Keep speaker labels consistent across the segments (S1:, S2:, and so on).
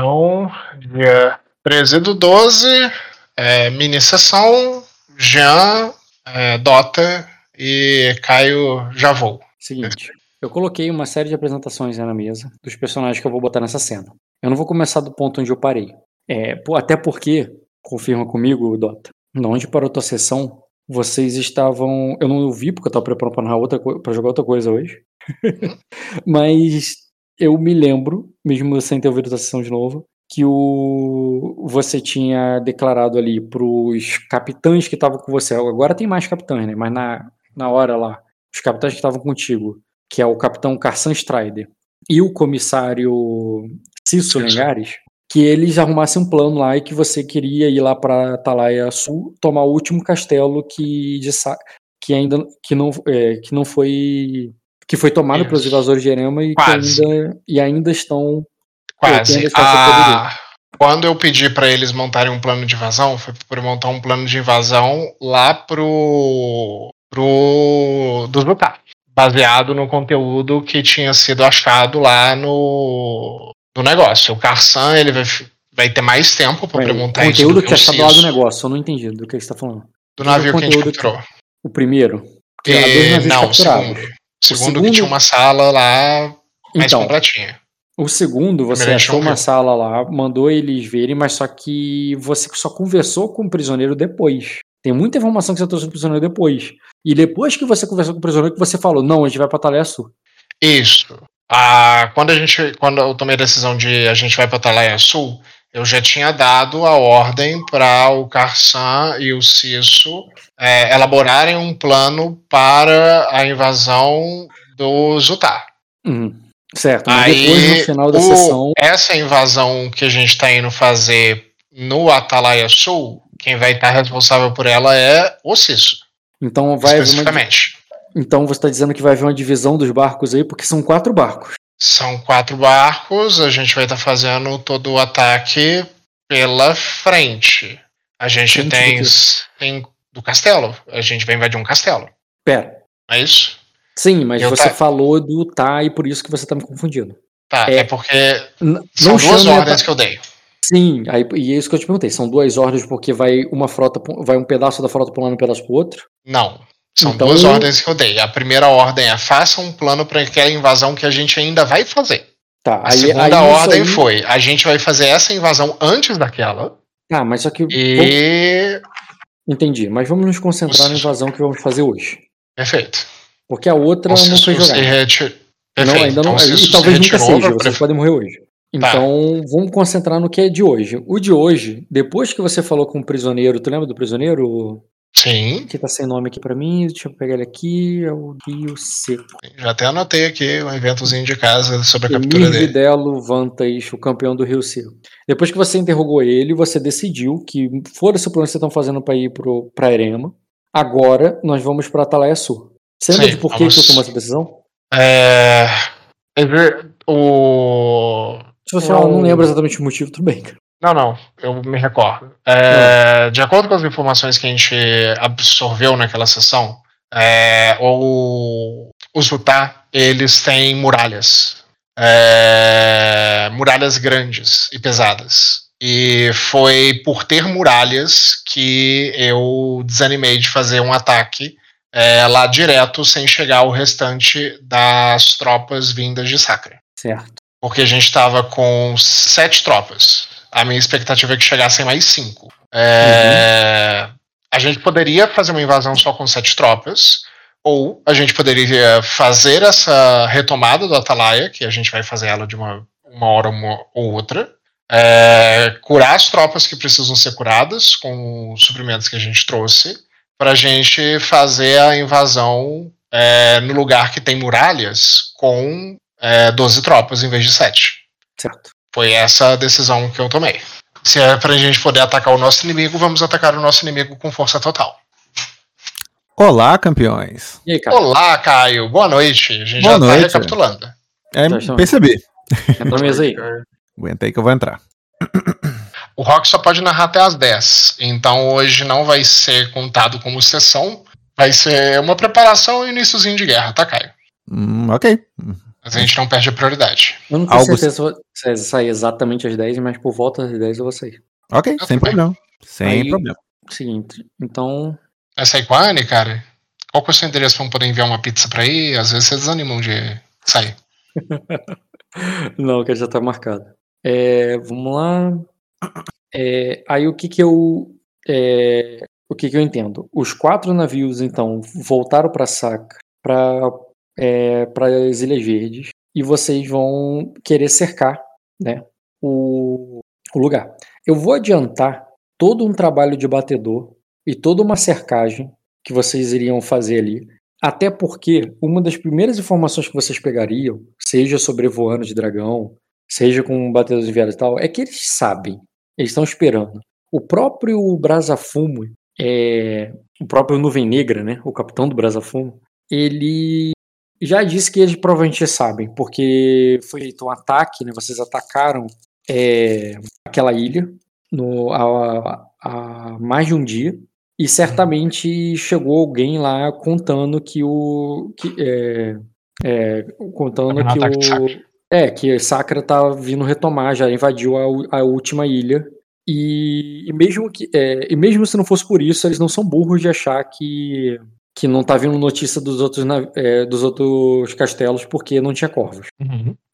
S1: Então, dia 13 do 12, é, mini sessão, Jean, é, Dota e Caio já vou.
S2: Seguinte, eu coloquei uma série de apresentações né, na mesa dos personagens que eu vou botar nessa cena. Eu não vou começar do ponto onde eu parei. É, pô, até porque, confirma comigo, Dota, na onde parou tua sessão, vocês estavam. Eu não ouvi, porque eu tava preparando pra, narrar outra co... pra jogar outra coisa hoje. Mas eu me lembro, mesmo sem ter ouvido a sessão de novo, que o você tinha declarado ali pros capitães que estavam com você. Agora tem mais capitães, né? Mas na, na hora lá, os capitães que estavam contigo, que é o capitão Carson Strider e o comissário Cício Linhares, que eles arrumassem um plano lá e que você queria ir lá para Talaia Sul tomar o último castelo que de, que ainda que não é, que não foi que foi tomado
S1: Isso.
S2: pelos invasores de Erema e que
S1: Quase.
S2: ainda e ainda estão Eu
S1: Quase.
S2: tenho
S1: Ah,
S2: resposta
S1: quando eu pedi pra eles montarem um plano de invasão, foi por montar um plano de invasão lá pro. pro. dos Lutar. Baseado no conteúdo que tinha sido achado lá no. do negócio. O Carsan, ele vai, fi- vai ter mais tempo pra
S2: Peraí,
S1: perguntar isso.
S2: conteúdo
S1: do
S2: que é está do lado do
S1: Cis,
S2: negócio, eu não entendi do que você está falando.
S1: do navio que a gente
S2: conteúdo que-
S1: capturou.
S2: O primeiro,
S1: Que-
S2: Há dois navios
S1: É, não, o
S2: capturados.
S1: segundo. O
S2: O
S1: segundo que
S2: segundo-
S1: tinha uma sala lá mais
S2: então,
S1: completinha.
S2: o segundo você
S1: Primeiro a gente
S2: achou
S1: não
S2: uma
S1: viu.
S2: sala lá, mandou eles verem, mas só que você só conversou com o prisioneiro depois. Tem muita informação que você trouxe do prisioneiro depois. E depois que você conversou com o prisioneiro, que você falou, não, a gente vai pra Talha Sul.
S1: Isso. Ah, quando a gente, quando eu tomei a decisão de a gente vai para Talaia Sul, eu já tinha dado a ordem para o Carsan e o Cisso eh, elaborarem um plano para a invasão do Zutar.
S2: Uhum. Certo, mas
S1: Aí,
S2: depois no final da
S1: o-
S2: sessão.
S1: Essa invasão que a gente está indo fazer no Atalaia Sul, quem vai estar responsável por ela é o Cisso,
S2: Então vai haver uma,
S1: especificamente.
S2: Então você está dizendo que vai haver uma divisão dos barcos aí, porque são quatro barcos.
S1: São quatro barcos, a gente vai estar fazendo todo o ataque pela frente. A gente
S2: Frente do
S1: tem,
S2: quê?
S1: tem do castelo, a gente vai invadir um castelo,
S2: Pera.
S1: não é isso?
S2: Sim, mas
S1: Eu
S2: você
S1: tá-
S2: falou do tá e por isso que você tá me confundindo.
S1: Tá,
S2: É.
S1: é, porque
S2: N-
S1: são duas
S2: chame a-
S1: ordens que eu dei.
S2: Sim, aí, e é isso que eu te perguntei. São duas ordens porque vai uma frota, pra um- vai um pedaço da frota para um lado e um pedaço para outro.
S1: Não, são
S2: Então-
S1: duas ordens que eu dei. A primeira ordem é faça um plano para aquela invasão que a gente ainda vai fazer.
S2: Tá.
S1: A
S2: aí, aí
S1: segunda
S2: isso
S1: ordem
S2: aí-
S1: foi a gente vai fazer essa invasão antes daquela
S2: Tá, mas só que bom,
S1: e
S2: entendi. Mas vamos nos concentrar na
S1: Os-
S2: invasão que vamos fazer hoje,
S1: perfeito.
S2: porque a outra não
S1: Cisso
S2: foi
S1: se
S2: jogada.
S1: reti-
S2: Não,
S1: Perfeito.
S2: ainda não.
S1: Então, Cisso
S2: E
S1: se
S2: talvez nunca
S1: retirou,
S2: seja.
S1: vai pra
S2: Vocês podem morrer hoje.
S1: Tá.
S2: Então, vamos concentrar no que é de hoje. O de hoje, depois que você falou com o prisioneiro, tu lembra do prisioneiro?
S1: Sim,
S2: Que tá sem nome aqui pra mim, deixa eu pegar ele aqui, é o Rio Seco.
S1: já até anotei aqui um eventozinho de casa sobre a captura
S2: Emir
S1: dele.
S2: Videlo Vantas, o campeão do Rio Seco. Depois que você interrogou ele, você decidiu que fora esse plano que vocês estão fazendo pra ir pro, pra Erema, agora nós vamos pra Atalaia Sul. Você lembra
S1: Sim,
S2: de por que
S1: vamos-
S2: você tomou essa decisão?
S1: É... ele- O...
S2: Se você
S1: Não.
S2: não, não lembra exatamente o motivo, tudo bem. cara.
S1: Não, não, eu me recordo. É, De acordo com as informações que a gente absorveu naquela sessão, é, o... os Utah, eles têm muralhas. É, Muralhas grandes e pesadas. E foi por ter muralhas que eu desanimei de fazer um ataque é, lá direto sem chegar ao restante das tropas vindas de Sacra.
S2: Certo.
S1: Porque a gente estava com sete tropas. A minha expectativa é que chegassem mais cinco. É, A gente poderia fazer uma invasão só com sete tropas, ou a gente poderia fazer essa retomada do Atalaia, que a gente vai fazer ela de uma, uma hora uma- ou outra, é, curar as tropas que precisam ser curadas com os suprimentos que a gente trouxe, para a gente fazer a invasão é, no lugar que tem muralhas com é, 12 tropas em vez de 7.
S2: Certo.
S1: Foi essa a decisão que eu tomei. Se é pra gente poder atacar o nosso inimigo, vamos atacar o nosso inimigo com força total.
S3: Olá, campeões.
S2: E aí, cara?
S1: Olá, Caio. Boa noite. A gente
S3: Boa
S1: já
S3: noite.
S1: tá recapitulando.
S3: É,
S4: Então,
S2: Tá, chama.
S3: percebi.
S2: Na mesa aí.
S3: Aguenta aí que eu vou entrar.
S1: O Rock só pode narrar até as 10. Então hoje não vai ser contado como sessão. Vai ser uma preparação e iníciozinho de guerra, tá, Caio?
S3: Hum, ok. Hum,
S1: Mas a gente não perde a prioridade.
S2: Eu não tenho
S3: Algo-
S2: certeza se eu vou se eu sair exatamente às 10, mas por volta das 10 eu vou sair.
S3: Ok,
S1: Eu
S3: sem
S1: também.
S3: problema. Sem
S2: Aí-
S3: problema.
S2: Seguinte, então
S1: Vai sair com é a Anne, cara? Qual que é o seu endereço pra eu poder enviar uma pizza pra aí? Às vezes um vocês desanimam de sair.
S2: Não, que já tá marcado. É, vamos lá. É, aí o que que eu é, o que que eu entendo? Os quatro navios então voltaram para Saca, para para as Ilhas Verdes e vocês vão querer cercar, né, o, o lugar. Eu vou adiantar todo um trabalho de batedor e toda uma cercagem que vocês iriam fazer ali até porque uma das primeiras informações que vocês pegariam, seja sobrevoando de dragão, seja com batedores de vela e tal, é que eles sabem, eles estão esperando. O próprio Brasafumo, é, o próprio Nuvem Negra, né, o capitão do Brasafumo, ele já disse que eles provavelmente sabem, porque foi feito um ataque, né, vocês atacaram é, aquela ilha no, há- há mais de um dia, e certamente chegou alguém lá contando que o. Que, é, é, contando
S1: Tá vendo
S2: que
S1: o ataque de Sacra.
S2: o. É, que Sacra tá vindo retomar, já invadiu a, u- a última ilha. E, e mesmo que, é, e mesmo se não fosse por isso, eles não são burros de achar que, que não tá vindo notícia dos outros, nav- é, dos outros castelos porque não tinha corvos.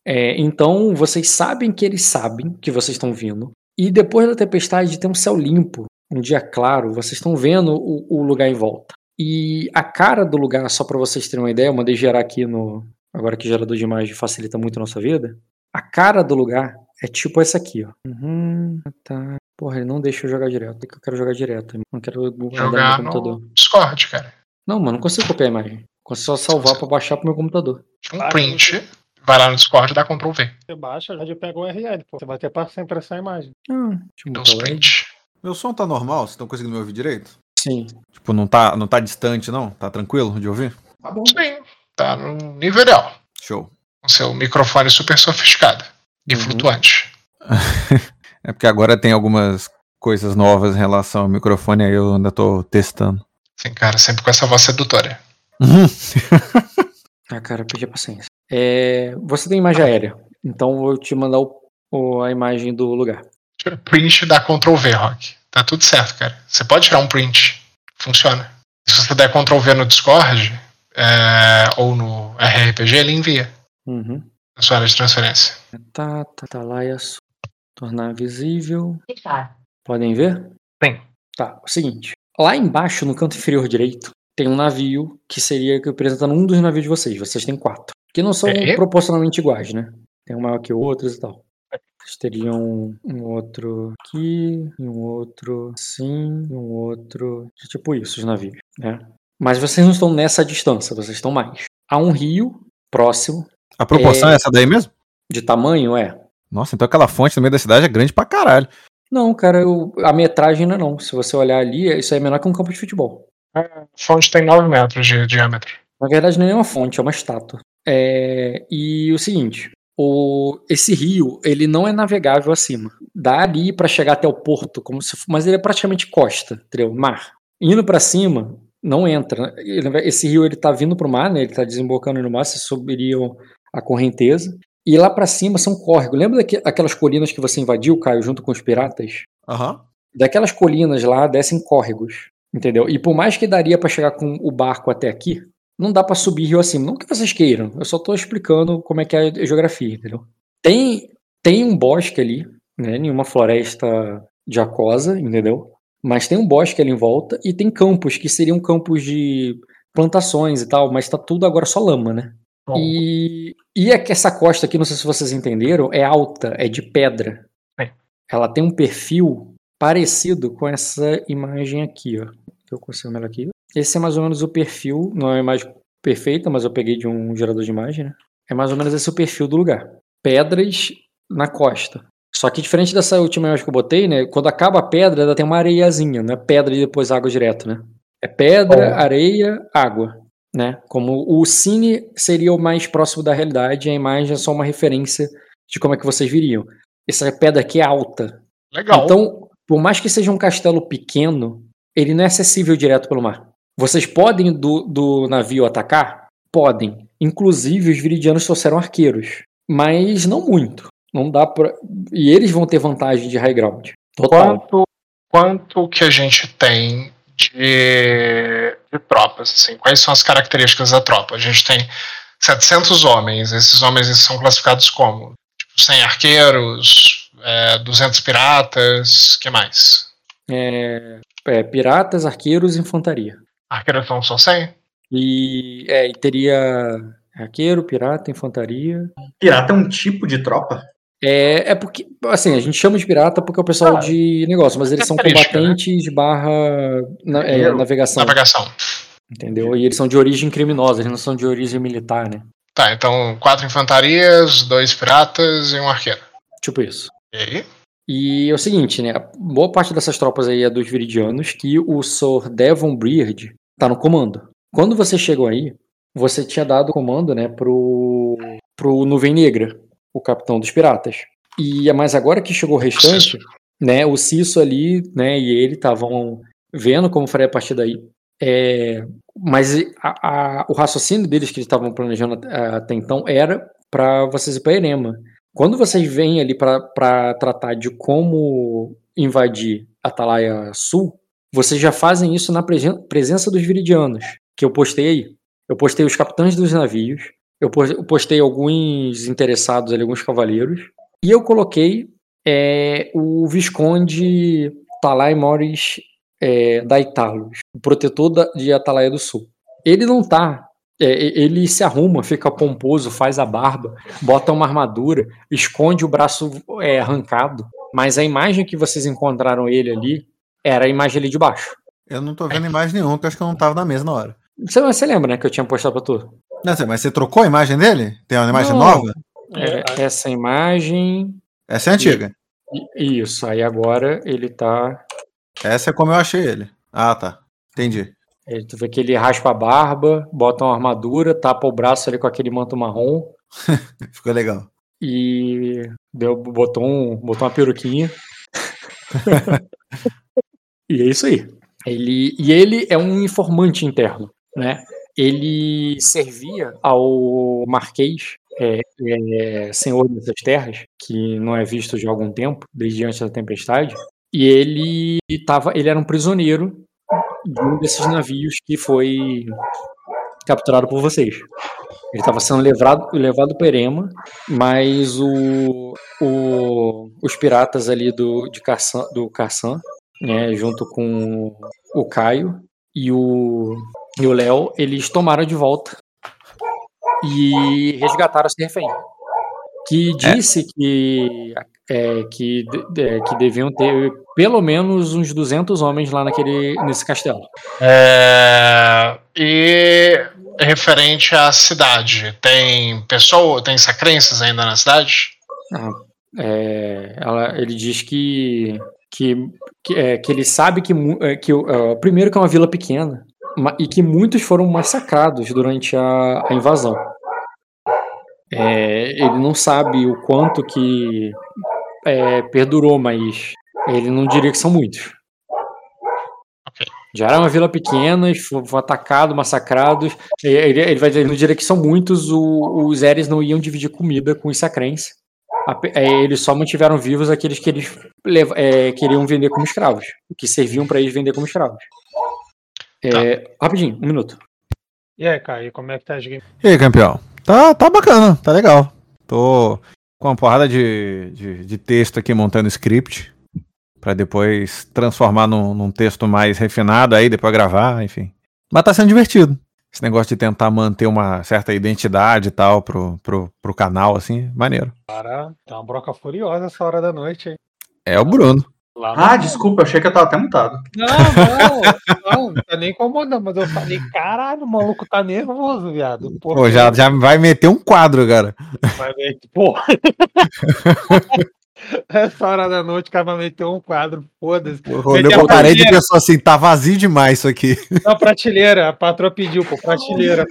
S2: É, então, vocês sabem que eles sabem que vocês estão vindo. E depois da tempestade tem um céu limpo, um dia claro, vocês estão vendo o, o lugar em volta. E a cara do lugar, só para vocês terem uma ideia, eu mandei gerar aqui no. Agora que gerador de imagem facilita muito a nossa vida. A cara do lugar é tipo essa aqui, ó. Uhum, tá. Porra, ele não deixa eu jogar direto. Por que eu quero jogar direto? Eu Não quero guardar
S1: Jogar
S2: no computador.
S1: no Discord, cara.
S2: Não, mano, não consigo copiar a imagem. Consigo só salvar para baixar pro meu computador.
S1: Tira um
S5: Claro,
S1: print, vai lá no Discord e dá Ctrl V.
S5: Você baixa, já pega o URL, pô. Você vai ter pra sempre essa imagem.
S2: Ah, deixa eu
S1: Dá
S2: botar
S1: uns
S2: o LED.
S1: print.
S3: Meu som tá normal? Vocês estão conseguindo me ouvir direito?
S2: Sim.
S3: Tipo, não tá, não tá distante, não? Tá tranquilo de ouvir?
S2: Tá bom.
S1: Sim, tá no nível ideal.
S3: Show.
S1: Com seu microfone super sofisticado e
S2: Uhum.
S1: flutuante.
S3: É porque agora tem algumas coisas novas em relação ao microfone, aí eu ainda tô testando. Uhum.
S1: Sim, cara, sempre com essa voz sedutora.
S2: Ah, cara, perdi a paciência. É, você tem imagem aérea, então eu vou te mandar o- o- a imagem do lugar.
S1: Tira o print e dá Ctrl V, Rock. Tá tudo certo, cara. Você pode tirar um print. Funciona. Se você der Ctrl V no Discord é, ou no RRPG, ele envia
S2: Uhum.
S1: na sua área de transferência.
S2: Tá, tá, tá lá e a su- tornar visível. Podem ver?
S1: Sim.
S2: Tá, o seguinte. Lá embaixo, no canto inferior direito, tem um navio que seria que representando um dos navios de vocês. Vocês têm quatro. Que não são
S1: É?
S2: proporcionalmente iguais, né? Tem um maior que outros e tal. Vocês teriam um outro aqui, e um outro assim, e um outro. Tipo isso, os navios, né? Mas vocês não estão nessa distância, vocês estão mais. Há um rio próximo,
S3: A proporção é...
S2: É.
S3: essa daí mesmo?
S2: de tamanho, é.
S3: Nossa, então aquela fonte no meio da cidade é grande pra caralho.
S2: Não, cara, eu- a metragem não é não. Se você olhar ali, isso aí é menor que um campo de futebol.
S1: A fonte tem 9 metros de diâmetro.
S2: Na verdade, não é uma fonte, é uma estátua. É, e o seguinte, o, esse rio, ele não é navegável acima. Dá ali pra chegar até o porto, como se, fo- mas ele é praticamente costa, entendeu? Mar. Indo pra cima, não entra. né? Ele vai- Esse rio, ele tá vindo pro mar, né? Ele tá desembocando no mar, vocês subiriam a correnteza. E lá pra cima são córregos. Lembra daque- aquelas colinas que você invadiu, Caio, junto com os piratas?
S3: Aham.
S2: daquelas colinas lá descem córregos, entendeu? E por mais que daria pra chegar com o barco até aqui, não dá pra subir rio acima. Não que vocês queiram, eu só tô explicando como é que é a geografia, entendeu? Tem, tem um bosque ali, né? Nenhuma floresta de aquosa, entendeu? Mas tem um bosque ali em volta e tem campos que seriam campos de plantações e tal, mas tá tudo agora só lama, né?
S1: Bom,
S2: E, e é que essa costa aqui, não sei se vocês entenderam, é alta, é de pedra.
S1: É.
S2: Ela tem um perfil parecido com essa imagem aqui, ó. Eu consigo melhor aqui. Esse é mais ou menos o perfil, não é uma imagem perfeita, mas eu peguei de um gerador de imagem, né? É mais ou menos esse o perfil do lugar. Pedras na costa. Só que diferente dessa última imagem que eu botei, né? Quando acaba a pedra, ela tem uma areiazinha, não é pedra e depois água direto, né? É pedra,
S1: Bom.
S2: areia, água né? Como o cine seria o mais próximo da realidade, a imagem é só uma referência de como é que vocês viriam. Essa pedra aqui é alta.
S1: legal.
S2: Então, por mais que seja um castelo pequeno, ele não é acessível direto pelo mar. Vocês podem do, do navio atacar? Podem. Inclusive, os viridianos trouxeram arqueiros, mas não muito. Não dá pra. E eles vão ter vantagem de high ground. Total.
S1: Quanto, quanto que a gente tem de, de tropas? Assim? Quais são as características da tropa? A gente tem 700 homens. Esses homens eles são classificados como? Tipo, 100 arqueiros, é, 200 piratas, que mais?
S2: É, é, piratas, arqueiros e infantaria.
S1: Arqueiros são só 100?
S2: E, é, e teria arqueiro, pirata, infantaria.
S4: Pirata é um tipo de tropa?
S2: É, é porque, assim, a gente chama de pirata porque é o pessoal
S1: Ah,
S2: de negócio, mas eles são
S1: característica, né?
S2: combatentes barra na- é,
S4: Primeiro,
S2: navegação,
S1: Navegação.
S2: entendeu? E eles são de origem criminosa, eles não são de origem militar, né?
S1: Tá, então quatro infantarias, dois piratas e um arqueiro.
S2: Tipo isso.
S1: E aí?
S2: E é o seguinte, né? Boa parte dessas tropas aí é dos viridianos que o Sir Devon Beard tá no comando. Quando você chegou aí, você tinha dado o comando, né, pro, pro Nuvem Negra, o capitão dos piratas. E mas agora que chegou o restante, né, o Cisso ali, né, e ele estavam vendo como faria a partir daí. É, mas a- a- o raciocínio deles que eles estavam planejando ah, até então era para vocês ir para Erema. Quando vocês vêm ali para tratar de como invadir Atalaia Sul, vocês já fazem isso na presen- presença dos viridianos, que eu postei aí. Eu postei os capitães dos navios, eu pos- eu postei alguns interessados ali, alguns cavaleiros, e eu coloquei é, o Visconde Talai Morris é, Daitalos, o protetor da- de Atalaia do Sul. Ele não tá. é, e- ele se arruma, fica pomposo, faz a barba, bota uma armadura, esconde o braço é, arrancado. Mas a imagem que vocês encontraram ele ali era a imagem ali de baixo.
S3: Eu não tô vendo imagem nenhuma, porque eu acho que eu não tava na mesma hora.
S2: Você, você lembra, né, que eu tinha postado pra tu?
S3: Não sei, mas você trocou a imagem dele? Tem uma imagem
S2: Não.
S3: nova?
S2: É, essa imagem.
S3: Essa é antiga.
S2: i- Isso, aí agora ele tá
S3: Essa é como eu achei ele. Ah, tá. Entendi.
S2: É, tu vê que ele raspa a barba, bota uma armadura, tapa o braço ali com aquele manto marrom
S3: Ficou legal.
S2: e deu, botou, um, botou uma peruquinha. e é isso aí. Ele, e ele é um informante interno, né? Ele servia ao Marquês, é, é, senhor dessas terras, que não é visto já há algum tempo, desde antes da tempestade. E ele, tava, ele era um prisioneiro de um desses navios que foi capturado por vocês. Ele estava sendo levado, levado para Erema, mas o, o- os piratas ali do, de Carçã, do Carçã, né, junto com o Caio e o e o Léo, eles tomaram de volta e resgataram esse refém. Que disse que, é, que, de- é, que deviam ter pelo menos uns 200 homens lá naquele, nesse castelo.
S1: É, e referente à cidade, tem pessoa, tem sacrenças ainda na cidade?
S2: É, ela- ele diz que que, que, é, que ele sabe que, mu- é, que o- é, primeiro que é uma vila pequena ma- e que muitos foram massacrados durante a, a invasão. É, ele não sabe o quanto que é, perdurou, mas ele não diria que são muitos.
S1: Ok.
S2: Já era uma vila pequena, eles fo- foram atacados, massacrados. E- Ele, ele vai dizer, ele não diria que são muitos, o- os Eres não iam dividir comida com os sacrenses. Ape- é, eles só mantiveram vivos aqueles que eles leva- é, queriam vender como escravos, que serviam para eles vender como escravos. É, Rapidinho, um minuto.
S5: E aí, Caio, como é que tá as games?
S3: E aí, campeão? Tá, tá bacana, tá legal. Tô com uma porrada de, de, de texto aqui montando script. Pra depois transformar num, num texto mais refinado aí, depois gravar, enfim. Mas tá sendo divertido. Esse negócio de tentar manter uma certa identidade e tal pro, pro, pro canal, assim, maneiro.
S5: Cara, tá uma broca furiosa essa hora da noite, hein?
S3: É o Bruno.
S5: Lá
S4: Ah, desculpa, eu achei que eu tava até mutado.
S5: Não, não, não, não tá nem incomodando, mas eu falei, caralho, o maluco tá nervoso, viado. Porra,
S3: Pô, já, já vai meter um quadro, cara.
S5: vai ver que- porra. Essa hora da noite o cara vai meter um quadro, foda-se.
S3: Porra, olhou pra
S5: Meteu a
S3: parede e
S5: bandeira.
S3: pensou assim, tá vazio demais isso aqui.
S5: Na prateleira, a patroa pediu, pô, prateleira.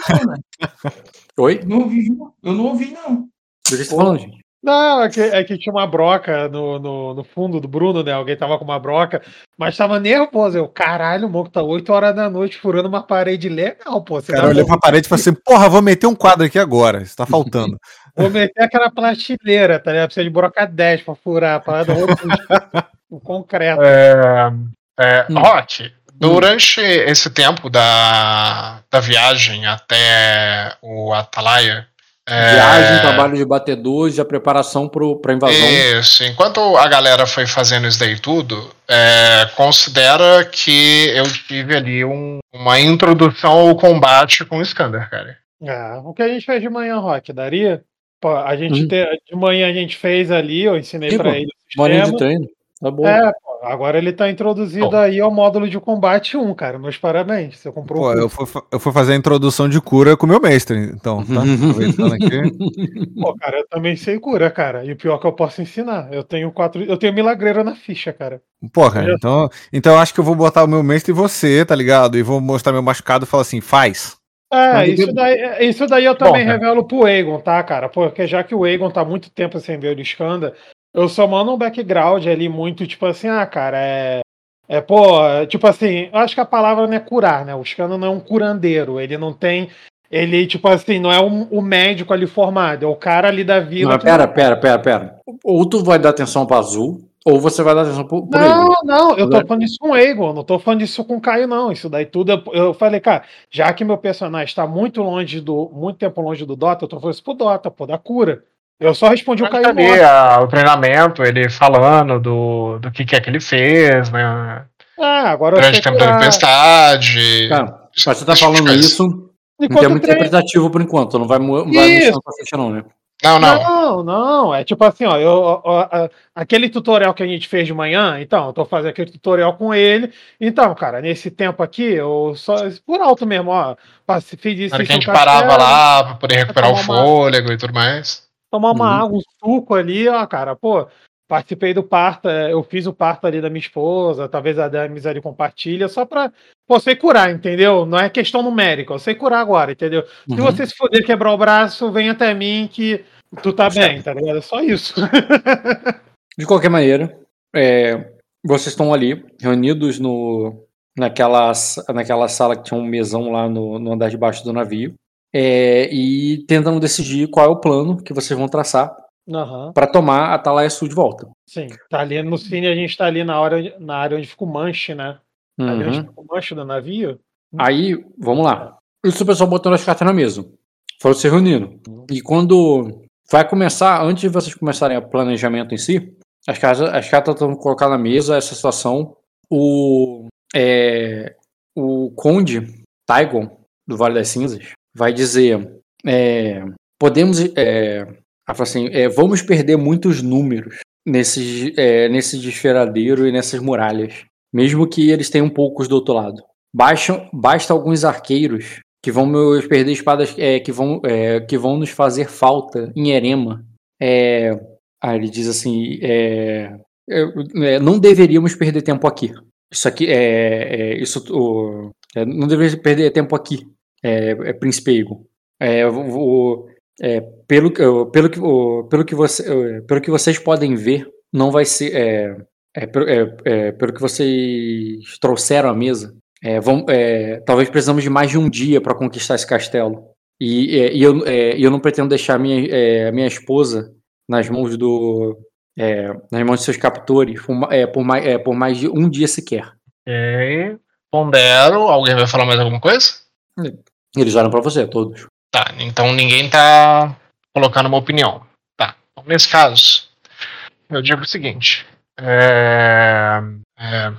S2: Oi?
S4: Não ouvi, eu não ouvi, não.
S2: Do que você tá falando, gente?
S5: Não, é que, é que tinha uma broca no, no, no fundo do Bruno, né? Alguém tava com uma broca, mas tava nervoso. Eu, caralho, o Monk tá 8 horas da noite furando uma parede legal, pô.
S3: O
S5: Você
S3: cara
S5: tá
S3: olhou pra parede e falou assim: porra, vou meter um quadro aqui agora, isso tá faltando.
S5: Vou meter aquela prateleira, tá ligado? Precisa de broca 10 pra furar a parada robusta, o concreto.
S1: É, é,
S2: Hum.
S1: Rock, durante esse tempo da, da viagem até o Atalaia. é,
S2: Viagem, trabalho de batedores, a preparação pro, pra invasão.
S1: Isso, enquanto a galera foi fazendo isso daí tudo, é, considera que eu tive ali um- uma introdução ao combate com o Skander, cara.
S5: Ah, o que a gente fez de manhã, Rock, daria? Pô, a gente
S2: Hum.
S5: te- de manhã a gente fez ali, eu ensinei
S2: Sim, pô.
S5: pra ele o
S2: Uma linha de
S5: sistema.
S2: treino. Tá bom.
S5: É, pô, agora ele tá introduzido
S1: Bom.
S5: aí ao módulo de combate 1, cara. Meus parabéns. Você comprou um?
S3: Pô,
S5: o
S3: eu fui, fa- eu fui fazer a introdução de cura com o meu mestre, então, tá? Aproveitando aqui.
S5: Pô, cara, eu também sei cura, cara. E o pior é que eu posso ensinar. Eu tenho quatro. Eu tenho milagreiro na ficha, cara.
S3: Porra, então, então eu acho que eu vou botar o meu mestre e você, tá ligado? E vou mostrar meu machucado e falar assim: faz.
S5: É,
S2: Mas eu
S5: isso
S2: quero-
S5: daí, é, isso daí eu também
S1: Bom, cara.
S5: revelo pro Egon, tá, cara? Porque já que o Egon tá muito tempo sem ver o Liscanda, eu só mando um background ali muito, tipo assim, ah, cara, é. É, pô, é, tipo assim, eu acho que a palavra não é curar, né? O Liscanda não é um curandeiro, ele não tem. Ele, tipo assim, não é um- o médico ali formado, é o cara ali da vila.
S2: Não, é
S5: que-
S2: pera, pera, pera, pera. Ou tu vai dar atenção pra azul, ou você vai dar atenção pro, pro
S5: Não,
S2: Egon.
S5: não, eu tô
S2: Exato.
S5: falando isso com o Egon, eu não tô falando isso com o Caio, não. Isso daí tudo. é- Eu falei, cara, já que meu personagem tá muito longe do. muito tempo longe do Dota, eu tô falando isso pro Dota, pô, da cura. Eu só respondi o
S1: Mas
S5: Caio
S1: ali,
S5: Mota.
S1: a- o treinamento, ele falando do, do que, que é que ele fez, né?
S5: Ah, agora eu
S1: Durante
S5: sei
S1: o tempo da
S5: curar.
S1: tempestade.
S2: Cara, mas você tá
S1: esse tipo de
S2: falando
S1: coisa.
S2: isso, não
S5: Enquanto
S2: tem muito
S5: treino-
S2: interpretativo por enquanto. Tu não vai, mu- não vai mexer
S5: Isso.
S2: na tua ficha, não, né?
S1: Não, não.
S5: Não, não, é tipo assim, ó, eu, ó, ó, a- aquele tutorial que a gente fez de manhã, então, eu tô fazendo aquele tutorial com ele. Então, cara, nesse tempo aqui, eu só, por alto mesmo, ó, passei- fiz isso.
S1: Na hora que a
S5: isso,
S1: gente
S5: um café,
S1: parava lá é pra poder recuperar o
S5: tomar uma-
S1: fôlego e tudo mais.
S5: tomar uma
S2: Uhum.
S5: água, um suco ali, ó, cara, pô, participei do parto, é, eu fiz o parto ali da minha esposa, talvez a da amizade compartilha, só pra pô, eu sei curar, entendeu? Não é questão numérica, eu sei curar agora, entendeu? Se
S2: Uhum.
S5: você se foder quebrar o braço, vem até mim que tu tá bem, tá ligado? É só isso.
S2: De qualquer maneira, é, vocês estão ali, reunidos no, naquela, sa- naquela sala que tinha um mesão lá no, no andar de baixo do navio, é, e tentando decidir qual é o plano que vocês vão traçar
S5: Aham,
S2: para tomar a Talaia Sul de volta.
S5: sim. Tá ali no cine, a gente tá ali na, hora, na área onde fica o manche, né? Ali onde
S2: Uhum.
S5: fica o manche do navio.
S2: Aí, vamos lá. Isso o pessoal botando as cartas na mesa. Foram se reunindo. E quando vai começar, antes de vocês começarem o planejamento em si, as cartas as cartas estão colocadas na mesa, essa situação. O, é, o conde Taigon, do Vale das Cinzas, vai dizer: é, podemos. É, ela fala assim, é, vamos perder muitos números nesses, é, nesse desferadeiro e nessas muralhas. Mesmo que eles tenham poucos do outro lado. Baixam, basta alguns arqueiros que vão meus perder espadas é, que, vão, é, que vão nos fazer falta em Erema. É, ah, ele diz assim: é, é, é, não deveríamos perder tempo aqui. Isso aqui é. é, isso, o- é, não deveríamos perder tempo aqui, é, é, Príncipe Eagle. É, o- o- é, pelo, que- o- pelo, que, o- pelo, que você, é, pelo que vocês podem ver, não vai ser. é, é, pelo- é, é, pelo que vocês trouxeram à mesa, é, vamos, é, talvez precisamos de mais de um dia para conquistar esse castelo. E, é, e eu, é, e eu não pretendo deixar minha, é, a minha esposa nas mãos do é, nas mãos de seus captores por, ma- é, por, mais, é, por mais de um dia sequer.
S1: Ok. Pondero, É, alguém vai falar mais alguma coisa?
S2: Eles olham para você, todos.
S1: Tá, então ninguém tá colocando uma opinião. Tá. Então, nesse caso, eu digo o seguinte: é, é,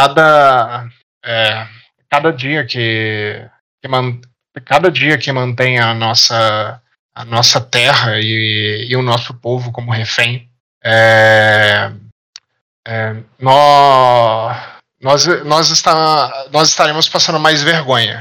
S1: cada, é, cada dia que, que man- cada dia que mantém a nossa, a nossa terra e, e o nosso povo como refém, é, é, nó- nós, nós, está, nós estaremos passando mais vergonha.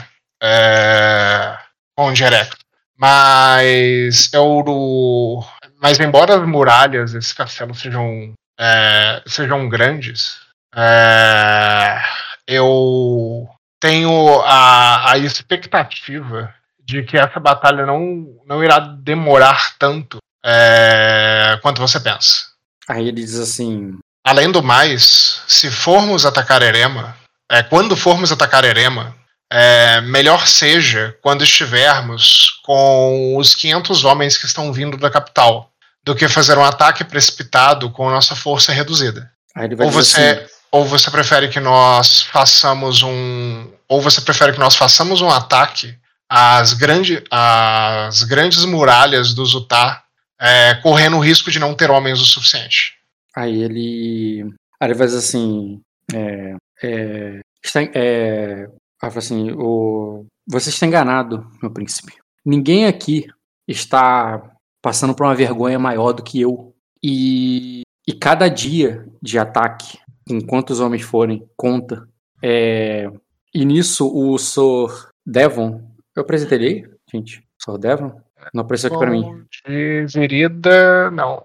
S1: É, com o Jereco. Mas eu. do- Mas embora as muralhas desse castelo sejam, é, sejam grandes, é, eu tenho a, a expectativa de que essa batalha não, não irá demorar tanto É, quanto você pensa?
S2: Aí ele diz assim:
S1: Além do mais, se formos atacar Erema, é, quando formos atacar Erema, é, melhor seja quando estivermos com os 500 homens que estão vindo da capital, do que fazer um ataque precipitado com nossa força reduzida.
S2: Aí ele vai
S1: Ou
S2: dizer
S1: você-
S2: assim,
S1: Ou você prefere que nós façamos um, ou você prefere que nós façamos um ataque às, grande, às grandes muralhas do Zutá, é, correndo o risco de não ter homens o suficiente?
S2: Aí ele. Aí ele vai dizer assim. É, é, está, en- é, aí fala assim: o, Você está enganado, meu príncipe. Ninguém aqui está passando por uma vergonha maior do que eu. E, e cada dia de ataque, enquanto os homens forem, conta. É, e nisso o Sr. Devon. Eu apresentei ele aí, gente? Sr. Devon? Não apareceu aqui para mim.
S1: De virida, não.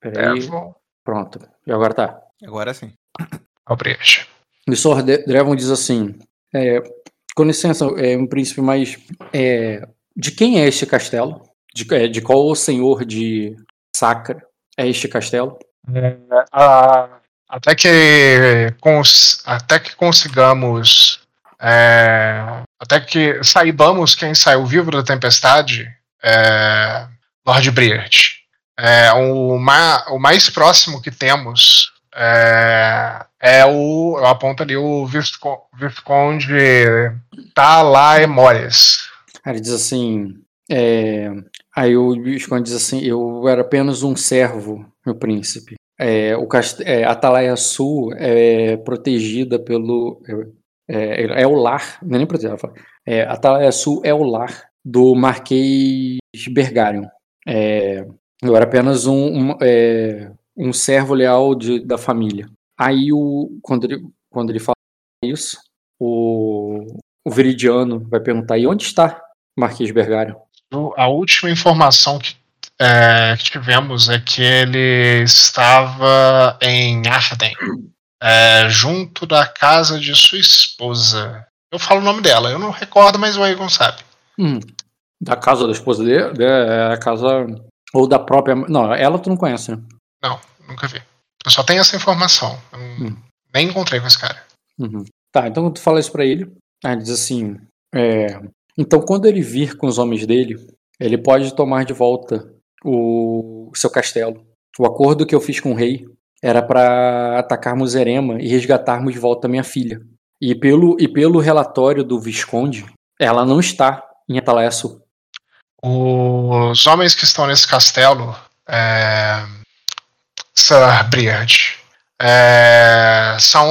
S2: Peraí.
S1: Devon,
S2: Pronto. E agora tá.
S3: Agora sim.
S1: Albrecht.
S2: E o Sr. De- Drevon diz assim: é, Com licença, é, um príncipe, mas é, de quem é este castelo? De, é, de qual senhor de Sacra é este castelo?
S1: Ah, até que cons- até que consigamos é, até que saibamos quem saiu vivo da tempestade é, Lord Briard é, o, ma- o mais próximo que temos é, é o eu aponto ali o Visco- Visconde Talaemores
S2: Aí ele diz assim: é, Aí o Visconde diz assim: Eu era apenas um servo, meu príncipe. É, o cast- é, Atalaia Sul é protegida pelo. É, é- é o lar, não é nem protegida, ela fala. É, Atalaia Sul é o lar do Marquês Bergarion. É, eu era apenas um, um, é, um servo leal de- da família. Aí, o, quando, ele, quando ele fala isso, o, o Veridiano vai perguntar: e onde está Marquês Bergário?
S1: O- A última informação que, é, que tivemos é que ele estava em Arden, é, junto da casa de sua esposa. Eu falo o nome dela, eu não recordo, mas o Egon sabe.
S2: Hum, da casa da esposa dele? de- É a casa. Ou da própria. Não, ela tu não conhece, né?
S1: Nunca vi. Eu só tenho essa informação. Eu não-
S2: Hum.
S1: Nem encontrei com esse cara.
S2: Uhum. Tá, então tu fala isso pra ele. Aí ele diz assim: é, Então quando ele vir com os homens dele, ele pode tomar de volta o, seu castelo. O acordo que eu fiz com o rei era pra atacarmos Erema e resgatarmos de volta minha filha. E pelo, e pelo relatório do Visconde, ela não está em Atalaia Sul.
S1: Os homens que estão nesse castelo, é, Sir Briard, é, são,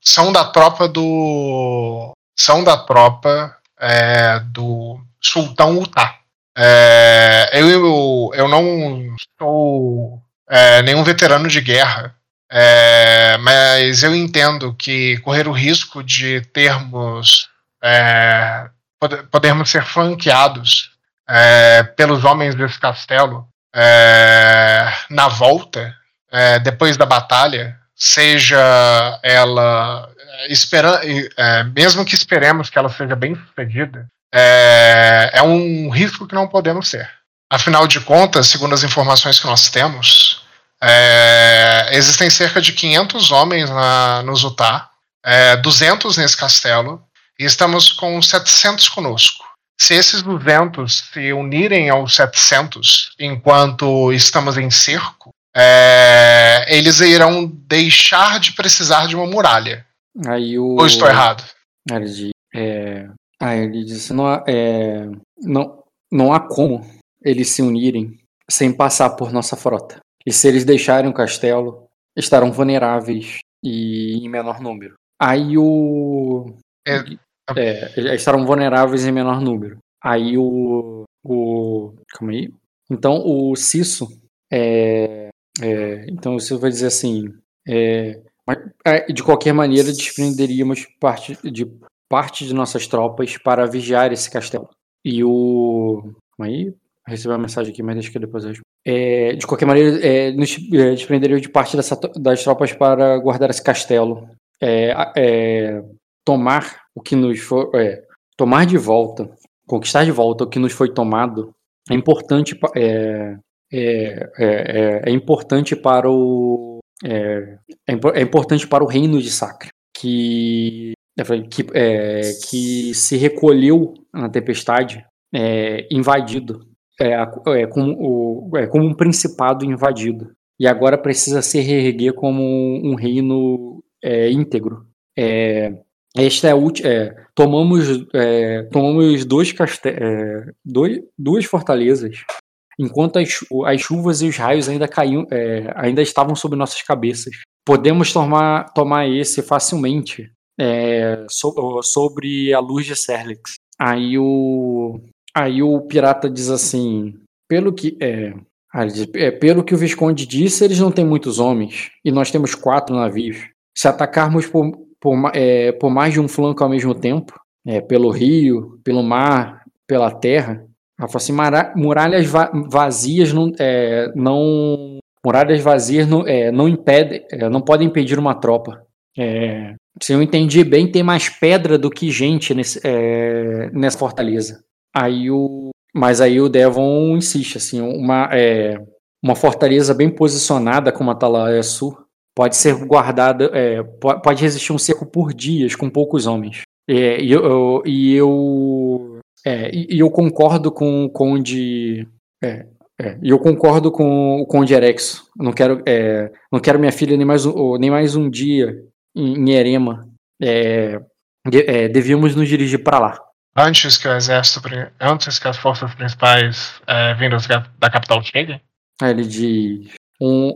S1: são da tropa do. São da tropa é, do Sultão Utah. É, eu, eu, eu não sou é, nenhum veterano de guerra, é, mas eu entendo que correr o risco de termos. é, pode- podermos ser flanqueados é, pelos homens desse castelo é, na volta, é, depois da batalha, seja ela. é, Espera, e, é, mesmo que esperemos que ela seja bem sucedida, é, é um risco que não podemos ter. Afinal de contas, segundo as informações que nós temos, é, existem cerca de 500 homens na, no Zutá, é, 200 nesse castelo, e estamos com 700 conosco. Se esses 200 se unirem aos 700 enquanto estamos em cerco, é, eles irão deixar de precisar de uma muralha.
S2: Aí o.
S1: Ou estou errado?
S2: Aí ele diz, é, aí ele diz assim, não, há- é, não, não há como eles se unirem sem passar por nossa frota. E se eles deixarem o castelo, estarão vulneráveis e em menor número. Aí o.
S1: É.
S2: é, estarão vulneráveis em menor número. Aí o. o calma aí. Então o Cisso. é, é, então o Cisso vai dizer assim. é, mas, é, de qualquer maneira, desprenderíamos parte de, parte de nossas tropas para vigiar esse castelo. E o. Calma aí. Recebi uma mensagem aqui, mas deixa que eu depois eu respondo. É, de qualquer maneira, é, nos é, desprenderíamos de parte dessa to- das tropas para guardar esse castelo. É, a- é, tomar o que nos foi. é, tomar de volta, conquistar de volta o que nos foi tomado é importante pa- é, é, é, é- é importante para o é, é impo- é importante para o reino de Sacra, que eu falei, que, é, que se recolheu na tempestade, é, invadido, é, a- é, como, o- é, como um principado invadido, e agora precisa se reerguer como um, um reino é, íntegro. É, esta é a última. tomamos, é, tomamos dois castel, é, dois, duas fortalezas enquanto as, chu- as chuvas e os raios ainda caíam, é, ainda estavam sobre nossas cabeças. Podemos tomar, tomar esse facilmente é, so- sobre a luz de Serlix. Aí o, aí o pirata diz assim, pelo que é, ah, ele diz, é, pelo que o Visconde disse, eles não têm muitos homens e nós temos quatro navios. Se atacarmos por, por, ma- é, por mais de um flanco ao mesmo tempo, é, pelo rio, pelo mar, pela terra, ela falou assim, "Mara- muralhas va- vazias não, é, não- muralhas vazias não, é, não impedem, é, não podem impedir uma tropa. É, se eu entendi bem, tem mais pedra do que gente nesse- é, nessa fortaleza. Aí o, mas aí o Devon insiste assim, uma, é, uma fortaleza bem posicionada como a Atalaia Sul pode ser guardada, é, po- pode resistir um cerco por dias com poucos homens. É, e eu- eu- e eu é, e, e eu concordo com o Conde. É, é, e eu concordo com o Conde Erexo. Não quero, é, não quero minha filha nem mais um, nem mais um dia em, em Erema. É, de- é, devíamos nos dirigir para lá.
S1: Antes que o exército, pri- antes que as forças principais eh, vindas da da capital cheguem,
S2: Aí ele diz. Um,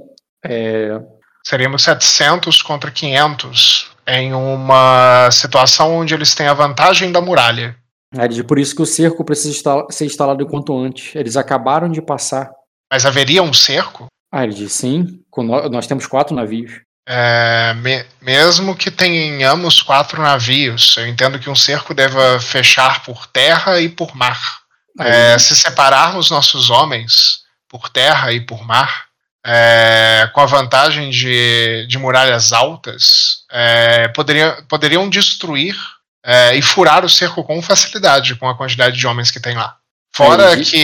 S2: é,
S1: seríamos 700 contra 500 em uma situação onde eles têm a vantagem da muralha.
S2: aí ele diz, por isso que o cerco precisa instala- ser instalado o quanto antes. Eles acabaram de passar.
S1: Mas haveria um cerco?
S2: Aí ele diz, sim, com nó- nós temos quatro navios.
S1: É, me- mesmo que tenhamos quatro navios, eu entendo que um cerco deva fechar por terra e por mar.
S2: Aí
S1: É, se separarmos nossos homens por terra e por mar, é, com a vantagem de, de muralhas altas, é, poderia- poderiam destruir é, e furar o cerco com facilidade, com a quantidade de homens que tem lá. Fora
S2: Entendi.
S1: que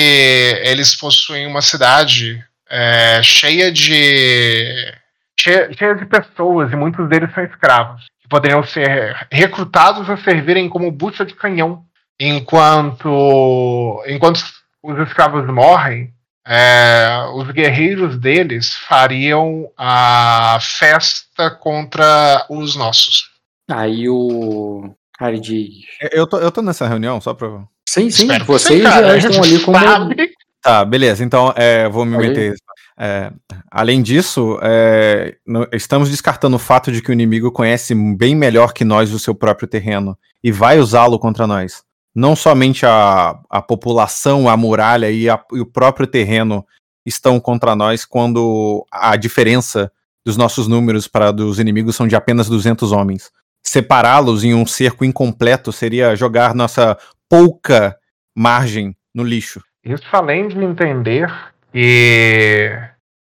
S1: eles possuem uma cidade é, cheia de cheia, cheia de pessoas e muitos deles são escravos que poderiam ser recrutados a servirem como bucha de canhão enquanto enquanto os escravos morrem é, os guerreiros deles fariam a festa contra os nossos
S2: aí o. Aí ele diz.
S3: Eu tô, eu tô nessa reunião só pra.
S2: Sim, sim,
S1: Espero que sim,
S2: vocês
S1: cara.
S2: já
S1: A
S2: estão
S1: gente
S2: ali como.
S1: sabe.
S3: Tá, beleza. Então, é, vou me
S2: Olha aí.
S3: meter. É, além disso, é, no- estamos descartando o fato de que o inimigo conhece bem melhor que nós o seu próprio terreno e vai usá-lo contra nós. Não somente a, a população, a muralha e, a- e o próprio terreno estão contra nós quando a diferença dos nossos números para dos inimigos são de apenas 200 homens. Separá-los em um cerco incompleto seria jogar nossa pouca margem no lixo.
S1: Isso além de entender que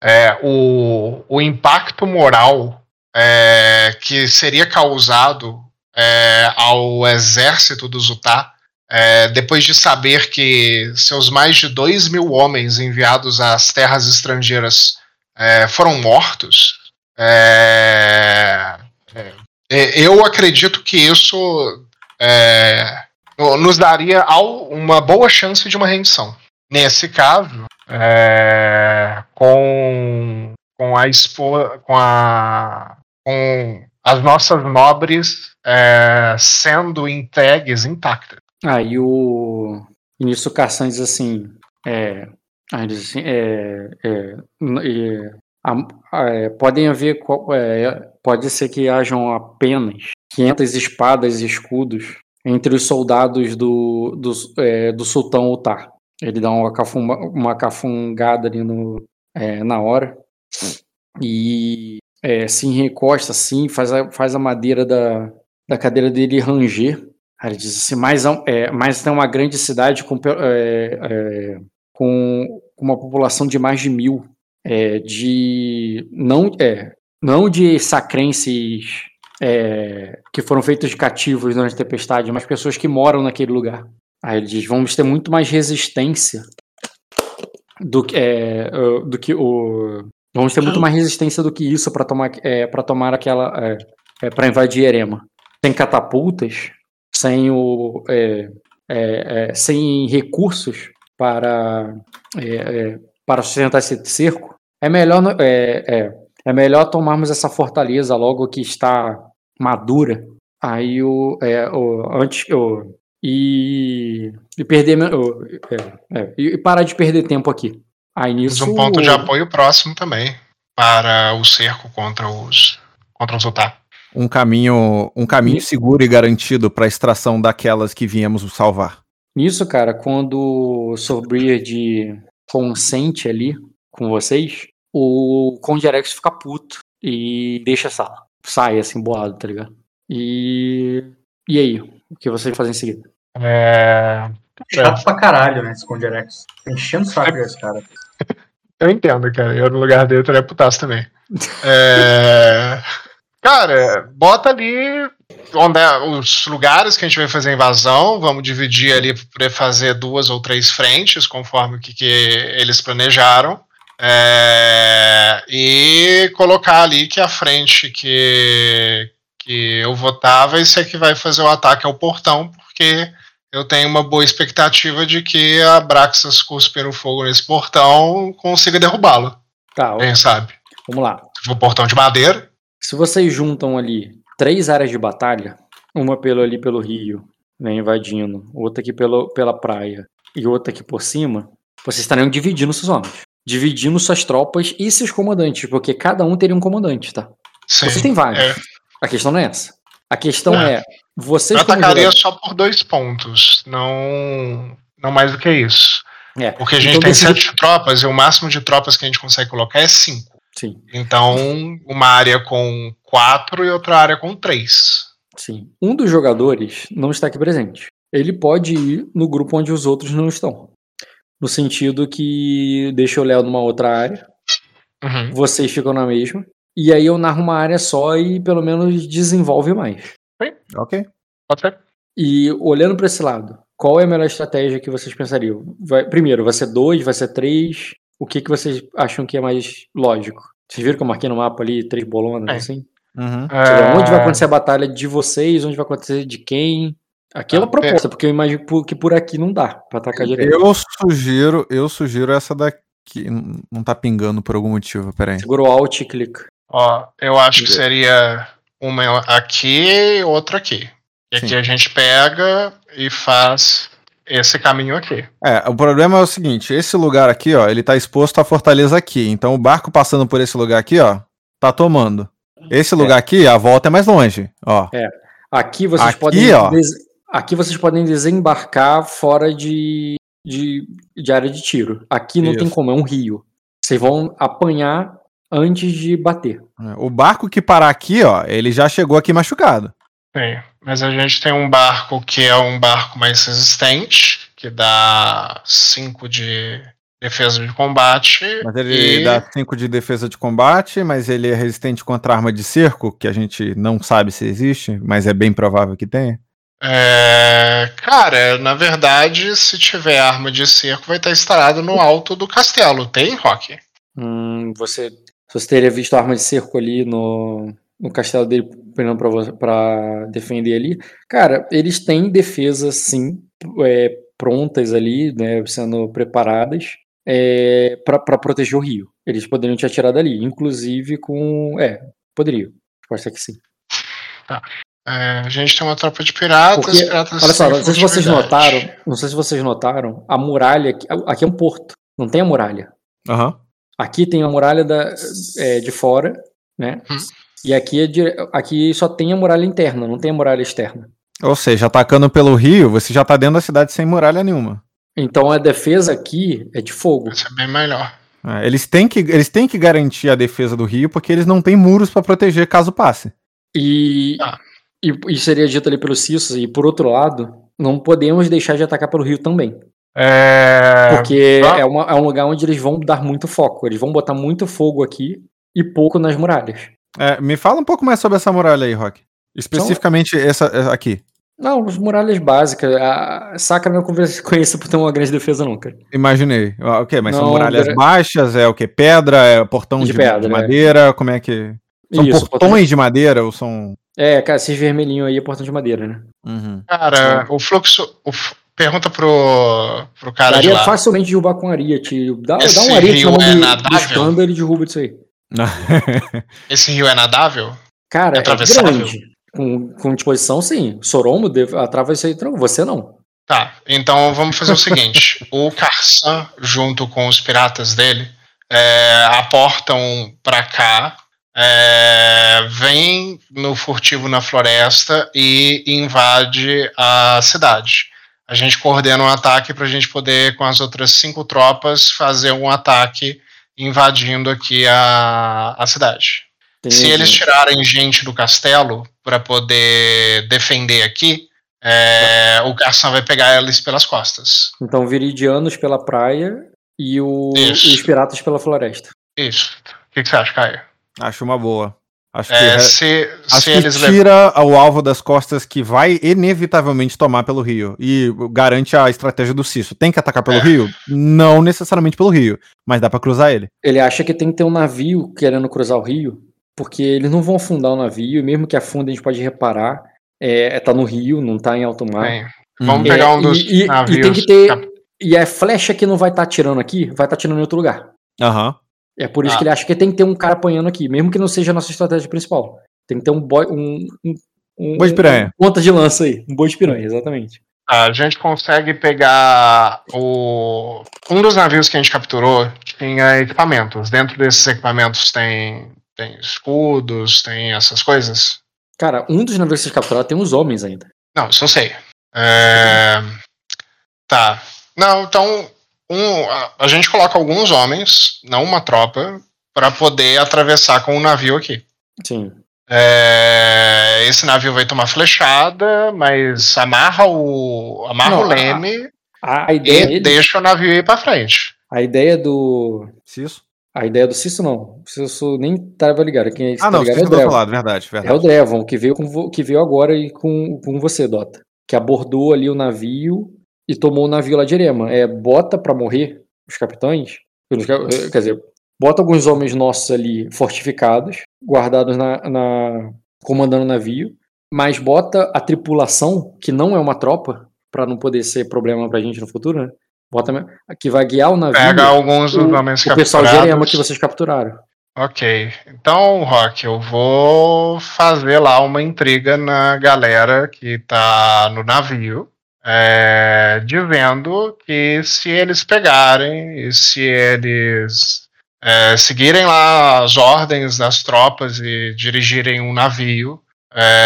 S1: é, o, o impacto moral é, que seria causado é, ao exército do Zutá, é, depois de saber que seus mais de 2 mil homens enviados às terras estrangeiras é, foram mortos, é, é, e- eu acredito que isso é, no- nos daria ao- uma boa chance de uma rendição. Nesse caso, é, com, com a expo, com a com as nossas nobres é, sendo entregues intactas.
S2: Aí Ah, o. E nisso o Cassan diz assim. É, aí ele diz assim, é, é, n- é, a- a- é, podem haver. qual- é, pode ser que hajam apenas 500 espadas e escudos entre os soldados do, do, é, do Sultão Otar. Ele dá uma, cafumba- uma cafungada ali no, é, na hora. E é, se recosta assim, faz a, faz a madeira da, da cadeira dele ranger. Aí ele diz assim, mas, há um- é, mas tem uma grande cidade com, pe- é, é, com uma população de mais de mil, é, de não, é, não de sacrenses é, que foram feitos cativos durante a tempestade, mas pessoas que moram naquele lugar. Aí ele diz, vamos ter muito mais resistência do, que- é, uh, do que o. Vamos ter muito mais resistência do que isso para tomar, é, pra tomar aquela. É, para invadir Erema. Sem catapultas, sem o. é, é, é, sem recursos para. é, é, para sustentar esse cerco, é melhor, no- é, é, é melhor tomarmos essa fortaleza logo que está madura. Aí o. é, o- antes. O, e, e perder. men- o- é, é, e parar de perder tempo aqui. Aí
S1: Temos
S2: nisso.
S1: um ponto de apoio próximo também para o cerco contra os contra os Utah.
S3: Um caminho, um caminho seguro e garantido para a extração daquelas que viemos salvar.
S2: Nisso, cara, quando o Sobriard consente ali com vocês, o Conde Erex fica puto e deixa a sala. Sai assim, bolado, tá ligado? E. E aí? O que vocês fazem em seguida?
S1: É, É.
S4: Chato pra caralho, né? Esse Conde Rex. Tá Enchendo o saco desse cara.
S1: Eu entendo, cara. Eu no lugar dele teria putaço também. É, Cara, bota ali onde é- os lugares que a gente vai fazer a invasão. Vamos dividir ali para fazer duas ou três frentes, conforme o que, que eles planejaram. É, E colocar ali que a frente que, que eu vou estar vai ser a que vai fazer o ataque ao portão, porque eu tenho uma boa expectativa de que a Braxas cuspir o fogo nesse portão consiga derrubá-lo.
S2: Tá, ó,
S1: Quem sabe?
S2: vamos lá.
S1: Se for portão de madeira,
S2: Se vocês juntam ali três áreas de batalha, uma pelo ali pelo rio, né, invadindo, outra aqui pelo, pela praia e outra aqui por cima, vocês estariam dividindo seus homens. Dividindo suas tropas e seus comandantes, porque cada um teria um comandante, tá?
S1: sim.
S2: Você tem vários.
S1: É.
S2: A questão não é essa. A questão
S1: É.
S2: é, vocês
S1: Eu
S2: como
S1: atacaria
S2: jogadores-
S1: só por dois pontos, não, não mais do que isso.
S2: É.
S1: Porque a gente
S2: Então
S1: tem
S2: decidi-
S1: sete tropas e o máximo de tropas que a gente consegue colocar é cinco.
S2: Sim,
S1: Então, uma área com quatro e outra área com três.
S2: sim. Um dos jogadores não está aqui presente. Ele pode ir no grupo onde os outros não estão. No sentido que deixa o Léo numa outra área,
S1: Uhum.
S2: vocês ficam na mesma. E aí eu narro uma área só e pelo menos desenvolve mais.
S3: Ok.
S1: Pode ser.
S2: E olhando para esse lado, qual é a melhor estratégia que vocês pensariam? Vai- primeiro, vai ser dois, vai ser três? O que, que vocês acham que é mais lógico? Vocês viram que eu marquei no mapa ali três bolonas,
S1: É.
S2: assim?
S3: Uhum.
S2: Tipo,
S1: É,
S2: Onde vai acontecer a batalha de vocês? Onde vai acontecer de quem? Aquela
S1: Ah,
S2: proposta, porque eu imagino por- que por aqui não dá pra atacar direto.
S3: Eu sugiro, eu sugiro essa daqui. N- Não tá pingando por algum motivo, peraí.
S2: Segura o Alt e clica.
S1: Ó, eu acho que seria uma aqui e outra aqui. E aqui
S3: Sim.
S1: a gente pega e faz esse caminho aqui.
S3: É, o problema é o seguinte, esse lugar aqui, ó, ele tá exposto à fortaleza aqui. Então o barco passando por esse lugar aqui, ó, tá tomando. Esse lugar aqui, a volta é mais longe, ó.
S2: Aqui vocês
S3: Aqui,
S2: podem.
S3: ó.
S2: des- Aqui vocês podem desembarcar fora de, de, de área de tiro. Aqui não tem
S3: Isso.
S2: como, é um rio. Vocês vão apanhar antes de bater.
S3: O barco que parar aqui, ó, ele já chegou aqui machucado.
S1: Sim. Mas a gente tem um barco que é um barco mais resistente, que dá 5 de defesa de combate.
S3: Mas ele
S1: e-
S3: dá 5 de defesa de combate, mas ele é resistente contra arma de cerco, que a gente não sabe se existe, mas é bem provável que tenha.
S1: É, cara, na verdade, se tiver arma de cerco, vai estar instalado no alto do castelo. Tem, Rock?
S2: Hum, você, você teria visto a arma de cerco ali no, no castelo dele pegando pra, vo- pra defender ali. Cara, eles têm defesa sim, é, prontas ali, né, sendo preparadas é, para proteger o rio. Eles poderiam te atirar dali, inclusive com. É, poderiam. Pode ser que sim.
S1: É, a gente tem uma tropa de piratas.
S2: Porque,
S1: piratas
S2: Olha só,
S1: sem
S2: não sei se vocês
S1: furtividade.
S2: notaram, não sei se vocês notaram, a muralha aqui, aqui é um porto, não tem a muralha.
S3: Aham.
S2: Aqui tem a muralha da, é, de fora, né?
S1: Hum.
S2: E aqui, é dire- aqui só tem a muralha interna, não tem a muralha externa.
S3: Ou seja, atacando pelo rio, você já tá dentro da cidade sem muralha nenhuma.
S2: Então a defesa aqui é de fogo.
S1: Isso é bem melhor.
S3: É, Eles têm, que, eles têm que garantir a defesa do rio porque eles não têm muros pra proteger caso passe.
S2: E,
S1: Ah.
S2: e, e seria dito ali pelo Cissos, e por outro lado, não podemos deixar de atacar pelo rio também.
S1: É,
S2: Porque
S1: Ah.
S2: é, uma- é um lugar onde eles vão dar muito foco. Eles vão botar muito fogo aqui e pouco nas muralhas.
S3: É, me fala um pouco mais sobre essa muralha aí, Rock. Especificamente essa, essa aqui.
S2: Não, as muralhas básicas. A Sacra não conversa- conheço por ter uma grande defesa, não, cara.
S3: Imaginei. Ah, Ok, mas são
S2: Não,
S3: muralhas
S2: gra-
S3: baixas, é o que? Pedra, é portão de,
S2: De
S3: de
S2: pedra, é.
S3: madeira, como é que. São
S2: Isso,
S3: portões de madeira ou são.
S2: É, cara, esses vermelhinhos aí é portão de madeira, né?
S3: Uhum.
S1: Cara, o fluxo. o f- pergunta pro, pro cara de
S2: Daria
S1: lá.
S2: facilmente derrubar com areia. Te... Dá, dá
S1: Esse
S2: um areia
S1: rio
S2: na mão
S1: é
S2: do- do
S1: nadável?
S2: Skanda, ele derruba isso aí.
S1: Esse rio é nadável?
S2: Cara,
S1: É
S2: é
S1: atravessável?
S2: grande. Com, com disposição, sim. Soromo deve- atravessa aí, tranquilo. Você não.
S1: Tá, então vamos fazer o seguinte: o Carsan, junto com os piratas dele, é, aportam pra cá, é, vem no furtivo na floresta e invade a cidade. A gente coordena um ataque pra gente poder, com as outras cinco tropas, fazer um ataque invadindo aqui a, a cidade.
S2: Tem-
S1: Se eles tirarem gente do castelo para poder defender aqui, é, o Garçom vai pegar eles pelas costas.
S2: Então, viridianos pela praia e, o- e
S1: Isso.
S2: os piratas pela floresta.
S1: Isso. O que, que você acha, Caio?
S3: Acho uma boa. Acho que,
S1: É,
S3: re-
S1: se
S3: acho
S1: se
S3: que
S1: eles le-
S3: tira o alvo das costas que vai inevitavelmente tomar pelo Rio e garante a estratégia do Cisso. Tem que atacar pelo
S1: É.
S3: Rio? Não necessariamente pelo Rio, mas dá pra cruzar ele.
S2: Ele acha que tem que ter um navio querendo cruzar o rio, porque eles não vão afundar o navio, e mesmo que afunde, a gente pode reparar. É, tá no rio, não tá em alto mar.
S3: né?
S1: Bem, Vamos
S2: É,
S1: pegar um
S2: e-
S1: dos
S2: e- e
S1: navios. tá
S2: tem que ter-
S1: cap-
S2: E a flecha que não vai estar atirando aqui, vai estar atirando em outro lugar.
S3: Aham.
S2: É por isso
S1: Ah.
S2: que ele acha que tem que ter um cara apanhando aqui, mesmo que não seja a nossa estratégia principal. Tem que ter um boi. Um, um, um-
S3: Boi de piranha.
S2: um ponta de lança aí. Um boi de piranha, exatamente.
S1: A gente consegue pegar o. Um dos navios que a gente capturou tinha equipamentos. Dentro desses equipamentos tem, tem escudos, tem essas coisas.
S2: Cara, um dos navios que vocês capturaram tem uns homens ainda.
S1: Não, isso eu sei. É, Tá. Não, então um- a, a gente coloca alguns homens, não uma tropa, para poder atravessar com o navio aqui.
S2: Sim.
S1: É, Esse navio vai tomar flechada, mas amarra o amarra
S2: Não,
S1: o leme
S2: A, a
S1: Ah, e
S2: ideia dele-
S1: deixa o navio ir para frente.
S2: a ideia do.
S3: Cisso?
S2: A ideia do Cício não. O Cício nem tava ligado. Quem
S3: Ah,
S2: tá
S3: não,
S2: ligado
S3: Cisso
S2: é o
S3: do outro
S2: Drevon.
S3: lado, verdade,
S2: É
S3: verdade.
S2: o Drevon, que veio, com vo- que veio agora e com, com você, Dota. Que abordou ali o navio e tomou o navio lá de Erema. É, bota pra morrer os capitães. os ca- eh, Quer dizer, bota alguns homens nossos ali fortificados, guardados na. na- comandando o navio. Mas bota a tripulação, que não é uma tropa, pra não poder ser problema pra gente no futuro, né? Bota a que vai guiar o navio.
S1: Pega alguns dos
S2: o-
S1: homens
S2: O pessoal de Arema
S1: capturados.
S2: que vocês capturaram.
S1: Ok. Então, Rock, eu vou fazer lá uma intriga na galera que tá no navio, é, dizendo que se eles pegarem e se eles é, seguirem lá as ordens das tropas e dirigirem um navio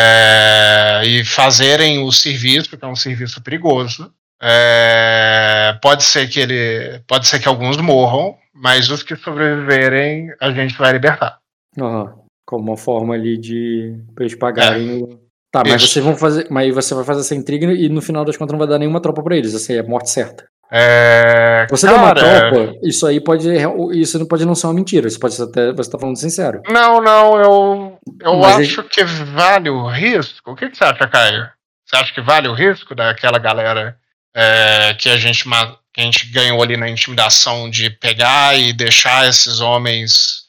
S1: é, e fazerem o serviço, porque é um serviço perigoso, é, pode ser que ele, pode ser que alguns morram, mas os que sobreviverem a gente vai libertar.
S2: Aham. Como uma forma ali de. pra eles
S1: É.
S2: pagarem o. Tá, mas
S1: Isso.
S2: vocês vão fazer. Mas aí você vai fazer essa intriga e no final das contas não vai dar nenhuma tropa pra eles. Assim, é morte certa.
S1: É,
S2: Você der uma tropa, isso aí pode. Isso não pode não ser uma mentira. Isso pode ser até. Você tá falando sincero.
S1: Não, não, eu, eu
S2: Mas a
S1: acho que vale o risco. O que, que você acha, Caio? Você acha que vale o risco daquela galera é, que, a gente, ma- que a gente ganhou ali na intimidação de pegar e deixar esses homens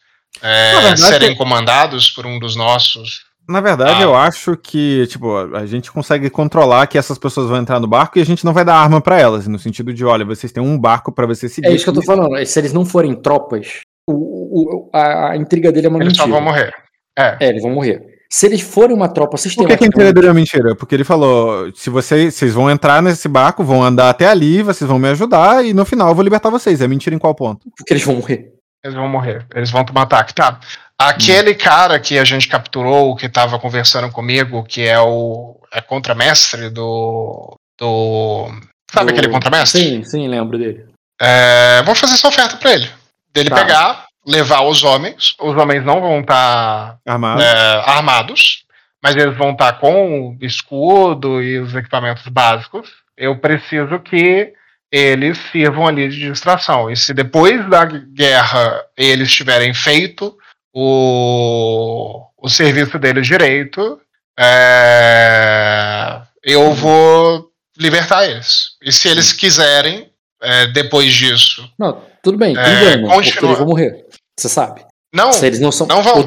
S1: é,
S3: Na verdade,
S1: serem comandados por um dos nossos?
S3: Na verdade,
S1: Ah.
S3: eu acho que, tipo, a a gente consegue controlar que essas pessoas vão entrar no barco e a gente não vai dar arma pra elas, no sentido de, olha, vocês têm um barco pra vocês seguir.
S2: É isso que eu tô falando. é, Se eles não forem tropas, o, o- o- a, a intriga dele é uma
S1: Eles
S2: mentira.
S1: só vão morrer. É,
S2: É, eles vão morrer. Se eles forem uma tropa
S3: Por que,
S2: sistemática.
S3: que a mentira dele é mentira? Porque ele falou: se vocês, vocês vão entrar nesse barco, vão andar até ali, vocês vão me ajudar e no final eu vou libertar vocês. É mentira em qual ponto?
S2: porque eles vão morrer.
S1: eles vão morrer. Eles vão tomar ataque. Tá. Aquele cara que a gente capturou, que tava conversando comigo, que é o é contramestre do. do. Sabe
S2: Do-
S1: aquele contramestre?
S2: Sim, sim, lembro dele.
S1: É, vamos fazer essa oferta pra ele. Dele
S2: Tá.
S1: pegar, levar os homens. Os homens não vão tá estar
S3: Armado.
S1: É. armados, mas eles vão estar com escudo e os equipamentos básicos. Eu preciso que eles sirvam ali de distração. E se depois da guerra eles tiverem feito o, o serviço deles direito, é, Eu vou libertar eles. E se eles quiserem, é, depois disso.
S2: Não, tudo bem,
S1: É,
S2: engana, porque
S1: continua.
S2: eles vão morrer. Você sabe.
S1: Não,
S2: Se eles não são.
S1: não vão.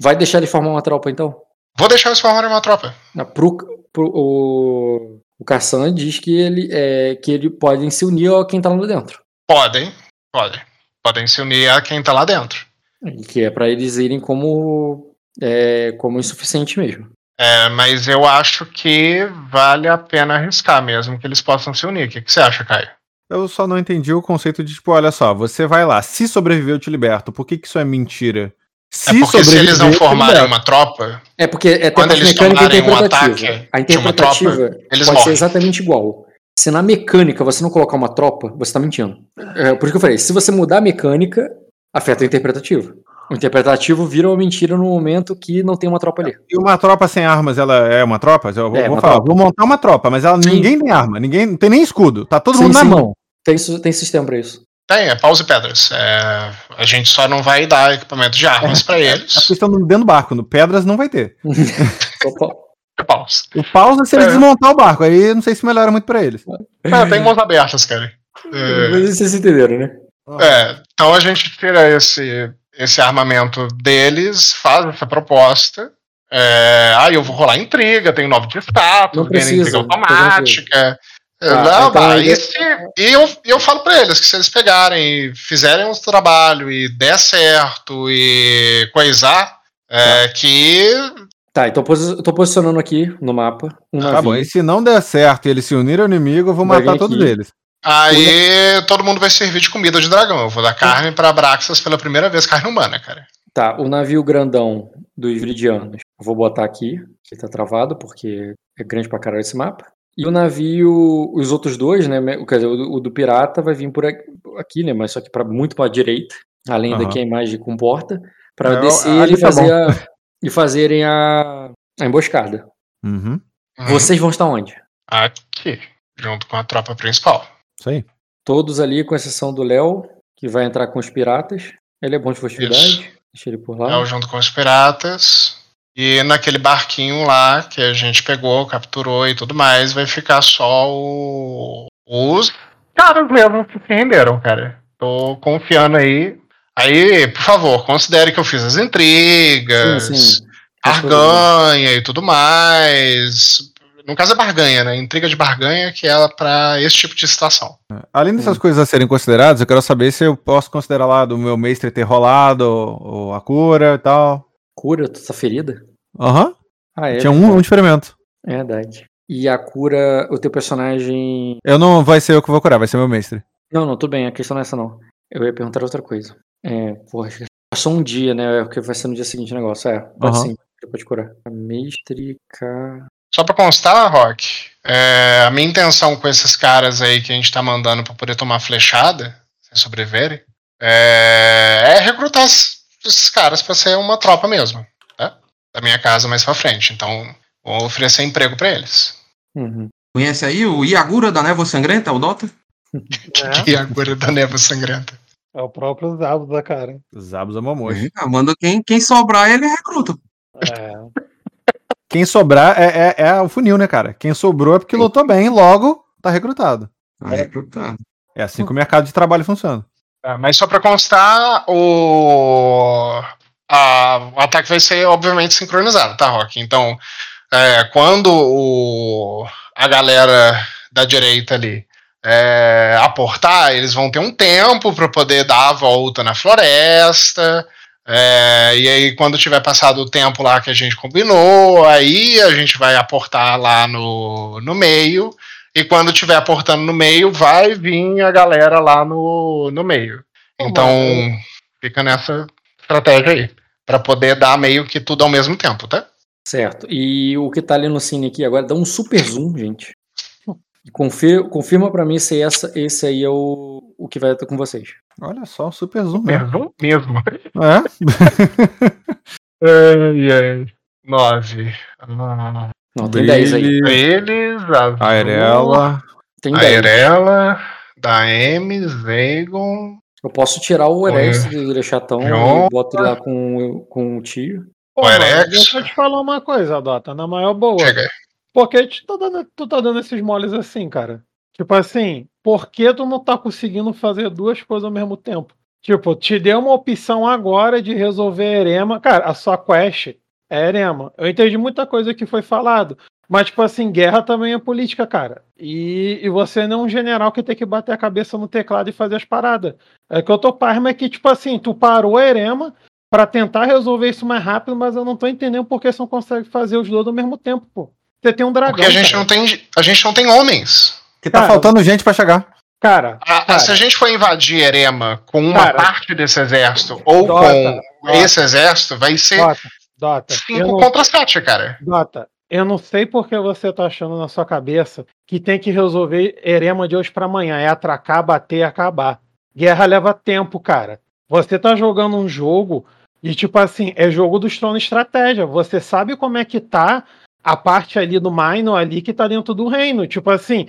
S2: Vai deixar ele formar uma tropa então?
S1: vou deixar eles formarem uma tropa.
S2: Não, pro, pro- o o Kassan diz que ele é que ele podem se unir a quem tá lá dentro.
S1: Podem, podem. Podem se unir a quem tá lá dentro.
S2: E Que é pra eles irem como é, como insuficiente mesmo.
S1: É, mas eu acho que vale a pena arriscar mesmo que eles possam se unir. O que, que você acha, Caio?
S3: Eu só não entendi o conceito de, tipo, olha só, você vai lá, se sobreviver eu te liberto. Por que, que isso é mentira?
S1: É porque se eles não
S3: eu te
S1: formarem um-
S3: liberto.
S1: uma tropa,
S2: É porque é
S1: Quando
S2: tanto
S1: eles
S2: mecânica e
S1: tomarem um
S2: interpretativa.
S1: ataque
S2: a
S1: de uma
S2: interpretativa
S1: eles
S2: pode ser
S1: morrem.
S2: exatamente igual. Se na mecânica você não colocar uma tropa, você tá mentindo. É, por isso que eu falei, se você mudar a mecânica, afeta o interpretativo. O interpretativo vira uma mentira no momento que não tem uma tropa ali.
S3: E uma tropa sem armas, ela é uma tropa? Eu vou,
S2: É,
S3: vou
S2: uma
S3: falar,
S2: tropa.
S3: vou montar uma tropa, mas ela,
S2: Sim.
S3: ninguém tem arma, ninguém não tem nem escudo, tá todo
S2: Sim,
S3: mundo na
S2: sim.
S3: mão.
S2: Tem, su- tem sistema pra isso.
S1: tem, é paus e pedras. É, a gente só não vai dar equipamento de armas pra
S3: A
S1: eles.
S3: questão Tá dentro do barco, no pedras não vai ter.
S2: Só pra-
S1: É paus.
S3: O pausa se ele
S1: É.
S3: desmontar o barco, aí não sei se melhora muito pra eles.
S1: É,
S3: Ah, tá.
S1: tem mãos abertas, cara. É,
S2: Mas vocês entenderam, né?
S1: É, então a gente tira esse, esse armamento deles, faz essa proposta. É, ah, eu vou rolar intriga, tenho nove de status,
S2: Não
S1: ganho intriga
S2: precisa, não precisa.
S1: automática. É,
S2: Ah,
S1: não,
S2: então
S1: bah,
S2: ainda-
S1: e, se- e eu, e eu falo pra eles que se eles pegarem e fizerem o trabalho e der certo e coisar, é, que
S2: Tá, então posi- eu tô posicionando aqui no mapa um
S3: Tá bom,
S2: navio.
S3: e se não der certo e eles se unirem ao inimigo, eu vou
S2: Vai
S3: matar
S2: vir
S3: todos
S2: aqui.
S3: eles.
S1: aí todo mundo vai servir de comida de dragão. Eu vou dar carne pra Braxas pela primeira vez, carne humana, cara.
S2: Tá, o navio grandão dos Viridianos. Eu vou botar aqui, que tá travado, porque é grande pra caralho esse mapa. E o navio, os outros dois, né? me- Quer dizer, o do, o do pirata vai vir por aqui, aqui, né? Mas só que pra, muito pra direita, além
S3: Aham.
S2: daqui a imagem com porta, pra
S3: É,
S2: descer
S3: ali
S2: e,
S3: tá
S2: fazer a- e fazerem a, a emboscada.
S3: Uhum,
S2: Vocês vão estar onde?
S1: Aqui, junto com a tropa principal.
S3: isso aí.
S2: Todos ali, com exceção do Léo, que vai entrar com os piratas. Ele é bom de furtividade. Deixa ele por lá.
S1: Léo É junto com os piratas. E naquele barquinho lá que a gente pegou, capturou e tudo mais, vai ficar só o... os caras mesmo que se renderam, cara. Tô confiando aí. Aí, por favor, considere que eu fiz as intrigas,
S2: Sim, sim.
S1: barganha e tudo mais. No caso é barganha, né? Intriga de barganha que é pra esse tipo de situação.
S3: Além dessas coisas a serem consideradas, eu quero saber se eu posso considerar lá do meu mestre ter rolado, ou, ou a cura e tal.
S2: Cura, tu tá ferida?
S3: Aham,
S2: Ah, é.
S3: tinha um, um diferimento.
S2: É verdade. E a cura, o teu personagem.
S3: Eu não vai ser eu que vou curar, vai ser meu mestre.
S2: Não, não, tudo bem, a questão não é essa, não. Eu ia perguntar outra coisa. É, porra, acho que passou um dia, né? É Porque vai ser no dia seguinte o negócio. É, pode
S3: Aham.
S2: sim, você pode curar. A mestre K.
S1: Só pra constar, Rock, é, a minha intenção com esses caras aí que a gente tá mandando pra poder tomar flechada, sem sobreviverem, é, é recrutar es- esses caras pra ser uma tropa mesmo, tá? Da minha casa mais pra frente. Então, vou oferecer emprego pra eles.
S2: Uhum.
S6: Conhece aí o Iagura da Névoa Sangrenta, o Dota?
S5: né?
S1: E agora da neva sangrenta.
S5: É o próprio Zabuza, cara.
S3: Zabos a Momoshi.
S6: Ah, manda quem, quem sobrar, ele recruta.
S5: É.
S3: Quem sobrar é, é- é o funil, né, cara? Quem sobrou é porque lutou bem, logo tá recrutado.
S6: Vai recrutar.
S3: É
S2: Hum.
S3: assim que o mercado de trabalho funciona.
S1: Tá, mas só pra constar, o, a- o ataque vai ser, obviamente, sincronizado, tá, Rock? Então, é, quando o- a galera da direita ali é, aportar, eles vão ter um tempo para poder dar a volta na floresta. é, e aí, quando tiver passado o tempo lá que a gente combinou, aí a gente vai aportar lá no, no meio. E quando tiver aportando no meio, vai vir a galera lá no, no meio. Então, fica nessa estratégia aí. Pra poder dar meio que tudo ao mesmo tempo, tá?
S2: Certo. E o que tá ali no cine aqui agora, dá um super zoom, gente. E confir- confirma pra mim se essa, esse aí é o, o que vai estar com vocês.
S3: Olha só, um super zoom mesmo.
S1: Mesmo? Mesmo.
S3: É.
S1: Ai, ai. Nove. Ah,
S2: Não, tem 10 aí.
S3: Brilhe,
S1: Eles, a
S3: Airela.
S2: Tem
S1: a
S2: 10.
S1: Erela, Daeme, Zeigon.
S2: Eu posso tirar o Erex do Lechatão e
S1: Joga.
S2: boto ele lá com, com o tio.
S5: Pô,
S1: O
S5: mano,
S1: Erex.
S5: deixa eu te falar uma coisa, Dota, na maior boa.
S1: Chega.
S5: Porque tu tá dando, tu tá dando esses moles assim, cara. Tipo assim, por que tu não tá conseguindo fazer duas coisas ao mesmo tempo? Tipo, te deu uma opção agora de resolver Erema. Cara, a sua quest é Erema. Eu entendi muita coisa que foi falado. Mas, tipo assim, guerra também é política, cara. E, e você não é um general que tem que bater a cabeça no teclado e fazer as paradas. É que eu tô parma é que, tipo assim, tu parou a Erema pra tentar resolver isso mais rápido, mas eu não tô entendendo por que você não consegue fazer os dois ao mesmo tempo, pô. Você tem um dragão.
S1: Porque a gente,
S5: cara.
S1: não tem, a gente não tem homens.
S3: Que tá
S5: Cara,
S3: faltando gente pra chegar.
S5: Cara,
S1: A- a-
S5: Cara.
S1: se a gente for invadir Erema com uma
S5: Cara.
S1: parte desse exército ou
S5: Dota,
S1: com
S5: Dota.
S1: esse exército, vai ser
S5: Dota, Dota. eu
S1: 5
S5: não-
S1: contra 7, cara.
S5: Dota, eu não sei por que você tá achando na sua cabeça que tem que resolver Erema de hoje pra amanhã. É atracar, bater e acabar. Guerra leva tempo, cara. Você tá jogando um jogo e, tipo assim, é jogo dos tronos estratégia. Você sabe como é que tá a parte ali do Minor ali que tá dentro do reino. Tipo assim,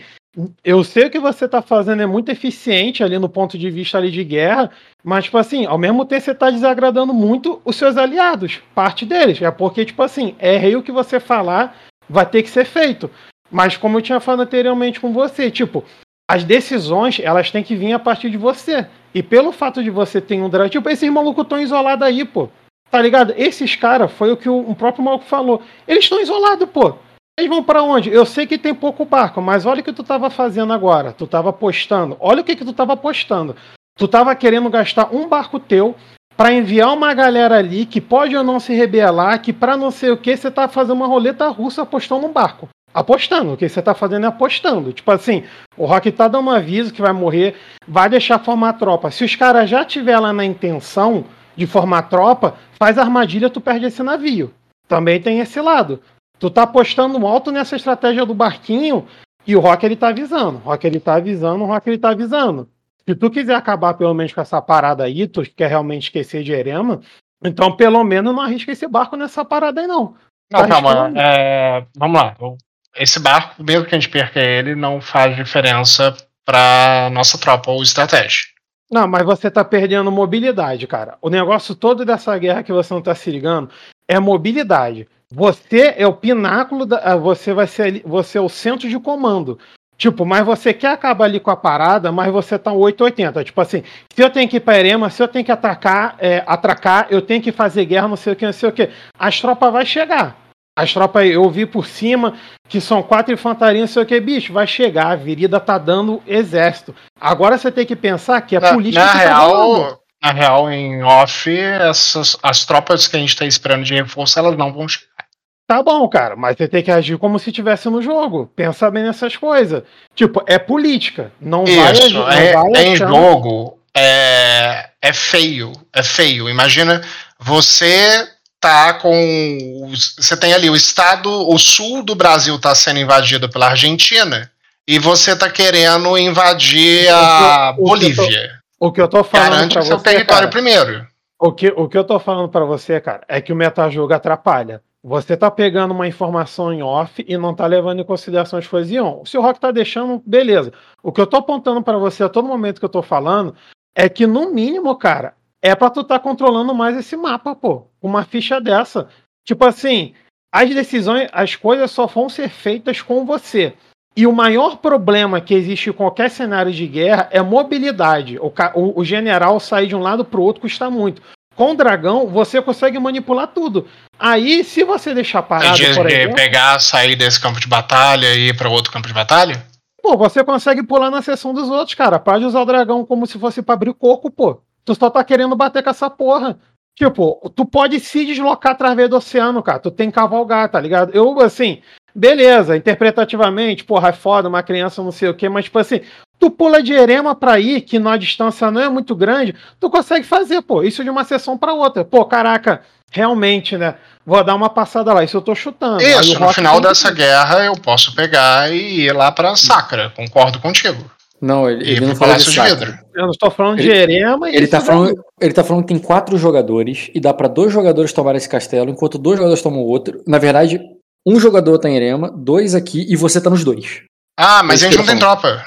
S5: eu sei o que você tá fazendo é muito eficiente ali no ponto de vista ali de guerra, mas, tipo assim, ao mesmo tempo você tá desagradando muito os seus aliados, parte deles. É porque, tipo assim, errei o que você falar, vai ter que ser feito. Mas como eu tinha falado anteriormente com você, tipo, as decisões, elas têm que vir a partir de você. E pelo fato de você ter um dragão, tipo, esses malucos estão isolados aí, pô. Tá ligado? Esses caras, foi o que o, o próprio maluco falou. Eles estão isolados, pô. Eles vão pra onde? Eu sei que tem pouco barco, mas olha o que tu tava fazendo agora. Tu tava postando. Olha o que, que tu tava postando. Tu tava querendo gastar um barco teu pra enviar uma galera ali que pode ou não se rebelar, que pra não sei o que você tá fazendo uma roleta russa apostando um barco. Apostando, o que você tá fazendo é apostando. Tipo assim, o Rock tá dando um aviso que vai morrer, vai deixar formar tropa. Se os caras já tiver lá na intenção de formar tropa, faz armadilha, tu perde esse navio. Também tem esse lado. Tu tá apostando alto nessa estratégia do barquinho e o Rock ele tá avisando. O Rock ele tá avisando, o Rock ele tá avisando. Se tu quiser acabar pelo menos com essa parada aí, tu quer realmente esquecer de Erema, então pelo menos não arrisca esse barco nessa parada aí não.
S1: Não,
S5: Tá
S1: calma.
S5: arriscando.
S1: é, vamos lá. Esse barco, mesmo que a gente perca é ele, não faz diferença pra nossa tropa ou estratégia.
S5: Não, mas você tá perdendo mobilidade, cara. O negócio todo dessa guerra que você não tá se ligando é mobilidade. Você é o pináculo, da, ah, você vai ser ali- você é o centro de comando. Tipo, mas você quer acabar ali com a parada, mas você tá um 880. Tipo assim, se eu tenho que ir pra Erema, se eu tenho que atacar, é, atracar, eu tenho que fazer guerra, não sei o que, não sei o que. As tropas vai chegar. As tropas, eu vi por cima que são quatro infantarias, não sei o que, bicho, vai chegar. A virida tá dando exército. Agora você tem que pensar que a
S1: Na,
S5: política.
S1: na
S5: que tá rolando.
S1: real, na real, em off, essas, as tropas que a gente tá esperando de reforço, elas não vão chegar.
S5: Tá bom, cara, mas você tem que agir como se estivesse no jogo. Pensa bem nessas coisas. Tipo, é política. Não vai agir.
S1: Isso,
S5: Não
S1: é,
S5: vai
S1: é em
S5: achando-
S1: jogo é, é feio, é feio. Imagina você tá com. os- Você tem ali o estado, o sul do Brasil tá sendo invadido pela Argentina e você tá querendo invadir a
S5: O que- o que eu tô
S1: Bolívia.
S5: O que eu tô falando
S1: Garante
S5: pra
S1: o seu
S5: você.
S1: território
S5: Cara,
S1: primeiro.
S5: o, que, o que eu tô falando pra você, cara, é que o metajogo atrapalha. Você tá pegando uma informação em off e não tá levando em consideração as coisas em on. Se o Rock tá deixando, beleza. O que eu tô apontando pra você a todo momento que eu tô falando é que, no mínimo, cara, é pra tu tá controlando mais esse mapa, pô. com Uma ficha dessa. Tipo assim, as decisões, as coisas só vão ser feitas com você. E o maior problema que existe em qualquer cenário de guerra é mobilidade. O, ca- o- o general sair de um lado pro outro custa muito. Com o dragão, você consegue manipular tudo. Aí, se você deixar parado,
S1: É de,
S5: por
S1: de
S5: exemplo,
S1: pegar, sair desse campo de batalha e ir pra outro campo de batalha?
S5: Pô, você consegue pular na seção dos outros, cara. Para de usar o dragão como se fosse pra abrir o coco, pô. Tu só tá querendo bater com essa porra. Tipo, tu pode se deslocar através do oceano, cara. Tu tem que cavalgar, tá ligado? Eu, assim, beleza, interpretativamente, porra, é foda, uma criança não sei o quê, mas, tipo assim, tu pula de erema pra ir, que na distância não é muito grande, tu consegue fazer, pô. Isso de uma seção pra outra. Pô, caraca, realmente, né? Vou dar uma passada lá. Isso eu tô chutando. Aí o
S1: Isso, no
S5: Rock
S1: final
S5: tem que-
S1: dessa guerra eu posso pegar e ir lá pra Sacra, concordo contigo.
S2: Não, ele,
S1: E
S2: ele
S1: pro
S2: não falou de
S1: Palácio de
S2: sacra.
S1: Vidro.
S5: Eu não estou falando de
S2: Ele-
S5: erema e
S2: Ele tá,
S5: isso
S2: falando, ele tá falando que tem quatro jogadores e dá pra dois jogadores tomarem esse castelo, enquanto dois jogadores tomam outro. Na verdade, um jogador tá em Erema, dois aqui e você tá nos dois.
S1: Ah, mas a gente não tem
S2: Respiração.
S1: tropa.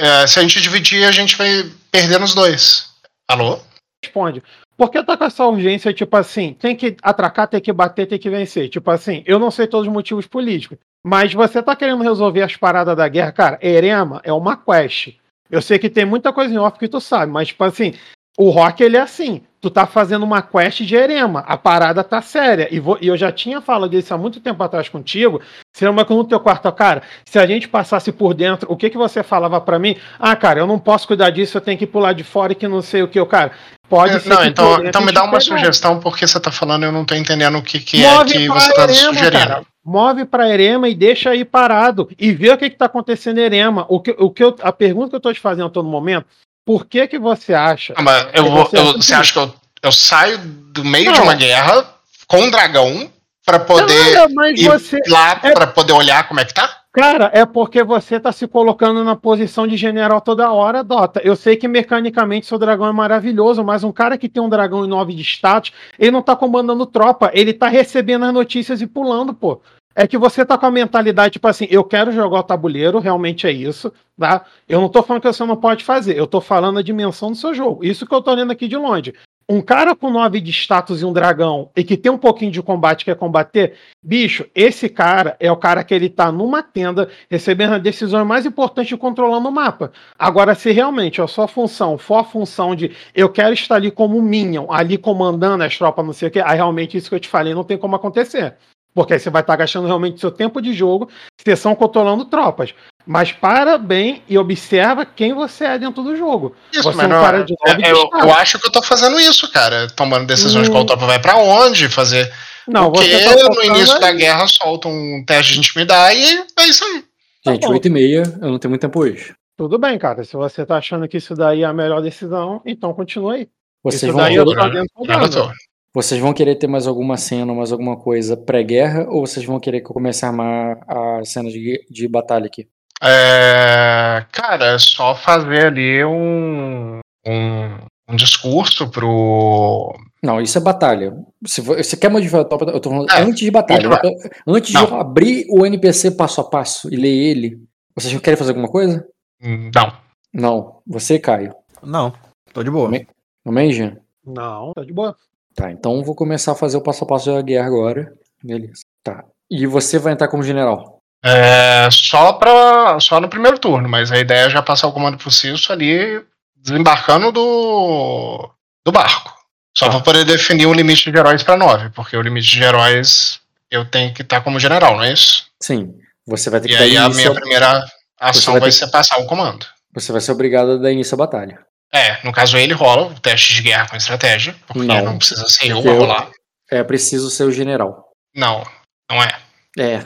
S1: É, se a gente dividir, a gente vai perder nos dois. Alô?
S5: responde. Por que tá com essa urgência, tipo assim, tem que atracar, tem que bater, tem que vencer? Tipo assim, eu não sei todos os motivos políticos, mas você tá querendo resolver as paradas da guerra, cara, Erema é uma quest. Eu sei que tem muita coisa em off que tu sabe, mas tipo assim, o rock ele é assim, tu tá fazendo uma quest de Erema, a parada tá séria, e, vo- e eu já tinha falado disso há muito tempo atrás contigo, você lembra que no teu quarto, cara, se a gente passasse por dentro, o que que você falava pra mim? Ah, cara, eu não posso cuidar disso, eu tenho que pular de fora e que não sei o que, eu, cara, pode ser
S1: Não,
S5: que por
S1: então,
S5: dentro
S1: então me
S5: te
S1: dá uma
S5: pegar.
S1: sugestão, porque você tá falando e eu não tô entendendo o que, que é
S5: Move
S1: que
S5: pra
S1: você tá
S5: Erema,
S1: sugerindo.
S5: cara. Move pra Erema e deixa aí parado. E vê o que, que tá acontecendo em Erema. O que, o que eu- a pergunta que eu tô te fazendo a todo momento, por que que você acha?
S1: Não, mas eu
S5: É Você
S1: vou,
S5: acha
S1: eu-
S5: que-
S1: você acha que eu, eu saio do meio de
S5: Não.
S1: uma guerra com um dragão pra poder
S5: Cara, mas
S1: ir
S5: você.
S1: lá
S5: é-
S1: pra poder olhar como é que tá?
S5: Cara, é porque você tá se colocando na posição de general toda hora, Dota. Eu sei que mecanicamente seu dragão é maravilhoso, mas um cara que tem um dragão em 9 de status, ele não tá comandando tropa, ele tá recebendo as notícias e pulando, pô. É que você tá com a mentalidade, tipo assim, eu quero jogar o tabuleiro, realmente é isso, tá? Eu não tô falando que você não pode fazer, eu tô falando a dimensão do seu jogo. Isso que eu tô olhando aqui de longe. Um cara com 9 de status e um dragão e que tem um pouquinho de combate, quer combater, Bicho, esse cara é o cara que ele tá numa tenda recebendo a decisão mais importante e controlando o mapa. Agora, se realmente a sua função for a função de eu quero estar ali como um Minion, ali comandando as tropas, não sei o que, aí realmente isso que eu te falei não tem como acontecer. Porque aí você vai estar gastando realmente seu tempo de jogo, sessão controlando tropas. Mas para bem e observa quem você é dentro do jogo.
S1: Isso,
S5: Você
S1: mas
S5: é um
S1: não-
S5: cara de nove
S1: é- eu,
S5: disparos.
S1: eu acho que eu tô fazendo isso, cara. Tomando decisões de qual
S5: Hum.
S1: tropa vai pra onde, fazer.
S5: Não,
S1: porque
S5: você tá
S1: no
S5: focando
S1: início
S5: aí.
S1: da guerra solta um teste de intimidar e é isso aí.
S2: Gente,
S5: bom.
S2: 8 e meia, eu não tenho muito tempo hoje.
S5: Tudo bem, cara. Se você tá achando que isso daí é a melhor decisão, então continue aí.
S2: Vocês
S5: Isso
S2: vão,
S5: daí
S1: eu-
S2: querer,
S5: tá dentro do
S1: Já
S5: nada.
S1: tô.
S2: vocês vão querer ter mais alguma cena, mais alguma coisa pré-guerra, ou vocês vão querer que eu comece a armar a cena de, de batalha aqui?
S1: É, cara, é só fazer ali um, um, um discurso pro.
S2: Não, isso é batalha. Se vo- você quer modificar a topa, eu tô falando
S1: É,
S2: antes de batalha.
S1: muito
S2: Eu tô- antes de eu abrir o NPC passo a passo e ler ele, vocês querem fazer alguma coisa?
S1: Não.
S2: Não, você, Caio.
S3: Não, tô de boa.
S2: Me- Não é, Jean?
S5: Não, tá de boa.
S2: Tá, então eu vou começar a fazer o passo a passo da guerra agora. Beleza. Tá. E você vai entrar como general.
S1: É, só, pra, só no primeiro turno, mas a ideia é já passar o comando pro Ciso ali, desembarcando do, do barco.
S2: Tá.
S1: Só pra poder definir um limite de heróis pra nove, porque o limite de heróis eu tenho que estar como general, não é isso?
S2: Sim. Você vai ter que
S1: E
S2: dar
S1: aí a
S2: início.
S1: minha
S2: ao-
S1: primeira ação
S2: é- vai
S1: vai,
S2: ter
S1: ser passar o comando.
S2: Você vai ser obrigado a dar início à batalha.
S1: É, no caso ele rola o teste de guerra com estratégia, porque
S2: Não.
S1: não, precisa ser eu
S2: Porque
S1: a
S2: eu-
S1: rolar.
S2: É preciso ser o general.
S1: Não, não é.
S2: É.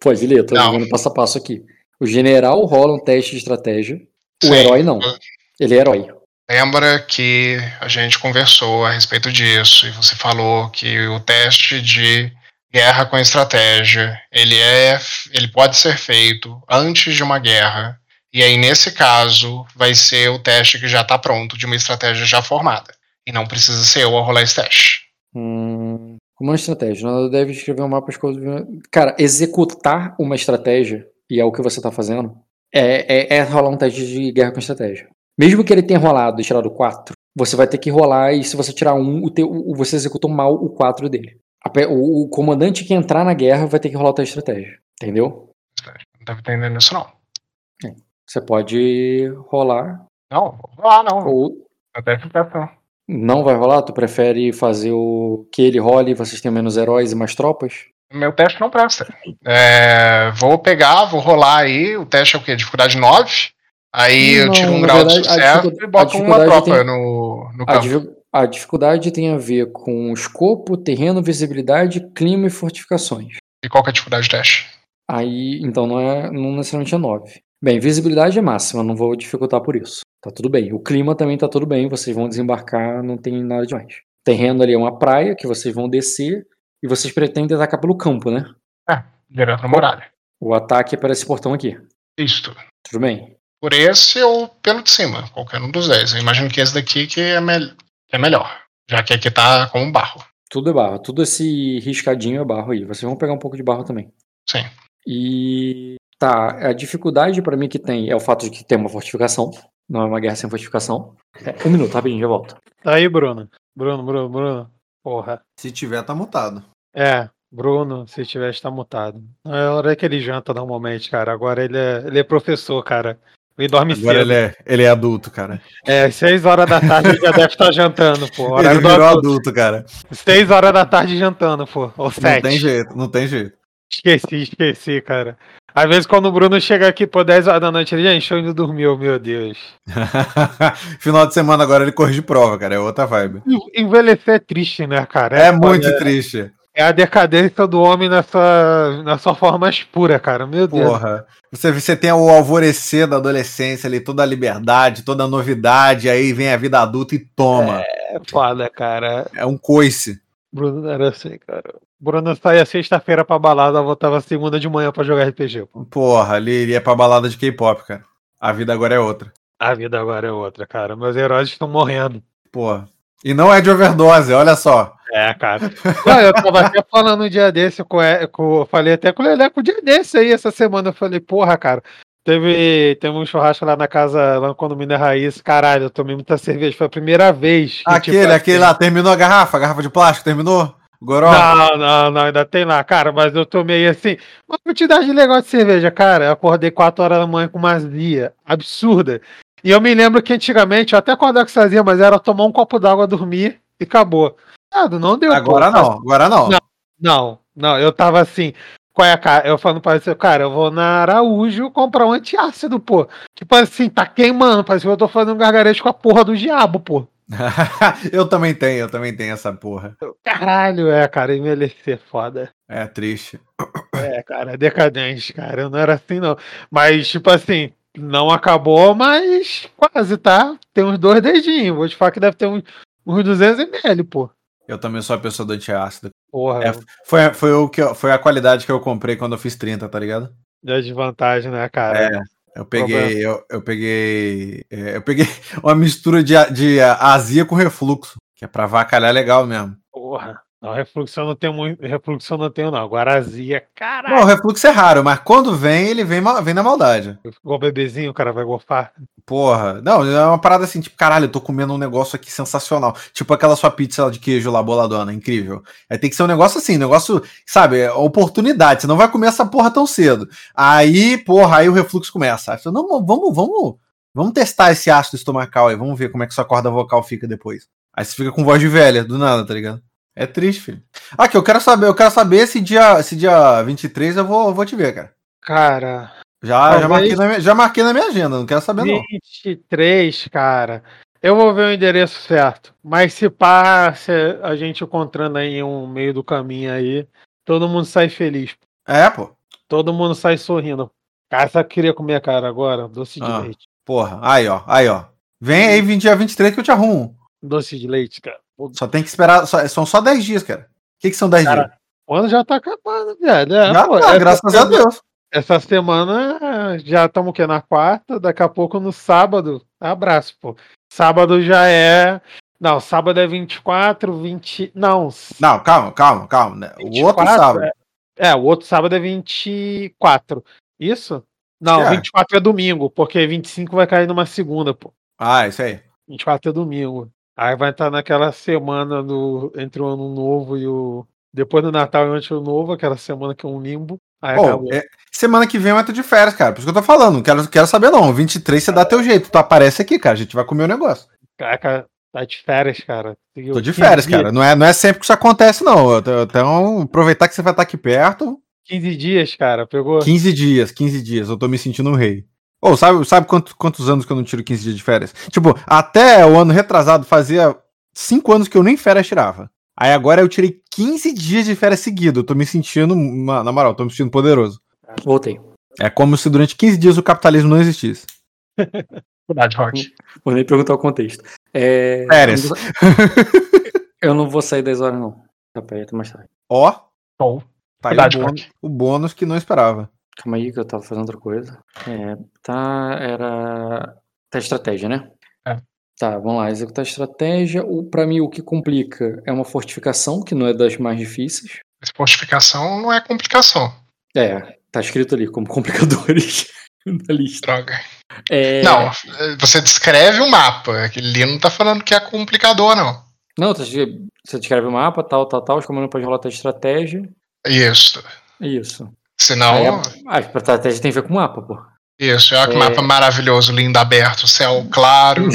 S2: Pode ler, eu tô
S1: Não.
S2: jogando passo a passo aqui. O general rola um teste de estratégia. O
S1: Sim.
S2: herói não. Ele é herói.
S1: Lembra que a gente conversou a respeito disso e você falou que o teste de guerra com estratégia, ele é, ele pode ser feito antes de uma guerra. E aí nesse caso vai ser o teste que já está pronto de uma estratégia já formada e não precisa ser eu a rolar esse teste.
S2: Hum, como uma estratégia, não deve escrever um mapa escolhido. Cara, executar uma estratégia, e é o que você tá fazendo, é, é, é rolar um teste de guerra com estratégia. Mesmo que ele tenha rolado e tirado 4, você vai ter que rolar, e se você tirar um, o teu, o- você executou mal o 4 dele. A pe- O, o comandante que entrar na guerra vai ter que rolar o teste de estratégia, entendeu?
S1: Não tá entendendo isso não?
S2: Você pode rolar,
S1: Não, vou rolar não.
S2: ou
S1: Até explicação.
S2: não vai rolar, tu prefere fazer o que ele role e vocês tenham menos heróis e mais tropas?
S1: Meu teste não presta. É, vou pegar, vou rolar aí. O teste é o quê? Dificuldade 9. Aí eu
S2: Não,
S1: tiro um
S2: na
S1: grau de
S2: verdade, a
S1: sucesso
S2: dificu-
S1: e
S2: a
S1: boto uma
S2: dificuldade
S1: tropa
S2: tem- Ah,
S1: no, no
S2: A,
S1: campo.
S2: difi- a dificuldade tem a ver com escopo, terreno, visibilidade, clima e fortificações.
S1: E qual que é a dificuldade do teste?
S2: Aí, então, não é não necessariamente é 9. Bem, visibilidade é máxima, não vou dificultar por isso. Tá tudo bem. O clima também tá tudo bem, vocês vão desembarcar, não tem nada demais. Terreno ali é uma praia que vocês vão descer e vocês pretendem atacar pelo campo, né?
S1: Direto na muralha.
S2: O ataque é para esse portão aqui.
S1: Isto.
S2: Tudo bem?
S1: Por esse ou pelo de cima. Qualquer um dos 10. Eu imagino que esse daqui que é, mel- que é melhor. Já que aqui tá com um barro.
S2: Tudo é barro. Tudo esse riscadinho é barro aí. Vocês vão pegar um pouco de barro também.
S1: Sim.
S2: E tá, a dificuldade pra mim que tem é o fato de que tem uma fortificação. Não é uma guerra sem fortificação. É, um minuto, rapidinho, já volto.
S5: Tá aí, Bruno. Bruno, Bruno, Bruno. Porra.
S7: Se tiver, tá mutado.
S5: É, Bruno, se tivesse, tá mutado. Não é a hora que ele janta normalmente, cara. Agora ele é, ele é professor, cara. Ele dorme
S3: Agora
S5: cedo.
S3: ele é, ele é adulto, cara.
S5: É, às seis horas da tarde ele já deve estar jantando, pô.
S3: Ele
S5: Horário do
S3: virou
S5: adulto.
S3: é adulto, cara.
S5: Seis horas da tarde jantando, pô. Ou
S3: Não
S5: sete.
S3: tem jeito, não tem jeito.
S5: Esqueci, esqueci, cara. Às vezes quando o Bruno chega aqui, pô, 10 horas da noite, ele já encheu e não dormiu, oh, meu Deus.
S3: Final de semana agora ele corre de prova, cara. É outra vibe.
S5: Envelhecer é triste, né, cara?
S3: É
S5: Essa
S3: muito triste.
S5: É a decadência do homem na sua, na sua forma mais pura, cara. Meu Deus.
S3: Porra. Você, você tem o alvorecer da adolescência ali, toda a liberdade, toda a novidade, aí vem a vida adulta e toma. É,
S5: É foda, cara.
S3: um coice.
S5: Bruno era assim, cara. Bruno saía sexta-feira pra balada, voltava segunda de manhã pra jogar RPG. pô.
S3: Porra, ali ele ia pra balada de K-pop, cara. A vida agora é outra.
S5: A vida agora é outra, cara. Meus heróis estão morrendo.
S3: Porra. E não é de overdose, olha só.
S5: É, cara. Não, eu tava até falando um dia desse com, e- com- eu falei até com o Leleco um dia desse aí, essa semana. Eu falei, porra, cara. Teve, teve um churrasco lá na casa, lá no condomínio da Raiz. Caralho, eu tomei muita cerveja. Foi a primeira vez. que,
S3: Aquele,
S5: tipo,
S3: aquele
S5: assim,
S3: lá, terminou a garrafa, a garrafa de plástico, terminou? Goró?
S5: Não, não, não, ainda tem lá, cara, mas eu tomei assim, uma quantidade legal de cerveja, cara. Eu acordei 4 horas da manhã com uma azia absurda. E eu me lembro que antigamente eu até acordava com essa azia, mas era tomar um copo d'água, dormir e acabou. Ah, não deu.
S3: Agora
S5: pô.
S3: não, agora não.
S5: Não. Não, não, eu tava assim, qual é a cara? Eu falando pra você, cara, eu vou na Araújo comprar um antiácido, pô. Tipo assim, tá queimando, parece que eu tô fazendo um gargarejo com a porra do diabo, pô.
S3: eu também tenho, eu também tenho essa porra.
S5: Caralho, é, cara, envelhecer é foda.
S3: É triste.
S5: É, cara, decadente, cara. Eu não era assim, não. Mas, tipo assim, não acabou, mas quase, tá? Tem uns dois dedinhos. Vou te falar que deve ter uns, uns 200 ml, pô.
S3: Eu também sou a pessoa do antiácido.
S5: Porra,
S3: É, foi, foi, o que eu- foi a qualidade que eu comprei quando eu fiz 30, tá ligado? É,
S5: da desvantagem, né, cara?
S3: Eu peguei. Eu, eu peguei. é, eu peguei uma mistura de, a- de a- azia com refluxo. Que é pra vacalhar legal mesmo.
S5: Porra. Não, refluxo eu não tenho muito. Refluxo eu não tenho, não. é, Guarazia, caralho.
S3: Não, o refluxo é raro, mas quando vem, ele vem, mal- vem na maldade.
S5: Igual bebezinho, o cara vai gorfar.
S3: Porra. Não, é uma parada assim, tipo, caralho, eu tô comendo um negócio aqui sensacional. Tipo aquela sua pizza de queijo lá, boladona, incrível. Aí tem que ser um negócio assim, negócio, sabe, é oportunidade. Você não vai comer essa porra tão cedo. Aí, porra, aí o refluxo começa. Aí eu falo, não, mas vamos, vamos, vamos testar esse ácido estomacal aí, vamos ver como é que sua corda vocal fica depois. Aí você fica com voz de velha, do nada, tá ligado? É triste, filho. Aqui, eu quero saber, eu quero saber se dia, se dia 23 eu vou, vou te ver, cara.
S5: Cara,
S3: Já, já,
S5: Talvez-
S3: marquei na minha, já marquei na minha agenda, não quero saber, não.
S5: 23, cara. Eu vou ver o endereço certo. Mas se passa, a gente encontrando aí um meio do caminho aí, todo mundo sai feliz.
S3: É, pô.
S5: Todo mundo sai sorrindo. Cara, sabe o que eu queria comer, cara, agora? Doce de
S3: Ah.
S5: leite.
S3: Porra, aí ó, aí ó. Vem aí vem dia 23 que eu te arrumo.
S5: Doce de leite, cara.
S3: Só tem que esperar, só- são só 10 dias, cara. O que, que são 10
S5: Cara,
S3: dias?
S5: O ano já tá acabando, velho. É,
S3: Já
S5: pô,
S3: tá,
S5: essa
S3: graças a
S5: semana-
S3: Deus.
S5: Essa semana já estamos o quê? Na quarta, daqui a pouco no sábado. Abraço, pô. Sábado já é. Não, sábado é 24, 20. Não,
S3: Não, calma, calma, calma. né? O outro
S5: 24
S3: sábado.
S5: É, o outro sábado é 24. Isso? Não,
S3: É.
S5: 24 é domingo, porque 25 vai cair numa segunda, pô.
S3: Ah, isso aí.
S5: 24 é domingo. Aí vai estar naquela semana do, entre o ano novo e o. Depois do Natal e antes do novo, aquela semana que é um limbo. Aí
S3: Pô,
S5: acabou.
S3: é- semana que vem eu entro de férias, cara. Por isso que eu tô falando. Não quero, quero saber, não. 23 você dá teu jeito. Tu aparece aqui, cara. A gente vai comer o negócio.
S5: Caraca, tá de férias, cara. Seguiu
S3: Tô de
S5: 15
S3: férias,
S5: dias-
S3: cara. Não é, não é sempre que isso acontece, não. Eu tô- Então, aproveitar que você vai estar aqui perto.
S5: 15 dias, cara. Pegou?
S3: 15 dias, 15 dias, eu tô me sentindo um rei. Ou sabe, sabe quanto- quantos anos que eu não tiro 15 dias de férias? Tipo, até o ano retrasado fazia 5 anos que eu nem férias tirava. Aí agora eu tirei 15 dias de férias seguido. Eu tô me sentindo, uma- na moral, tô me sentindo poderoso.
S2: Voltei.
S3: É como se durante 15 dias o capitalismo não existisse.
S1: Verdade, Rock.
S2: Vou nem perguntar o contexto. É,
S3: Férias.
S2: eu não vou- Eu não vou sair 10 horas, não. Tá perto, mais tarde.
S3: Ó,
S1: Bom,
S3: tá aí
S1: verdade,
S3: o, bônus,
S1: Rock.
S3: o bônus que não esperava.
S2: Calma aí que eu tava fazendo outra coisa. É, tá, era... Tá estratégia, né?
S1: É.
S2: Tá, vamos lá. Executar a estratégia. O, pra mim, o que complica é uma fortificação, que não é das mais difíceis.
S1: Mas fortificação não é complicação.
S2: É, tá escrito ali como complicadores na lista.
S1: Droga.
S2: É,
S1: Não, você descreve o mapa. Ele não tá falando que é complicador, não.
S2: Não, tu escreve- você descreve o mapa, tal, tal, tal, os comandos podem rolar a tua estratégia. É
S1: Isso.
S2: Isso. Aí é
S1: Senão,
S2: a, a estratégia tem a ver com o mapa, pô.
S1: isso. Olha que
S2: É.
S1: mapa maravilhoso, lindo, aberto, céu claro,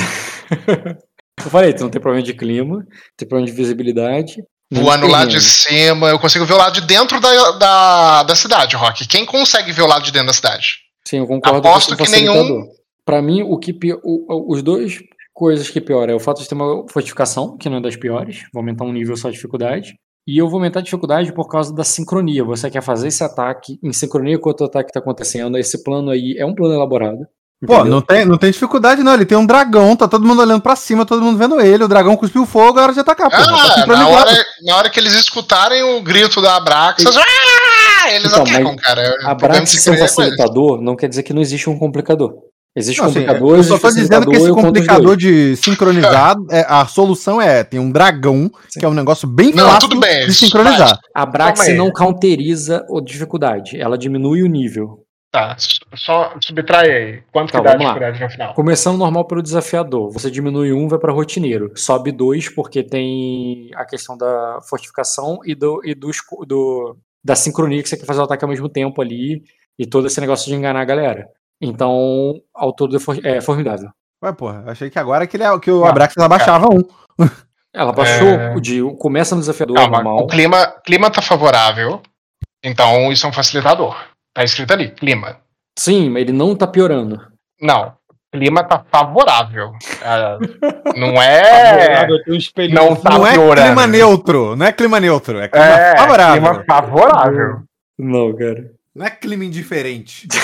S2: Eu falei, tu não tem problema de clima, não tem problema de visibilidade. né? nem de
S1: voando lá
S2: terreno.
S1: de cima. Eu consigo ver o lado de dentro da, da, da cidade, Rock. Quem consegue ver o lado de dentro da cidade?
S2: Sim, eu concordo
S1: Aposto
S2: com o
S1: que nenhum-
S2: facilitador. Pra mim, o que pi- o- o- os dois coisas que piora é o fato de ter uma fortificação, que não é das piores, vou aumentar um nível só de dificuldade. E eu vou aumentar a dificuldade por causa da sincronia. Você quer fazer esse ataque em sincronia com outro ataque que tá acontecendo. Esse plano aí é um plano elaborado.
S3: Pô,
S2: entendeu?
S3: não tem, não tem dificuldade, não. Ele tem um dragão, tá todo mundo olhando pra cima, todo mundo vendo ele. O dragão cuspiu fogo, é hora de atacar, pô. Tá
S1: Ah, na
S3: sincronizado.
S1: hora, na hora que eles escutarem o grito da Abraxas, "Ah!", eles
S2: Então,
S1: atacam,
S2: mas
S1: cara.
S2: A
S1: É, Problema de
S2: Brax ser um
S1: crer, mas-
S2: facilitador não quer dizer que não existe um complicador. Existe
S3: Não, assim,
S2: complicador,
S3: eu
S2: existe
S3: só tô dizendo que
S2: facilitador,
S3: esse
S2: eu conto os
S3: complicador
S2: dois.
S3: de sincronizado, é, a solução é tem um dragão,
S2: Sim.
S3: que é um negócio bem
S1: Não,
S3: fácil
S1: tudo bem,
S3: de
S1: isso,
S3: sincronizar.
S2: A Brax
S1: Calma aí.
S2: não counteriza a dificuldade, ela diminui o nível.
S1: Tá, só subtrai aí. Quanto
S2: Tá,
S1: que dá a
S2: vamos lá.
S1: dificuldade no final?
S2: Começando normal pelo desafiador. Você diminui um, vai pra rotineiro. Sobe dois, porque tem a questão da fortificação e, do, e do, esco- do- da sincronia que você quer fazer o ataque ao mesmo tempo ali. E todo esse negócio de enganar a galera. Então, ao todo é for- é formidável.
S3: Ué, porra, achei que agora é que, ele, que o
S2: Ah,
S3: Abraxas abaixava um.
S2: Ela baixou
S1: É. Ah,
S2: o de. um, Começa no desafiador
S1: Calma,
S2: normal.
S1: o clima, clima tá favorável, então isso é um facilitador. Tá escrito ali, clima.
S2: Sim, ele não tá piorando.
S1: Não, clima tá favorável. É, não é.
S5: Favorável, tem um espelho.
S1: Não tá
S3: não é
S1: piorando.
S3: clima neutro, não é clima neutro, é clima
S1: É,
S3: favorável.
S1: clima favorável.
S2: Não, cara.
S3: Não é clima indiferente.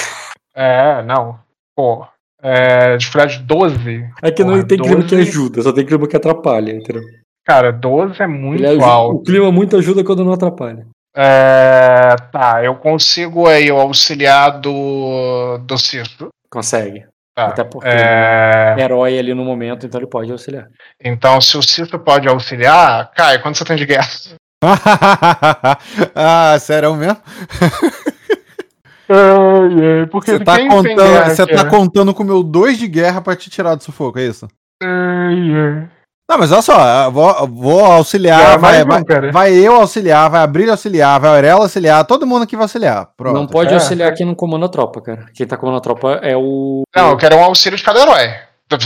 S1: É, não. Pô, é, dificuldade 12.
S2: É que não
S1: Porra,
S2: tem clima que
S1: 12.
S2: ajuda, só tem clima que atrapalha, entendeu?
S1: Cara, 12 é muito
S2: Ele ajuda-
S1: alto.
S2: o clima muito ajuda quando não atrapalha.
S1: É, tá, eu consigo aí o auxiliar do, do Cisto.
S2: Consegue.
S1: Tá,
S2: Até porque.
S1: é,
S2: herói ali no momento, então ele pode auxiliar.
S1: então, se o Cisto pode auxiliar, Caio, quando você tem de guerra?
S3: ah, sério mesmo?
S1: Porque
S3: Você tá, contando, você tá contando com o meu 2 de guerra pra te tirar do sufoco, é isso? Não, mas olha só, eu vou, eu vou auxiliar,
S1: Já
S3: vai,
S1: mais um,
S3: vai,
S1: cara.
S3: vai eu auxiliar, vai abrir auxiliar, vai Aurela auxiliar, todo mundo aqui vai auxiliar. Pronto.
S2: não pode
S1: é.
S2: auxiliar quem não comanda a tropa, cara. Quem tá comandando a tropa é o.
S1: Não, eu quero um auxílio de cada herói.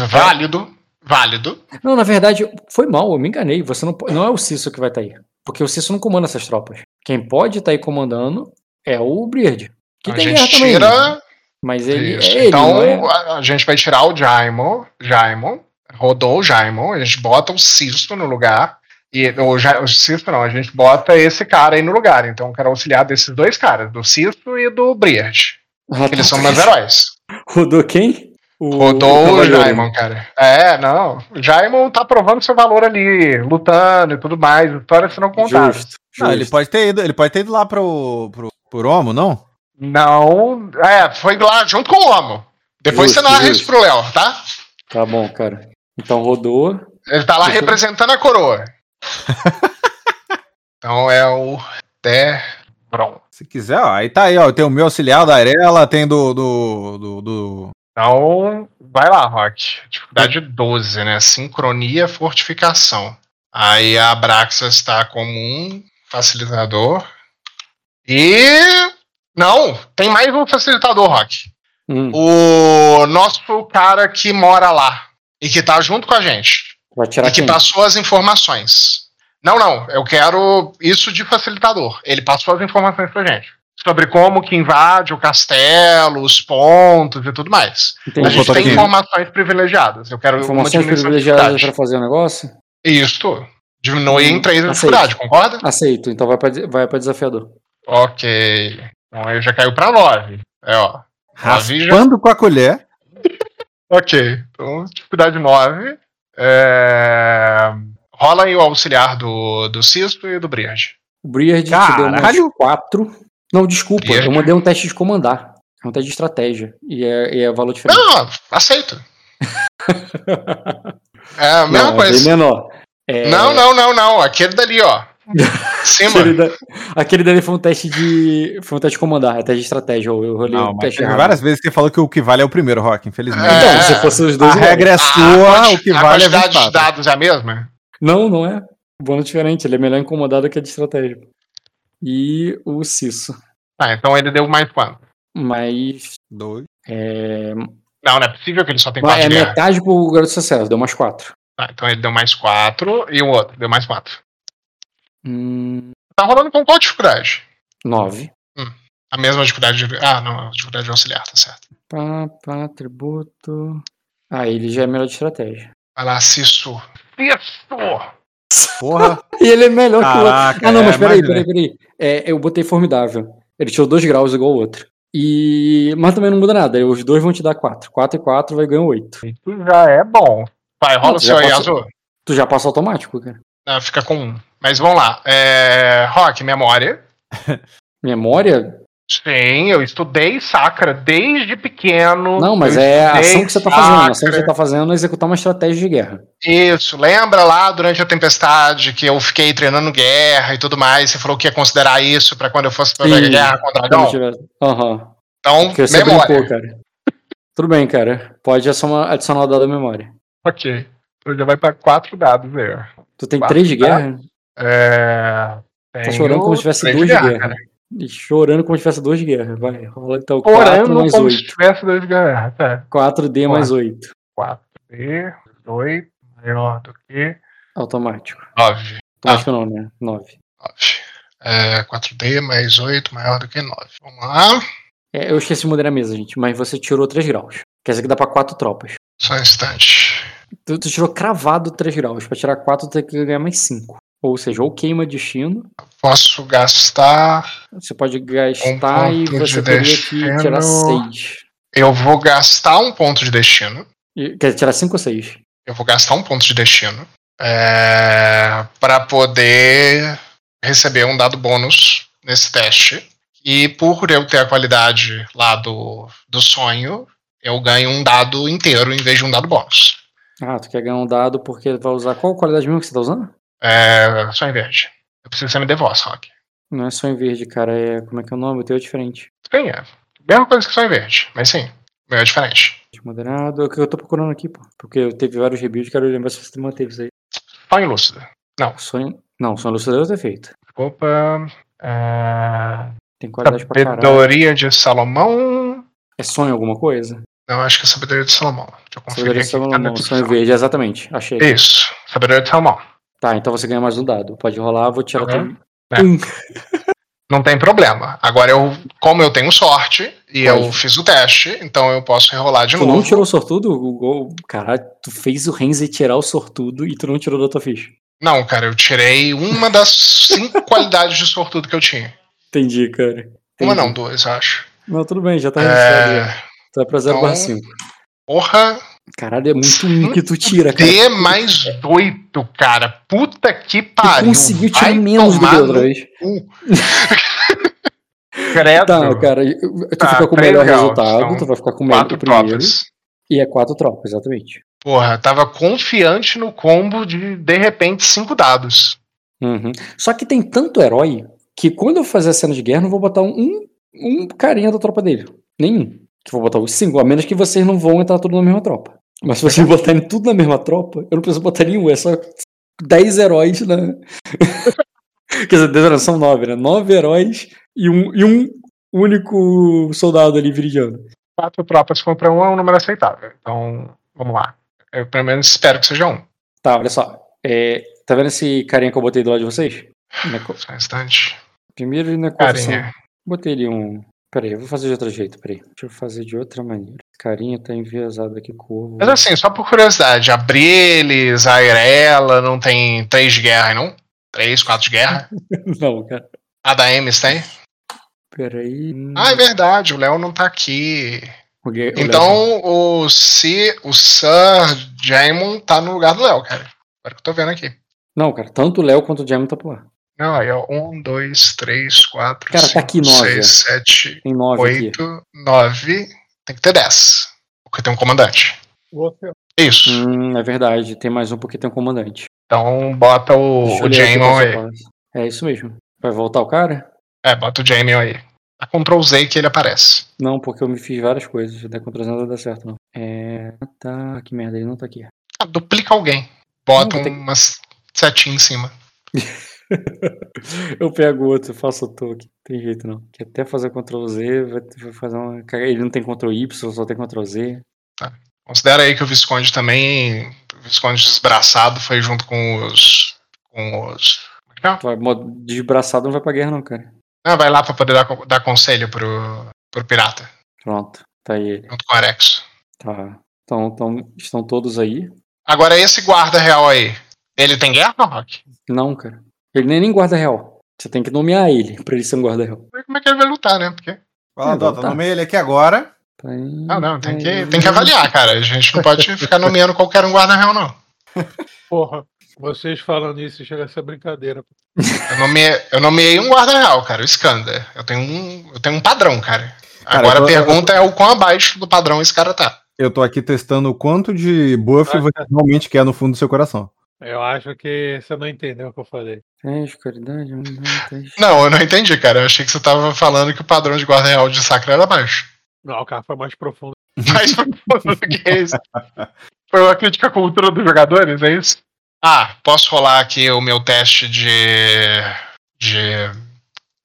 S1: Válido, válido.
S2: Não, na verdade, foi mal, eu me enganei. Você não, po- não é o Cisso que vai estar aí. Porque o Cisso não comanda essas tropas. Quem pode estar aí comandando é o Beard. Que
S1: a
S2: tem
S1: gente
S2: guerra também.
S1: tira.
S2: né? Mas ele
S1: Isso.
S2: é ele.
S1: então,
S2: não é-
S1: a, a gente vai tirar o Jaimon, Jaimon, rodou o Jaimon, a gente bota o Cisto no lugar. E, o, Ja- o Cisto não, a gente bota esse cara aí no lugar. Então, eu quero auxiliar desses dois caras, do Cisto e do Briard.
S2: Ah, tá.
S1: Eles são meus heróis.
S2: Rodou quem? O
S1: Rodou o
S2: Cavaleiro.
S1: Jaimon, cara. É, não. O Jaimon tá provando seu valor ali, lutando e tudo mais. Vitória se não contar.
S2: Justo.
S3: Não, ele
S2: justo.
S3: pode ter ido, ele pode ter ido lá pro, pro, pro Homo, não?
S1: Não. É, foi lá junto com o Homo. Depois
S2: Justo,
S1: você narra
S2: justo.
S1: isso pro Léo, tá?
S2: Tá bom, cara. Então rodou.
S1: Ele tá lá
S2: Justo.
S1: representando a coroa. então é o Tebron.
S3: Se quiser, ó, aí tá aí, ó, tem o meu auxiliar da Arela, tem do do, do, do-
S1: Então, vai lá, Rock. Dificuldade 12, né? Sincronia, fortificação. Aí a Abraxas está como um facilitador. E. Não, tem mais um facilitador, Rock.
S2: Hum,
S1: O nosso cara que mora lá e que tá junto com a gente.
S2: vai tirar
S1: e que
S2: quem?
S1: passou as informações. Não, não, eu quero isso de facilitador. Ele passou as informações pra gente. Sobre como que invade o castelo, os pontos e tudo mais.
S2: Entendi.
S1: A gente
S3: botar
S1: tem
S3: aqui.
S1: informações privilegiadas. Eu quero
S2: Informações
S1: uma diminuição de
S2: privilegiadas pra
S1: dificuldade.
S2: fazer o negócio?
S1: Isso. Diminui em 3 a
S2: Aceito.
S1: dificuldade, concorda?
S2: Aceito, então vai pra, de- vai pra desafiador.
S1: Ok. Então aí já caiu pra 9. É, ó. Nove já-
S3: raspando com a colher.
S1: Ok. Então, dificuldade 9. É... Rola aí o auxiliar do, do Cisto e do Briard.
S2: O Briard te deu mais
S3: Caralho!
S2: 4. Não, desculpa,
S1: Briard.
S2: eu mandei um teste de comandar. É um teste de estratégia. E é, e é valor diferente.
S1: Não, aceito. É a mesma
S2: é
S1: coisa.
S2: bem menor. É,
S1: Não, não, não, não. Aquele dali, ó. Cima.
S2: Aquele, da- aquele dali foi um teste de. Foi um teste de comandar, é teste de estratégia. Eu eu rolei
S3: Não,
S2: o
S3: mas
S2: teste
S3: teve
S2: errado.
S3: várias vezes que você falou que o que vale é o primeiro, Rock, infelizmente.
S1: É.
S2: Então, se fossem os dois.
S3: a
S2: eu-
S3: regra é
S1: A
S3: sua,
S1: quanti-
S3: o que
S1: a
S3: vale
S1: quantidade
S3: é
S1: de
S3: 24.
S1: dados é a mesma?
S2: Não, não é. O bônus é diferente, ele é melhor incomodado que a de estratégia. E o Cisso.
S1: Tá, então ele deu mais quanto?
S2: Mas.
S3: Dois.
S2: É,
S1: Não, não é possível que ele só tem
S2: mas
S1: 4
S2: é
S1: de guerra.
S2: metade pro garoto sucesso, deu mais quatro.
S1: Tá, então ele deu mais 4 e o outro deu mais 4.
S2: Hum,
S1: Tá rolando com qual dificuldade?
S2: nove.
S1: A mesma dificuldade de. Ah, não, a dificuldade de auxiliar, tá certo.
S2: Pá, pá, atributo. Ah, ele já é melhor de estratégia.
S1: Vai lá, Cisso. Cisso!
S3: Porra.
S2: E ele é melhor que o outro.
S3: Caraca,
S2: Ah, não, mas
S3: é,
S2: peraí,
S3: imagina.
S2: peraí, peraí. É, eu botei formidável. Ele tirou dois graus igual o outro. E... Mas também não muda nada. Os dois vão te dar quatro. Quatro e quatro vai ganhar oito.
S1: Já é bom. Vai, rola
S2: Não,
S1: o seu
S2: já
S1: aí,
S2: posso-
S1: azul.
S2: Tu já passa automático, cara.
S1: Ah, fica com um. Mas vamos lá. É... Rock, memória.
S2: Memória?
S1: Sim, eu estudei sacra desde pequeno.
S2: Não, mas
S1: Eu
S2: é a
S1: estudei
S2: ação que você tá fazendo. A ação que
S1: sacra.
S2: você tá fazendo é executar uma estratégia de guerra.
S1: Isso, lembra lá durante a tempestade que eu fiquei treinando guerra e tudo mais? Você falou que ia considerar isso pra quando eu fosse pra
S2: Sim. Então,
S1: guerra com o
S2: Quando
S1: dragão?
S2: tiver- Aham.
S1: Então,
S2: Porque você brincou,
S1: memória.
S2: cara. Tudo bem, cara. Pode adicionar, adicionar o dado da memória.
S1: Ok. Então já vai pra quatro dados, velho.
S2: Tu tem
S1: Quatro
S2: três
S3: tá?
S2: de guerra?
S1: É.
S2: Tá chorando como se tivesse
S1: três
S2: dois de
S1: guerra, né?
S2: guerra.
S1: cara.
S2: E chorando como se tivesse dois de guerra. Vai, rola então
S1: Chorando
S2: 4 mais
S1: como se
S2: 8.
S1: tivesse dois de guerra. Tá.
S2: 4D mais 8.
S1: 4D, 2, maior do que.
S2: Automático.
S1: 9.
S2: Automático não, né? 9.
S1: 9. É, 4D mais 8, maior do que 9. Vamos lá.
S2: É, eu esqueci de mudar a mesa, gente, mas você tirou 3 graus. Quer dizer que dá pra 4 tropas.
S1: Só um instante.
S2: Tu, tu tirou cravado 3 graus. Pra tirar 4, tu tem que ganhar mais 5. Ou seja, ou queima destino.
S1: Posso gastar.
S2: Você pode gastar
S1: Um
S2: e
S1: ponto
S2: você
S1: de
S2: teria
S1: destino.
S2: que tirar 6.
S1: Eu vou gastar um ponto de destino.
S2: Quer dizer, tirar 5 ou 6?
S1: Eu vou gastar um ponto de destino é, para poder receber um dado bônus nesse teste. E por eu ter a qualidade lá do, do sonho, eu ganho um dado inteiro em vez de um dado bônus.
S2: Ah, tu quer ganhar um dado porque vai usar qual qualidade mesmo que você tá usando?
S1: É, só em verde. Eu preciso que você me dê voz, Rock.
S2: Não é só em verde, cara. É, como é que é o nome? O teu é diferente.
S1: Sim, é. Mesma coisa que só em verde, mas sim, o meu é diferente.
S2: Moderado. É o que eu tô procurando aqui, pô. Porque eu teve vários rebuilds, quero lembrar se você manteve isso aí.
S1: Só em lúcida.
S2: Sonho. Não, sonho lúcido é outro efeito.
S1: Desculpa. É,
S2: Tem qualidade pra caralho.
S1: sabedoria de Salomão.
S2: É sonho alguma coisa?
S1: Não, acho que é sabedoria de Salomão. Deixa eu conferir
S2: Sabedoria
S1: aqui. Tá na
S2: Salomão, sonho
S1: descrição.
S2: verde, exatamente. Achei.
S1: Isso, sabedoria de Salomão.
S2: Tá, então você ganha mais um dado. Pode rolar, vou tirar
S1: Aham. É,
S2: teu-
S1: Não tem problema. Agora eu, como eu tenho sorte e
S2: Pode.
S1: eu fiz o teste, então eu posso rerolar de
S2: Tu
S1: novo.
S2: não tirou o sortudo? O gol- Caralho, tu fez o Renzi tirar o sortudo e tu não tirou da tua ficha.
S1: Não, cara, eu tirei uma das cinco qualidades de sortudo que eu tinha.
S2: Entendi, cara. Entendi.
S1: Uma não, duas, eu acho.
S2: Não, tudo bem, já tá registrado. já.
S1: É,
S2: Tu vai pra 0,5.
S1: porra,
S2: Caralho, é muito um que tu tira, cara.
S1: D mais oito, cara. Puta que
S2: Tu
S1: pariu.
S2: conseguiu tirar
S1: Ah, Vai
S2: menos do
S1: tomar
S2: que
S1: no
S2: outra vez.
S1: Credo.
S2: Tá, cara, tu
S1: Tá,
S2: fica com o
S1: três
S2: melhor
S1: graus,
S2: resultado,
S1: então.
S2: tu vai ficar com o melhor
S1: Quatro
S2: primeiro.
S1: próprias.
S2: E é quatro tropas, exatamente.
S1: Porra, tava confiante no combo de, de repente, cinco dados.
S2: Uhum. Só que tem tanto herói que quando eu fazer a cena de guerra, eu não vou botar um, um carinha da tropa dele. Nenhum. Que eu vou botar os cinco, a menos que vocês não vão entrar tudo na mesma tropa. Mas se vocês botarem tudo na mesma tropa, eu não preciso botar nenhum, é só 10 heróis na. Quer dizer, 10 heróis são 9, né? 9 heróis e um, e um único soldado ali viridiano.
S1: quatro tropas contra um é um número aceitável. Então, vamos lá. Eu pelo menos espero que seja um.
S2: Tá, olha só. É, tá vendo esse carinha que eu botei do lado de vocês? Na co-
S1: Só um instante.
S2: Primeiro ele na corrupção.
S1: Carinha.
S2: Botei ele um. Peraí, eu vou fazer de outro jeito, peraí. Deixa eu fazer de outra maneira. Esse Carinha tá enviesado aqui com o ovo.
S1: Mas assim, só por curiosidade, a Brilis, a Irela, não tem três de guerra, não? Três, quatro de guerra?
S2: Não, cara.
S1: A da Emes tem?
S2: Peraí. Hum,
S1: Ah, é verdade, o Léo não tá aqui.
S2: o Gue- o Léo. tá-
S1: Então, o, C, o Sir Jaimon tá no lugar do Léo, cara. Agora que eu tô vendo aqui.
S2: Não, cara, tanto o Léo quanto o Jamie tá por lá.
S1: Não, aí, ó. Um, dois, três, quatro,
S2: Cara, tá
S1: cinco,
S2: aqui nove,
S1: seis,
S2: ó.
S1: sete,
S2: Tem nove aqui.
S1: oito, nove. Tem que ter dez. Porque tem um comandante.
S5: Você-
S1: Isso.
S2: Hum, é verdade, tem mais um porque tem um comandante.
S1: Então bota
S2: Deixa
S1: o,
S2: eu
S1: o
S2: ler aqui
S1: Jamon
S2: pra
S1: aí.
S2: você falar. É isso mesmo. Vai voltar o cara?
S1: É, bota o Jamon aí. Dá Ctrl Z que ele aparece.
S2: Não, porque eu me fiz várias coisas. Até contra nada vai dar certo, não. É. Tá. Que merda, ele não tá aqui.
S1: Ah, duplica alguém. Bota
S2: Não, tem-
S1: umas setinha em cima.
S2: Eu pego outro, faço o toque. Tem jeito não. Que até fazer Ctrl Z, vai, vai fazer uma. caga- Ele não tem Ctrl Y, só tem Ctrl Z.
S1: Considera aí que o Visconde também. O Visconde desbraçado foi junto com os. Com os. como é que chama?
S2: Vai, modo desbraçado não vai pra guerra, não, cara.
S1: Ah, vai lá pra poder dar, con- dar conselho pro, pro pirata,
S2: Pronto, tá aí ele.
S1: junto com o Arex.
S2: Tá. Então, então, estão todos aí?
S1: Agora, esse guarda real aí, ele tem guerra, Rock?
S2: Não, cara. Ele nem, nem guarda real. Você tem que nomear ele pra ele ser um guarda real.
S1: Vê Como é que ele vai lutar, né? Porque.
S3: Vai lá,
S2: Então
S3: Dota,
S2: tá.
S3: nomeia ele aqui agora.
S2: Tá aí,
S1: Ah, não, tem
S2: tá
S1: que,
S2: aí.
S1: tem que avaliar, cara. A gente não pode ficar nomeando qualquer um guarda real, não.
S5: Porra, vocês falando isso chega a ser brincadeira.
S1: Eu nomeei, eu nomeei um guarda real, cara, o Skander. Eu tenho um, eu tenho um padrão, cara. Agora
S3: eu tô-
S1: a pergunta é o quão abaixo do padrão esse cara tá.
S3: Eu tô aqui testando o quanto de buff
S5: Ah,
S3: você realmente quer no fundo do seu coração.
S5: Eu acho que você não entendeu o que eu falei.
S2: É, escuridade, um, dois, três.
S1: Não, eu não entendi, cara. Eu achei que você tava falando que o padrão de guarda real de Sacra era baixo.
S5: Não, o cara foi mais profundo.
S1: Mas foi o que é isso? Foi uma crítica à cultura dos jogadores, é isso? Ah, posso rolar aqui o meu teste de. de.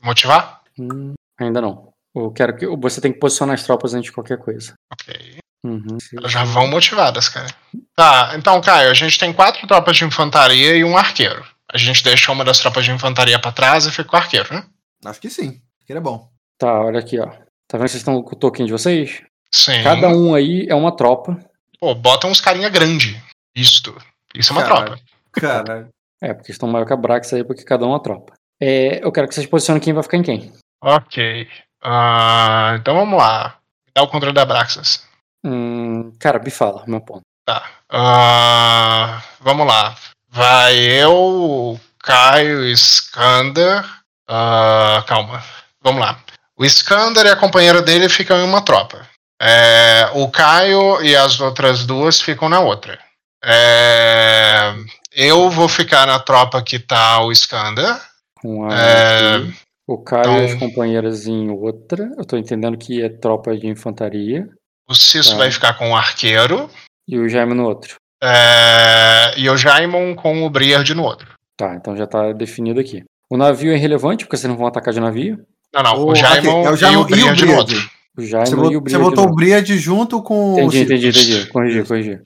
S1: motivar?
S2: Hum, ainda não. Eu quero que você tem que posicionar as tropas antes de qualquer coisa.
S1: Ok.
S2: Uhum.
S1: Elas já vão motivadas, cara. Tá, então, Caio, a gente tem quatro tropas de infantaria e um arqueiro. A gente deixou uma das tropas de infantaria pra trás e fica com o arqueiro, né?
S6: Acho que sim. Que é bom.
S2: Tá, olha aqui, ó. Tá vendo que vocês estão com o token de vocês?
S1: Sim.
S2: Cada um aí é uma tropa.
S1: Pô, bota uns carinha grande. Isto. Isso é uma
S6: Caralho.
S1: tropa.
S6: Cara,
S2: É, porque estão maior que a Brax aí, porque cada um é uma tropa. É, eu quero que vocês posicionem quem vai ficar em quem.
S1: Ok. Ah, então vamos lá. Dá o controle da Braxas.
S2: Hum, cara, me fala, meu ponto.
S1: Tá. Ah, vamos lá. Vai eu, Caio, Skander. Ah, calma. Vamos lá. O Skander e a companheira dele ficam em uma tropa. É, o Caio e as outras duas ficam na outra. É, eu vou ficar na tropa que tá o Skander.
S2: Um a-
S1: É.
S2: aqui, o Caio e as
S1: Então-
S2: companheiras em outra. Eu tô entendendo que é tropa de infantaria.
S1: O Cisso
S2: Tá.
S1: vai ficar com o arqueiro.
S2: E o Jaime no outro.
S1: É, e o Jaimon com o Briard no outro.
S2: Tá, então já tá definido aqui. O navio é irrelevante, porque vocês não vão atacar de navio.
S1: Não, não. O,
S6: O-
S1: Jaimon
S6: ok, é o
S1: e
S6: Jaimon
S1: o Briard no outro.
S2: O Jaime
S6: Você,
S2: e
S6: bot- você
S2: o Briad no
S6: botou o
S2: outro.
S6: Briad junto com
S2: Entendi,
S6: o.
S2: entendi, entendi. Corrigi, corrigi.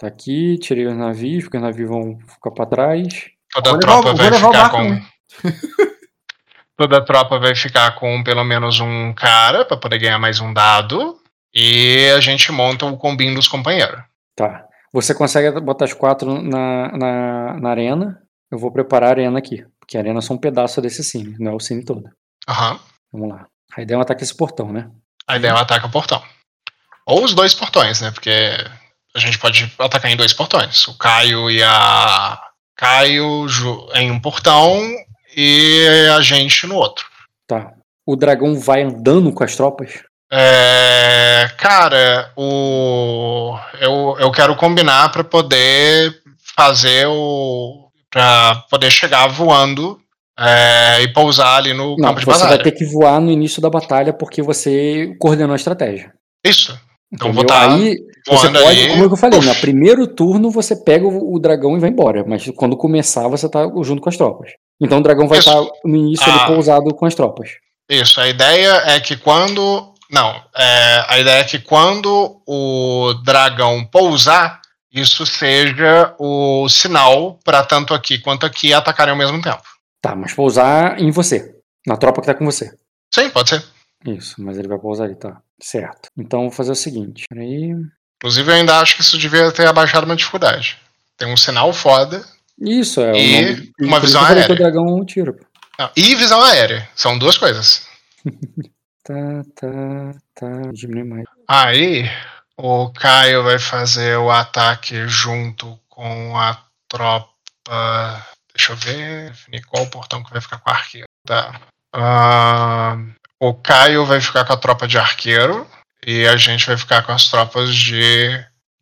S2: Tá aqui, tirei os navios, porque os navios vão ficar pra trás.
S1: Toda
S6: Vou levar-
S1: tropa
S6: vou
S1: vai
S6: levar o
S1: ficar
S6: barco,
S1: com.
S6: né?
S1: Toda tropa vai ficar com pelo menos um cara pra poder ganhar mais um dado. E a gente monta o combinho dos companheiros.
S2: Tá. Você consegue botar as quatro na, na, na arena. Eu vou preparar a arena aqui. Porque a arena é só um pedaço desse cine, não é o cine todo.
S1: Aham.
S2: Vamos lá. A ideia é um ataque esse portão, né?
S1: A ideia é atacar o portão. Ou os dois portões, né? Porque a gente pode atacar em dois portões. O Caio e a. Caio ju- em um portão e a gente no outro.
S2: Tá. O dragão vai andando com as tropas.
S1: É, cara, o eu, eu quero combinar pra poder fazer o Pra poder chegar voando é, e pousar ali no
S2: Não,
S1: campo de
S2: você vai
S1: batalha.
S2: ter que voar no início da batalha porque você coordenou a estratégia.
S1: Isso. Então eu vou
S2: entendeu?
S1: estar
S2: Aí você
S1: voando
S2: pode,
S1: ali.
S2: como eu falei, né,
S1: Uf.
S2: no primeiro turno você pega o, o dragão e vai embora. Mas quando começar, você tá junto com as tropas. Então o dragão vai
S1: Isso.
S2: estar no início
S1: Ah.
S2: ali pousado com as tropas.
S1: Isso. A ideia é que quando não, é, a ideia é que quando o dragão pousar, isso seja o sinal pra tanto aqui quanto aqui atacarem ao mesmo tempo.
S2: Tá, mas pousar em você. Na tropa que tá com você.
S1: Sim, pode ser.
S2: Isso, mas ele vai pousar ali, tá? Certo. Então vou fazer o seguinte. Peraí.
S1: Inclusive, eu ainda acho que isso devia ter abaixado uma dificuldade. Tem um sinal foda
S2: Isso, é
S1: E
S2: o nome.
S1: uma
S2: por
S1: visão
S2: isso que eu falei que o
S1: aérea.
S2: dragão tira. pô.
S1: Ah, e visão aérea. São duas coisas.
S2: Tá, tá, tá. Diminui mais.
S1: Aí, o Caio vai fazer o ataque junto com a tropa. Deixa eu ver. Definir qual o portão que vai ficar com o arqueiro. Tá. Ah, o Caio vai ficar com a tropa de arqueiro. E a gente vai ficar com as tropas de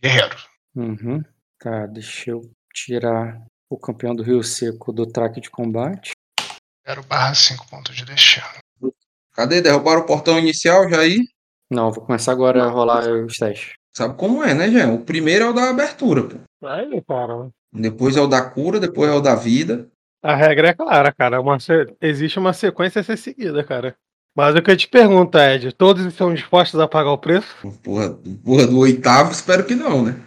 S1: guerreiro.
S2: Uhum. Tá, deixa eu tirar o campeão do Rio Seco do traque de combate.
S1: 0 barra 5 pontos de destino.
S6: Cadê? Derrubaram o portão inicial já aí?
S2: Não, eu vou começar agora a rolar os testes.
S7: Sabe como é, né, Jean? O primeiro é o da abertura, pô.
S5: Aí, cara.
S7: Depois é o da cura, depois é o da vida.
S5: A regra é clara, cara. Uma se- Existe uma sequência a ser seguida, cara. Mas o que eu te pergunto, Ed, todos estão dispostos a pagar o preço?
S7: Porra, porra do oitavo, espero que não, né?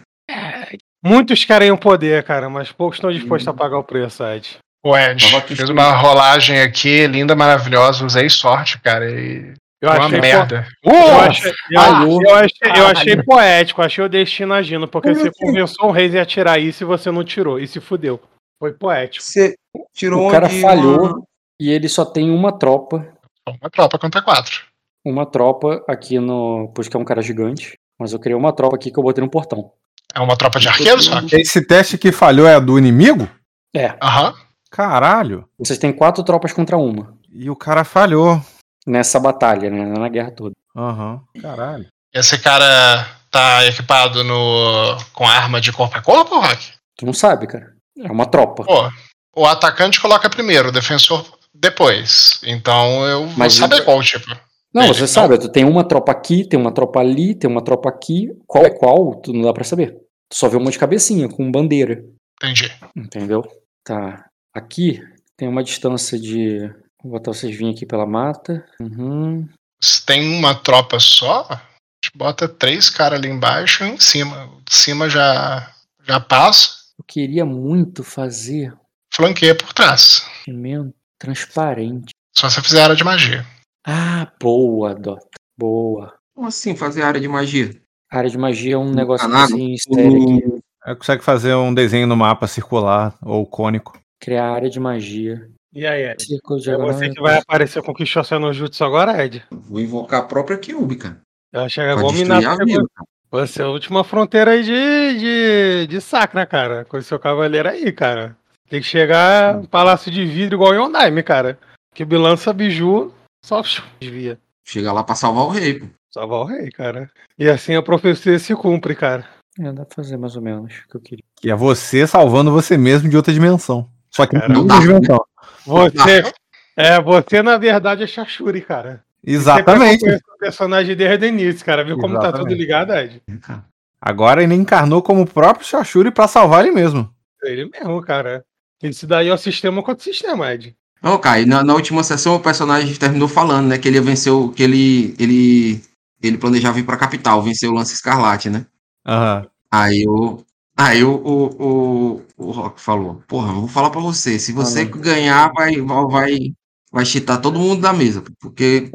S5: Muitos querem o poder, cara, mas poucos estão dispostos
S1: Uhum.
S5: a pagar o preço, Ed.
S1: O Ed
S7: Tava aqui
S1: fez uma rolagem aqui, linda, maravilhosa, usei sorte, cara. E
S5: Eu
S1: uma
S5: achei, po-
S1: merda.
S5: eu
S1: Uh!
S5: achei, eu-
S2: Alô.
S5: eu achei- eu achei poético, achei o destino agindo, porque você
S1: assim?
S5: convenceu o Reis a tirar isso e você não tirou, e se fudeu. Foi poético.
S7: Você tirou
S2: O cara
S7: onde
S2: falhou.
S7: uma-
S2: E ele só tem uma tropa,
S1: Uma tropa contra quatro.
S2: uma tropa aqui no. Porque é um cara gigante. Mas eu criei uma tropa aqui que eu botei no portão.
S1: É uma tropa de arqueiros só?
S3: Esse teste que falhou é do inimigo?
S2: É.
S1: Aham.
S3: Caralho.
S2: Vocês têm quatro tropas contra uma.
S3: E o cara falhou.
S2: Nessa batalha, né? Na guerra toda.
S3: Aham. Caralho.
S1: Esse cara tá equipado no com arma de corpo a corpo, Rock?
S2: Tu não sabe, cara. É uma tropa.
S1: Pô, o atacante coloca primeiro, o defensor depois. Então eu vou
S2: Mas
S1: saber
S2: isso-
S1: qual o tipo.
S2: Não,
S1: Ele
S2: você
S1: não-
S2: sabe, tu tem uma tropa aqui, tem uma tropa ali, tem uma tropa aqui. Qual é qual, tu não dá pra saber. Tu só vê um monte de cabecinha com bandeira.
S1: Entendi.
S2: Entendeu? Tá. Aqui tem uma distância de. Vou botar vocês virem aqui pela mata. Uhum.
S1: Se tem uma tropa só, a gente bota três caras ali embaixo e um em cima. O de cima já, já passa,
S2: Eu queria muito fazer
S1: flanqueia por trás.
S2: pimenta transparente.
S1: Só se fizer área de magia.
S2: Ah, boa, Dota. Boa.
S7: Como assim fazer área de magia?
S2: A área de magia é um negócio
S7: nada. Hum.
S2: assim, estéreo aqui.
S3: Aí consegue fazer um desenho no mapa circular ou cônico.
S2: Criar área de magia.
S5: E aí, Ed?
S2: Círculo de
S5: É você que vai aparecer com o Kishosha no Jutsu agora, Ed?
S7: Vou invocar a própria Kyubi, cara.
S5: Eu achei que é
S7: Pra
S5: igual o
S7: destruir
S5: Minato.
S7: a
S5: chegou-
S7: vida. cara.
S5: Você é a última fronteira aí de, de, de Sacra, cara. Com o seu cavaleiro aí, cara. Tem que chegar um palácio de vidro igual o Yondaime, cara. Que bilança biju, só desvia.
S7: Chega lá pra salvar o rei, pô.
S5: Salvar o rei, cara. E assim a profecia se cumpre, cara.
S2: É, dá pra fazer mais ou menos o que eu queria.
S3: Que é você salvando você mesmo de outra dimensão. Só que
S5: Caralho.
S3: não da dimensão.
S5: Você.
S7: Ah.
S5: É, você na verdade é Shashuri, cara.
S3: Exatamente.
S5: Você conhece o personagem desde o início, cara. Viu como tá tudo
S3: Exatamente.
S5: ligado, Ed?
S3: Agora ele encarnou como o próprio Shashuri pra salvar ele mesmo.
S5: Ele mesmo, cara. Isso daí é o sistema contra o sistema, Ed.
S7: Não, Kai, na, na última sessão o personagem terminou falando, né? Que ele venceu, que ele, ele, ele planejava ir pra capital, venceu o lance escarlate, né?
S3: Aham.
S7: Aí o. Aí o, o, o, o Rock falou, porra, eu vou falar pra você, se você
S2: Ah,
S7: ganhar, vai, vai, vai, vai chitar todo mundo da mesa, pô, porque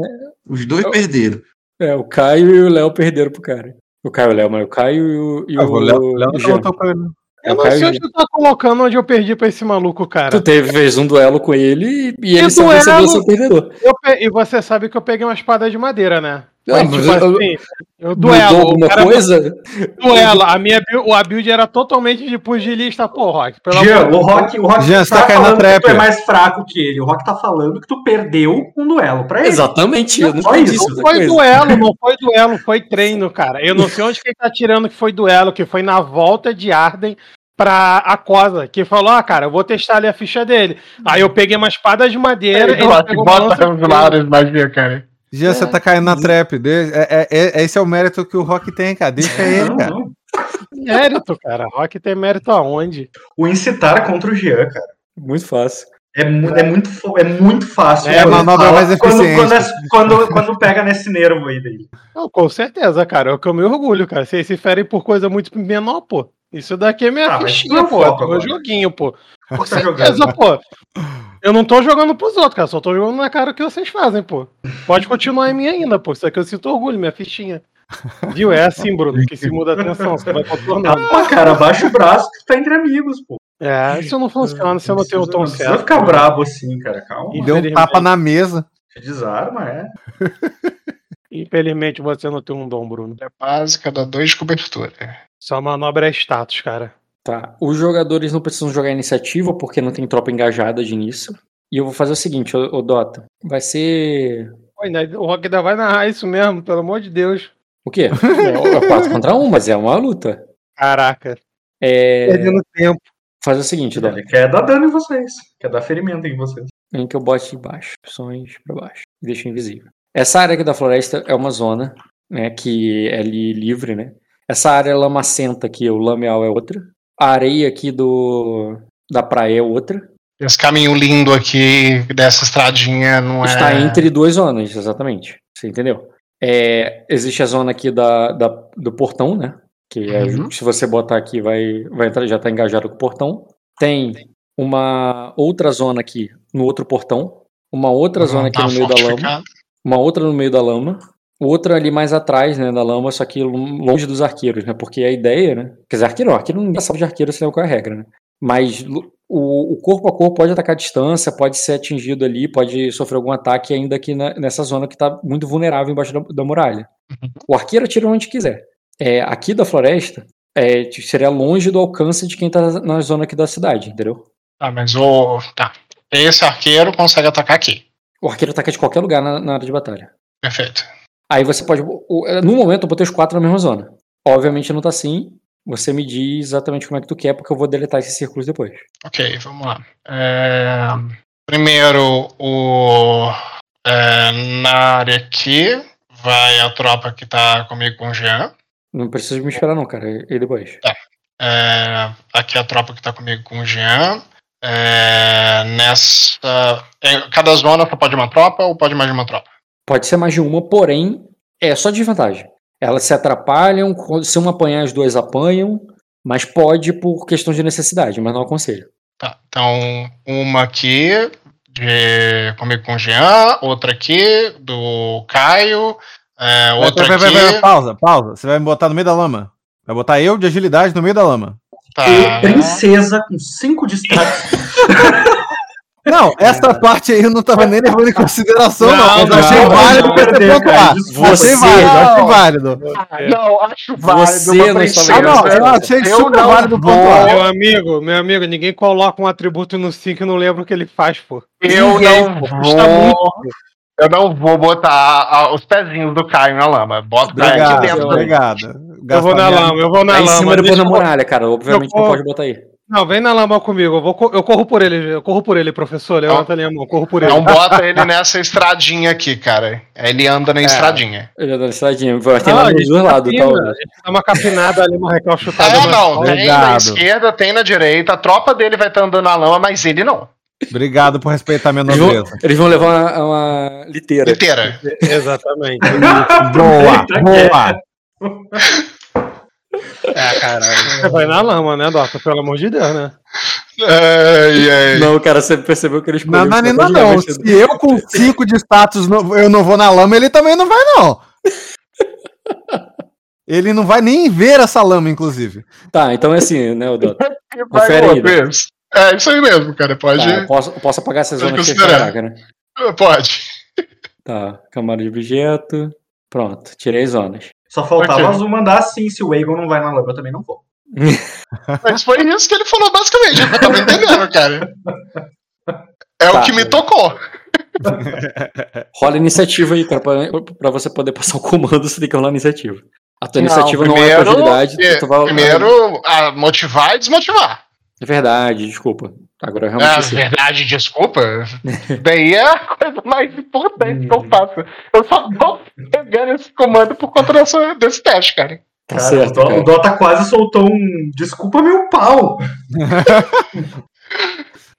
S7: os dois
S2: Eu-
S7: perderam.
S2: É, o Caio e o Léo perderam pro cara. O Caio e o Léo, mas o Caio e o. E
S3: Ah,
S2: o
S3: vou- Léo- Léo
S2: Jean.
S3: voltou pra ele.
S5: Eu não
S2: Cara,
S5: sei onde tu tá colocando onde eu perdi pra esse maluco, cara.
S2: É, Tu teve, fez um duelo com ele e, e ele se
S5: duelo?
S2: percebeu seu perdedor.
S5: Eu pe- E você sabe que eu peguei uma espada de madeira, né?
S2: Ah,
S5: Mas,
S2: mas
S5: tipo
S2: eu- né?
S5: assim, eu
S2: Mudou
S5: duelo. O
S2: alguma
S5: cara
S2: coisa?
S5: duela. A minha build, a build era totalmente de pugilista, pô, Rock. Pelo
S4: Jean,
S5: amor de
S4: o Rock, o Rock
S3: Jean, você tá caindo na
S4: falando que
S3: trap.
S4: tu é mais fraco que ele. O Rock tá falando que tu perdeu um duelo pra ele.
S2: Exatamente, eu
S4: Não,
S2: nunca
S4: só
S2: disse
S4: isso,
S2: outra
S5: Deus, Não foi
S2: é coisa.
S5: duelo, não foi duelo, foi treino, cara. Eu não sei onde que ele tá tirando que foi duelo, que foi na volta de Arden pra Acosa, que falou, ah, cara, eu vou testar ali a ficha dele. Aí eu peguei uma espada de madeira,
S2: É,
S5: ele,
S2: um
S5: pegou uma lança-
S1: de magia, cara.
S3: Jean, você tá caindo na
S4: Uhum.
S3: trap. De- é- é- é- esse é o mérito que o Rock tem, cara. Deixa ele,
S4: Não,
S3: cara.
S4: não.
S5: Mérito, cara. Rock tem mérito aonde?
S4: O incitar contra o Jean, cara.
S2: Muito fácil.
S4: É, mu- é, muito, fo- é muito fácil.
S3: É a
S4: né?
S3: manobra
S4: Fala
S3: mais
S4: quando,
S3: eficiente.
S4: Quando, é- quando, quando pega nesse nervo aí dele.
S5: Não, com certeza, cara. É o que eu me orgulho, cara. Vocês se ferem por coisa muito menor, pô. Isso daqui é minha
S4: Ah, mas
S5: fichinha,
S4: tu é
S5: pô.
S4: foco
S5: É meu
S4: agora.
S5: joguinho, pô.
S4: Por que tá jogando?
S5: Beleza, pô. Eu não tô jogando pros outros, cara. Só tô jogando na cara que vocês fazem, pô. Pode continuar em mim ainda, pô. Isso aqui eu sinto orgulho, minha fichinha. Viu? É assim, Bruno, que se muda a atenção. Você vai contornando.
S4: Calma, cara, abaixa o braço que tu tá entre amigos, pô.
S5: É, isso não funciona se eu não tenho o
S4: Não
S5: tom
S4: precisa
S5: certo. né?
S4: ficar brabo assim, cara. Calma.
S3: Deu um tapa na mesa.
S4: Te desarma, é.
S5: Infelizmente você não tem um dom, Bruno.
S1: É básica, dá dois de cobertura.
S5: Sua manobra é status, cara.
S2: Tá. Os jogadores não precisam jogar iniciativa porque não tem tropa engajada de início. E eu vou fazer o seguinte, ô, ô Dota. Vai ser.
S5: Pô, ainda- O Rock ainda vai narrar isso mesmo, pelo amor de Deus.
S2: O quê? É 4 contra 1, mas é uma luta.
S5: Caraca.
S2: É.
S5: Perdendo tempo.
S2: Fazer o seguinte, Dota.
S4: Ele quer dar dano em vocês. Quer dar ferimento em vocês.
S2: em que eu bote de baixo, opções para baixo, e deixo invisível. Essa área aqui da floresta é uma zona, né, que é ali livre, né? Essa área lamacenta aqui, o lameal é outra. A areia aqui do da praia é outra.
S1: Esse caminho lindo aqui dessa estradinha não
S2: Está
S1: é.
S2: entre duas zonas, exatamente. Você entendeu? É, existe a zona aqui da, da- do portão, né? Que é,
S1: Uhum.
S2: se você botar aqui, vai, vai entrar, já está engajado com o portão. Tem uma outra zona aqui no outro portão. Uma outra zona aqui
S1: tá
S2: no meio da lama.
S1: fortificado.
S2: Uma outra no meio da lama. Outra ali mais atrás, né, da lama, só que longe dos arqueiros, né? Porque a ideia, né? Quer dizer, arqueiro, não, arqueiro ninguém sabe de arqueiro, se não qual é a regra, né? Mas lo- o, o corpo a corpo pode atacar a distância, pode ser atingido ali, pode sofrer algum ataque, ainda aqui na- nessa zona que tá muito vulnerável embaixo da, da muralha. O arqueiro atira onde quiser. É, aqui da floresta, é, t- seria longe do alcance de quem tá na zona aqui da cidade, entendeu?
S1: Tá, mas o. Tá. Esse arqueiro consegue atacar aqui.
S2: O arqueiro ataca de qualquer lugar na- na área de batalha.
S1: Perfeito.
S2: Aí você pode. o- No momento, eu botei os quatro na mesma zona. Obviamente não tá assim. Você me diz exatamente como é que tu quer, porque eu vou deletar esses círculos depois.
S1: Ok, vamos lá. É, Primeiro, o. é, na área aqui, vai a tropa que tá comigo com o Jean.
S2: Não precisa me esperar, não, cara. E e depois.
S1: É, aqui a tropa que tá comigo com o Jean. É, nessa. é, cada zona só pode uma tropa ou pode mais de uma tropa?
S2: Pode ser mais de uma, porém, é só desvantagem. Elas se atrapalham, quando- se uma apanhar, as duas apanham, mas pode por questão de necessidade, mas não aconselho.
S1: Tá. Então, uma aqui de comigo com o Jean, outra aqui do Caio, é, outra
S3: vai, vai,
S1: aqui.
S3: vai, vai, pausa, pausa. Você vai me botar no meio da lama. Vai botar eu de agilidade no meio da lama.
S5: Ah, né?
S4: E
S1: Tá.
S4: princesa com cinco destaques.
S3: Não, essa
S4: É.
S3: parte aí eu não tava nem levando em consideração, não.
S1: Não,
S3: mas eu achei
S1: não,
S3: válido
S4: não,
S3: pra você
S4: não,
S3: pontuar.
S4: cara, isso
S3: Eu
S2: foi-
S3: Achei válido,
S1: Não.
S3: achei válido.
S1: Não, acho
S2: válido, uma não está princesa.
S3: Ah, não, eu
S2: Eu
S3: achei super
S1: não
S3: válido
S1: vou-
S3: pontuar.
S5: Meu amigo, meu amigo, ninguém coloca um atributo no 5 e não lembra o que ele faz, pô.
S1: Eu não
S5: Custa muito.
S1: vou. Eu não vou botar a- os pezinhos do Caio na lama. Bota aqui
S3: Obrigado,
S1: dentro.
S3: obrigado.
S5: Eu vou na lama, eu vou na
S2: aí Tá em
S5: lama.
S2: cima depois
S5: deixa
S2: na
S5: eu-
S2: muralha, cara. Obviamente
S5: Eu
S2: não
S5: vou-
S2: pode botar aí.
S5: Não, vem na lama comigo. Eu, vou, co- eu corro por ele, eu corro por ele, professor. Levanta ali a mão, eu corro por ele.
S1: Não bota ele nessa estradinha aqui, cara. Ele anda
S2: É.
S1: na estradinha.
S2: Eu já dou uma cidadinha. Vai ter
S5: Não,
S2: lá
S5: a
S2: dos
S5: gente
S2: dois
S5: tá
S2: lados, tá?
S5: fina. Dá uma capinada ali, uma recalchutada.
S1: É,
S5: mas-
S1: não, tem na
S3: Obrigado.
S1: esquerda, tem na direita, a tropa dele vai estar andando na lama, mas ele não.
S3: Obrigado por respeitar minha
S2: Eles vão,
S3: nobreza.
S2: eles vão levar uma, uma liteira.
S5: é
S1: Inteira.
S5: Exatamente.
S3: Boa, boa.
S5: É, caralho. Você vai na lama, né, Dota? Pelo amor de Deus, né? É.
S1: Ai, ai.
S2: Não, cara, você percebeu que ele escolheu.
S3: Não, não, não, não, não.
S2: estrategicamente-
S3: Se eu com 5 de status não- eu não vou na lama, ele também não vai, não. Ele não vai nem ver essa lama, inclusive.
S2: Tá, então é assim, né, o Dota?
S1: Vai,
S2: Confere aí, né?
S1: outro, isso. É isso aí mesmo, cara. Pode.
S2: Tá, eu posso, eu posso apagar essa
S1: Pode
S2: zona aqui,
S1: considerar.
S2: caraca, né?
S1: Pode.
S2: Tá, camada de objeto. Pronto, tirei as zonas.
S4: Só faltava
S1: Ok.
S4: azul mandar sim, se o Egon não vai na lama, eu também não vou.
S1: Mas foi isso que ele falou, basicamente. Eu tava entendendo, cara. É
S2: Tá.
S1: o que me tocou.
S2: Rola a iniciativa aí, cara, pra, pra você poder passar o comando, você tem que rolar a iniciativa. A tua
S1: Não,
S2: iniciativa não é
S1: primeiro-
S2: com agilidade, tu- tu vai-
S1: Primeiro, a motivar e desmotivar.
S2: É verdade, desculpa. Agora eu realmente
S1: Na
S2: esqueci.
S1: Ah, verdade, desculpa. Daí é a coisa mais importante que eu faço. Eu só tô pegando esse comando por conta dessa- desse teste, cara.
S2: Tá
S4: Cara, o,
S2: certo,
S4: Dó-
S2: cara.
S4: o Dota quase soltou um. Desculpa meu pau!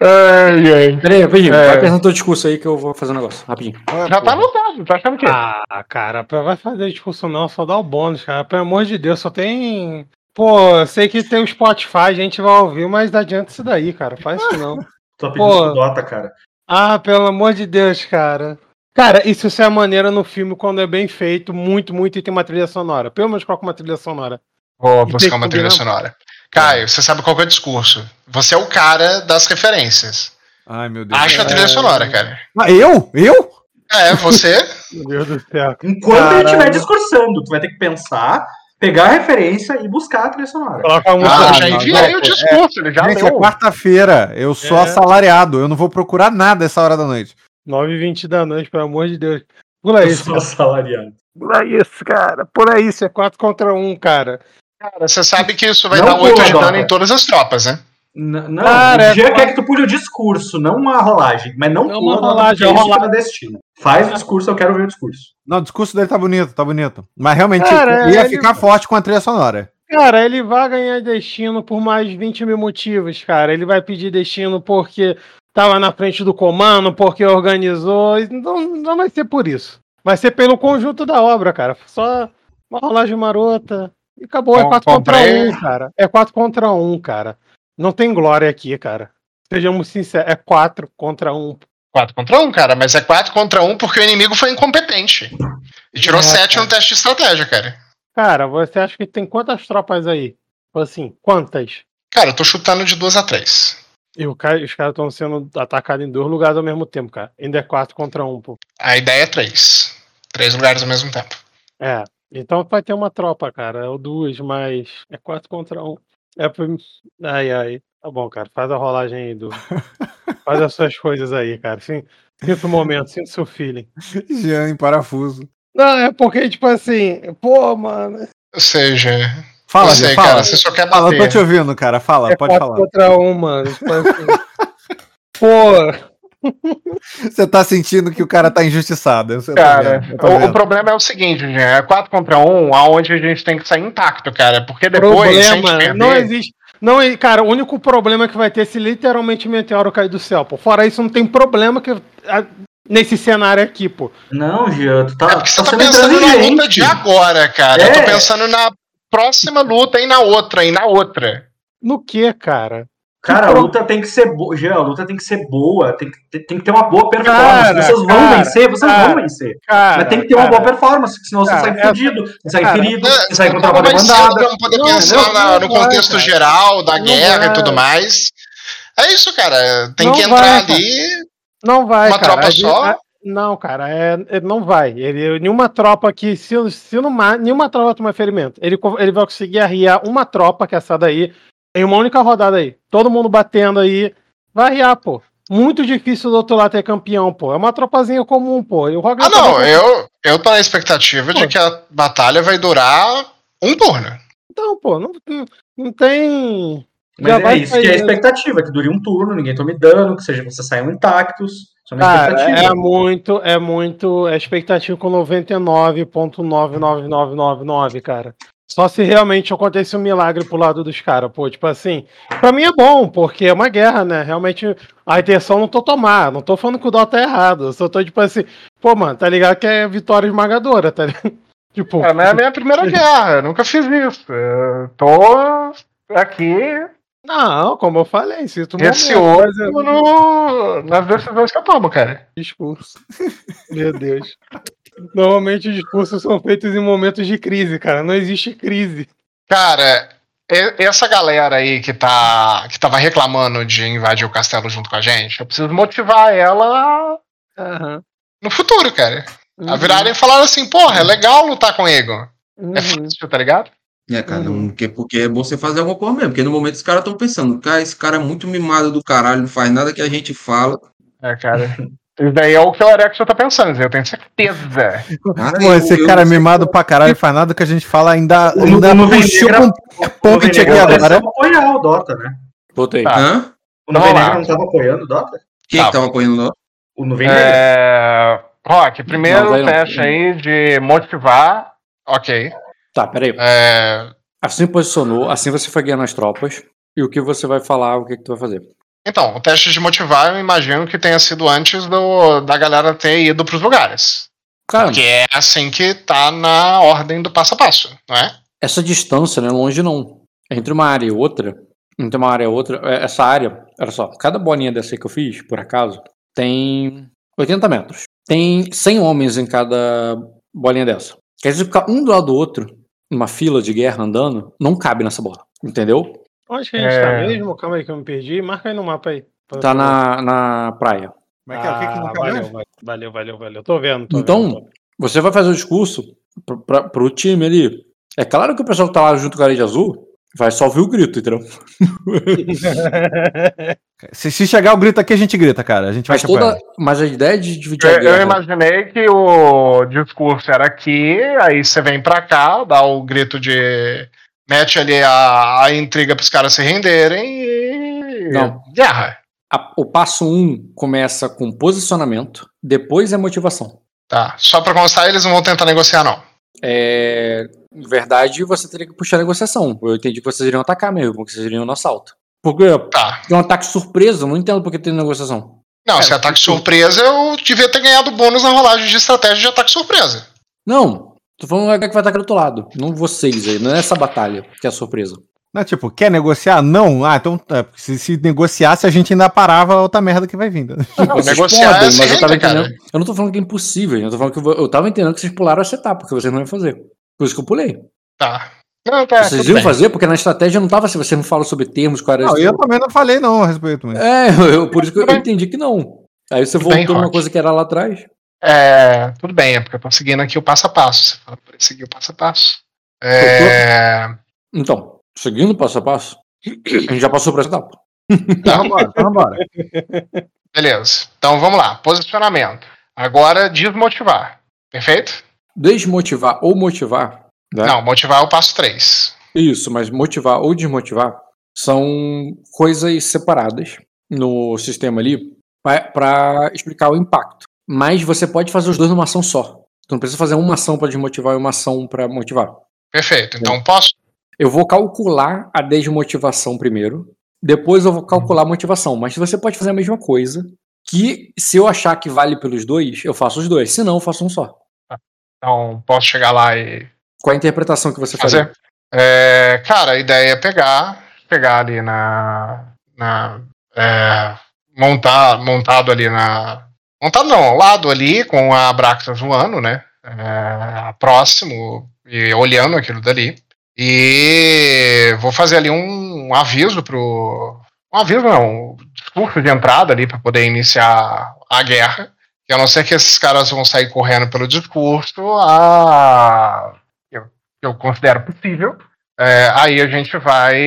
S1: Ai, ai.
S2: Peraí, rapidinho,
S1: É.
S2: vai apresentando o discurso aí que eu vou fazer um negócio, rapidinho.
S1: Já tá anotado, tá achando que
S5: Ah, cara, pra- vai fazer discurso não, só dá o bônus, cara. Pelo amor de Deus, só tem. Pô, eu sei que tem o Spotify, a gente vai ouvir, mas não adianta isso daí, cara. Faz isso não.
S4: Tô pedindo
S5: Pô.
S4: pro Dota, cara.
S5: Ah, pelo amor de Deus, cara. Cara, isso, isso é maneira no filme quando é bem feito, muito, muito, e tem uma trilha sonora. Pelo menos coloca uma trilha sonora.
S1: Vou
S5: E
S1: buscar
S5: tem
S1: uma
S5: que
S1: trilha
S5: combinar.
S1: sonora. Caio, você sabe qual que é o discurso. Você é o cara das referências.
S3: Ai, meu Deus. É.
S1: Acha a trilha sonora, cara.
S3: Ah, eu? Eu?
S1: É, você.
S5: Meu Deus do céu.
S4: Enquanto ele estiver discursando, tu vai ter que pensar, pegar a referência e buscar a trilha sonora.
S5: Coloca a
S1: Ah,
S5: música.
S1: eu já
S3: não,
S1: enviei
S3: não,
S1: o
S3: pô,
S1: discurso, ele já
S3: Gente, é
S1: leu.
S3: quarta-feira. Eu sou
S5: É.
S3: assalariado. Eu não vou procurar nada essa hora da noite.
S5: 9h20 da noite, pelo amor de Deus.
S1: É
S5: Pula
S4: Eu
S5: isso.
S4: sou assalariado.
S5: Pula isso, cara. Pula isso. É 4 contra 1, cara.
S1: Cara, você sabe que isso vai
S4: Não
S1: dar
S4: pula,
S1: 8 de dano
S4: Dota.
S1: em todas as tropas, né?
S4: N- Não,
S5: Cara,
S4: o Jean
S5: é-
S4: quer que tu pule o discurso, não a rolagem. Mas não,
S5: Não
S4: pula
S5: uma rolagem,
S4: não
S5: é uma
S4: destino. Faz o discurso, eu quero ver o discurso.
S3: Não, o discurso dele tá bonito, tá bonito. Mas realmente
S5: Cara,
S1: é,
S3: ia
S5: ele-
S3: ficar forte com a trilha sonora.
S5: Cara, ele vai ganhar destino por mais 20 mil motivos, cara. Ele vai pedir destino porque tava na frente do comando, porque organizou. Não, não vai ser por isso. Vai ser pelo conjunto da obra, cara. Só uma rolagem marota. E acabou.
S1: Com-
S5: é 4 contra
S1: comprei.
S5: 1, cara. É 4 contra 1, cara. Não tem glória aqui, cara. Sejamos sinceros. É 4 contra 1.
S1: 4 contra 1, cara, mas é 4 contra 1 porque o inimigo foi incompetente. E tirou
S5: É,
S1: 7 no
S5: cara.
S1: teste de estratégia, cara.
S5: Cara, você acha que tem quantas tropas aí? Assim, quantas?
S1: Cara, eu tô chutando de 2 a 3.
S5: E o ca- os caras estão sendo atacados em dois lugares ao mesmo tempo, cara. Ainda é 4 contra 1, pô.
S1: A ideia é 3. Três lugares ao mesmo tempo.
S5: É. Então vai ter uma tropa, cara. Ou duas, mas é 4 contra 1. É pra... mim- Ai, ai. Tá bom, cara. Faz a rolagem aí, do. Faz as suas coisas aí, cara. Sim. Sinta o momento, sinta o seu feeling.
S3: Jean em parafuso.
S5: Não, é porque, tipo assim, pô, mano.
S1: Ou seja,
S3: Fala,
S1: eu sei,
S3: Jean, fala.
S1: cara, você tá só quer
S3: Fala, eu tô
S1: bater.
S3: te ouvindo, cara. Fala,
S5: é
S3: Ah, pode
S5: 4
S3: falar.
S5: contra 1, mano. Tipo assim. pô,
S3: Você tá sentindo que o cara tá injustiçado. eu- eu tô
S1: Cara,
S3: vendo, eu tô
S1: o, o
S3: vendo.
S1: problema é o seguinte, gente, é 4 contra 1, aonde a gente tem que sair intacto, cara, porque depois se a gente
S5: problema.
S1: perder-
S5: Não existe. Não, e, cara, o único problema que vai ter é se literalmente meteoro cair do céu, pô. Fora isso, não tem problema que a- nesse cenário aqui, pô.
S4: Não, Jean, tu tá,
S1: É porque você tá
S4: sendo
S1: pensando na
S3: é
S1: luta
S4: intransigente.
S1: de agora, cara. Eu tô
S4: É.
S1: pensando na próxima luta e na outra e na outra.
S5: No que, cara?
S4: Cara, a
S5: Pro-
S4: luta tem que ser boa. Jean, a luta tem que ser boa, tem que, tem que ter uma boa performance.
S5: Cara,
S4: vocês vão
S5: cara,
S4: vencer, vocês
S5: cara,
S4: vão vencer.
S5: Cara,
S4: Mas tem que ter um uma
S5: cara,
S4: boa performance, porque senão
S5: cara,
S4: você sai
S5: essa-
S4: fudido, você sai
S5: cara,
S4: ferido, você sai com
S1: Não
S4: trabalho
S1: vai ser,
S4: mandado.
S1: não poder
S5: Não,
S1: pensar
S5: não,
S1: na-
S5: não
S1: no
S5: vai,
S1: contexto
S5: cara.
S1: geral, da
S5: Não
S1: guerra e
S5: vai.
S1: tudo mais. É isso, cara. Tem
S5: Não
S1: que entrar
S5: vai,
S1: ali.
S5: Não vai,
S1: uma
S5: cara.
S1: tropa
S5: A gente-
S1: só?
S5: a- não, cara, é, é- não vai. Ele, nenhuma tropa que, se, se não ma- nenhuma tropa tomar ferimento, ele, co- ele vai conseguir arriar uma tropa, que é essa daí, em uma única rodada aí. Todo mundo batendo aí, vai arriar, pô. Muito difícil do outro lado ter campeão, pô. É uma tropazinha comum, pô. E o Rogue
S1: Ah, não.
S5: Nation-
S1: Eu, eu tô na expectativa de
S5: Pô.
S1: que a batalha vai durar um turno.
S5: Então, pô, não, não- não tem. Já
S4: Mas é
S5: vai
S4: isso que é a
S5: sair.
S1: né?
S4: expectativa, que dure um turno, ninguém tome dano, que seja vocês saiam intactos. Isso é uma
S5: Cara, é
S4: expectativa.
S5: muito, é muito. É expectativa com 99,99999, cara. Só se realmente acontece um milagre pro lado dos caras, pô. Tipo assim, pra mim é bom, porque é uma guerra, né? Realmente a intenção eu não tô tomar. Não tô falando que o Dota é errado. Eu só tô tipo assim, pô, mano, tá ligado que é vitória esmagadora, tá ligado? Tipo,
S1: É, mas é a minha primeira guerra, eu nunca fiz isso. Eu tô aqui
S5: não, como eu falei, sinto muito.
S1: receoso no, nas decisões que eu tomo, cara.
S5: discurso. Meu Deus. Normalmente os discursos são feitos em momentos de crise, cara. Não existe crise.
S1: Cara, e- essa galera aí que, tá, que tava reclamando de invadir o castelo junto com a gente, eu preciso motivar ela no futuro, cara. A virarem e falar assim, porra, é legal lutar com o Egon. É fácil, tá ligado?
S7: É, cara,
S5: Uhum.
S7: porque, porque é bom você fazer alguma coisa mesmo, porque no momento os caras estão pensando, cara, esse cara é muito mimado do caralho, não faz nada que a gente fala.
S1: É, cara. Isso daí é o que o Arex já tá pensando, eu tenho certeza.
S7: Cara,
S3: Pô, esse
S7: eu- eu
S3: cara é
S7: não sei
S3: mimado pra caralho, faz nada que a gente fala, ainda,
S4: O
S3: ainda
S4: Nuno
S3: puxou
S4: Vendegra-
S3: um pocket aqui
S4: Venegro
S3: agora.
S4: pareceu apoiar o Dota, né?
S2: Voltei.
S1: Tá.
S3: Ah,
S7: Hã?
S4: O Nuvem
S1: Vamos lá.
S4: Negra não tava apoiando o Dota?
S7: Quem é
S1: Tá.
S7: que tava apoiando lá?
S4: O Nuvem Negra.
S1: É... Rock, primeiro
S2: Não, vai não.
S1: teste aí de motivar. Ok.
S2: Tá, peraí.
S1: É,
S2: Assim posicionou, assim você foi ganhando as tropas. E o que você vai falar, o que, que tu vai fazer?
S1: Então, o teste de motivar, eu imagino que tenha sido antes do, da galera ter ido pros lugares.
S2: Cara,
S1: Que é assim que tá na ordem do passo a passo, não é?
S2: essa distância não é longe, não. Entre uma área e outra, entre uma área e outra, é- essa área, olha só, cada bolinha dessa aí que eu fiz, por acaso, tem 80 metros. Tem 100 homens em cada bolinha dessa. Quer dizer, ficar um do lado do outro, numa fila de guerra andando, não cabe nessa bola. Entendeu?
S5: Onde que a gente
S1: É.
S5: tá mesmo? Calma aí que eu me perdi. Marca aí no mapa aí.
S2: Tá na, na praia.
S3: Como é que é? O que que não
S5: Ah,
S3: acabou?
S5: valeu, valeu, valeu, valeu, valeu. Tô vendo. tô vendo, tô
S2: Então, você vai fazer o discurso pra, pra, pro time ali. É claro que o pessoal que tá lá junto com a areia azul vai só ouvir o grito, entendeu?
S5: vendo.
S3: Se, se chegar o grito aqui, a gente grita, cara. A gente vai
S2: Mas,
S3: te
S2: toda,
S3: apoiando.
S2: mas a ideia de dividir a
S1: Eu,
S2: guerra.
S1: eu imaginei que o discurso era aqui, aí você vem pra cá, dá o grito de. mete ali a, a intriga pros caras se renderem e.
S2: Não.
S1: Guerra.
S2: a- o passo 1 um começa com posicionamento, depois é motivação.
S1: Tá. Só pra constar, eles não vão tentar negociar, não.
S2: É, na verdade, você teria que puxar a negociação. Eu entendi que vocês iriam atacar mesmo, porque vocês iriam no assalto. Porque é
S1: Tá.
S2: um ataque surpresa, eu não entendo porque tem negociação.
S1: Não,
S2: É,
S1: se é ataque surpresa, eu devia ter ganhado bônus na rolagem de estratégia de ataque surpresa.
S2: Não, tô falando o que vai atacar do outro lado, não vocês aí, não é essa batalha que é a surpresa.
S3: Não, tipo, quer negociar? Não. Ah, então é, porque se, se negociasse, a gente ainda parava a outra merda que vai vindo.
S2: Não, vocês
S1: negociar
S2: podem,
S1: é
S2: mas eu
S1: ciência,
S2: tava
S1: cara.
S2: entendendo. Eu não tô falando que é impossível, eu tô falando que eu, vou- eu tava entendendo que vocês pularam a setup, porque vocês não iam fazer. Por isso que eu pulei.
S1: Tá. Não, tá.
S2: vocês
S1: tudo
S2: iam
S1: bem.
S2: fazer, porque na estratégia não tava assim, você não fala sobre termos, qual era
S3: Não, eu também não falei não a respeito, mas...
S2: É, eu- por isso que eu entendi que não. Aí você
S1: Tudo bem,
S2: voltou numa
S1: Rock.
S2: coisa que era lá atrás.
S1: É, tudo bem, é porque eu tô seguindo aqui o passo a passo. Você fala pra ele seguir o passo a passo. É,
S2: Então, seguindo passo a passo, a gente já passou pra essa etapa.
S3: Então bora, então bora.
S1: beleza. Então vamos lá. Posicionamento. Agora desmotivar. Perfeito?
S2: Desmotivar ou motivar, né?
S1: Não, motivar é o passo 3.
S2: Isso, mas motivar ou desmotivar são coisas separadas no sistema ali para explicar o impacto. Mas você pode fazer os dois numa ação só. Tu não precisa fazer uma ação para desmotivar e uma ação para motivar.
S1: Perfeito. Então posso.
S2: Eu vou calcular a desmotivação primeiro, depois eu vou calcular a motivação. Mas você pode fazer a mesma coisa, que se eu achar que vale pelos dois, eu faço os dois. Se não, eu faço um só.
S1: Então posso chegar lá e
S2: Qual a interpretação que você fazer?
S1: fazer. É, cara, a ideia é pegar, pegar ali na. na é, montar, montado ali na. Montado não, ao lado ali, com a Abraxas voando, né? É, próximo, e olhando aquilo dali. E vou fazer ali um, aviso pro. Um aviso não, um discurso de entrada ali para poder iniciar a guerra. Que a não ser que esses caras vão sair correndo pelo discurso, a que eu considero possível, é, aí a gente vai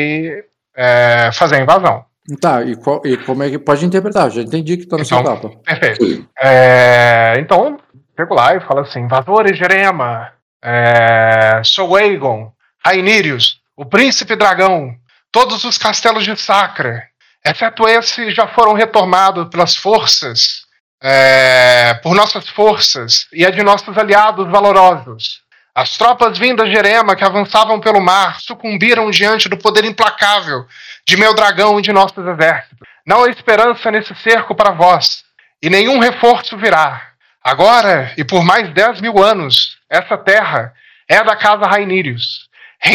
S1: é, fazer a invasão.
S2: Tá, e, qual- e como é que pode interpretar? Já entendi que tá na sua
S1: Então,
S2: etapa.
S1: Perfeito. É, então, chego lá e falo assim: invasores de Erema, é, sou Aegon, Rainírios, o príncipe dragão, todos os castelos de Sacra, exceto esse, já foram retomados pelas forças, é, por nossas forças e a de nossos aliados valorosos. As tropas vindas de Erema que avançavam pelo mar sucumbiram diante do poder implacável de meu dragão e de nossos exércitos. Não há esperança nesse cerco para vós, e nenhum reforço virá. Agora, e por mais dez mil anos, essa terra é da casa Rainírios.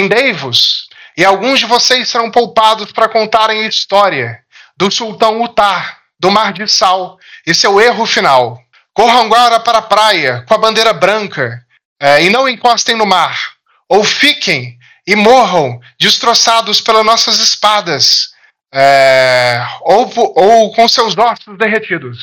S1: Rendei-vos, e alguns de vocês serão poupados para contarem a história do sultão Utar, do Mar de Sal, e seu erro final. Corram agora para a praia, com a bandeira branca, eh, e não encostem no mar, ou fiquem e morram destroçados pelas nossas espadas, eh, ou, po- ou com seus ossos derretidos.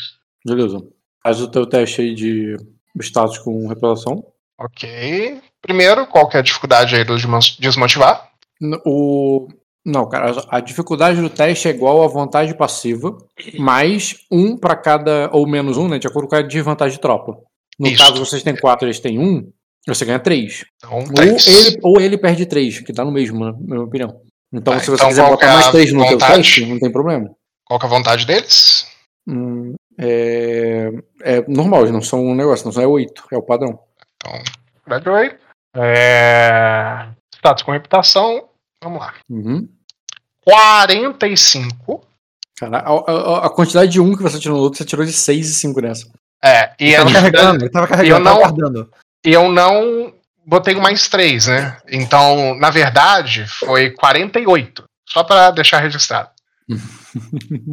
S2: Beleza. Faz o teu teste aí de status com reputação.
S1: Ok. Primeiro, qual que é a dificuldade aí do desmo- desmotivar?
S2: N- O... Não, cara, a dificuldade do teste é igual à vontade passiva, mais um pra cada, ou menos um, né? De acordo com a desvantagem de tropa. No
S1: Isso.
S2: caso, vocês têm quatro, eles têm um, você ganha três.
S1: Então,
S2: Ou
S1: três.
S2: ele, ou ele perde três, que dá no mesmo, né, na minha opinião. Então,
S1: Ah,
S2: se você
S1: então
S2: quiser
S1: qual que
S2: botar
S1: é
S2: mais
S1: a
S2: três no teu
S1: vontade?
S2: teste, não tem problema.
S1: Qual que é a vontade deles?
S2: Hum, é... é normal, eles não são um negócio, não são é oito, é o padrão.
S1: Então, dificuldade 8. É... Status com reputação. Vamos lá.
S2: Uhum.
S1: 45.
S2: Cara, a, a- a quantidade de 1 um que você tirou no outro, você tirou de 6 e 5 nessa.
S1: É, e a
S3: Tava
S1: dificuldade-
S3: carregando, ele tava carregando,
S1: Eu
S3: tava
S1: não-
S3: guardando.
S1: E eu não botei o mais 3, né? Então, na verdade, foi 48. Só pra deixar registrado.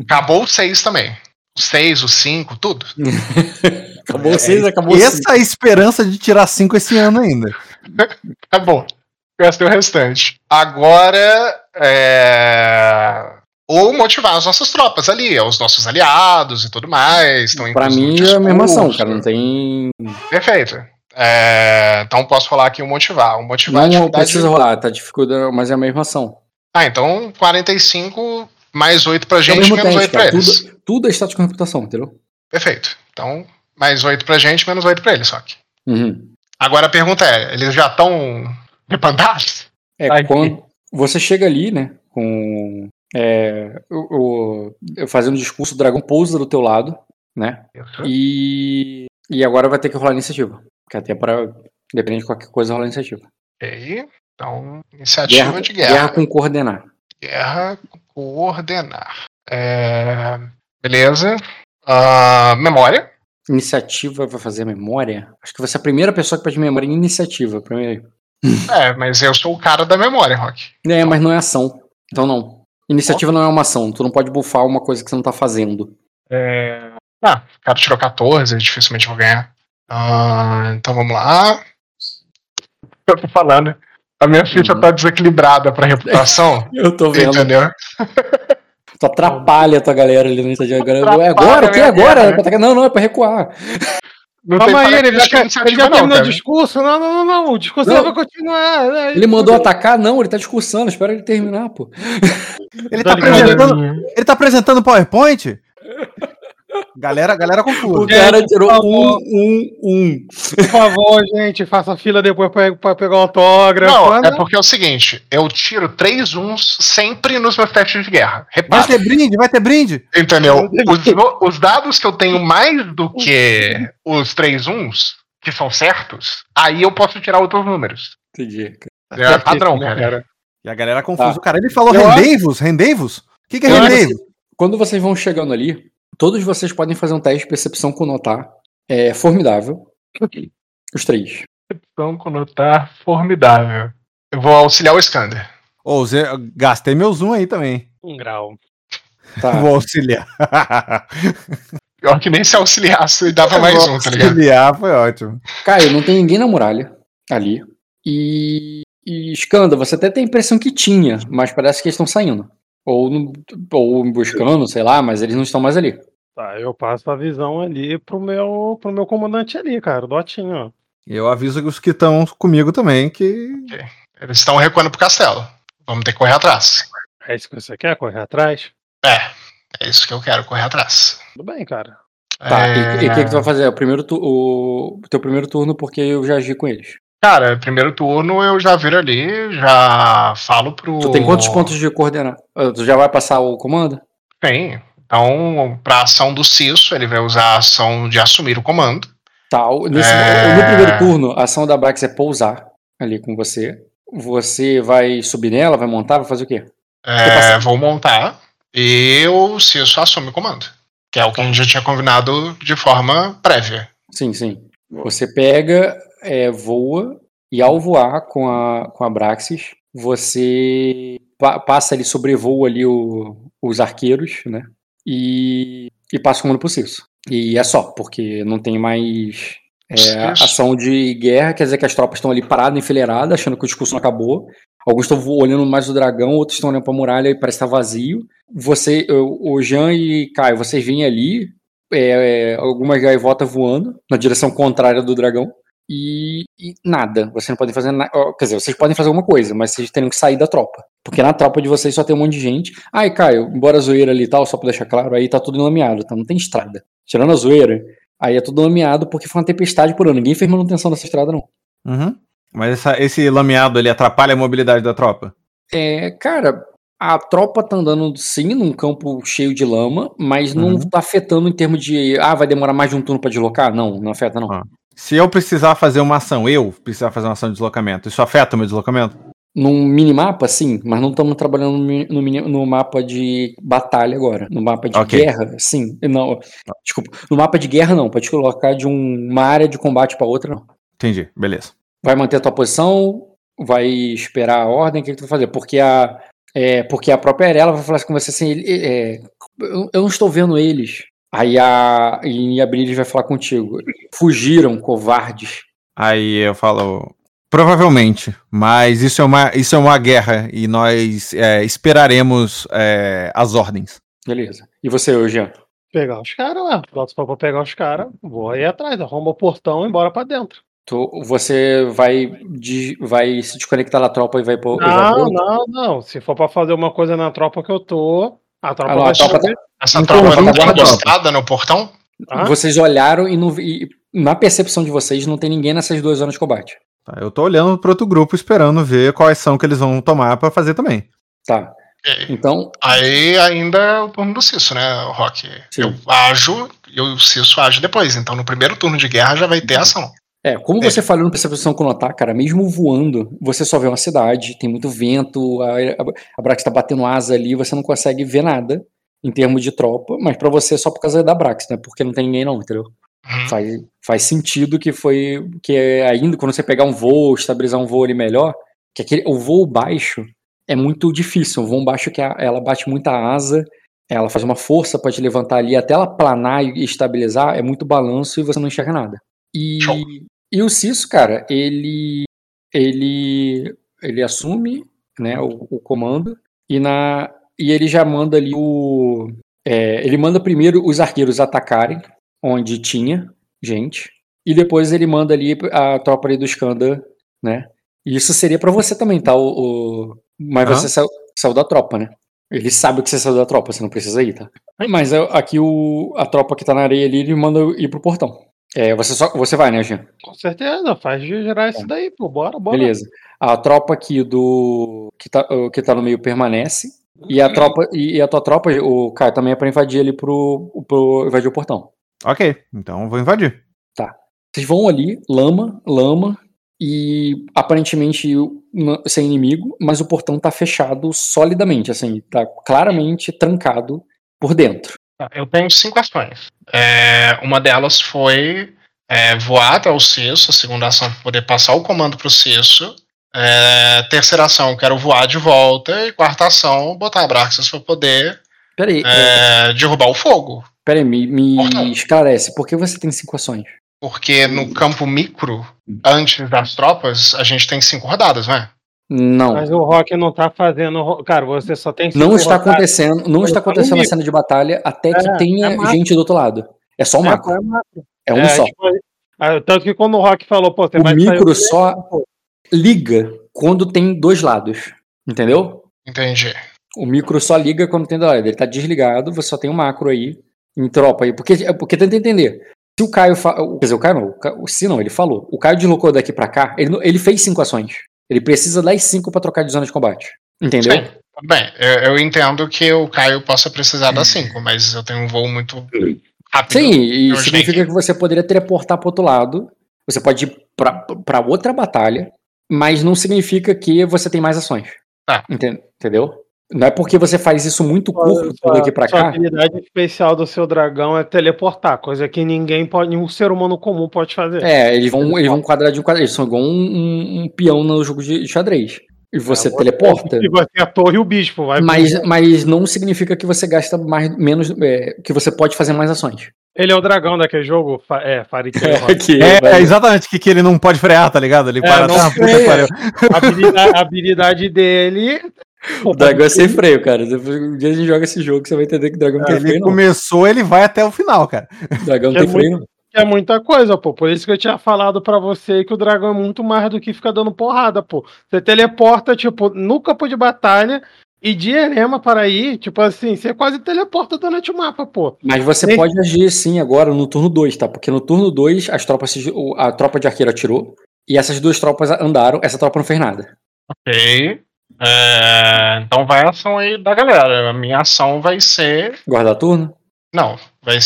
S1: Acabou o 6 também. O 6, o 5, tudo.
S2: Acabou 6, acabou 5.
S3: Essa é a esperança de tirar cinco esse ano ainda.
S1: Acabou. Tá Gastei o restante. Agora, é... Ou motivar as nossas tropas ali, os nossos aliados e tudo mais. estão
S2: Pra
S1: inclusos no
S2: mim é a mesma
S1: discurso.
S2: ação, cara. Não tem.
S1: Perfeito. É, Então posso falar aqui o motivar. O motivar é a
S2: Não
S1: dificuldade-
S2: precisa rolar, tá dificuldade, mas é a mesma ação.
S1: Ah, então 45 mais 8 pra
S2: é o
S1: gente,
S2: mesmo
S1: menos 8 pra
S2: cara.
S1: eles.
S2: Tudo, tudo é status com reputação, entendeu?
S1: Perfeito. Então, mais 8 pra gente, menos 8 pra eles, só que.
S2: Uhum.
S1: Agora a pergunta é, eles já estão depandados?
S2: É
S1: Aqui.
S2: quando você chega ali, né? Com É, o- o- eu fazendo um discurso, o dragão pousa do teu lado, né? E, e agora vai ter que rolar iniciativa. Que até para Dependendo de qualquer coisa, rola iniciativa.
S1: Ok. Então, iniciativa de guerra.
S2: guerra com coordenar.
S1: Guerra coordenar. É, Beleza. Ah, memória.
S2: Iniciativa vai fazer memória? Acho que você é a primeira pessoa que pede memória em iniciativa. Primeiro.
S1: É, mas eu sou o cara da memória, Rock.
S2: É, mas não é ação. Então não. Iniciativa não é uma ação. Tu não pode bufar uma coisa que você não tá fazendo.
S1: É... Ah, o cara tirou 14, dificilmente vou ganhar. Ah, então vamos lá. Eu tô falando. A minha ficha tá desequilibrada pra reputação.
S2: Eu tô
S1: entendeu?
S2: Tu atrapalha a tua galera ali na iniciativa. Agora, é agora?
S1: Atrapalha
S2: O que é
S1: a minha né?"
S2: agora?
S1: guerra,
S2: Não, não, é pra recuar.
S1: Não
S5: Calma aí,
S1: parada
S5: ele já,
S1: de
S5: ele
S1: iniciativa
S5: já
S1: não,
S5: terminou
S1: tá
S5: o
S1: vendo?
S5: discurso? Não, não, não, né? não. O discurso
S2: Não.
S5: ainda vai continuar. né?
S2: Ele mandou atacar? Não, ele tá discursando. Espera ele terminar, pô.
S3: Ele tá,
S5: Tá ligado?
S3: apresentando, ele tá apresentando PowerPoint? Galera, galera
S2: O
S3: confusa.
S2: cara tirou
S5: por
S2: um,
S5: favor.
S2: um, um.
S5: Por favor, gente, faça fila depois pra, pra pegar o autógrafo.
S1: Não,
S5: Anda.
S1: é porque é o seguinte, eu tiro três uns sempre nos meus testes de guerra.
S3: Vai
S1: Repara,
S3: ter brinde, vai ter brinde.
S1: entendeu? Os, no- os dados que eu tenho mais do que os três uns, que são certos, aí eu posso tirar outros números.
S2: Entendi. cara.
S1: É padrão,
S2: né,
S1: cara.
S3: E a galera confusa.
S2: Tá.
S3: O cara, ele falou
S2: Eu acho-
S3: rendei-vos, rendei-vos? O que, que é
S2: Eu acho
S3: rendei-vos?
S2: Quando vocês vão chegando ali, todos vocês podem fazer um teste de percepção com notar. É formidável. Os três.
S1: Então,
S2: tá
S1: conotar formidável. Eu vou auxiliar o Scander.
S3: Ô, Zé, eu gastei meu zoom aí também.
S8: Um grau.
S2: Tá.
S3: Vou auxiliar.
S1: Pior que nem se auxiliasse e dava mais
S3: Vou
S1: um, tá ligado?
S3: Auxiliar foi ótimo.
S2: Caio, não tem ninguém na muralha ali. E, e Skanda, você até tem a impressão que tinha, mas parece que eles estão saindo. Ou, no- ou buscando, sei lá, mas eles não estão mais ali.
S5: Tá, eu passo a visão ali pro meu, pro meu comandante ali, cara, o Dotinho. ó.
S3: E eu aviso os que estão comigo também que
S1: Eles estão recuando pro castelo. Vamos ter que correr atrás.
S5: É isso que você quer? Correr atrás?
S1: É, é isso que eu quero, correr atrás.
S5: Tudo bem, cara.
S2: Tá, e- e o que,
S1: É,
S2: que tu vai fazer? O, primeiro tu- o teu primeiro turno, porque eu já agi com eles.
S1: Cara, primeiro turno eu já viro ali, já falo pro.
S2: Tu tem quantos pontos de coordenar? Ah, Tu já vai passar o comando?
S1: Tem. Então, pra ação do Cisso, ele vai usar a ação de assumir o comando.
S2: Tá, o- nesse-
S1: É.
S2: no primeiro turno, a ação da Brax é pousar ali com você. Você vai subir nela, vai montar, vai fazer o quê? tá
S1: É, vou montar e o Cisso assume o comando. Que é o que a gente já tinha combinado de forma prévia.
S2: Sim, sim. Você pega, é, voa, e ao voar com a, com a Braxis, você pa- passa ali, sobrevoa ali o- os arqueiros, né? E, e passa o comando pro Cirso. E é só, porque não tem mais é,
S1: Cirso.
S2: ação de guerra, quer dizer que as tropas estão ali paradas, enfileiradas, achando que o discurso não acabou. Alguns estão vo- olhando mais o dragão, outros estão olhando pra muralha e parece estar vazio. Você, o o Jean e Caio, vocês vêm ali, é, é, algumas gaivotas voando na direção contrária do dragão e, e nada. Vocês não podem fazer nada. Quer dizer, vocês podem fazer alguma coisa, mas vocês teriam que sair da tropa. Porque na tropa de vocês só tem um monte de gente. Ai, Caio, embora a zoeira ali e tal, só pra deixar claro, aí tá tudo nomeado, tá? Não tem estrada. Tirando a zoeira, aí é tudo nomeado porque foi uma tempestade por ano. Ninguém fez manutenção dessa estrada, não.
S3: Uhum. Mas essa- esse lameado ele atrapalha a mobilidade da tropa?
S2: É, cara, a tropa tá andando sim num campo cheio de lama, mas não
S3: Uhum.
S2: tá afetando em termos de. Ah, vai demorar mais de um turno pra deslocar? Não, não afeta, não.
S3: Ah. Se eu precisar fazer uma ação, eu precisar fazer uma ação de deslocamento, isso afeta o meu deslocamento?
S2: Num minimapa, sim, mas não estamos trabalhando no, mi- no mini- no mapa de batalha agora. No mapa de
S3: Ok.
S2: guerra, sim. Não, desculpa. No mapa de guerra, não. Pode colocar de um- uma área de combate para outra, não.
S3: Entendi, beleza.
S2: Vai manter a tua posição, vai esperar a ordem, o que, que tu vai fazer? Porque a, é, porque a própria Arela vai falar assim com você assim: ele- é, eu, eu não estou vendo eles. Aí a, e a Brilis vai falar contigo. Fugiram, covardes.
S3: Aí eu falo, provavelmente, mas isso é uma, isso é uma guerra e nós é, esperaremos é, as ordens.
S2: Beleza. E você, ô Jean?
S5: Pegar os caras lá. Boto só pra pegar os caras, vou aí atrás, arromba o portão e bora pra dentro.
S2: Tu, você vai, de- vai se desconectar da tropa e vai pro. e vai pro
S5: Não,
S2: outro?
S5: não, não. Se for pra fazer uma coisa na tropa que eu tô, a tropa
S2: Ah, não,
S5: vai
S2: a tropa
S5: saber.
S1: Essa
S2: Então,
S1: tropa não
S2: vamos
S1: tá
S2: guardar.
S1: encostada no portão?
S5: Ah?
S2: Vocês olharam e, não vi- e na percepção de vocês não tem ninguém nessas duas zonas de combate.
S3: Tá, Eu tô olhando para outro grupo esperando ver quais são que eles vão tomar para fazer também.
S2: Tá. Então,
S1: Aí ainda é o turno do Cisso, né, Rock?
S2: Sim.
S1: Eu ajo e o Cisso age depois. Então no primeiro turno de guerra já vai ter ação.
S2: É, como
S1: É.
S2: você falhou na percepção com notar, tá, cara, mesmo voando, você só vê uma cidade, tem muito vento, a, a, a Brax tá batendo asa ali, você não consegue ver nada em termos de tropa, mas pra você é só por causa da Brax, né? Porque não tem ninguém não, entendeu?
S1: Uhum.
S2: Faz, faz sentido que foi que é ainda quando você pegar um voo, estabilizar um voo ali melhor, que aquele, o voo baixo é muito difícil, o voo baixo que a- ela bate muita asa, ela faz uma força pra te levantar ali até ela planar e estabilizar, é muito balanço e você não enxerga nada. E
S1: Show.
S2: e o Cisso, cara, ele ele ele assume, né, o, o comando e na e ele já manda ali o é, ele manda primeiro os arqueiros atacarem onde tinha gente e depois ele manda ali a tropa ali do Skanda, né? E isso seria pra você também, tá? O, o- mas
S3: Hã?
S2: você saiu, saiu da tropa, né? Ele sabe que você saiu da tropa, você não precisa ir, tá? Mas é- aqui o, a tropa que tá na areia ali, ele manda ir pro portão. É, você só você vai, né, Jean?
S5: Com certeza, faz gerar isso daí, pô. Bora, bora.
S2: Beleza. A tropa aqui do. Que tá, o que tá no meio permanece. E a tropa. E a tua tropa, o Caio, também é pra invadir ali pro. pro invadir o portão.
S3: Ok, então eu vou invadir.
S2: Vocês vão ali, lama, lama, e aparentemente o- na- sem inimigo, mas o portão tá fechado solidamente, assim, tá claramente trancado por dentro.
S1: Tá, Eu tenho cinco ações. É, uma delas foi é, voar até o Cisso, a segunda ação foi poder passar o comando pro Cisso. É, terceira ação, quero voar de volta. E quarta ação, botar a Braxas pra poder
S2: Peraí, é,
S1: é, derrubar o fogo.
S2: peraí, me, me
S1: Portão.
S2: esclarece, por que você tem cinco ações?
S1: Porque no campo micro, antes das tropas, a gente tem cinco rodadas, né?
S2: Não.
S5: Mas o Rock não tá fazendo. ro- Cara, você só tem.
S2: Não
S5: cinco
S2: está
S5: rodadas.
S2: acontecendo, não está
S5: Tá no
S2: acontecendo a
S5: meio.
S2: cena de batalha até que
S5: É,
S2: tenha
S5: é macro.
S2: gente do outro lado. É só um
S5: É,
S2: macro,
S5: é macro.
S2: é um
S5: É,
S2: só.
S5: tipo, ah, tanto que quando o Rock falou, pô, você
S2: O
S5: vai sair
S2: micro
S5: o-
S2: só liga quando tem dois lados, entendeu?
S1: Entendi.
S2: O micro só liga quando tem dólar. Ele tá desligado, você só tem o macro aí, em tropa aí. Porque, é porque tenta entender. Se o Caio. Fa... Quer dizer, o Caio não. o Ca- o- Se não, ele falou. O Caio deslocou daqui pra cá, ele, não- ele fez cinco ações. Ele precisa das cinco pra trocar de zona de combate. Entendeu?
S1: Sim, tudo bem. Eu, eu entendo que o Caio possa precisar das cinco, mas eu tenho um voo muito rápido.
S2: Sim, e
S1: Eu
S2: significa
S1: achei.
S2: que você poderia teleportar pro outro lado. Você pode ir pra, pra outra batalha, mas não significa que você tem mais ações.
S1: Tá.
S2: Enten- Entendeu? Não é porque você faz isso muito curto
S5: Sua-
S2: daqui pra
S5: sua
S2: cá.
S5: habilidade especial do seu dragão é teleportar, coisa que ninguém pode, nenhum ser humano comum pode fazer.
S2: É, eles vão, eles vão quadradinho em quadradinho. Eles são igual um, um- um peão no jogo de xadrez. E você teleporta,
S5: E vai ter Tipo assim, a torre e o bispo, vai.
S2: mas, mas não significa que você gasta mais, menos. é, que você pode fazer mais ações.
S5: Ele é o dragão daquele jogo, fa- é, Farid.
S2: que,
S3: É, é
S2: vai-
S3: exatamente que, que ele não pode frear, tá ligado? Ele para,
S5: não
S3: tá?
S6: assim,
S3: Puta
S2: freia.
S3: que pariu.
S5: A habilidade, a habilidade dele.
S2: o dragão é sem freio, cara. Um dia a gente joga esse jogo, você vai entender que o dragão não tem freio,
S3: Ele
S2: não.
S3: começou, ele vai até o final, cara.
S2: O dragão não
S5: É
S2: tem freio, não.
S5: É muita coisa, pô. Por isso que eu tinha falado pra você que o dragão é muito mais do que ficar dando porrada, pô. Você teleporta, tipo, no campo de batalha e de Erema para aí, tipo assim, você quase teleporta durante o mapa, pô.
S2: Mas você
S5: Sim.
S2: pode agir sim agora no turno 2, tá? Porque no turno 2 as tropas se- o- a tropa de arqueiro atirou e essas duas tropas andaram, essa tropa não fez nada.
S1: Ok. É, então vai a ação aí da galera. A minha ação vai ser.
S2: Guardar turno?
S1: Não, vai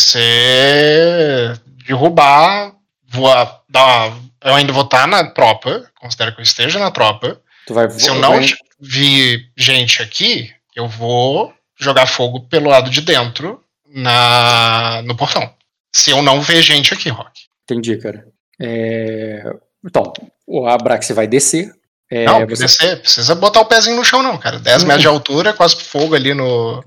S1: ser. derrubar. Voar. Dar, eu ainda vou estar na tropa. Considero que eu esteja na tropa.
S2: Tu vai
S1: Se eu não
S2: vai-
S1: vi gente aqui, eu vou jogar fogo pelo lado de dentro na, no portão. Se eu não ver gente aqui, Rock.
S2: Entendi, cara. É, Então, o Abrax vai descer. É,
S1: não,
S2: você-
S1: descer, precisa botar o pezinho no chão, não, cara. 10 metros de altura, quase fogo ali no.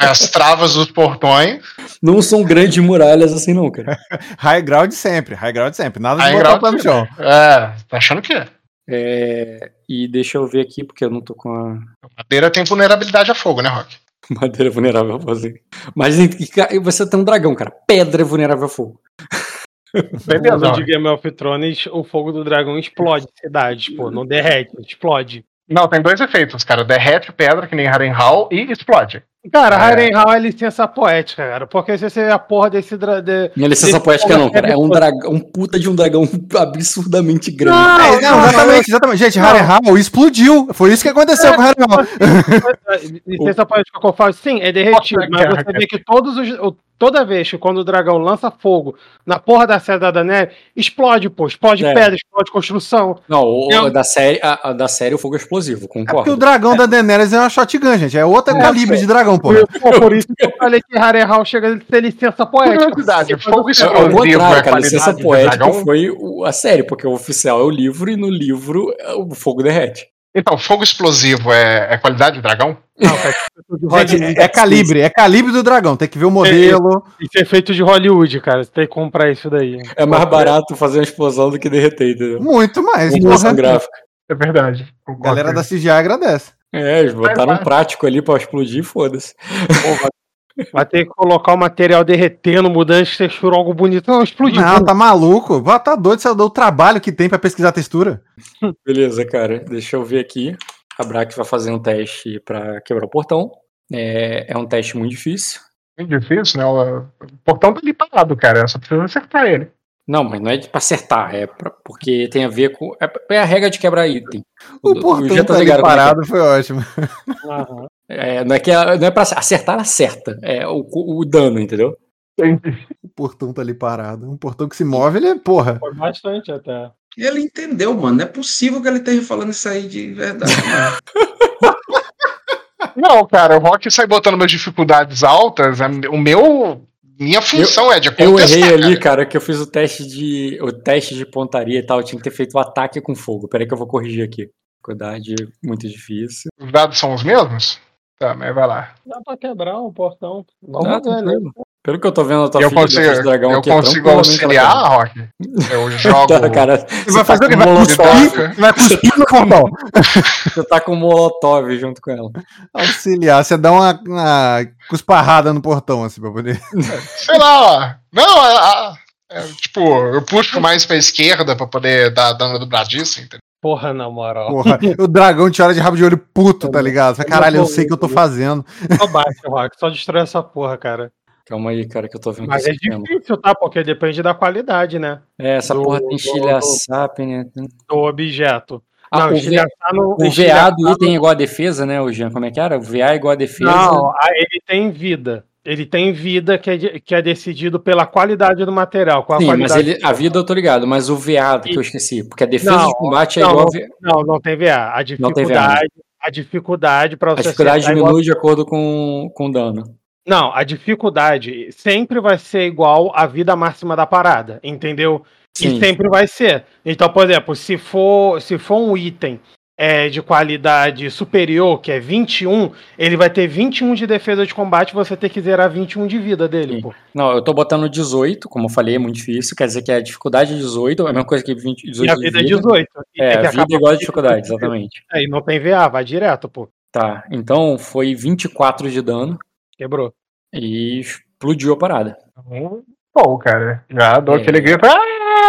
S1: nas travas dos portões.
S2: Não são grandes muralhas assim, não, cara.
S3: High ground sempre, high ground sempre. Nada de
S1: High
S3: botar o
S1: ground
S3: pé no chão.
S1: É, tá achando que é?
S2: É, E deixa eu ver aqui, porque eu não tô com a
S1: Madeira tem vulnerabilidade a fogo, né, Rock?
S2: madeira vulnerável a fazer. Mas em- e ca- e você tem um dragão, cara. Pedra é vulnerável a fogo.
S5: Beleza.
S1: Rock.
S5: De Game of Thrones, o fogo do dragão explode cidades, pô. Não derrete, explode.
S1: Não, tem dois efeitos, cara. Derrete pedra, que nem Harrenhal, e explode.
S5: Cara, Hiren Hall é licença poética, cara. Porque se você é a porra desse. Dra... De...
S2: Minha licença
S5: Esse
S2: poética não,
S5: cara
S2: cara. É um dragão, um puta de um dragão absurdamente grande.
S5: Não,
S6: É, não, exatamente, exatamente. Gente,
S5: Não.
S6: Harry Hall explodiu. Foi isso que aconteceu com o Harry Hall.
S5: Licença poética que eu falo, sim, é derretido.
S1: Nossa,
S5: mas
S1: cara,
S5: você vê que todos os. o- Toda vez que quando o dragão lança fogo na porra da Serra da Neve, explode, pô. Explode
S2: É.
S5: pedra, explode construção.
S2: Não, o,
S5: Não.
S2: o da série, a, a da série o fogo é explosivo,
S6: É porque o
S2: concordo.
S6: dragão da Daenerys é uma shotgun, gente. É outro calibre de dragão, pô.
S5: Por- pô, por isso que eu falei que Harry Hall chega a ter licença
S1: tipo,
S5: poética.
S1: Curiosidade, fogo
S2: É, Ao
S1: explosivo
S2: contrário,
S1: é
S2: cara, a licença
S1: qualidade de
S2: poética
S1: dragão?
S2: foi o- a série, porque o oficial é o livro e no livro é, o fogo derrete.
S1: Então, fogo explosivo é, é qualidade de dragão?
S6: Gente, é, é calibre, é calibre do dragão. Tem que ver o modelo.
S5: Isso é feito de Hollywood, cara. Você tem que comprar isso daí.
S2: É mais barato fazer uma explosão do que derreter, entendeu?
S6: Muito mais.
S2: Computação
S6: Porra.
S2: gráfica.
S1: É verdade.
S6: A galera da CGI agradece.
S2: É, eles botaram um prático ali pra explodir e foda-se.
S5: Vai ter que colocar o material derretendo, mudando de textura, algo bonito. Não, explodiu.
S6: Não, tá maluco. Vá, Tá doido, você deu o trabalho que tem pra pesquisar a textura.
S2: Beleza, cara. Deixa eu ver aqui. A Brack vai fazer um teste pra quebrar o portão. É, é um teste muito difícil.
S1: É difícil, né? O portão tá ali parado, cara. Só precisa acertar ele.
S2: Não, mas não é de- pra acertar, é pra- porque tem a ver com. É, é a regra de quebrar item.
S6: O portão
S2: Jean
S6: tá ali
S2: ligado como é que é.
S6: parado, foi ótimo.
S5: Aham.
S2: É, não é que é, não é pra acer- acertar, acerta. É o, co- o dano, entendeu?
S6: O portão tá ali parado. Um portão que se move, ele é porra.
S5: Foi bastante até.
S7: Ele entendeu, mano. Não é possível que ele esteja falando isso aí de verdade. mano.
S1: Não, cara, o Rock sai botando umas dificuldades altas. é O meu. Minha função é de
S2: Eu
S1: contestar,
S2: errei ali,
S1: cara.
S2: cara, que eu fiz o teste de. o teste de pontaria e tal. Eu tinha que ter feito o ataque com fogo. Peraí que eu vou corrigir aqui. Dificuldade muito difícil.
S1: Os dados são os mesmos? Tá, mas vai lá.
S5: Dá pra quebrar o portão.
S2: Ah,
S5: Vamos ver, né?
S2: tranquilo. Pelo que eu tô vendo a tua
S1: eu
S2: filha do
S1: consigo,
S2: Teste dragão
S1: eu
S2: aqui, é
S1: consigo
S2: tranquilamente ela
S1: auxiliar, Rock? Eu jogo.
S2: Tá, cara, Tá
S6: Você vai fazer o que? Vai
S1: molotov.
S6: cuspir? Vai cuspir no portão.
S2: você tá com o Molotov junto com ela.
S6: Auxiliar, você dá uma, uma cusparrada no portão, assim, pra poder.
S1: Sei lá, ó. Não, a- a- é, tipo, eu puxo mais pra esquerda pra poder dar dano dobradiça, entendeu?
S5: Porra, na moral.
S6: Porra, o dragão te olha de rabo de olho puto, tá ligado? Você fala, Caralho, eu sei o que eu tô fazendo.
S5: Só bate, Rock. Só destrói essa porra, cara.
S2: Calma aí, cara, que eu tô vendo
S5: Mas
S2: que
S5: é
S2: esse tema.
S5: difícil, tá? Porque depende da qualidade, né?
S2: É, essa
S5: Do-
S2: porra tem
S5: do-
S2: chilha
S5: do-
S2: sap, né?
S5: Do objeto.
S2: Ah,
S5: não,
S2: o, V-
S5: estilhaçar no.
S2: o VA
S5: estilhaçar
S2: do item é igual a defesa, né, o Jean? Como é que era? O VA é igual a defesa.
S5: Não, a- ele tem vida. Ele tem vida que é, de- que é decidido pela qualidade do material. Qual a
S2: Sim, mas
S5: qualidade
S2: ele, a vida eu tô ligado, mas o VA que eu esqueci, porque a defesa
S5: Não,
S2: de combate é
S5: não,
S2: igual a V-
S5: Não, não tem VA. A
S2: Não tem VA,
S5: dificuldade, a dificuldade para
S2: a
S5: você
S2: dificuldade
S5: acertar é
S2: diminui
S5: igual-
S2: de acordo com com o dano.
S5: Não, a dificuldade sempre vai ser igual à vida máxima da parada, entendeu?
S2: Sim.
S5: E sempre vai ser. Então, por exemplo, se for, se for um item é, de qualidade superior, que é 21, ele vai ter 21 de defesa de combate, você tem que zerar 21 de vida dele,
S2: Sim.
S5: pô.
S2: Não, eu tô botando 18, como eu falei, é muito difícil, quer dizer que a dificuldade é 18, é a mesma coisa que 20, 18
S5: E a vida é 18. e
S2: É,
S5: tem que
S2: a vida
S5: acabar
S2: é igual a
S5: com
S2: dificuldade, exatamente.
S5: Aí não tem VA, vai direto, pô.
S2: Tá, então foi 24 de dano
S5: Quebrou.
S2: e explodiu a parada.
S1: Então, Bom, cara. Já dou
S2: É.
S1: aquele grito.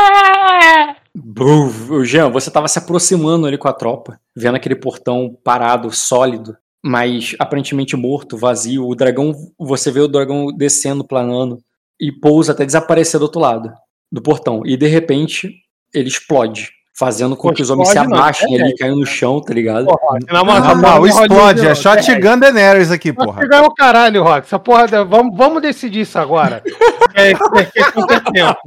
S1: "Ah!"
S2: Buf, Jean, você estava se aproximando ali com a tropa, vendo aquele portão parado, sólido, mas aparentemente morto, vazio. O dragão, você vê o dragão descendo, planando e pousa até desaparecer do outro lado do portão. E de repente ele explode, fazendo com
S5: Pô,
S2: que os homens se
S5: explode não,
S2: abaixem
S5: é,
S2: ali, caindo no chão, tá ligado?
S5: Porra, na
S6: Ah,
S5: moral, essa porra
S6: não,
S5: não rola
S6: explode.
S5: não,
S6: É shotgun Daenerys aqui,
S5: Porra.
S6: porra.
S5: o caralho, Rock. Essa porra. da- Vamos, vamos decidir isso agora. É, é questão de tempo.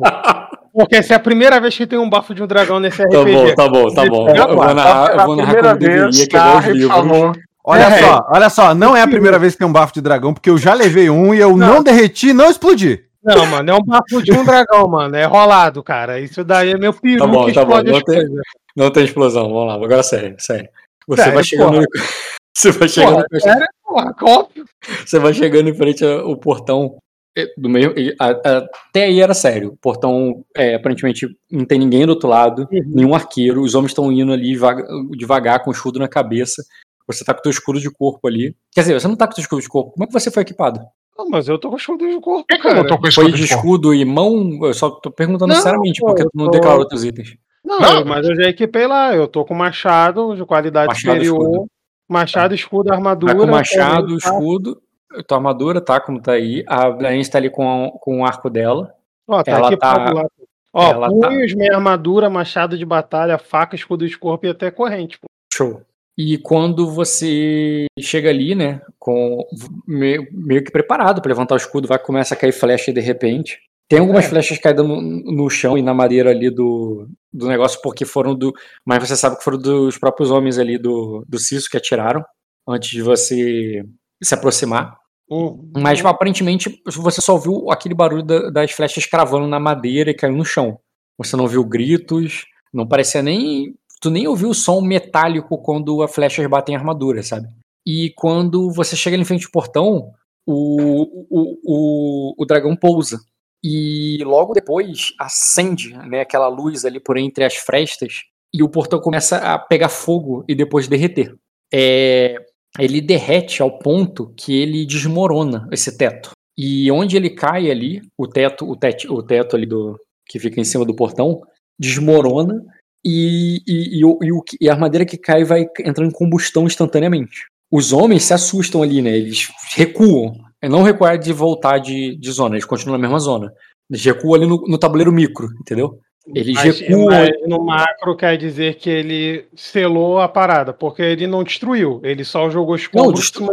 S5: Porque se é a primeira vez que tem um bafo de um dragão nesse
S2: Tá bom,
S5: RPG.
S2: tá bom, tá bom. Eu vou narrar, eu vou narrar como
S1: Primeira
S2: deveria,
S1: vez,
S2: que é igual os
S1: Carre
S2: livros.
S1: falou.
S6: Olha
S5: É.
S6: só, olha só, não é a primeira vez que tem um bafo de dragão, porque eu já levei um e eu não, derreti, não explodi.
S5: Não, mano, é um bafo de um dragão, mano. É rolado, cara. Isso daí é meu peru
S2: Tá bom,
S5: que
S2: tá bom,
S5: explode
S2: não
S5: as
S2: tem-
S5: coisas.
S2: Não tem explosão, vamos lá, agora sério, sério. Você
S5: Sério,
S2: vai chegando
S5: porra.
S2: no... Você vai chegando
S5: Porra,
S2: no-
S5: sério, porra, óbvio.
S2: Você vai chegando em frente ao portão eh, do meio. e a- a- Até aí era sério. O portão, eh, aparentemente, não tem ninguém do outro lado,
S5: Uhum.
S2: nenhum arqueiro. Os homens estão indo ali vaga- devagar, com o escudo na cabeça. Você tá com o teu escudo de corpo ali. Quer dizer, você não tá com o teu escudo de corpo. Como é que você foi equipado?
S5: Não, mas eu tô com escudo de corpo,
S1: Por que, que eu
S5: cara.
S1: não tô com
S2: Foi
S1: escudo
S2: de
S1: de fogo?
S2: escudo e mão? Eu só tô perguntando
S5: Não,
S2: sinceramente,
S5: pô,
S2: porque
S5: eu
S2: tu não
S5: tô-
S2: declarou teus itens.
S5: Não,
S1: Não.
S5: eu- mas eu já equipei lá. Eu tô com machado de qualidade
S2: Machado,
S5: superior.
S2: escudo.
S5: Machado, escudo, armadura.
S2: Tá com machado,
S5: também, tá?
S2: escudo, tua armadura, tá como tá aí. A Blaine tá ali com, com o arco dela.
S5: Ó, tá
S2: ela
S5: equipado
S2: tá-
S5: lá. Ó,
S2: ela tá-
S5: punhos, meia armadura, machado de batalha, faca, escudo, escorpo e até corrente. Pô.
S2: Show. E quando você chega ali, né, com meio, meio que preparado pra levantar o escudo, vai que começa a cair flecha de repente. Tem algumas flechas caindo no, no chão e na madeira ali do, do negócio, porque foram do. Mas você sabe que foram dos próprios homens ali do, do Ciso que atiraram antes de você se aproximar. Mas aparentemente você só viu aquele barulho da- das flechas cravando na madeira e caindo no chão. Você não viu gritos, não parecia nem. Tu nem ouviu o som metálico quando as flechas batem a armadura, sabe? E quando você chega ali em frente ao portão, o, o, o, o dragão pousa. E logo depois acende né, aquela luz ali por entre as frestas e o portão começa a pegar fogo e depois derreter. É, ele derrete ao ponto que ele desmorona esse teto. E onde ele cai ali, o teto, o teto, o teto ali do que fica em cima do portão, desmorona e, e, e o- e o que- e a armadeira que cai vai entrando em combustão instantaneamente. Os homens se assustam ali, né? Eles recuam. É não recuar de voltar de, de zona, eles continuam na mesma zona. Eles recuam ali no, no tabuleiro micro, entendeu? Eles
S5: Mas,
S2: recuam.
S5: mas no macro quer dizer que ele selou a parada, porque ele não destruiu, ele só jogou escudo.
S2: Não, destru-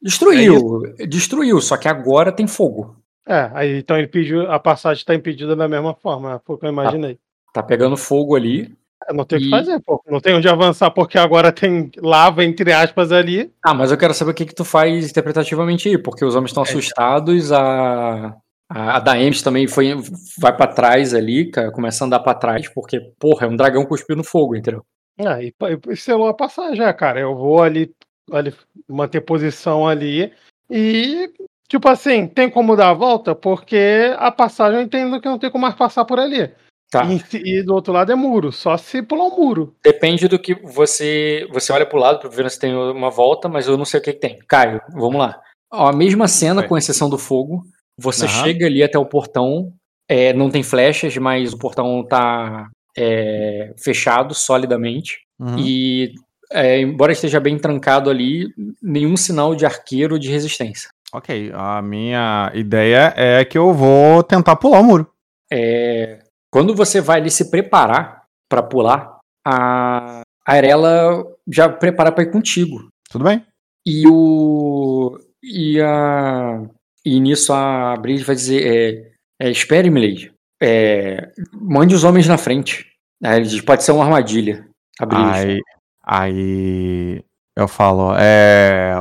S2: Destruiu, destruiu, só que agora tem fogo.
S5: É, aí então ele pediu, a passagem está impedida da mesma forma, né? foi o que eu imaginei.
S2: Tá pegando fogo ali.
S5: É, não tem o
S2: E-
S5: que fazer, pô. Não tem onde avançar, porque agora tem lava, entre aspas, ali.
S2: Ah, mas eu quero saber o que, que tu faz interpretativamente aí, porque os homens estão assustados, a, a, a Daemis também foi, vai pra trás ali, ca- começa a andar pra trás, porque, porra, é um dragão cuspindo fogo, entendeu?
S5: É, e, pa- e selou a passagem, é, cara. Eu vou ali, ali manter posição ali. E, tipo assim, tem como dar a volta, porque a passagem eu entendo que não tem como mais passar por ali.
S2: Tá.
S5: E, se- e do outro lado é muro, só se pular um muro.
S2: Depende do que você. Você olha pro lado pra ver se tem uma volta, mas eu não sei o que, que tem. Caio, vamos lá. Ó, a mesma cena,
S3: Vai.
S2: com exceção do fogo. Você
S3: Aham.
S2: chega ali até o portão. é, não tem flechas, mas o portão tá é, fechado solidamente.
S3: Uhum.
S2: E é, embora esteja bem trancado ali, nenhum sinal de arqueiro de resistência.
S3: Ok, a minha ideia é que eu vou tentar pular o muro.
S2: É, quando você vai ali se preparar pra pular, a a Arela já prepara pra ir contigo.
S3: Tudo bem?
S2: E o e a e nisso a Bridge vai dizer é, é, espere Milady, é, mande os homens na frente. Aí ele diz pode ser uma armadilha. A Bridge.
S3: Aí, aí eu falo, é,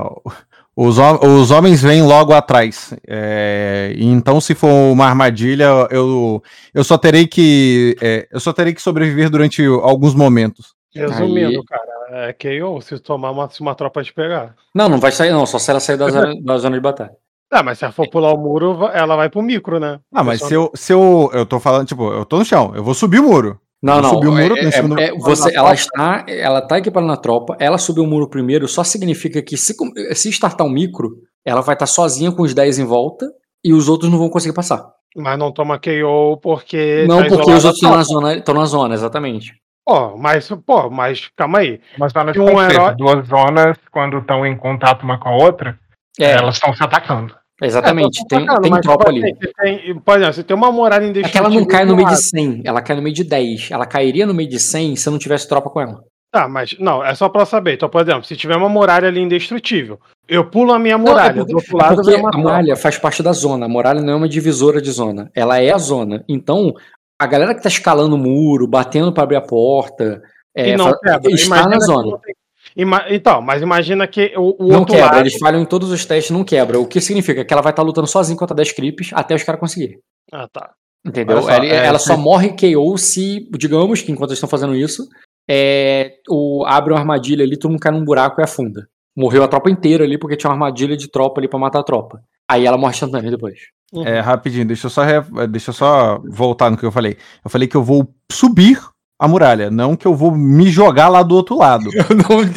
S3: os, hom- os homens vêm logo atrás. é, e então, se for uma armadilha, eu, eu só terei que é, eu só terei que sobreviver durante alguns momentos.
S5: Resumindo,
S2: Aí-
S5: cara, é KO se tomar uma, se uma tropa te pegar.
S2: Não, não vai sair não, só se ela sair da zona, da zona de batalha.
S5: Ah, mas se ela for pular o muro, va- ela vai pro micro, né?
S3: Ah, mas
S5: Pessoal-
S3: se eu, se eu eu tô falando tipo, eu tô no chão, eu vou subir o muro.
S2: Não,
S3: Ela
S2: não.
S3: subiu o muro,
S2: é-
S3: tá em cima
S2: é-
S3: do-
S2: é, você- ela está, ela tá equipada na tropa. Ela subiu o muro primeiro. Só significa que se com- se startar um micro, ela vai estar sozinha com os 10 em volta e os outros não vão conseguir passar.
S5: Mas não toma KO porque.
S2: não,
S5: tá
S2: porque
S5: isolado
S2: os outros
S5: da
S2: estão na zona, estão na zona, exatamente.
S5: Ó, mas, pô, mas calma aí.
S1: Mas tá no
S5: Um
S1: conflito.
S5: herói-
S1: Duas zonas, quando estão em contato uma com a outra,
S2: É,
S1: elas estão se atacando.
S2: exatamente.
S5: É, tô
S2: tem
S5: sacando,
S2: tem
S5: mas,
S2: tropa
S5: tipo
S2: ali.
S5: assim, Você tem, por exemplo, você tem uma morada
S2: É
S5: indestrutível.
S2: que ela não cai
S5: do
S2: no meio de
S5: lado.
S2: 100, ela cai no meio de 10. Ela cairia no meio de 100 se não tivesse tropa com ela.
S5: Tá, mas não, é só pra saber. Então, por exemplo, se tiver uma muralha ali indestrutível, eu pulo a minha
S2: é
S5: muralha.
S2: porque-
S5: do outro lado
S2: Porque
S5: vem uma
S2: a muralha faz parte da zona. A muralha não é uma divisora de zona. Ela é a zona. Então, a galera que tá escalando o muro, batendo pra abrir a porta,
S5: que
S2: é,
S5: não
S2: fa-
S5: quebra.
S2: está
S5: Imagina
S2: na
S5: que
S2: zona.
S5: não tem- Ima- Então, mas imagina que o, o
S2: Não
S5: outro
S2: quebra.
S5: lado.
S2: Eles falham em todos os testes, não quebra. O que significa que ela vai estar lutando sozinha contra 10 creeps até os caras conseguirem.
S5: Ah, tá.
S2: Entendeu?
S3: Olha só,
S2: ela
S3: é,
S2: ela só
S3: se-
S2: morre KO se, digamos, que enquanto eles estão fazendo isso, é, o, abre uma armadilha ali, todo mundo cai num buraco e afunda. Morreu a tropa inteira ali porque tinha uma armadilha de tropa ali pra matar a tropa. Aí ela morre instantânea depois.
S3: É, rapidinho, deixa eu só re- deixa eu só voltar no que eu falei. Eu falei que eu vou subir a muralha. Não que eu vou me jogar lá do outro lado.
S2: Eu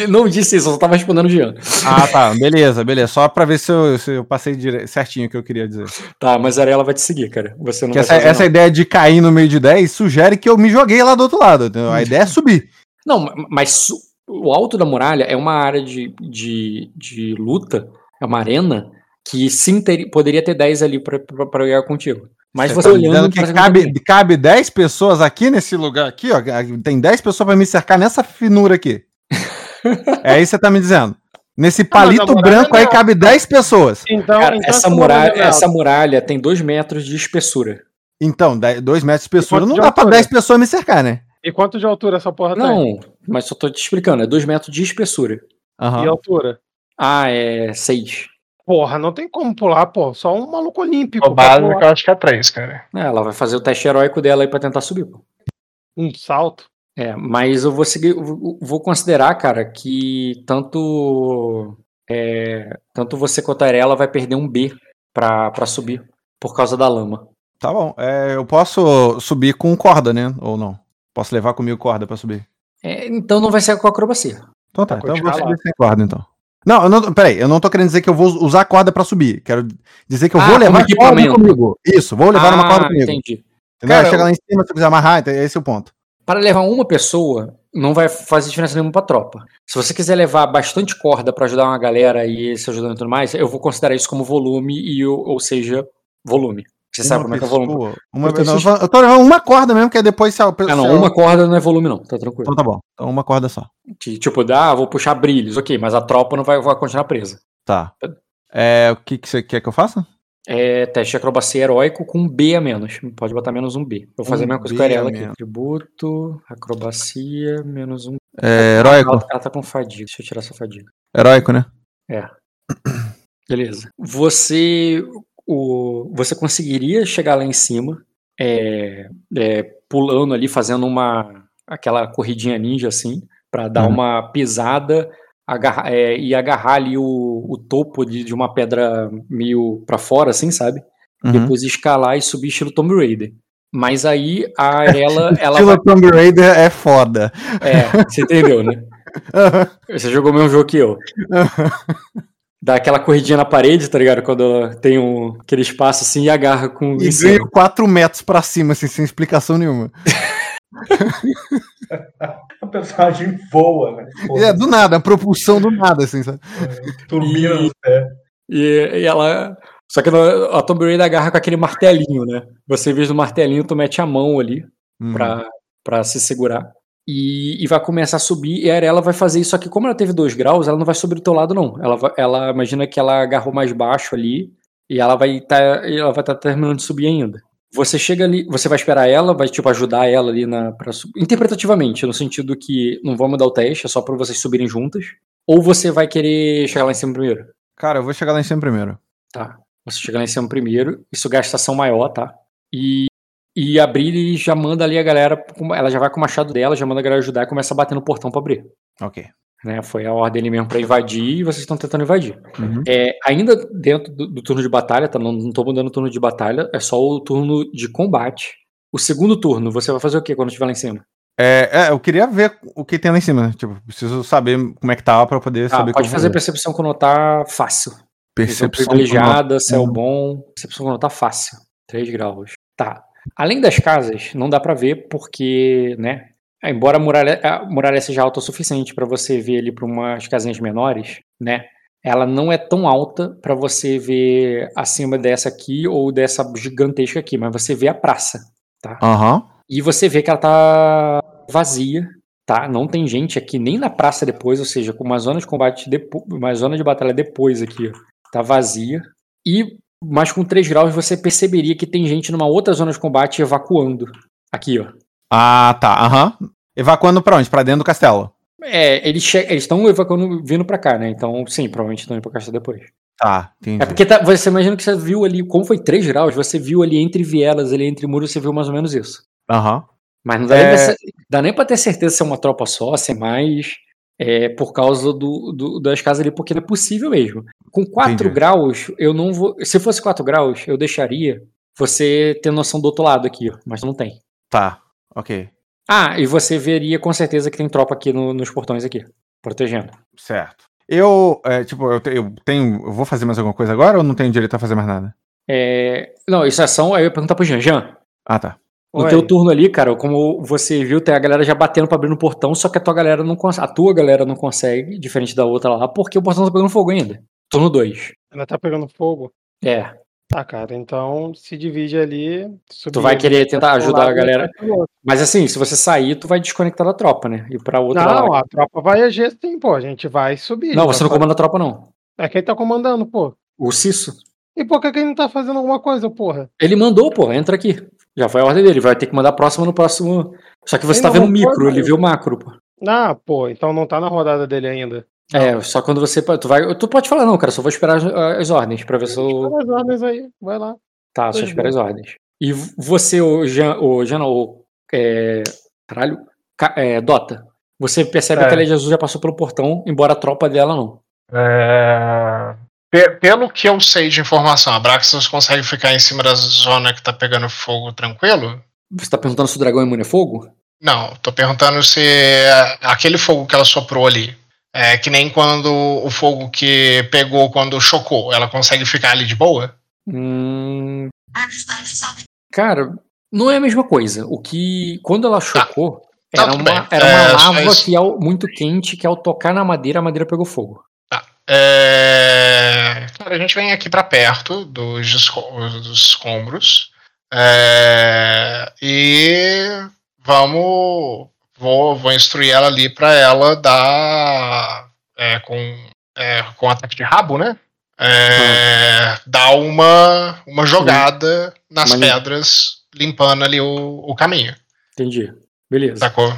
S2: não, não disse isso, eu só tava respondendo o Jean.
S3: Ah, tá. Beleza, beleza. Só pra ver se eu, se eu passei dire... certinho o que eu queria dizer.
S2: Tá, mas a Ariela vai te seguir, cara. Você não
S3: Que
S2: vai
S3: essa,
S2: fazer,
S3: essa
S2: não.
S3: ideia de cair no meio de 10 sugere que eu me joguei lá do outro lado. entendeu? A ideia é subir.
S2: Não, ma- mas su- o alto da muralha é uma área de, de, de luta, é uma arena que se inter- poderia ter 10 ali pra, pra, pra guerra contigo. Mas você,
S3: tá me
S2: olhando
S3: dizendo
S2: pra
S3: que
S2: cima do
S3: cabe, cabe 10 pessoas aqui nesse lugar aqui, ó. Tem 10 pessoas pra me cercar nessa finura aqui. é isso que você tá me dizendo.
S2: Ah,
S3: Nesse palito
S5: agora
S3: branco aí
S5: não.
S3: cabe 10 pessoas.
S5: Então,
S2: Cara,
S5: então
S2: essa,
S5: esse
S2: muralha,
S5: movimento-
S2: essa muralha tem dois metros de espessura.
S3: Então, 2 metros de espessura
S5: quanto
S3: não
S5: de
S3: dá pra
S5: altura?
S3: 10 pessoas me cercar, né?
S5: E quanto de altura essa porra tem?
S2: Não, mas só tô te explicando, é dois metros de espessura.
S3: Aham.
S5: E altura?
S2: Ah, é seis.
S5: Porra, não tem como pular, pô. Só um maluco olímpico.
S1: O
S5: pra
S1: básico
S5: pular.
S1: eu acho que é 3, cara.
S2: É, Ela vai fazer o teste heróico dela aí pra tentar subir, pô.
S5: Um salto.
S2: É, mas eu vou seguir, eu vou- vou considerar, cara, que tanto é, tanto você quanto a Arela vai perder um B pra, pra subir por causa da lama.
S3: Tá bom. É, eu posso subir com corda, né? Ou não? Posso levar comigo corda pra subir?
S2: É, então não vai ser com acrobacia.
S3: Então tá, então eu vou
S5: continuar
S3: subir sem corda, então. Não, eu não, peraí, eu não tô querendo dizer que eu vou usar a corda pra subir. Quero dizer que eu
S2: Ah,
S3: vou
S2: como
S3: levar a corda
S2: equipamento.
S3: comigo. Isso, vou levar uma corda comigo.
S2: Ah, entendi.
S3: Entendeu?
S2: Cara,
S3: Chega lá em cima, se quiser amarrar, então esse é o ponto.
S2: Para levar uma pessoa não vai fazer diferença nenhuma pra tropa. Se você quiser levar bastante corda pra ajudar uma galera e se ajudando e tudo mais, eu vou considerar isso como volume e ou, ou seja, volume. Você sabe como é que é o volume?
S3: Pô, uma-
S2: Eu tô
S3: não, eu,
S2: sus-
S3: tô, eu tô levando uma corda mesmo, que aí depois se a
S2: Ah, não,
S3: se a-
S2: uma corda não é volume não, tá tranquilo.
S3: Então tá bom. Então uma corda só.
S2: Que, tipo, dá, ah, vou puxar brilhos, ok, mas a tropa não vai, vai continuar presa.
S3: Tá. É, o que, que você quer que eu faça?
S2: É teste de acrobacia heróico com B a menos. Pode botar menos um B. Vou fazer
S3: Um
S2: a mesma coisa
S3: B
S2: com a Ariela
S3: a
S2: aqui.
S3: menos.
S2: Tributo, acrobacia, menos um.
S3: É,
S2: Ela,
S3: heróico.
S2: ela tá com fadiga. Deixa eu tirar essa fadiga.
S3: Heróico, né?
S2: Beleza. Você, o, você conseguiria chegar lá em cima, é, é, pulando ali, fazendo uma aquela corridinha ninja assim, pra dar
S3: Uhum.
S2: uma pisada agarra- é, e agarrar ali o, o topo de, de uma pedra meio pra fora, assim, sabe?
S3: Uhum.
S2: Depois escalar e subir estilo Tomb Raider. Mas aí a ela, ela
S3: Estilo
S2: vai,
S3: Tomb Raider é foda.
S2: é, você entendeu, né? Você jogou o mesmo jogo que eu. Dá aquela corridinha na parede, tá ligado? Quando tem um, aquele espaço assim e agarra com
S3: E
S2: em cima.
S3: ganho 4 metros pra cima, assim, sem explicação nenhuma.
S4: A personagem voa, né? Porra,
S3: É, do nada, a propulsão do nada, assim, sabe?
S4: Turmina um no pé.
S2: E, e ela. Só que no- a Tomb Raider agarra com aquele martelinho, né? Você, em vez do martelinho, tu mete a mão ali
S3: Hum.
S2: pra, pra se segurar. E, e vai começar a subir. E a Arela vai fazer isso aqui. Como ela teve dois graus, ela não vai subir do teu lado, não. Ela, vai- ela imagina que ela agarrou mais baixo ali. E ela vai tá, estar terminando de subir ainda. Você chega ali, você vai esperar ela, vai tipo ajudar ela ali na pra, su- interpretativamente, no sentido que não vamos dar o teste, é só pra vocês subirem juntas, ou você vai querer chegar lá em cima primeiro?
S3: Cara, eu vou chegar lá em cima primeiro.
S2: Tá. Você chega lá em cima primeiro, isso gasta ação maior, tá? E, e abrir e já manda ali a galera, com- ela já vai com o machado dela, já manda a galera ajudar e começa a bater no portão pra abrir.
S3: Ok.
S2: Né? Foi a ordem ali mesmo pra invadir e vocês estão tentando invadir. É, ainda dentro do, do turno de batalha, tá? Não, não tô mudando o turno de batalha, é só o turno de combate. O segundo turno, você vai fazer o quê quando estiver lá em cima?
S3: É, é, eu queria ver o que tem lá em cima, né? Tipo, preciso saber como é que tá pra poder
S2: Ah,
S3: saber o que
S2: pode
S3: eu vou
S2: fazer percepção com notar fácil. Percepção
S3: privilegiada.
S2: privilegiada, céu bom. Percepção não tá fácil. 3 graus. Tá. Além das casas, não dá pra ver porque, né? Embora a muralha, a muralha seja alta o suficiente pra você ver ali para umas casinhas menores, né? Ela não é tão alta pra você ver acima dessa aqui ou dessa gigantesca aqui, mas você vê a praça.
S3: Aham.
S2: E você vê que ela tá vazia, tá? Não tem gente aqui nem na praça depois, ou seja, com uma zona de combate depois, uma zona de batalha depois aqui, ó. tá vazia. E mas com 3 graus você perceberia que tem gente numa outra zona de combate evacuando. Aqui, ó.
S3: Ah, tá. Aham. Evacuando pra onde? Pra dentro do castelo.
S2: É, eles che- eles estão evacuando vindo pra cá, né? Então, sim, provavelmente estão indo pra casa depois.
S3: Tá, entendi.
S2: É porque tá- você imagina que você viu ali, como foi 3 graus, você viu ali entre vielas, ali entre muros, você viu mais ou menos isso.
S3: Aham.
S2: Mas não dá, nem
S3: É.
S2: pra ser- dá nem pra ter certeza se é uma tropa só, se é mais, é, por causa do, do- das casas ali, porque não é possível mesmo. Com 4
S3: Entendi.
S2: graus, eu não vou. Se fosse 4 graus, eu deixaria você ter noção do outro lado aqui, ó, mas não tem.
S3: Tá, ok.
S2: Ah, e você veria com certeza que tem tropa aqui no- nos portões aqui, protegendo.
S3: Certo. Eu, é, tipo, eu, te- eu tenho. Eu vou fazer mais alguma coisa agora ou não tenho direito a fazer mais nada?
S2: É, Não, isso é ação, aí eu ia perguntar pro Jean. Jean,
S3: Ah, tá.
S2: no
S5: Oi.
S2: teu turno ali, cara, como você viu, tem a galera já batendo pra abrir no portão, só que a tua galera não consegue. A tua galera não consegue, diferente da outra lá, porque o portão tá pegando fogo ainda. Turno 2.
S5: Ela tá pegando fogo.
S2: É.
S5: Tá, cara, então se divide ali. subir
S2: Tu vai
S5: ali,
S2: querer tentar
S5: pro
S2: ajudar a
S5: lado,
S2: galera.
S5: vai pro outro.
S2: Mas assim, se você sair, tu vai desconectar da tropa, né? E pra outra
S5: Não,
S2: lá.
S5: a tropa vai agir sim, pô. A gente vai subir.
S2: Não, você não
S5: Vai
S2: comanda a tropa, não.
S5: É quem tá comandando, pô.
S2: O Cisso.
S5: E por que que ele não tá fazendo alguma coisa, porra?
S2: Ele mandou, porra, entra aqui. Já foi a ordem dele, vai ter que mandar a próxima no próximo. Só que você
S5: Ele
S2: tá
S5: não
S2: vendo o
S5: mandou,
S2: micro, ele
S5: cara.
S2: viu o macro, pô.
S5: Ah, pô, então não tá na rodada dele ainda.
S2: É, só quando você. Tu vai. Tu pode falar, não, cara. Só vou esperar as, as ordens pra ver se eu.
S5: Faz as ordens aí, vai lá.
S2: Tá, só
S5: Pois
S2: espera as ordens. E v- você, o Jean, o Jean, não, o, é, caralho, Ca- é, Dota, você percebe
S1: É.
S2: que a Lei de Azul já passou pelo portão, embora a tropa dela não.
S1: É, pe- Pelo que eu sei de informação, a Braxas consegue ficar em cima da zona que tá pegando fogo tranquilo?
S2: Você tá perguntando se o dragão é imune a fogo?
S1: Não, tô perguntando se é, aquele fogo que ela soprou ali, é que nem quando o fogo que pegou quando chocou, ela consegue ficar ali de boa?
S2: Hum, cara, não é a mesma coisa. O que. Quando ela chocou,
S1: Tá,
S2: era
S1: tudo
S2: uma,
S1: bem.
S2: era uma
S1: É, só
S2: lava
S1: isso.
S2: que é o- muito quente, que ao tocar na madeira, a madeira pegou fogo.
S1: É, cara, a gente vem aqui pra perto dos, esco- dos escombros é, e vamos. Vou, vou instruir ela ali pra ela dar. é, com, é, com ataque de rabo, né? É, Dar uma, uma jogada nas
S2: Uma lim-
S1: pedras, limpando ali o, o caminho,
S2: Entendi. Beleza.
S1: sacou?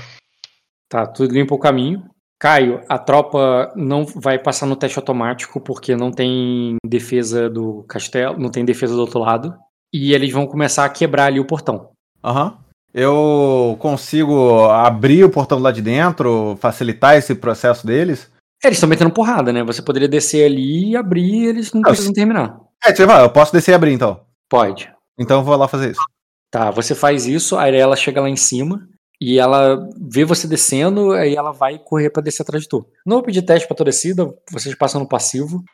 S2: Tá, tu limpa o caminho. Caio, a tropa não vai passar no teste automático porque não tem defesa do castelo, não tem defesa do outro lado. E eles vão começar a quebrar ali o portão.
S3: Aham. Eu consigo abrir o portão lá de dentro, facilitar esse processo deles?
S2: Eles estão metendo porrada, né? Você poderia descer ali e abrir e eles não
S3: Ah,
S2: precisam terminar.
S3: É, tipo, ah, eu posso descer e abrir então.
S2: Pode.
S3: Então eu vou lá fazer isso.
S2: Tá, você faz isso, aí ela chega lá em cima e ela vê você descendo, aí ela vai correr pra descer atrás de tu. Não vou pedir teste pra tua descida, vocês passam no passivo.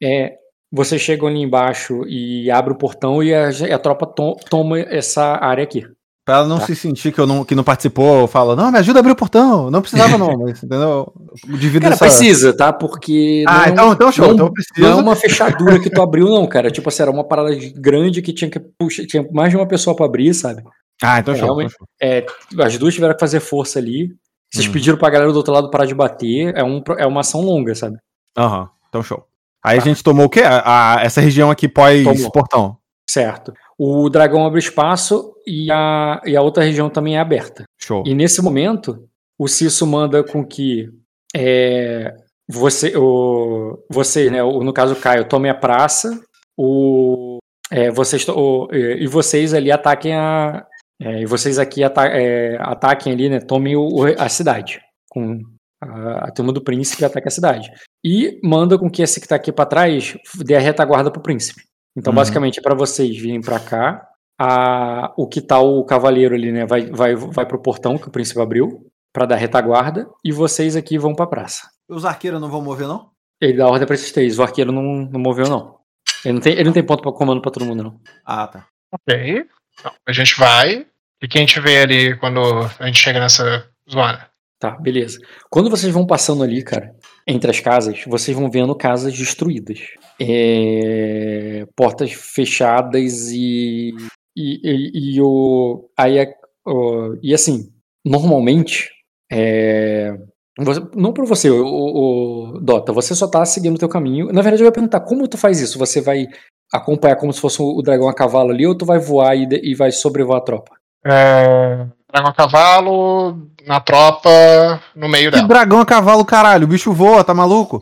S2: É, vocês chegam ali embaixo e abre o portão e a, a tropa to- toma essa área aqui.
S3: Pra ela não
S2: Tá.
S3: se sentir que, eu não, que não participou, fala, não, me ajuda a abrir o portão. Não precisava, não, mas entendeu? Eu Divido
S2: Cara,
S3: essa.
S2: precisa, tá? Porque
S3: Ah,
S2: não,
S3: então, então
S2: não-
S3: show, então eu
S2: não é
S3: preciso.
S2: uma fechadura que tu abriu, não, cara. Tipo assim, era uma parada de- grande que tinha que puxa, tinha mais de uma pessoa pra abrir, sabe?
S3: Ah, então show. Então
S2: é, Realmente.
S3: show.
S2: as duas tiveram que fazer força ali. Vocês
S3: Uhum.
S2: pediram pra galera do outro lado parar de bater. É, um, pro- é uma ação longa, sabe?
S3: Aham, então show. Aí a gente tomou o quê? A- a- essa região aqui
S2: Tá. Tomou.
S3: pós-portão.
S2: Certo. O dragão abre espaço e a, e a outra região também é aberta.
S3: Show.
S2: E nesse momento, o Cisso manda com que é, você, o, você né, o- no caso o Caio, tome a praça o, é, vocês, to- o- é, e vocês ali ataquem a. é, e vocês aqui ata, é, ataquem ali, né? Tomem o- o- a cidade. Com a, a turma do príncipe ataque a cidade. E manda com que esse que tá aqui pra trás dê a retaguarda pro príncipe. Então,
S3: Uhum.
S2: basicamente, é pra vocês virem pra cá a- o que tá o cavaleiro ali, né? Vai, vai, vai pro portão que o príncipe abriu pra dar retaguarda e vocês aqui vão pra praça.
S3: Os arqueiros não vão mover, não?
S2: Ele dá ordem pra esses três. O arqueiro não, não moveu, não. Ele não tem, ele não tem ponto pra comando pra todo mundo, não.
S3: Ah, tá.
S1: Ok. Então, a gente vai. E quem a gente vê ali quando a gente chega nessa zona?
S2: Tá, beleza. Quando vocês vão passando ali, cara, entre as casas, vocês vão vendo casas destruídas. É, Portas fechadas e. E, e, e o. Aí é- ó, e assim, normalmente. é, você- não pra você, o, o- o Dota, você só tá seguindo o teu caminho. Na verdade, eu ia perguntar como tu faz isso? Você vai acompanhar como se fosse o dragão a cavalo ali, ou tu vai voar e, de- e vai sobrevoar a tropa?
S1: É, dragão a cavalo, na tropa, no meio
S3: Que
S1: dela.
S3: dragão a cavalo, caralho. O bicho voa, tá maluco?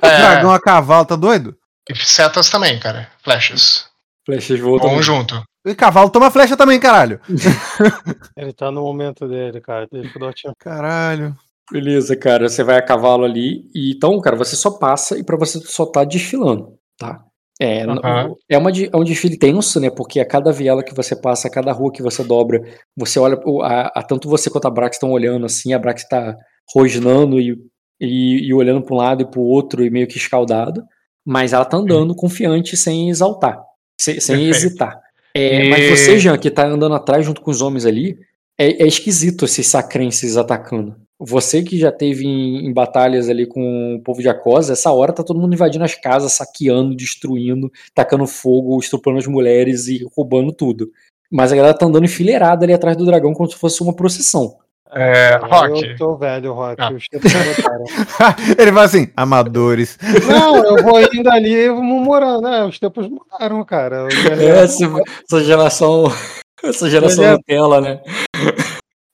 S3: Dragão
S1: É,
S3: a cavalo, tá doido?
S1: e setas também, cara. Flechas.
S2: Flechas voam
S1: Vão
S2: também.
S1: junto.
S3: E cavalo toma flecha também, caralho.
S5: Ele tá no momento dele, cara. Deixa o Dotinha.
S3: Caralho.
S2: Beleza, cara. Você vai a cavalo ali. E, então, cara, você só passa e pra você só tá desfilando, tá? É, É,
S1: Aham.
S2: não- é, uma de- é um desfile tenso, né? Porque a cada viela que você passa, a cada rua que você dobra, você olha. o- A, a- tanto você quanto a Brax estão olhando assim, a Brax tá rosnando e, e, e olhando para um lado e para o outro e meio que escaldado. Mas ela tá andando confiante, sem exaltar, sem, sem
S1: Perfeito.
S2: hesitar. É,
S1: E-
S2: Mas você, Jean, que tá andando atrás junto com os homens ali, é, é esquisito esses sacrenses atacando. Você que já teve em, em batalhas ali com o povo de Acosa, essa hora tá todo mundo invadindo as casas, saqueando, destruindo, tacando fogo, estuprando as mulheres e roubando tudo. Mas a galera tá andando enfileirada ali atrás do dragão como se fosse uma procissão.
S1: É, Rock,
S5: Eu tô velho, Rock.
S1: Ah.
S5: os tempos mudaram.
S3: Ele fala assim, amadores.
S5: Não, eu vou indo ali e vou murmurando. É, os tempos mudaram, cara.
S1: É.
S2: É, Essa, essa geração. Essa geração
S5: Olha-
S2: Nutella, né?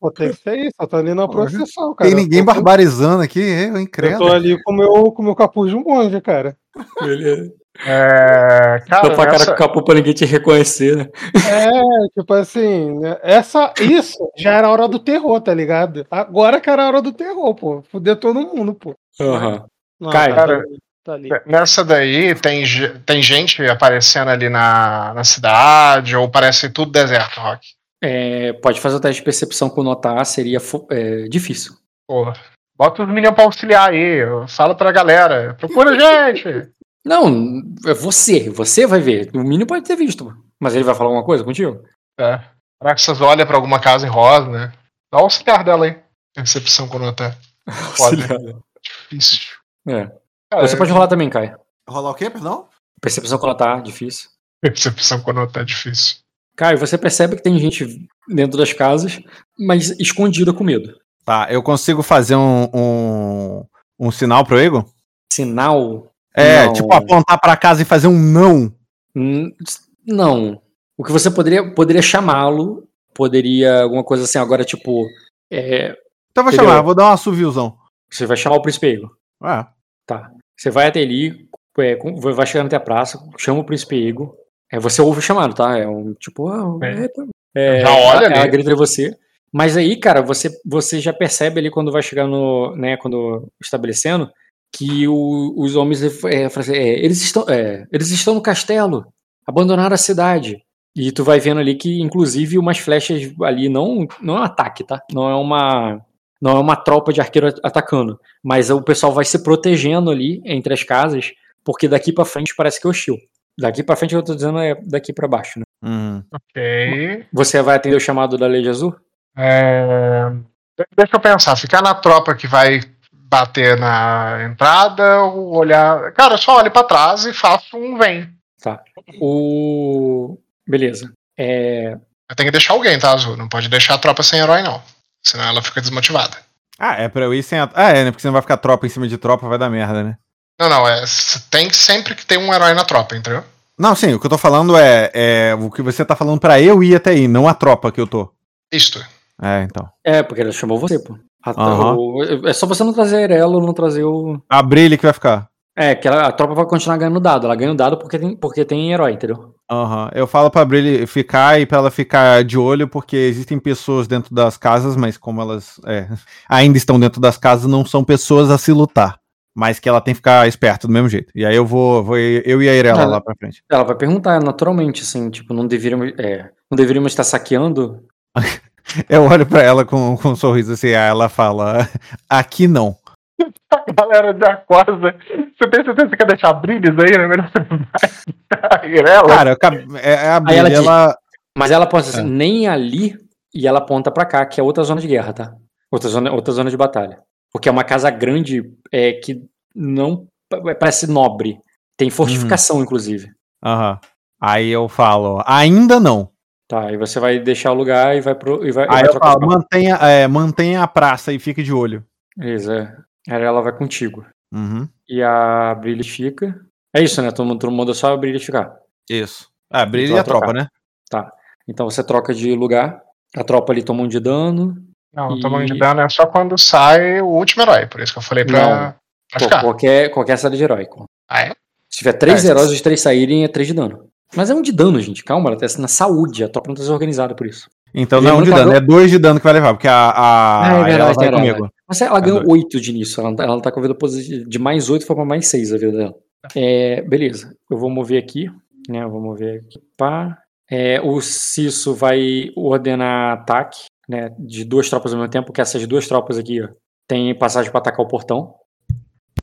S5: Pô, tem que ser isso. Eu tô ali na processão, cara.
S3: Tem ninguém
S5: eu tô,
S3: barbarizando aqui, eu
S5: Eu tô
S3: incrédulo.
S5: ali com o meu, com o meu capuz de um monge, cara.
S2: Beleza.
S1: é, cara,
S2: Dá pra cara
S1: nessa-
S2: com capô pra ninguém te reconhecer, né?
S5: É, tipo assim, né, essa, isso já era a hora do terror, tá ligado? Agora que era a hora do terror, pô. Fudeu todo mundo, pô.
S2: Aham.
S5: Não,
S2: Caio.
S5: tá ali, tá ali.
S1: nessa daí tem, ge- tem gente aparecendo ali na, na cidade, ou parece tudo deserto, Rock.
S2: É, pode fazer o teste de percepção com nota A, seria fo- é, difícil.
S1: Porra. Bota os meninos pra auxiliar aí, fala pra galera, procura gente!
S2: Não, é você, você vai ver. O mínimo pode ter visto, mas ele vai falar alguma coisa contigo?
S1: É. Praxas olha pra alguma casa em rosa, né? Dá o auxiliar dela aí. Percepção quando até. Pode. né?
S2: Auxiliar.
S1: Difícil.
S2: É.
S1: Cara,
S2: Você pode rolar também, Caio.
S3: Rolar o quê, perdão?
S2: Percepção com nota A, difícil.
S1: Percepção quando tá difícil.
S2: Caio, você percebe que tem gente dentro das casas, mas escondida com medo.
S3: Tá, eu consigo fazer um, um, um sinal pro Igor?
S2: Sinal?
S3: É,
S2: Não.
S3: tipo apontar pra casa e fazer um não.
S2: N- Hum, Não. O que você poderia, poderia chamá-lo, poderia alguma coisa assim, agora tipo, é,
S3: Então eu vou
S2: Entendeu?
S3: chamar, eu vou dar uma assoviozão.
S2: você vai chamar o príncipe Igor.
S3: É.
S2: Você vai até ali, é, com- vai chegando até a praça, chama o príncipe Igor. É, você ouve o chamado, tá? É um tipo. ah,
S1: É.
S2: é, tá. É,
S1: Já olha
S2: ela, ela
S1: ali.
S2: grita em você. Mas aí, cara, você, você já percebe ali quando vai chegando, né? Quando estabelecendo, que o- os homens é, falam assim, é, eles, estão, é, eles estão no castelo, abandonaram a cidade. E tu vai vendo ali que, inclusive, umas flechas ali não, não é um ataque, tá? Não é uma. Não é uma tropa de arqueiro at- atacando mas o pessoal vai se protegendo ali entre as casas, porque daqui pra frente parece que é hostil. Daqui pra frente eu tô dizendo é daqui pra baixo, né?
S3: Uhum.
S1: Ok.
S2: Você vai atender o chamado da Lei de Azul?
S1: É, de- Deixa eu pensar, ficar na tropa que vai bater na entrada ou olhar. Cara, eu só olho pra trás e faço um vem.
S2: O beleza. É,
S1: Eu tenho que deixar alguém, tá, Azul? Não pode deixar a tropa sem herói, não. Senão ela fica desmotivada.
S3: Ah, é pra eu ir sem. A... Ah, é, né? Porque senão vai ficar tropa em cima de tropa, vai dar merda, né?
S1: Não, não, é. s- Tem sempre que ter um herói na tropa, entendeu?
S3: Não, sim, o que eu tô falando é, é o que você tá falando pra eu ir até aí, não a tropa que eu tô.
S1: Isto.
S3: É, então.
S2: é porque ela chamou você, pô. A-
S3: Aham.
S2: o- é só você não trazer ela, não trazer o
S3: A brilha que vai ficar.
S2: É, que ela- a tropa vai continuar ganhando dado. Ela ganha o dado porque tem, porque tem herói, entendeu?
S3: Aham. Eu falo pra Brilha ficar e pra ela ficar de olho, porque existem pessoas dentro das casas, mas como elas é, ainda estão dentro das casas, não são pessoas a se lutar. Mas que ela tem que ficar esperta do mesmo jeito. E aí eu vou, vou ir- eu e a Irela
S2: Ah.
S3: lá pra frente.
S2: Ela vai perguntar naturalmente, assim, tipo, não deveríamos, é, não deveríamos estar saqueando?
S3: Eu olho pra ela com, com um sorriso assim, aí ela fala: aqui não.
S1: A galera da quase. né? Você tem certeza que quer deixar brilhos aí, né? Melhor você
S3: Cara, eu acabei- é, é a Brilha,
S2: ela diz-
S3: ela,
S2: Mas ela aponta
S3: É.
S2: assim, nem ali, e ela aponta pra cá, que é outra zona de guerra, tá? Outra zona, outra zona de batalha. Porque é uma casa grande é, que não pa- parece nobre.
S3: Hum.
S2: Tem fortificação, inclusive.
S3: Aham. Aí eu falo, ainda não.
S2: Tá, e você vai deixar o lugar e vai pro. E vai, e vai
S3: Aí eu
S2: trocar
S3: falo,
S2: de mapa.
S3: mantenha, é, mantenha a praça e fique de olho.
S2: Beleza, é. Aí ela vai contigo.
S3: Uhum.
S2: E a Brilha fica. É isso, né? Todo mundo, todo mundo é só a Brilha ficar.
S3: Isso. Ah, brilha
S2: Então vai
S3: e a tropa,
S2: trocar.
S3: né?
S2: Então você troca de lugar. A tropa ali toma um de dano.
S1: Não,
S2: E-
S1: tomando de dano é só quando sai o último herói. Por isso que eu falei
S2: Não.
S1: pra, pra
S2: Qual-
S1: ficar.
S2: Qualquer, qualquer saída de herói.
S1: Ah, é?
S2: Se tiver três
S3: É,
S2: heróis, os três saírem, é três de dano. Mas é um de dano, gente. Calma, ela tá na saúde. A tropa não tá desorganizada por isso.
S3: Então
S2: Ele
S3: não é um de
S2: nunca
S3: dano,
S2: deu-
S3: é dois de dano que vai levar, porque a, a,
S2: Ah, é
S3: a
S2: verdade,
S3: ela
S2: é
S3: vai
S2: verdade.
S3: comigo.
S2: Mas ela tá ganhou
S3: dois.
S2: oito de início. Ela, ela tá com a vida positiva. De mais oito foi pra mais seis a vida dela. É, beleza, eu vou mover aqui, né? Eu vou mover aqui. Pá. É, o Cisso vai ordenar ataque, né? De duas tropas ao mesmo tempo, que essas duas tropas aqui ó, têm passagem para atacar o portão.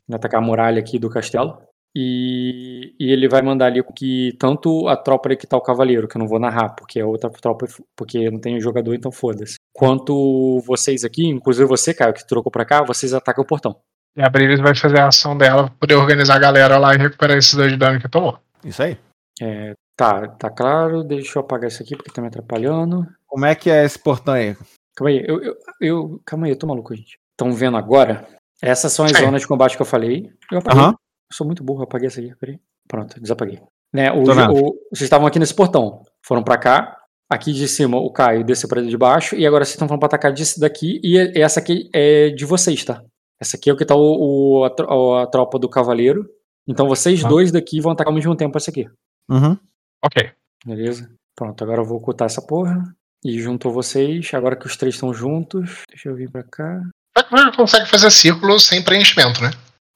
S2: né, Atacar a muralha aqui do castelo. E, e ele vai mandar ali que tanto a tropa que tá o cavaleiro, que eu não vou narrar, porque é outra tropa, porque não tem jogador, então foda-se. Quanto vocês aqui, inclusive você, Caio, que trocou pra cá, vocês atacam o portão.
S1: E a Brilhos vai fazer a ação dela pra poder organizar a galera lá e recuperar esses dois de dano que tomou.
S6: Isso aí.
S2: É, tá, tá claro. Deixa eu apagar isso aqui porque tá me atrapalhando.
S6: Como é que é esse portão aí?
S2: Calma aí, eu, eu, eu- calma aí, eu tô maluco, gente. Estão vendo agora? Essas são as
S1: Sim.
S2: zonas de combate que eu falei. Eu apaguei.
S6: Aham.
S2: Eu sou muito burro, eu apaguei essa aqui. Peraí. Pronto, desapaguei. Né, o-
S6: Tô vendo.
S2: o- vocês estavam aqui nesse portão. Foram pra cá. Aqui de cima o Caio desceu pra de baixo. E agora vocês estão falando pra atacar desse daqui. E é- essa aqui é de vocês, tá? Essa aqui é o que tá o, o- a, tro- a tropa do cavaleiro. Então vocês
S6: Tá.
S2: dois daqui vão atacar ao mesmo tempo essa aqui.
S6: Uhum.
S1: Ok.
S2: Beleza? Pronto, agora eu vou ocultar essa porra. E juntou vocês, agora que os três estão juntos. Deixa eu vir pra cá.
S1: Só que ele consegue fazer círculos sem preenchimento, né?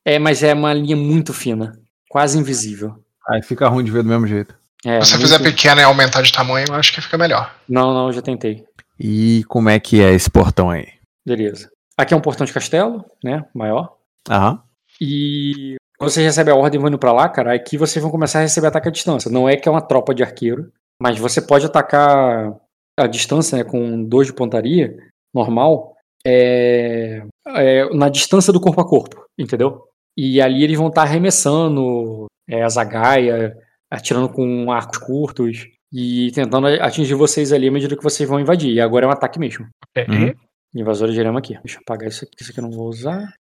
S2: É, mas é uma linha muito fina. Quase invisível.
S6: Aí fica ruim de ver do mesmo jeito.
S2: É,
S1: Se você
S2: muito-
S1: fizer pequena e aumentar de tamanho, eu acho que fica melhor.
S2: Não, não, eu já tentei.
S6: E como é que é esse portão aí?
S2: Beleza. Aqui é um portão de castelo, né? Maior.
S6: Aham.
S2: E quando vocês recebem a ordem e vão indo pra lá, cara, aqui vocês vão começar a receber ataque à distância. Não é que é uma tropa de arqueiro, mas você pode atacar à distância, né? Com dois de pontaria, normal, é, é, na distância do corpo a corpo, entendeu? E ali eles vão estar arremessando é, a zagaia, atirando com arcos curtos e tentando atingir vocês ali à medida que vocês vão invadir. E agora é um ataque mesmo.
S1: Ok.
S6: Uhum.
S2: Invasores de erema aqui. Deixa eu apagar isso aqui, isso aqui eu não vou usar.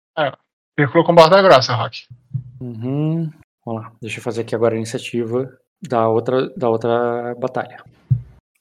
S1: Círculo com borda grossa, Rock.
S2: Uhum. Vamos lá. Deixa eu fazer aqui agora a iniciativa da outra, da outra batalha.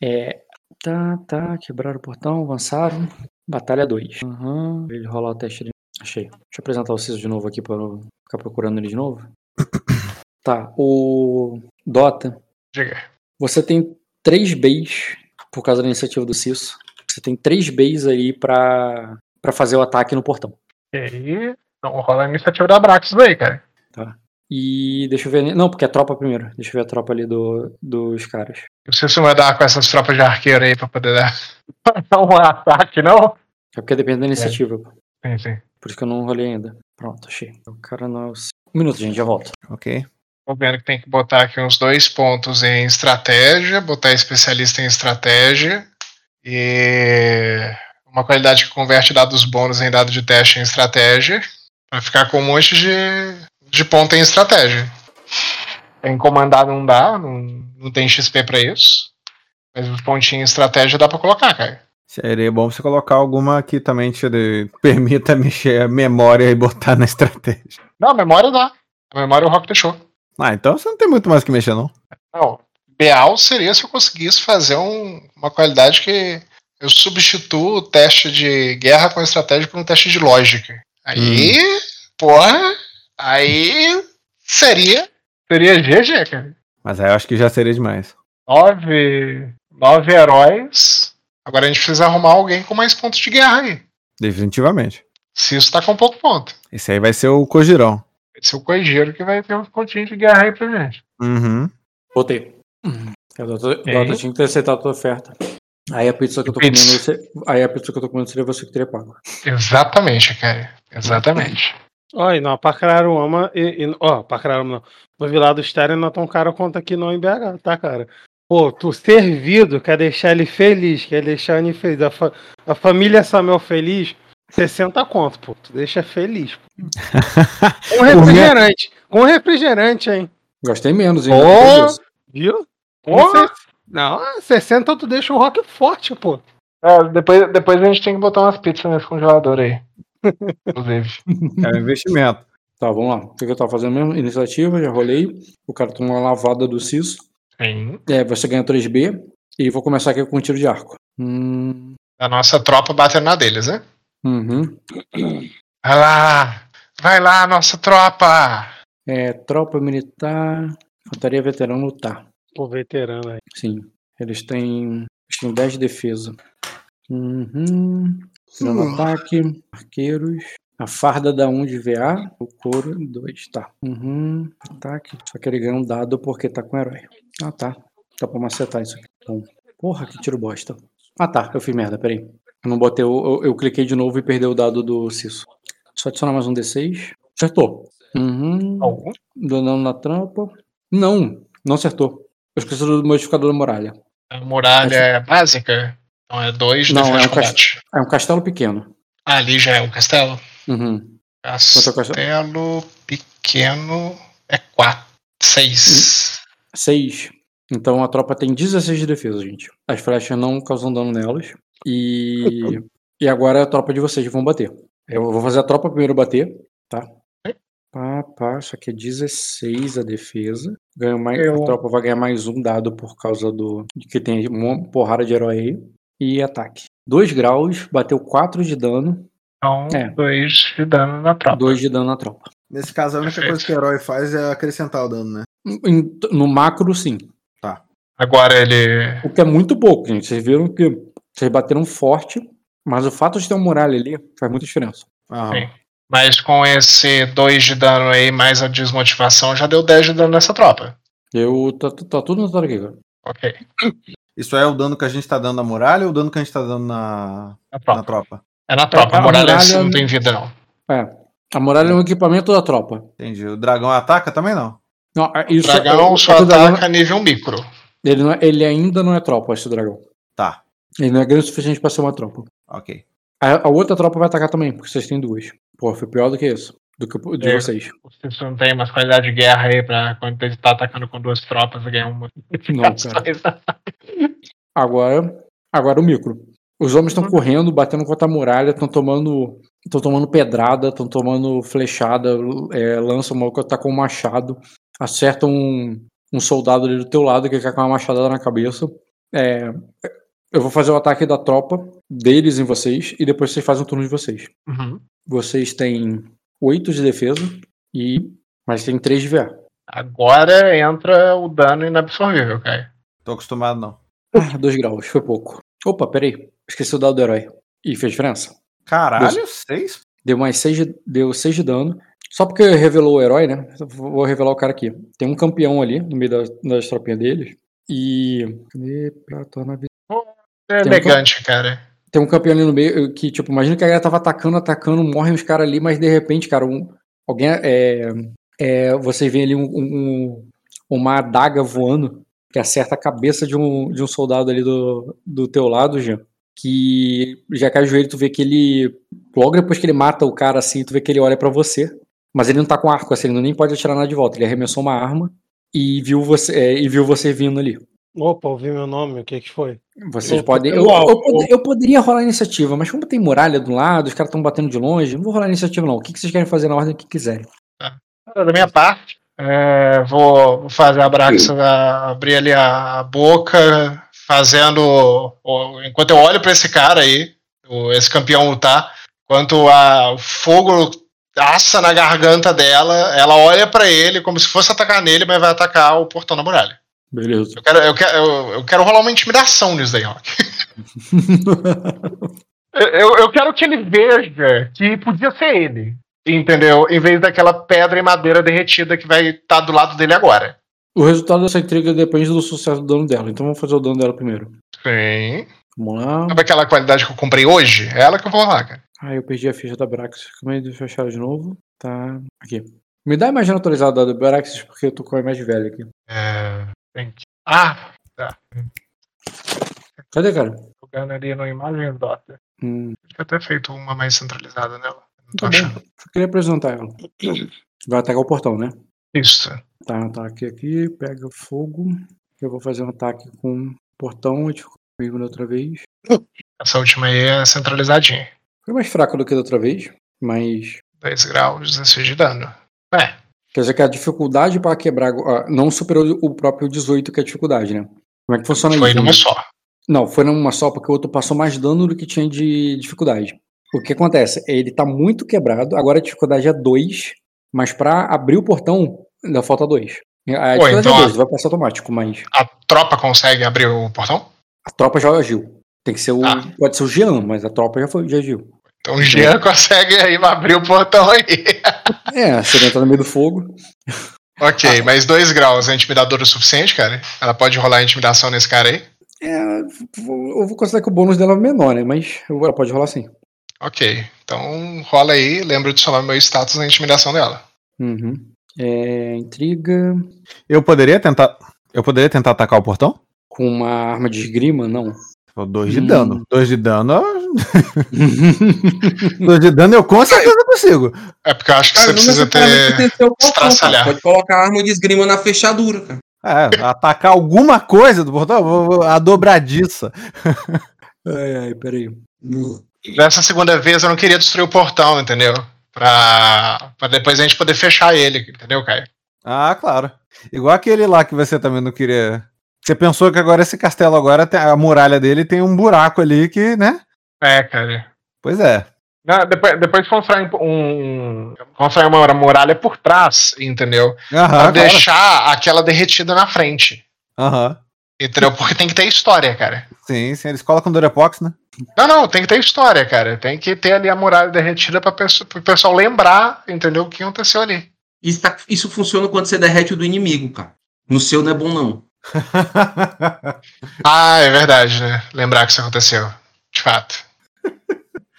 S2: É. Tá, tá. Quebraram o portão, avançaram. Batalha 2. Uhum. Ele rolar o teste. de- Achei. Deixa eu apresentar o Ciso de novo aqui pra eu ficar procurando ele de novo. Tá. O Dota.
S1: Diga.
S2: Você tem três Bs, por causa da iniciativa do Ciso. Você tem três Bs aí pra, pra fazer o ataque no portão.
S1: Ok. Então rola a iniciativa da Brax aí, cara.
S2: E deixa eu ver. Não, porque é tropa primeiro. Deixa eu ver a tropa ali do, dos caras.
S1: E Você se mandar com essas tropas de arqueiro aí pra poder dar dar um ataque, não?
S2: É porque depende da iniciativa.
S1: Sim, sim.
S2: Por isso que eu não rolei ainda. Pronto, achei. O cara não é o. c- Um minuto, gente, já volto.
S6: Ok.
S1: Tô vendo que tem que botar aqui uns dois pontos em estratégia, botar especialista em estratégia e uma qualidade que converte dados bônus em dado de teste em estratégia, pra ficar com um monte de, de ponto em estratégia. Em comandar não dá, não, não tem XP pra isso, mas os pontinhos em estratégia dá pra colocar, cara.
S6: Seria bom você colocar alguma que também te dê- permita mexer a memória e botar na estratégia.
S1: Não, a memória dá. A memória o Rock deixou.
S6: Ah, então você não tem muito mais o que mexer, não.
S1: Não, ideal seria se eu conseguisse fazer um- uma qualidade que eu substituo o teste de guerra com estratégia por um teste de lógica. Aí, porra, aí seria. Seria GG, cara.
S6: Mas aí eu acho que já seria demais.
S1: Nove, nove heróis. Agora a gente precisa arrumar alguém com mais pontos de guerra aí.
S6: Definitivamente.
S1: Se isso tá com pouco ponto.
S6: Esse aí vai ser o Cogirão.
S1: Vai ser o coigeiro que vai ter uns pontinhos de guerra aí pra gente.
S6: Uhum.
S2: Voltei. Eu, Dota,
S1: Ei.
S2: Dota, tinha que ter aceitado a tua oferta. Aí a pizza que eu tô comendo.
S1: Pizza.
S2: você- Aí a pizza que eu tô comendo seria você que teria pago.
S1: Exatamente, cara. Exatamente.
S5: Ó, e não, a Parcararuma. E, e, ó, Parcararuma não. No Vilar do Estéreo não é tão caro quanto aqui não em BH, tá, cara? Pô, tu servido quer deixar ele feliz, quer deixar ele feliz. A, fa- a família Samuel feliz, 60 conto, pô. Tu deixa feliz. Pô. Com refrigerante. Com refrigerante, hein?
S2: Gastei menos, hein?
S5: Ô!
S2: meu Deus.
S5: Viu?
S1: Porra!
S5: Com se- Não, 60 tu deixa um rock forte, pô.
S1: É, depois, depois a gente tem que botar umas pizzas nesse congelador aí. Inclusive.
S6: É um investimento.
S2: Tá, vamos lá. O que que eu tava fazendo mesmo? Iniciativa, já rolei. O cara tomou uma lavada do Ciso.
S1: Sim.
S2: É, você ganha 3B. E vou começar aqui com um tiro de arco. Hum.
S1: A nossa tropa batendo na deles, né?
S2: Uhum.
S1: Vai lá! Vai lá, nossa tropa!
S2: É, tropa militar, infantaria veterano lutar.
S5: Pô, veterano aí.
S2: Sim. Eles têm. Eles têm 10 de defesa. Uhum. Tirando ataque. Arqueiros. A farda dá 1 de VA, o couro 2, tá. Uhum, ataque. Só que ele ganha um dado porque tá com herói. Ah, tá. Dá pra macetar isso aqui. Então, porra, que tiro bosta. Ah, tá. Eu fiz merda, peraí. Eu não botei, o- eu, eu cliquei de novo e perdi o dado do Cisso. Só adicionar mais um D6. Acertou. Uhum.
S1: Algum?
S2: Donando na trampa. Não, não acertou. Eu esqueci do modificador da muralha.
S1: A muralha é básica? Então é dois
S2: Não,
S1: defesa
S2: é
S1: de
S2: um cast-
S1: combate.
S2: É um castelo pequeno.
S1: Ah, ali já é um castelo?
S2: Uhum. é o castelo?
S1: Castelo pequeno é 4. 6.
S2: Seis. Então a tropa tem 16 de defesa, gente. As flechas não causam dano nelas. E. E agora é a tropa de vocês que vão bater. Eu vou fazer a tropa primeiro bater, tá? Pá, pá, isso aqui é 16 a defesa. Ganho mais,
S1: Eu-
S2: A tropa vai ganhar mais um dado por causa do. De que tem uma porrada de herói aí. E ataque. 2 graus, bateu 4 de dano,
S1: Então,
S2: É.
S1: 2 de dano na tropa.
S2: 2 de dano na tropa.
S6: Nesse caso, a única coisa que o herói faz é acrescentar o dano, né?
S2: Em- No macro, sim.
S1: Agora ele.
S2: O que é muito pouco, gente. Vocês viram que vocês bateram forte, mas o fato de ter um muralha ali faz muita diferença.
S6: Ah,
S1: Sim. Mas com esse 2 de dano aí, mais a desmotivação, já deu 10 de dano nessa tropa.
S2: Eu. Tá, tá- tá tudo notado aqui, cara.
S1: Ok.
S6: Isso é o dano que a gente tá dando na muralha ou o dano que a gente tá dando na,
S1: Na tropa.
S6: na tropa?
S1: É na tropa.
S2: A
S1: A muralha,
S2: muralha-
S1: não tem vida, não.
S2: É. A muralha é um equipamento da tropa.
S6: Entendi. O dragão ataca também não.
S2: Não, a- isso, é-
S1: dragão
S2: o- o
S1: só
S2: dragão-
S1: ataca nível micro.
S2: ele, não é- ele ainda não é tropa, esse dragão.
S6: Tá,
S2: Ele não é grande o suficiente pra ser uma tropa.
S6: ok.
S2: A, a outra tropa vai atacar também, porque vocês têm duas. Pô, foi pior do que isso. Do que o- de
S1: É.
S2: vocês.
S1: Você não tem umas qualidades de guerra aí pra quando ele tá atacando com duas tropas e ganhar uma. Tá
S2: Não, cara. Agora, agora o micro. Os homens estão correndo, batendo contra a muralha, estão tomando, estão tomando pedrada, estão tomando flechada, é, lança o maluco tá com um machado, acerta um, um soldado ali do teu lado que tá com uma machadada na cabeça. É, eu vou fazer o ataque da tropa deles em vocês e depois vocês fazem o turno de vocês.
S1: Uhum.
S2: Vocês têm 8 de defesa e mas tem 3 de VA.
S1: Agora entra o dano inabsorvível, Caio.
S6: Tô acostumado não.
S2: Ah, 2 graus, foi pouco. Opa, peraí. Esqueci o dado do herói. E fez diferença.
S6: Caralho, seis?
S2: Deu mais 6 deu seis de dano. Só porque revelou o herói, né? Eu Vou revelar o cara aqui. Tem um campeão ali no meio das, das tropinhas deles. E. Cadê? Pra tornar vi-
S1: É
S2: Tem um
S1: elegante, cara.
S2: Tem um campeão ali no meio que, tipo, imagina que a galera tava atacando, atacando, morrem os caras ali, mas de repente, cara, um, alguém. É, é, você vê ali um, um- uma adaga voando que acerta a cabeça de um, de um soldado ali do, do teu lado, Jean. Que já cai o joelho, tu vê que ele. Logo depois que ele mata o cara assim, tu vê que ele olha pra você. Mas ele não tá com arco, assim, ele não- nem pode atirar nada de volta. Ele arremessou uma arma e viu você, é, e viu você vindo ali.
S5: Opa, ouvi meu nome, o que que foi?
S2: Vocês
S5: Eu-
S2: podem. Eu,
S5: eu-
S2: eu
S5: eu-
S2: pod- eu poderia rolar iniciativa, mas como tem muralha do lado, os caras estão batendo de longe, não vou rolar iniciativa, não. O que, que vocês querem fazer na ordem que quiserem?
S1: Da minha parte, é, vou fazer a Braxa a- abrir ali a boca, fazendo. o- Enquanto eu olho pra esse cara aí, o- esse campeão lutar, enquanto a, o fogo assa na garganta dela, ela olha pra ele como se fosse atacar nele, mas vai atacar o portão da muralha.
S2: Beleza.
S1: Eu quero, eu quero, eu, eu quero rolar uma intimidação nisso daí, Rock. Eu, eu quero que ele veja que podia ser ele. Entendeu? Em vez daquela pedra e madeira derretida que vai estar do lado dele agora.
S2: o resultado dessa intriga depende do sucesso do dano dela, então vamos fazer o dano dela primeiro.
S1: Sim.
S2: Vamos lá.
S1: Sabe aquela qualidade que eu comprei hoje? É ela que eu vou rolar, cara.
S2: Ah, eu perdi a ficha da Braxis. Como é que deixa eu achar ela de novo? Tá. Aqui. Me dá a imagem atualizada da Braxis, porque eu tô com a imagem velha aqui.
S1: É. Tem que... Ah,
S2: Cadê, cara?
S1: jogando ali na imagem do Dota.
S2: Hum,
S1: Tinha até feito uma mais centralizada nela. Não tô
S2: tá bom.
S1: achando.
S2: Só queria apresentar ela. Vai atacar o portão, né?
S1: Isso.
S2: Tá, ataque aqui, pega fogo. Eu vou fazer um ataque com portão, tipo, comigo da outra vez.
S1: Essa última aí é centralizadinha.
S2: Foi mais fraco do que da outra vez, mas.
S1: 10 graus, 16 de dano. É,
S2: Quer dizer que a dificuldade para quebrar ah, não superou o próprio 18, que é a dificuldade, né? Como é que funciona
S1: foi
S2: isso?
S1: numa só.
S2: Não, foi numa só, porque o outro passou mais dano do que tinha de dificuldade. O que acontece? Ele tá muito quebrado, agora a dificuldade é 2, mas para abrir o portão, ainda falta 2. A
S1: Pô,
S2: dificuldade
S1: então,
S2: é
S1: ó.
S2: 2, vai passar automático, mas.
S1: A tropa consegue abrir o portão?
S2: A tropa já agiu. Tem que ser o.
S1: Ah.
S2: Pode ser o Jean, mas a tropa já, é foi, já agiu.
S1: Então o Jean consegue aí abrir o portão aí.
S2: É, você entra no meio do fogo.
S1: Ok, mas dois graus é intimidador o suficiente, cara? Ela pode rolar intimidação nesse cara aí?
S2: É, vou- eu vou considerar que o bônus dela é menor, né? Mas ela pode rolar sim.
S1: Ok, então rola aí, lembra de adicionar meu status na intimidação dela.
S2: Uhum. É, intriga.
S6: Eu poderia tentar. Eu poderia tentar atacar o portão?
S2: Com uma arma de esgrima, não.
S6: Pô, Dois de
S2: Hum.
S6: dano. Dois de dano. eu- Dois de dano eu com certeza consigo.
S1: É porque eu acho que você
S7: Cara, não
S1: precisa
S7: necessariamente
S1: ter.
S7: tem que ser o balcão, cara.
S1: estraçalhar.
S7: Pode colocar a arma de esgrima na fechadura, cara.
S6: É, atacar alguma coisa do portão, eu vou- vou- a dobradiça.
S2: ai, ai, peraí.
S1: Dessa segunda vez eu não queria destruir o portão, entendeu? Pra, pra depois a gente poder fechar ele, entendeu, Caio?
S6: Ah, claro. Igual aquele lá que você também não queria. Você pensou que agora esse castelo agora tem- a muralha dele tem um buraco ali que, né?
S1: É, cara.
S6: Pois é.
S1: Não, depois, depois constroem um, um- constroem uma muralha por trás, entendeu? Pra
S6: Aham, claro.
S1: deixar aquela derretida na frente.
S6: Aham.
S1: Entendeu? Porque tem que ter história, cara.
S6: Sim, sim, eles colocam Durepox, né?
S1: Não, não, tem que ter história, cara. Tem que ter ali a muralha derretida pra pessoa, pro pessoal lembrar, entendeu? O que aconteceu ali.
S7: Isso, tá- isso funciona quando você derrete o do inimigo, cara. No seu não é bom, não.
S1: Ah, é verdade, né? Lembrar que isso aconteceu. De fato.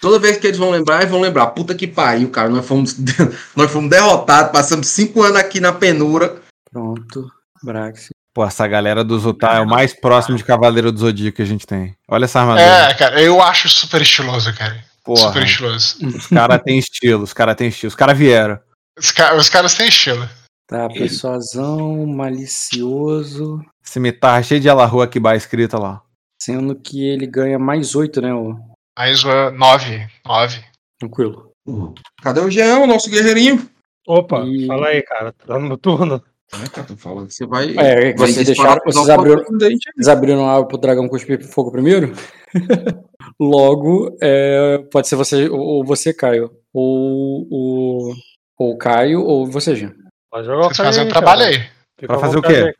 S7: Toda vez que eles vão lembrar, eles vão lembrar. Puta que pariu, cara. Nós fomos, nós fomos derrotados, passamos cinco anos aqui na penura.
S2: Pronto. Brax.
S6: Pô, essa galera do Zutar é o mais próximo de Cavaleiro do Zodíaco que a gente tem. Olha essa armadura.
S1: É, cara, eu acho super estiloso, cara.
S6: Porra,
S1: Super estiloso.
S6: os caras têm estilo, os caras têm estilo. Os caras vieram.
S1: Os, ca- os caras têm estilo.
S2: Tá, persuasão, malicioso.
S6: Cimitarra cheio de Alarua que escrita lá.
S2: Sendo que ele ganha mais 8, né? ô?
S1: Mais uma- nove. Nove.
S2: Tranquilo.
S7: Cadê o Jean, o nosso guerreirinho? é
S5: Opa,
S2: E-
S5: fala aí, cara. Tá no meu turno.
S7: Falando, você vai.
S2: É,
S7: vai
S2: vocês
S7: disparar
S2: deixaram- vocês
S7: uma
S2: abriram-
S7: oportunidade.
S2: Eles abriram a água pro dragão cuspir fogo primeiro? Logo, é, pode ser você, ou ou você, Caio. Ou o. Ou Caio, ou você, Jean.
S5: Pode jogar
S1: Vocês fazem um trabalho aí.
S6: Pra fazer o quê?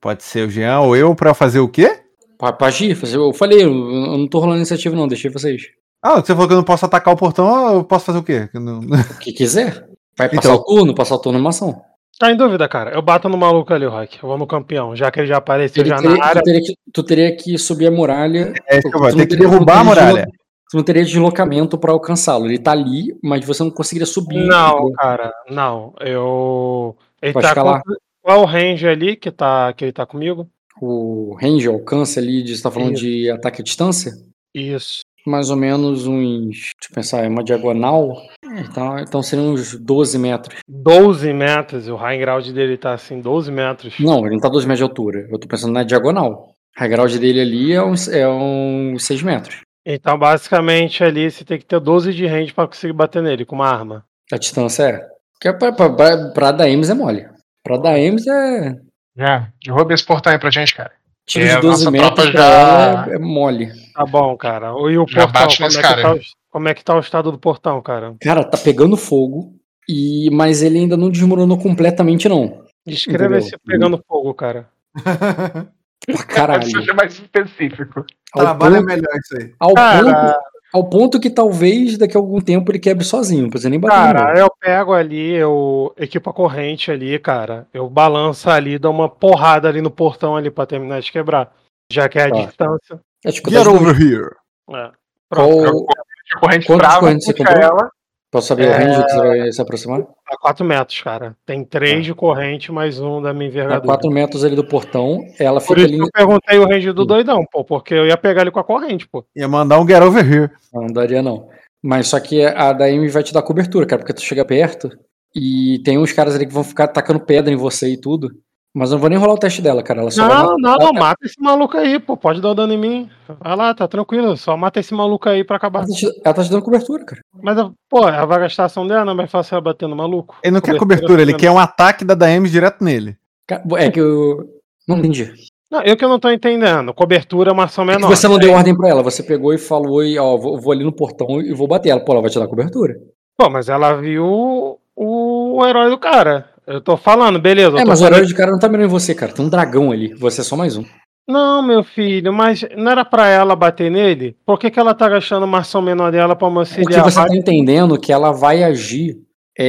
S6: Pode ser o Jean ou eu pra fazer o quê?
S2: Pra, pra agir, fazer- eu falei, eu eu não tô rolando iniciativa, não, deixei vocês.
S6: Ah, você falou que eu não posso atacar o portão, ah, eu posso fazer o quê? Que não-
S2: O que quiser. Vai passar
S6: Então-
S2: o turno, passar o turno é uma ação.
S5: Tá em dúvida, cara. Eu bato no maluco ali, Rock. Eu vou no campeão, já que ele já apareceu
S2: Ele
S5: já
S2: teria-
S5: na área.
S2: tu, teria que, tu teria que subir a muralha.
S6: É,
S2: tu
S6: isso que eu vou
S2: não
S6: ter que
S2: teria- tu não
S6: derrubar a
S2: teria deslo-
S6: muralha.
S2: Tu não teria deslocamento pra alcançá-lo. Ele tá ali, mas você não conseguiria subir.
S5: Não,
S2: entendeu?
S5: cara, não. Eu. Ele
S2: Pode
S5: tá
S2: escalar.
S5: com... Qual é o range ali que, tá... que ele tá comigo?
S2: O range, alcance ali, de, você tá falando
S5: Isso.
S2: de ataque à distância?
S5: Isso.
S2: Mais ou menos uns. Deixa eu pensar, é uma diagonal. Então, então seriam uns 12 metros.
S5: 12 metros. O high ground dele tá assim, 12 metros.
S2: Não, ele não tá 12 metros de altura. Eu tô pensando na diagonal. A grade dele ali é uns, é uns 6 metros.
S5: Então, basicamente, ali você tem que ter 12 de range pra conseguir bater nele com uma arma.
S2: A distância é. Que é pra, pra, pra, pra dar Ames é mole. Pra dar Ames é.
S1: Já. Derruba esse portão aí pra gente, cara.
S2: Tiro
S1: É,
S2: de
S1: a
S2: 12
S1: nossa
S2: metros
S1: tropa
S2: pra
S1: já-
S2: ela é, é mole.
S5: Tá bom, cara. E o
S1: Já
S5: portão?
S1: bate
S5: como,
S1: nesse
S5: é
S1: cara.
S5: que tá o... como é que tá o estado do portão, cara?
S2: Cara, tá pegando fogo. E, mas ele ainda não desmoronou completamente, não.
S5: Descreva
S2: Entendeu?
S5: esse pegando fogo, cara.
S2: Pra caralho.
S1: Seja mais específico.
S2: Ao
S6: Trabalho é
S2: ponto,
S6: melhor isso aí.
S2: ao,
S5: Cara.
S2: ponto, ao ponto que talvez daqui a algum tempo ele quebre sozinho. Não precisa nem bater no muro.
S5: Cara, eu pego ali, eu equipo a corrente ali, cara. Eu balanço ali, dou uma porrada ali no portão ali pra terminar de quebrar. Já que é a
S2: Tá.
S5: distância.
S2: É tipo,
S6: Get
S2: das duas.
S6: over here.
S5: É.
S2: Qual,
S1: A corrente
S2: Quantas
S1: brava,
S2: correntes você
S1: puxa
S2: comprou?
S1: ela.
S2: posso saber o
S5: É,
S2: range que você vai se aproximar?
S5: A 4 Tá metros, cara. Tem
S2: Tá.
S5: três de corrente, mais um da
S2: A
S5: minha envergadura.
S2: 4 metros ali do portão. Ela
S5: Por
S2: fica
S5: isso
S2: Tá ali.
S5: que eu perguntei o range do doidão, pô, porque eu ia pegar ele com a corrente, pô.
S6: Ia mandar um get over here.
S2: Não, não daria não. Mas só que a da Amy vai te dar cobertura, cara, porque tu chega perto e tem uns caras ali que vão ficar tacando pedra em você e tudo. Mas eu não vou nem rolar o teste dela, cara. Ela só vai
S5: Não,
S2: matar-
S5: não, mata esse maluco aí, pô. Pode dar o dano em mim. Vai lá, tá tranquilo. Só mata esse maluco aí pra acabar.
S2: Ela tá, te, ela tá te dando cobertura, cara.
S5: Mas, pô, ela vai gastar a ação dela, não vai fazer ela bater no maluco.
S6: Ele não quer cobertura, ele quer um ataque da Daemis direto nele.
S2: Ca- É que eu. Não entendi.
S5: Não, eu que não tô entendendo. Cobertura é uma ação
S2: É que
S5: menor.
S2: você não deu ordem pra ela, você pegou e falou, e, ó, vou, vou ali no portão e vou bater ela. Pô, ela vai te dar cobertura.
S5: Pô, mas ela viu o, o herói do cara. Eu tô falando, beleza. eu
S2: é,
S5: tô
S2: mas o
S5: falando-
S2: horário de cara não tá mirando em você, cara. Tem um dragão ali. Você é só mais um.
S5: Não, meu filho, mas não era pra ela bater nele? Por que, que ela tá gastando uma ação menor dela pra me
S2: Porque
S5: auxiliar?
S2: você tá entendendo que ela vai agir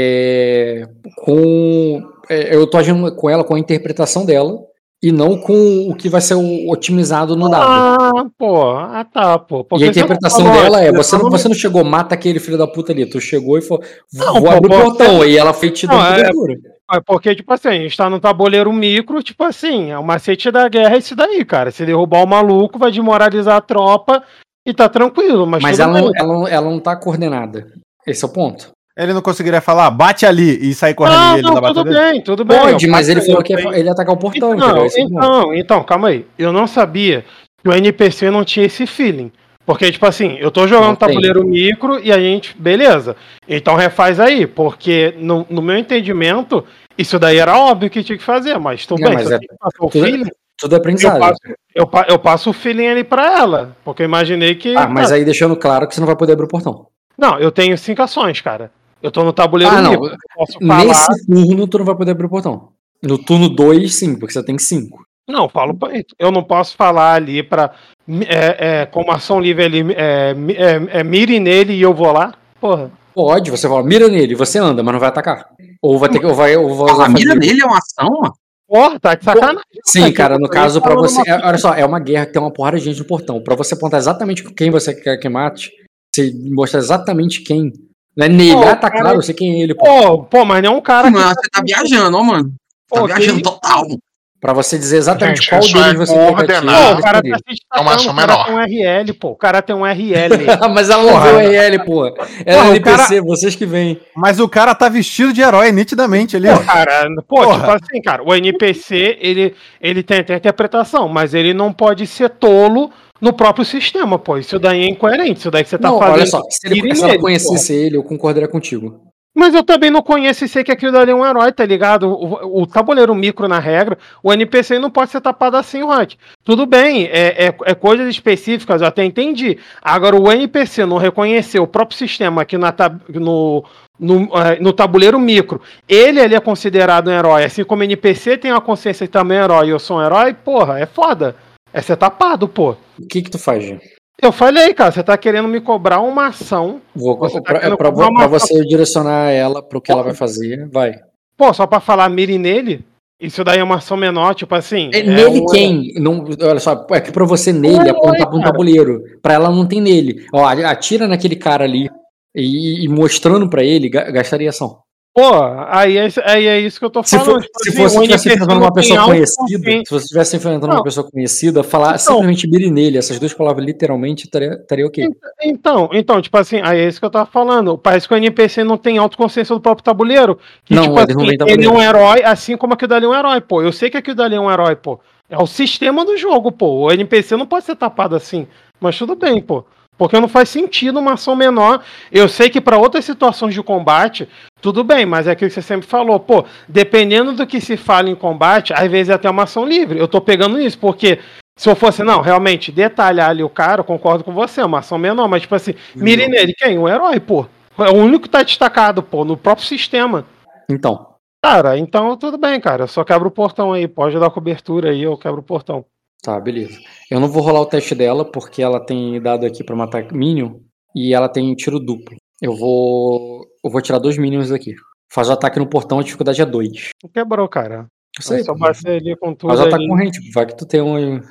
S2: é, com. é, eu tô agindo com ela com a interpretação dela e não com o que vai ser o- otimizado no dado.
S5: Ah, pô, ah tá, pô. Porque
S2: e a
S5: se eu
S2: interpretação
S5: falar,
S2: dela é:
S5: olha,
S2: você não,
S5: eu
S2: você não chegou, mata aquele filho da puta ali. Tu chegou e falou,
S5: Não,
S2: vou
S5: pô,
S2: abrir o
S5: pô,
S2: portão. E ela fez te
S5: Não,
S2: dando
S5: é-
S2: cobertura.
S5: É porque, tipo assim, a gente tá num tabuleiro micro, tipo assim, é o macete da guerra é isso daí, cara. Se derrubar o maluco, vai desmoralizar a tropa e tá tranquilo, mas,
S2: Mas
S5: tudo
S2: ela não,
S5: bem.
S2: ela, não- ela não tá coordenada. Esse é o ponto.
S6: Ele não conseguiria falar, bate ali e sair correndo
S5: Não,
S6: e ele
S5: Ah, não,
S6: dá
S5: tudo
S6: batendo.
S5: bem, tudo bem. é
S2: Pode,
S5: eu
S2: mas ele
S5: passei,
S2: falou
S5: eu
S2: que ia,
S5: tenho-
S2: ele ia atacar o portão, entendeu?
S5: Então,
S2: Esse é o ponto.
S5: então, então, calma aí. Eu não sabia que o NPC não tinha esse feeling. Porque, tipo assim, eu tô jogando
S2: Não tem.
S5: tabuleiro micro e a gente, beleza. Então refaz aí, porque no, no meu entendimento, isso daí era óbvio que tinha que fazer, mas tudo
S2: Não,
S5: bem.
S2: mas
S5: se
S2: é-
S5: eu tenho que passar o
S2: tudo-
S5: feeling,
S2: Tudo é
S5: eu
S2: aprendizado.
S5: passo, eu, pa- eu passo o feeling ali pra ela. Porque eu imaginei que.
S2: Ah, mas aí deixando claro que você não vai poder abrir o portão.
S5: Não, eu tenho cinco ações, cara. Eu tô no tabuleiro
S2: Ah, não.
S5: micro. eu Posso falar.
S2: Nesse turno, tu não vai poder abrir o portão. No turno 2, sim, porque você tem 5.
S5: Não, eu falo pra ele. Eu não posso falar ali pra. É, é, como ação livre ali. É, mi- é, é, mire nele e eu vou lá. Porra.
S2: Pode, você fala, mira nele, você anda, mas não vai atacar. Ou vai ter que. Ou vai, ou
S1: Ah,
S2: vai
S7: A
S2: usar
S7: mira
S2: fazer-
S7: nele é uma ação, mano.
S5: Porra, tá de sacanagem.
S2: Sim, cara, no
S5: Eu tô
S2: caso, pra
S5: falando
S2: você.
S5: uma-
S2: é- Olha só, é uma guerra que tem uma porrada de gente no portão. Pra você apontar exatamente quem você quer que mate, você mostrar exatamente quem. Não é nele,
S5: Pô,
S2: ah, tá
S5: cara,
S2: claro, eu sei quem é ele, pô.
S5: Pô, pô, mas não é um cara que.
S7: Mano, você tá viajando, ó, mano. Tá
S5: Pô, que
S7: viajando
S5: isso?
S7: total, mano.
S2: Pra você dizer exatamente
S1: Gente,
S2: qual
S1: isso
S2: deles
S1: é
S2: você quer
S1: coordenado.
S2: atirar,
S5: Pô, o cara tá
S2: escolher.
S5: se
S1: É uma ação
S5: destacando. O cara
S1: menor.
S5: tem um RL, pô. O cara tem um RL.
S2: Mas ela não
S6: Porra.
S2: viu a RL, porra. Ela é
S6: Porra, o
S2: NPC, vocês que vêm.
S6: Mas o cara tá vestido de herói nitidamente ali, ó.
S5: Pô, cara, pô,
S6: Porra.
S5: tipo assim, cara, o NPC, ele, ele tem até interpretação, mas ele não pode ser tolo no próprio sistema, pô. Isso daí é incoerente, isso é daí que você tá
S2: não,
S5: fazendo.
S2: olha só, se ele,
S5: tire
S2: se ela
S5: nele,
S2: conhecesse ele, eu concordaria contigo.
S5: Mas eu também não conheço e sei que aquilo ali é um herói, tá ligado? O, o tabuleiro micro na regra, o NPC não pode ser tapado assim, Rank. Tudo bem, é, é- é coisas específicas, eu até entendi. Agora, o NPC não reconhecer o próprio sistema aqui na tab- no, no, eh, no tabuleiro micro. Ele ali é considerado um herói, assim como o NPC tem a consciência que também é herói, eu sou um herói, porra, é foda. É ser tapado, pô.
S2: O que que tu faz, Jean?
S5: Eu falei, cara, você tá querendo me cobrar uma ação
S2: Vou,
S5: Você tá
S2: pra,
S5: querendo
S2: pra-
S5: comprar uma
S2: pra você direcionar ela pro que ela vai fazer, vai.
S5: Pô, só pra falar mire nele, isso daí é uma ação menor, tipo assim.
S2: É,
S5: é
S2: nele
S5: um-
S2: quem? Não, olha só, é que pra você nele
S5: Ué,
S2: apontar pra um
S5: cara.
S2: tabuleiro. Pra ela não tem nele. Ó, atira naquele cara ali e, e mostrando pra ele, ga- gastaria ação.
S5: Pô, aí é, isso- aí é isso que eu assim, um tô
S2: Se, for,
S5: falando.
S2: se fosse estivesse enfrentando uma pessoa conhecida, se você estivesse enfrentando uma
S5: Não.
S2: pessoa conhecida, falar
S5: Então.
S2: simplesmente mire nele, essas duas palavras literalmente estaria estaria ok.
S5: Então, então, tipo assim, aí é isso que eu tava falando. Parece que o NPC não tem autoconsciência do próprio tabuleiro. Que,
S2: Não,
S5: tipo
S2: ele não
S5: assim,
S2: vem
S5: ele é
S2: tabuleiro.
S5: um herói, assim como aquilo dali é um herói, pô. Eu sei que aquilo dali é um herói, pô. É o sistema do jogo, pô. O NPC não pode ser tapado assim. Mas tudo bem, pô. Porque não faz sentido uma ação menor. Eu sei que pra outras situações de combate, tudo bem, mas é aquilo que você sempre falou, pô. Dependendo do que se fala em combate, às vezes é até uma ação livre. Eu tô pegando isso, porque se eu fosse, não, realmente, detalhar ali o cara, eu concordo com você, é uma ação menor, mas tipo assim, mire nele, quem? O herói, pô. É o único que tá destacado, pô, no próprio sistema.
S2: Então.
S5: Cara, então tudo bem, cara. Eu só quebro o portão aí. Pode dar cobertura aí, eu quebro o portão.
S2: Tá, beleza. Eu não vou rolar o teste dela, porque ela tem dado aqui pra matar Minion e ela tem tiro duplo. Eu vou. Eu vou tirar dois Minions daqui. Faz o ataque no portão, a dificuldade é dois.
S5: Quebrou, cara.
S2: Eu sei.
S5: Eu só passei ali tá com tudo.
S2: Faz o ataque
S5: ali.
S2: corrente, vai que tu tem um.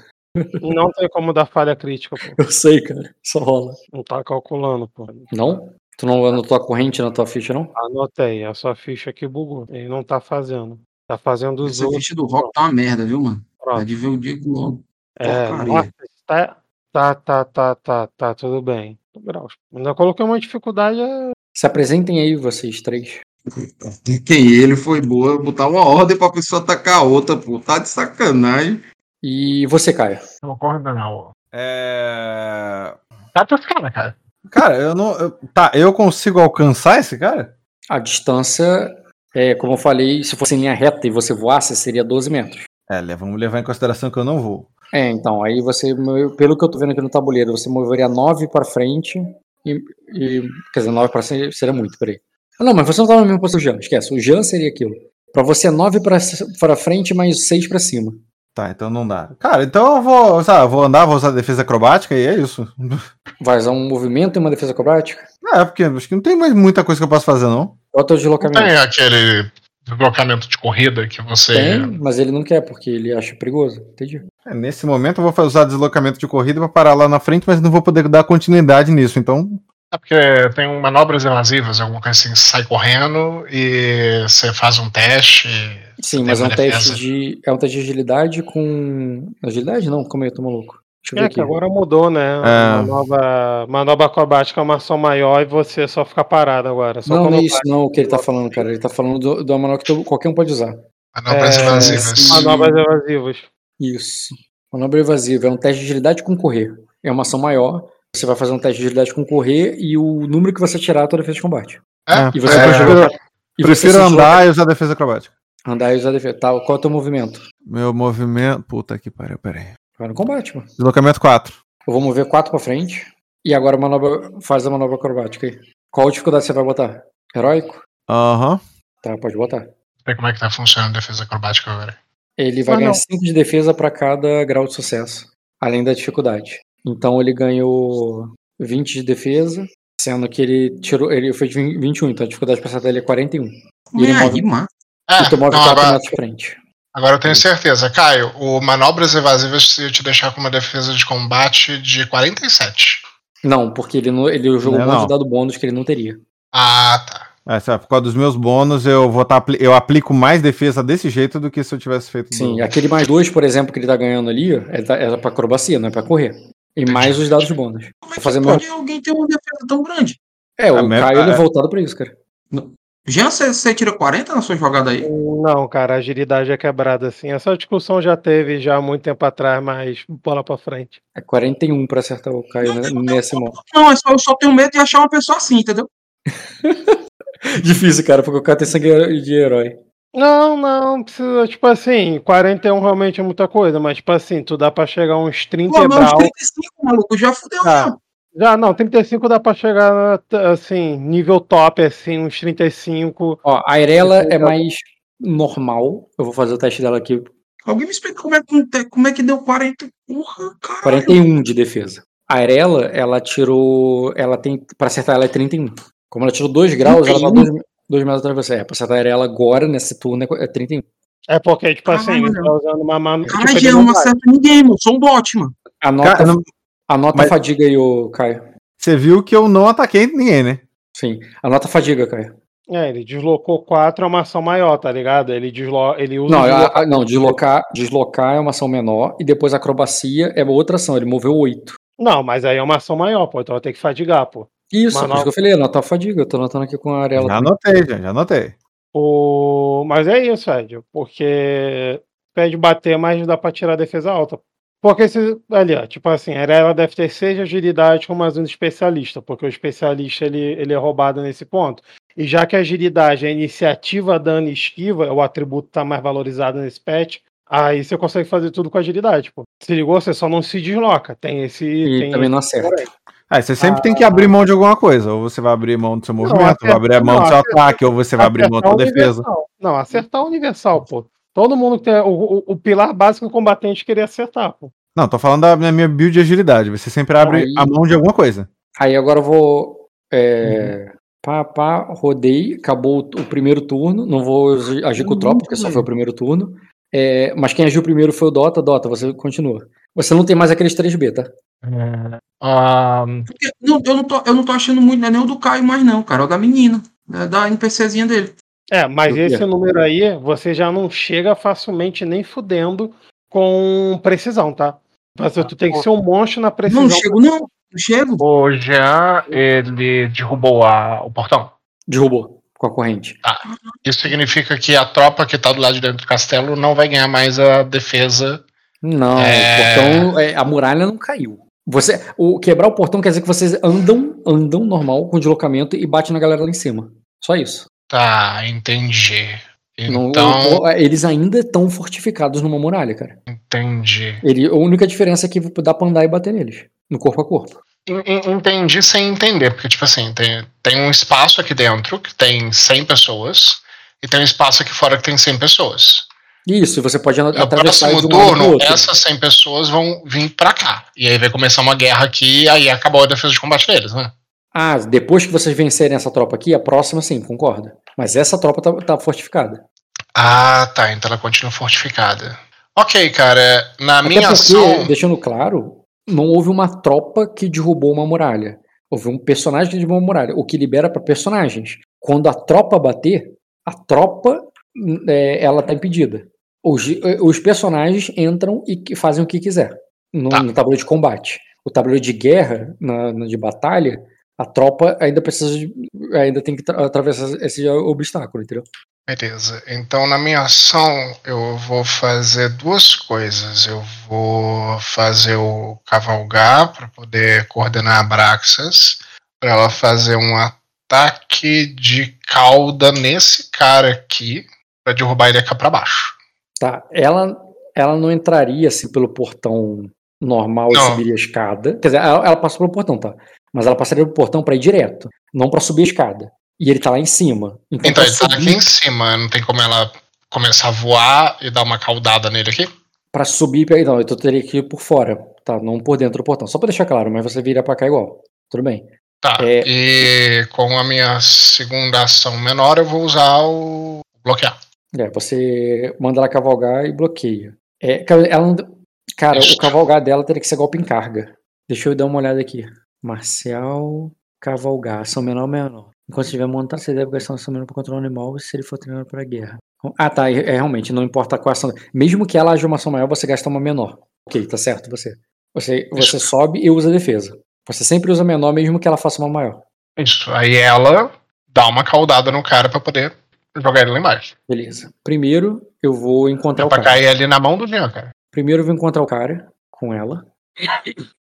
S5: Não tem como dar falha crítica, pô.
S2: Eu sei, cara. Só rola.
S5: Não tá calculando, pô.
S2: Não? Tu não anotou a corrente na tua ficha, não?
S5: Anotei, a sua ficha aqui bugou. Ele não tá fazendo. Tá fazendo os
S7: Essa
S5: outros.
S7: ficha do Rock tá uma merda, viu, mano?
S5: Pronto.
S7: É de ver o Diego logo.
S5: É,
S7: Porcaria.
S5: nossa, tá, tá, tá, tá, tá, tá, tudo bem. Graus. Ainda coloquei uma dificuldade. é-
S2: Se apresentem aí, vocês três.
S7: Quem ele foi boa botar uma ordem pra pessoa atacar a outra, pô. Tá de sacanagem.
S2: E você, Caio.
S1: Não coordenar, ó.
S6: É...
S1: Tá tua cara, cara.
S6: Cara, eu não. eu- Tá, eu consigo alcançar esse cara?
S2: A distância, é, como eu falei, se fosse em linha reta e você voasse, seria 12 metros.
S6: É, le- vamos levar em consideração que eu não vou.
S2: É, então, aí você, mo- pelo que eu tô vendo aqui no tabuleiro, você moveria 9 pra frente e, e- quer dizer, 9 pra frente seria muito, peraí. Ah, Não, mas você não tá na mesma posição do Jean, esquece. O Jean seria aquilo. Pra você é 9 pra, c- pra frente mais 6 pra cima.
S6: Tá, então não dá. Cara, então eu vou, sabe, eu vou andar, vou usar defesa acrobática e é isso.
S2: Vai usar um movimento e uma defesa acrobática?
S6: É, porque acho que não tem mais muita coisa que eu posso fazer, não.
S2: Qual é o teu deslocamento?
S1: Tem aquele deslocamento de corrida que você.
S2: Tem, mas ele não quer porque ele acha perigoso. Entendi.
S6: É, nesse momento eu vou fa- usar deslocamento de corrida pra parar lá na frente, mas não vou poder dar continuidade nisso, então.
S1: É porque tem um manobras evasivas, alguma coisa assim, você sai correndo e você faz um teste.
S2: Sim,
S1: Tem
S2: mas é um
S1: uma
S2: teste
S1: defesa.
S2: de. É um teste de agilidade com. Agilidade não, como eu tô maluco. Deixa eu ver
S5: É que
S2: aqui.
S5: agora mudou, né?
S6: É.
S5: Uma nova manobra acrobática é uma ação maior e você só fica parado agora. Só
S2: Não,
S5: quando
S2: não é isso não o que ele tá falando, cara. Ele tá falando do, do manobra que todo- qualquer um pode usar.
S1: Manobras
S5: É,
S1: evasivas.
S2: sim.
S5: Manobras evasivas.
S2: Isso. Manobra evasiva é um teste de agilidade com correr. É uma ação maior. Você vai fazer um teste de agilidade com correr e o número que você tirar é a tua defesa de combate.
S1: É,
S2: E você
S1: é,
S2: pode jogar. E você
S6: Prefiro
S2: se
S6: andar e usar defesa acrobática.
S2: desloca- Andar e usar defesa. Tá, qual é o teu movimento?
S6: Meu movimento. Puta que pariu, peraí.
S2: Vai no combate, mano.
S6: Deslocamento 4.
S2: Eu vou mover quatro pra frente. E agora a manobra, faz a manobra acrobática aí. Qual dificuldade você vai botar? Heróico?
S6: Aham.
S2: Tá, pode botar.
S1: Não sei como é que tá funcionando a defesa acrobática agora.
S2: Ele vai
S5: Ah,
S2: ganhar
S5: não.
S2: 5 de defesa para cada grau de sucesso, além da dificuldade. Então ele ganhou 20 de defesa, sendo que ele tirou, ele fez 20 21, então a dificuldade passada dele é 41. E ele
S7: Nem aí,
S2: move-
S7: mano.
S1: É,
S2: e tu move
S1: não,
S2: 4
S1: agora,
S2: metros de frente.
S1: agora eu tenho certeza. Caio, o manobras evasivas se te deixar com uma defesa de combate de 47.
S2: Não, porque ele, não, ele jogou
S6: Não,
S2: um monte de
S6: não.
S2: dado bônus que ele não teria.
S1: Ah, tá.
S6: É, sabe, por causa dos meus bônus, eu vou tá, apli- eu aplico mais defesa desse jeito do que se eu tivesse feito. do-
S2: Sim, aquele mais 2, por exemplo, que ele tá ganhando ali, é, da- é pra acrobacia, não é pra correr. E mais os dados bônus. Vou
S7: Como é que
S2: fazer
S7: pode alguém ter uma defesa tão grande?
S2: É, o
S6: É mesmo?
S2: Caio ele é
S6: É.
S2: voltado pra isso, cara.
S7: Jean, você, você tira 40 na sua jogada aí?
S5: Não, cara, a agilidade é quebrada, assim. Essa discussão já teve já há muito tempo atrás, mas bola pra frente.
S2: É 41 pra acertar o Caio né, nesse modo.
S7: Não, é só, eu só tenho medo de achar uma pessoa assim, entendeu?
S2: Difícil, cara, porque o cara tem sangue de herói.
S5: Não, não, precisa, tipo assim, 41 realmente é muita coisa, mas tipo assim, tu dá pra chegar uns 30
S7: Pô,
S5: e
S7: mas uns
S5: brau.
S7: 35, maluco, já fudeu,
S5: Ah.
S7: não.
S5: Já, não, 35 dá pra chegar, assim, nível top, assim, uns 35.
S2: Ó, a Irela é mais normal. Eu vou fazer o teste dela aqui.
S7: Alguém me explica como é, que não tem- como é que deu 40? Porra, caralho.
S2: 41 de defesa. A Irela, ela tirou. Ela tem. Pra acertar ela é 31. Como ela tirou 2 graus, ela tá 2 metros atrás de você. É, pra acertar a Irela agora, nesse turno, é 31.
S5: É porque, tipo assim,
S7: Caralho.
S5: ele tá usando uma mano.
S7: Caralho, Jean, não acerta ninguém, mano. Sou um bot, mano.
S2: Anota,
S6: Cara, não-
S2: anota
S6: mas-
S2: a fadiga aí, ô Caio.
S6: Você viu que eu não ataquei ninguém, né?
S2: Sim. Anota a fadiga, Caio.
S5: É, ele deslocou 4 é uma ação maior, tá ligado? Ele, deslo... ele usa.
S2: Não,
S5: o deslo-
S2: a- a- não deslocar, deslocar é uma ação menor. E depois a acrobacia é outra ação. Ele moveu 8.
S5: não, mas aí é uma ação maior, pô, então vai ter que fadigar, pô.
S2: Isso, por
S5: Manobra.
S2: isso que eu falei, anota a fadiga. Eu tô anotando aqui com a Arela.
S6: Já anotei, já, já anotei.
S5: O... Mas é isso, Ed, porque pede bater, mas não dá pra tirar a defesa alta. Porque se, ali, ó, tipo assim, era- ela deve ter seis de agilidade com mais um de especialista, porque o especialista ele, ele é roubado nesse ponto. E já que a agilidade é iniciativa, dano e esquiva, é o atributo que tá mais valorizado nesse patch, aí você consegue fazer tudo com agilidade, pô. Se ligou, você só não se desloca. Tem esse.
S2: E
S5: tem
S2: também
S5: esse-
S2: não acerta.
S6: Ah, você sempre tem que abrir mão de alguma coisa. Ou você vai abrir mão do seu movimento,
S5: acertar-
S6: vai abrir mão do seu
S5: não,
S6: ataque, ou você vai abrir mão da sua
S5: Acertar o
S6: defesa.
S5: universal. Não, acertar o universal, pô. Todo mundo que tem. O, o, o pilar básico do combatente queria acertar, pô.
S6: Não, tô falando da minha- minha build de agilidade. Você sempre abre
S2: Aí-
S6: a mão de alguma coisa.
S2: Aí agora eu vou. É,
S1: Uhum.
S2: Pá, pá, rodei, acabou o, o primeiro turno. Não vou agi- agir com o tropa, porque
S1: Uhum.
S2: só foi o primeiro turno. É, mas quem agiu primeiro foi o Dota. Dota, você continua. Você não tem mais aqueles 3B, tá?
S1: Ah,
S7: Porque- Não, eu, não tô, eu não tô achando muito, não é nem o do Caio mais, não, cara. É o da menina. É da NPCzinha dele.
S5: É, mas
S2: Do quê?
S5: esse número aí, você já não chega facilmente nem fudendo com precisão, tá? Mas tu tem que ser um monstro na precisão.
S7: Não, não chego, não. Não chego.
S1: o Jean, ele derrubou a- o portão.
S2: Derrubou com a corrente.
S1: Isso significa que a tropa que tá do lado de dentro do castelo não vai ganhar mais a defesa. É.
S2: Não, o portão. é, a muralha não caiu. Você, o quebrar o portão quer dizer que vocês andam, andam normal com deslocamento e bate na galera lá em cima. Só isso.
S1: Tá, entendi.
S2: Não-
S1: Então,
S2: o- eles ainda estão fortificados numa muralha, cara.
S1: entendi.
S2: Ele, a única diferença é que dá pra andar e bater neles, no corpo a corpo.
S1: En- en- Entendi sem entender, porque, tipo assim, tem, tem um espaço aqui dentro que tem 100 pessoas e tem um espaço aqui fora que tem 100 pessoas.
S2: Isso, você pode
S1: É o
S2: atravessar
S1: próximo
S2: de um lado pro
S1: turno,
S2: outro.
S1: essas 100 pessoas vão vir pra cá. E aí vai começar uma guerra aqui, e aí acabou a defesa de combate deles, né?
S2: Ah, depois que vocês vencerem essa tropa aqui, a próxima sim, concorda. Mas essa tropa tá, tá fortificada.
S1: Ah, tá. Então ela continua fortificada. Ok, cara. Na
S2: Até
S1: minha
S2: porque,
S1: ação.
S2: deixando claro, não houve uma tropa que derrubou uma muralha. Houve um personagem que derrubou uma muralha, o que libera para personagens. Quando a tropa bater, a tropa n- é, ela tá impedida. Os, eh, os personagens entram e que- fazem o que quiser no,
S1: Tá.
S2: no tabuleiro de combate. O tabuleiro de guerra, na- na- de batalha, a tropa ainda precisa, de- ainda tem que tra- atravessar esse obstáculo, entendeu?
S1: Beleza. Então, na minha ação, eu vou fazer duas coisas. Eu vou fazer o cavalgar para poder coordenar a Braxas, para ela fazer um ataque de cauda nesse cara aqui, para derrubar ele cá para baixo.
S2: Tá, ela, ela não entraria assim pelo portão normal e
S1: Não.
S2: subiria a escada. Quer dizer, ela, ela passa pelo portão, tá? Mas ela passaria pelo portão pra ir direto, não pra subir a escada. E ele tá lá em cima. Então,
S1: Então,
S2: pra
S1: ele tá aqui
S2: subir,
S1: em cima, não tem como ela começar a voar e dar uma caudada nele aqui?
S2: pra subir, pra- não, eu tô- teria que ir por fora, tá? Não por dentro do portão. Só pra deixar claro, mas você viria pra cá igual. Tudo bem.
S1: Tá.
S2: É.
S1: E com a minha segunda ação menor, eu vou usar o bloquear.
S2: É, você manda ela cavalgar e bloqueia. É, cara, ela não- cara, o
S1: Isso.
S2: cavalgar dela teria que ser golpe em carga. Deixa eu dar uma olhada aqui. Marcial, cavalgar, ação menor, menor. Enquanto estiver montado, você deve gastar uma ação menor para controlar o animal se ele for treinado para a guerra. Ah, tá, é, é, realmente, não importa qual ação. Mesmo que ela haja uma ação maior, você gasta uma menor. Ok, tá certo, você. Você, você sobe e usa a defesa. Você sempre usa a menor, mesmo que ela faça uma maior.
S1: Isso. Aí ela dá uma caudada no cara pra poder jogar ele lá embaixo.
S2: Beleza. Primeiro, eu vou encontrar
S1: Pra
S2: o Então, cara.
S1: cair ali na mão do Jean, cara.
S2: Primeiro eu vou encontrar o cara com ela.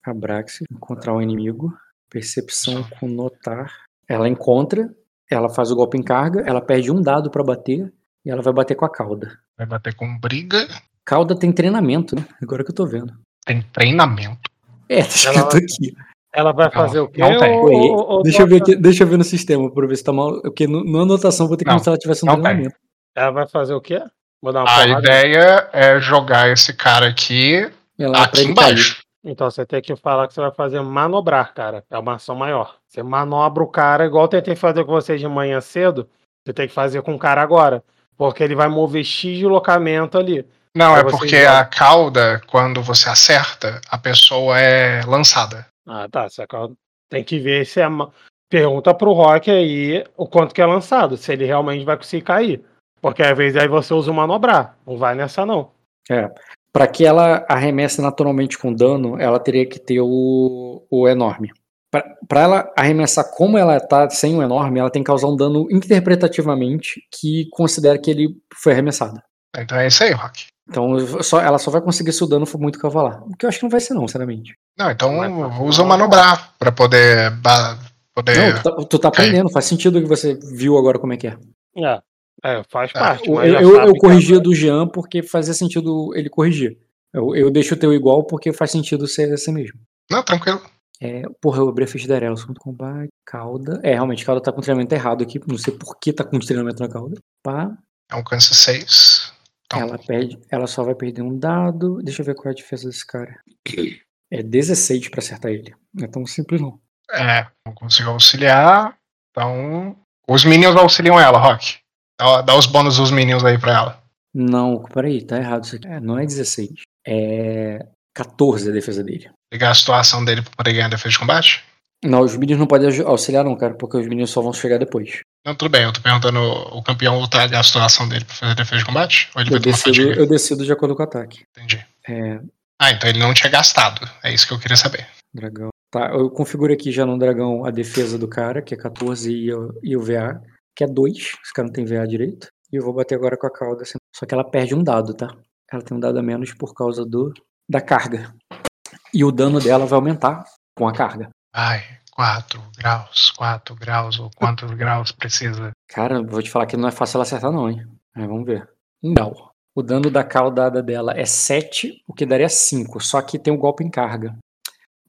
S2: Abraxe, encontrar o inimigo. Percepção com notar. Ela encontra, ela faz o golpe em carga, ela perde um dado pra bater e ela vai bater com a cauda.
S1: Vai bater com briga.
S2: Cauda tem treinamento, né? Agora que eu tô vendo.
S1: Tem treinamento.
S2: É, tá escrito aqui.
S5: Ela vai fazer o quê?
S1: não tem.
S5: ô-
S2: Oi,
S5: ô- ô-
S2: tá, deixa, eu ver
S5: Tocha?
S2: aqui deixa eu ver no sistema pra ver se tá mal. Porque no, na anotação eu vou ter que
S1: Não,
S2: mostrar ela tivesse um
S1: não tem.
S2: treinamento.
S5: Ela vai fazer o quê? Vou
S2: Tá
S5: dar uma
S6: Ah,
S1: A
S5: porrada?
S1: ideia é jogar esse cara aqui
S2: Ela pra
S1: aqui
S2: ele cair.
S1: embaixo.
S5: Então você tem que falar que você vai fazer manobrar, cara. É uma ação maior. Você manobra o cara igual eu tentei fazer com vocês de manhã cedo. Você tem que fazer com o cara agora. Porque ele vai mover X de locamento ali.
S1: Não,
S5: Pra
S1: é
S5: você
S1: porque
S5: jogar.
S1: a cauda, quando você acerta, a pessoa é lançada.
S5: Ah, tá. Só que eu- tem que ver se é. ma- Pergunta pro Rock aí o quanto que é lançado, se ele realmente vai conseguir cair. Porque às vezes aí você usa o manobrar. Não vai nessa, não.
S2: É. Para que ela arremesse naturalmente com dano, ela teria que ter o, o enorme. Para ela arremessar como ela tá sem o enorme, ela tem que causar um dano interpretativamente que considera que ele foi arremessado.
S1: Então é isso aí, Rock.
S2: Então só, ela só vai conseguir se o dano for muito cavalar. O que eu acho que não vai ser, não, sinceramente.
S1: Não, então
S2: é
S5: Vai pra
S1: usa o
S5: fora.
S1: manobrar pra poder. ba-
S5: É.
S1: poder...
S2: Não, tu tá, tu tá aprendendo, faz sentido o que você viu agora como é que é.
S5: É. É, faz
S1: É,
S5: parte.
S2: Eu,
S5: mas já
S2: Ah, eu- eu
S5: sabe que-
S2: corrigi a do Jean porque fazia sentido ele corrigir. Eu, eu deixo o teu igual porque faz sentido ser ser mesmo.
S1: Não, tranquilo.
S2: É, porra, eu abri a ficha da Arela, segundo combate, cauda. um É, realmente, cauda tá com treinamento errado aqui. Não sei por que tá com treinamento na cauda. Pá,
S1: Alcança 6. Então,
S2: ela perde, ela só vai perder um dado. Deixa eu ver qual é a diferença desse cara. É 16 pra acertar ele. Não é tão simples, não.
S1: É, não consigo auxiliar. Então. Os Minions auxiliam ela, Rock. Dá, dá os bônus dos Minions aí pra ela.
S2: Não, peraí, tá errado isso aqui. É, não é 16. É 14 a defesa dele.
S1: Ele gastou a ação dele pra poder ganhar defesa de combate?
S2: Não, os meninos não podem aj- auxiliar, não, cara, porque os meninos só vão chegar depois.
S1: Não, tudo bem, eu tô perguntando, o campeão lutar gastou a ação dele pra fazer defesa de combate? Ou ele
S2: Eu
S1: vai tomar
S2: decido,
S1: fadiga?
S2: eu decido de acordo com o ataque.
S1: Entendi.
S2: É,
S1: Ah, então ele não tinha gastado. É isso que eu queria saber.
S2: Dragão. Tá, eu configurei aqui já no dragão a defesa do cara, que é 14, e, o- e o VA, que é 2. Esse cara não tem VA direito. E eu vou bater agora com a cauda. assim. Só que ela perde um dado, tá? Ela tem um dado a menos por causa do da carga. E o dano dela vai aumentar com a carga.
S1: Ai, 4 graus, 4 graus, ou quantos graus precisa?
S2: Cara, eu vou te falar que não é fácil ela acertar, não, hein? Mas vamos ver. Um grau. O dano da caudada dela é 7, o que daria 5. Só que tem um golpe em carga.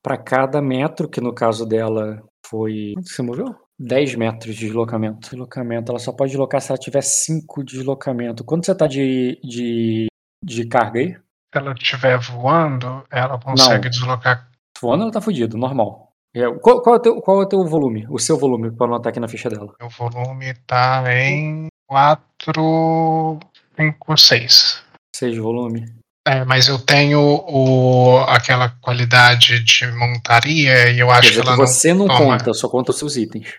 S2: Pra cada metro, que no caso dela foi. Você moveu? 10 metros de deslocamento. Deslocamento, ela só pode deslocar se ela tiver 5 de deslocamento. Quando você tá de, de, de carga aí?
S1: Se ela estiver voando, ela consegue
S2: Não.
S1: deslocar.
S2: Voando, ela tá fudido, normal. É, qual, qual é o teu, qual é o teu volume? O seu volume, pra anotar aqui na ficha dela.
S1: O volume tá em 4, 5, 6.
S2: 6 volume.
S1: É, mas eu tenho o, aquela qualidade de montaria e eu
S2: Quer
S1: acho que
S2: dizer,
S1: ela
S2: que
S1: não.
S2: você não
S1: toma.
S2: conta, só conta os seus itens.